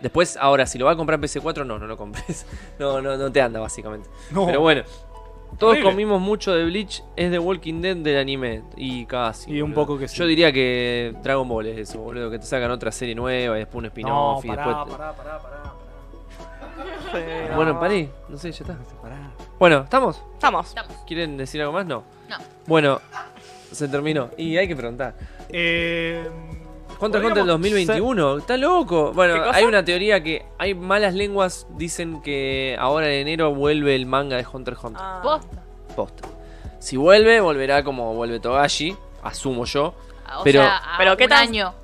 [SPEAKER 1] Después, ahora, si lo va a comprar en PC4, no, no lo compres. No, no, no te anda, básicamente.
[SPEAKER 2] No.
[SPEAKER 1] Pero bueno. Todos
[SPEAKER 2] Horrible.
[SPEAKER 1] comimos mucho de Bleach, es de Walking Dead del anime. Y casi.
[SPEAKER 2] Y un
[SPEAKER 1] boludo.
[SPEAKER 2] poco que sí.
[SPEAKER 1] Yo diría que Dragon Ball es eso, boludo. Que te sacan otra serie nueva y después un
[SPEAKER 2] No,
[SPEAKER 1] spin-off y
[SPEAKER 2] pará,
[SPEAKER 1] después.
[SPEAKER 2] pará, pará, pará, pará.
[SPEAKER 1] Bueno, paré. No sé, ya está.
[SPEAKER 2] Pará.
[SPEAKER 1] Bueno, ¿estamos?
[SPEAKER 3] Estamos.
[SPEAKER 1] ¿Quieren decir algo más? No.
[SPEAKER 4] No.
[SPEAKER 1] Bueno, se terminó. Y hay que preguntar.
[SPEAKER 2] Eh,
[SPEAKER 1] ¿Cuánto es
[SPEAKER 2] podríamos
[SPEAKER 1] contra el 2021? Está loco.
[SPEAKER 3] ¿Qué
[SPEAKER 1] Bueno,
[SPEAKER 3] cosa?
[SPEAKER 1] hay una teoría que hay malas lenguas dicen que ahora en enero vuelve el manga de Hunter x Hunter.
[SPEAKER 3] Ah.
[SPEAKER 4] Posta.
[SPEAKER 1] Posta. Si vuelve, volverá como vuelve Togashi, asumo yo.
[SPEAKER 4] Ah, O
[SPEAKER 1] Pero-
[SPEAKER 4] sea, a
[SPEAKER 3] pero ¿qué
[SPEAKER 4] un
[SPEAKER 3] tan-
[SPEAKER 4] año.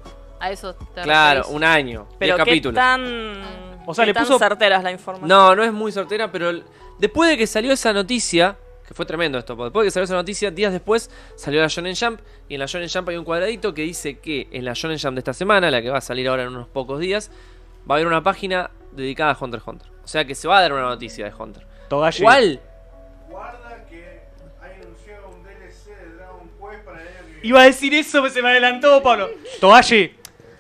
[SPEAKER 4] A eso te
[SPEAKER 1] Claro,
[SPEAKER 4] referís.
[SPEAKER 1] un año, 10
[SPEAKER 3] Pero qué
[SPEAKER 1] capítulos.
[SPEAKER 3] tan...
[SPEAKER 2] O sea,
[SPEAKER 3] qué
[SPEAKER 2] le
[SPEAKER 3] tan
[SPEAKER 2] puso-
[SPEAKER 3] certera es la información.
[SPEAKER 1] No, no es muy sortera, pero l- Después de que salió esa noticia, que fue tremendo esto, porque después de que salió esa noticia, días después salió la Shonen Jump. Y en la Shonen Jump hay un cuadradito que dice que en la Shonen Jump de esta semana, la que va a salir ahora en unos pocos días, va a haber una página dedicada a Hunter x Hunter. O sea que se va a dar una noticia de Hunter.
[SPEAKER 2] Togashi.
[SPEAKER 1] ¿Cuál?
[SPEAKER 6] Guarda que hay anunciado un DLC de Dragon Quest para el año que viene.
[SPEAKER 2] Iba a decir eso, pero se me adelantó, Pablo. Togashi.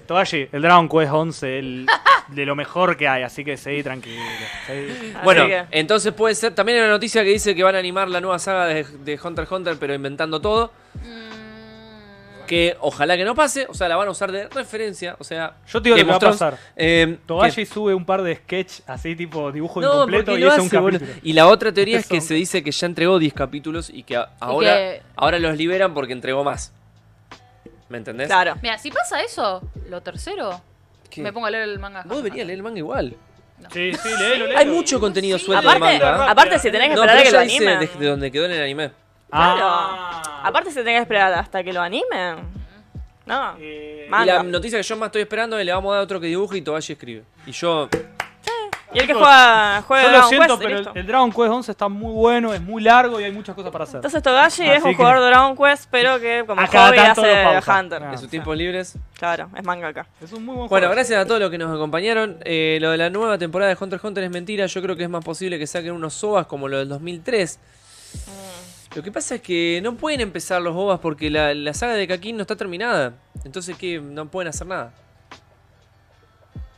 [SPEAKER 2] Togashi, el Dragon Quest 11, el, de lo mejor que hay, así que seguí tranquilo. seguí.
[SPEAKER 3] Así
[SPEAKER 1] Bueno,
[SPEAKER 3] que-
[SPEAKER 1] entonces puede ser. También hay una noticia que dice que van a animar la nueva saga de, de Hunter x Hunter, pero inventando todo.
[SPEAKER 4] Mm,
[SPEAKER 1] Que ojalá que no pase. O sea, la van a usar de referencia. O sea,
[SPEAKER 2] Yo te digo lo
[SPEAKER 1] Game
[SPEAKER 2] que va a
[SPEAKER 1] of Thrones.
[SPEAKER 2] pasar.
[SPEAKER 1] Eh,
[SPEAKER 2] Togashi sube un par de sketch así tipo dibujo
[SPEAKER 1] No,
[SPEAKER 2] incompleto
[SPEAKER 1] porque
[SPEAKER 2] y
[SPEAKER 1] lo
[SPEAKER 2] es un
[SPEAKER 1] hace, boludo.
[SPEAKER 2] capítulo.
[SPEAKER 1] Y la otra teoría es que
[SPEAKER 2] Eso.
[SPEAKER 1] se dice que ya entregó 10 capítulos y que a- ahora,
[SPEAKER 4] que-
[SPEAKER 1] ahora los liberan porque entregó más. ¿Me entendés?
[SPEAKER 3] Claro.
[SPEAKER 4] Mira, si pasa eso, lo tercero,
[SPEAKER 1] Que
[SPEAKER 4] me pongo a leer el manga.
[SPEAKER 1] Vos deberías leer el manga igual.
[SPEAKER 2] Sí, sí, léelo, léelo.
[SPEAKER 1] Hay mucho contenido suelto de
[SPEAKER 3] Aparte,
[SPEAKER 1] manga. ¿eh?
[SPEAKER 3] aparte si tenés que
[SPEAKER 1] No,
[SPEAKER 3] esperar
[SPEAKER 1] pero
[SPEAKER 3] a que lo
[SPEAKER 1] ella dice
[SPEAKER 3] animen.
[SPEAKER 1] de, de donde quedó en el anime.
[SPEAKER 2] Ah.
[SPEAKER 3] Aparte se tenés que esperar hasta que lo animen. No.
[SPEAKER 2] Eh,
[SPEAKER 1] Y la
[SPEAKER 3] Manga.
[SPEAKER 1] noticia que yo más estoy esperando es le vamos a dar otro que dibuje y Tobashi escribe. Y yo,
[SPEAKER 3] Y el que
[SPEAKER 2] Chicos,
[SPEAKER 3] juega, juega
[SPEAKER 2] yo lo
[SPEAKER 3] Dragon
[SPEAKER 2] siento,
[SPEAKER 3] Quest, y
[SPEAKER 2] pero el,
[SPEAKER 3] listo.
[SPEAKER 2] el Dragon Quest 11 está muy bueno, es muy largo y hay muchas cosas para hacer.
[SPEAKER 3] Entonces Togashi
[SPEAKER 2] Así
[SPEAKER 3] es un
[SPEAKER 2] que-
[SPEAKER 3] jugador de Dragon Quest, pero que como
[SPEAKER 2] A cada
[SPEAKER 3] hobby
[SPEAKER 2] tanto
[SPEAKER 3] hace
[SPEAKER 2] lo Ah. pausa.
[SPEAKER 3] Hunter.
[SPEAKER 2] Ah.
[SPEAKER 1] en sus tiempos libres.
[SPEAKER 3] Claro, es mangaka.
[SPEAKER 2] Es un muy
[SPEAKER 1] Bueno,
[SPEAKER 2] buen juego.
[SPEAKER 1] gracias a todos los que nos acompañaron. Eh, lo de la nueva temporada de Hunter x Hunter es mentira. Yo creo que es más posible que saquen unos OVAs como lo del 2003.
[SPEAKER 3] Mm.
[SPEAKER 1] Lo que pasa es que no pueden empezar los OVAs porque la, la saga de Kakin no está terminada. Entonces, que No pueden hacer nada.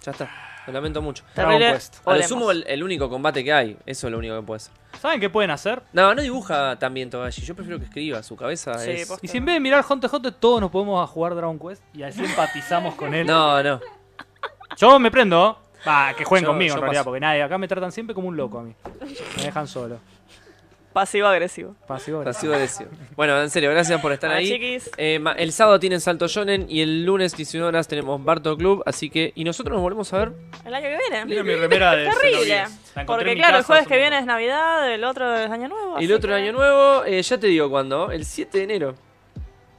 [SPEAKER 1] Ya está. Lo lamento mucho.
[SPEAKER 2] Dragon
[SPEAKER 3] Terrible.
[SPEAKER 2] Quest.
[SPEAKER 1] A lo
[SPEAKER 3] Oremos.
[SPEAKER 1] sumo, el, el único combate que hay. Eso es lo único que puede hacer.
[SPEAKER 2] ¿Saben qué pueden hacer?
[SPEAKER 1] No, no dibuja tan bien Togashi. Yo prefiero que escriba. Su cabeza
[SPEAKER 3] Sí,
[SPEAKER 1] es...
[SPEAKER 3] posta.
[SPEAKER 2] Y si en vez de mirar Hunter x Hunter, todos nos podemos a jugar Dragon Quest y así empatizamos con él.
[SPEAKER 1] No, no.
[SPEAKER 2] Yo me prendo. Va, que jueguen
[SPEAKER 1] Yo-
[SPEAKER 2] conmigo
[SPEAKER 1] yo
[SPEAKER 2] en realidad,
[SPEAKER 1] paso.
[SPEAKER 2] porque nadie acá me tratan siempre como un loco a mí. Me dejan solo.
[SPEAKER 3] Pasivo agresivo.
[SPEAKER 2] Pasivo.
[SPEAKER 1] Pasivo agresivo. Bueno, en serio, gracias por estar
[SPEAKER 3] Ah,
[SPEAKER 1] ahí.
[SPEAKER 3] chiquis.
[SPEAKER 1] Eh, ma- el sábado tienen Salto Shonen y el lunes 19 horas tenemos Barto Club, así que y nosotros nos volvemos a ver.
[SPEAKER 3] El año que viene.
[SPEAKER 2] mi remera de
[SPEAKER 3] Terrible. Porque claro, el jueves que viene es Navidad, el otro es Año Nuevo.
[SPEAKER 1] El
[SPEAKER 3] así
[SPEAKER 1] otro
[SPEAKER 3] que-
[SPEAKER 1] año nuevo, eh, ya te digo cuándo, el 7 de enero.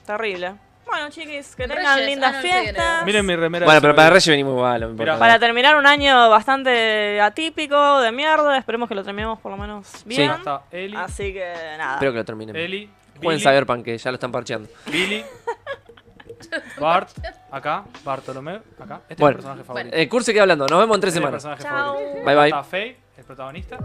[SPEAKER 3] Terrible. Bueno, chiquis, que
[SPEAKER 4] Reyes,
[SPEAKER 3] tengan
[SPEAKER 4] ah,
[SPEAKER 3] lindas
[SPEAKER 4] no, el que viene.
[SPEAKER 3] fiestas.
[SPEAKER 2] Miren mi remera.
[SPEAKER 1] Bueno,
[SPEAKER 2] de
[SPEAKER 1] pero
[SPEAKER 2] Cerro
[SPEAKER 1] para
[SPEAKER 2] Verde.
[SPEAKER 1] Reyes venimos igual, no me importa.
[SPEAKER 2] Mirá.
[SPEAKER 3] Para terminar un año bastante atípico, de mierda, esperemos que lo terminemos por lo menos bien.
[SPEAKER 2] Acá está Eli,
[SPEAKER 3] Así que nada.
[SPEAKER 1] Espero que lo terminen.
[SPEAKER 2] Eli,
[SPEAKER 1] Pueden
[SPEAKER 2] Billy,
[SPEAKER 1] saber pan que ya lo están parcheando.
[SPEAKER 2] Billy, Bart, acá, Bartolomé, acá. Este
[SPEAKER 1] Bueno.
[SPEAKER 2] es mi personaje favorito.
[SPEAKER 1] El curso queda Eh, hablando, nos vemos en tres
[SPEAKER 2] Este es mi
[SPEAKER 1] semanas.
[SPEAKER 2] personaje
[SPEAKER 3] Chao.
[SPEAKER 2] favorito.
[SPEAKER 1] Bye bye.
[SPEAKER 2] Está Faye, el protagonista.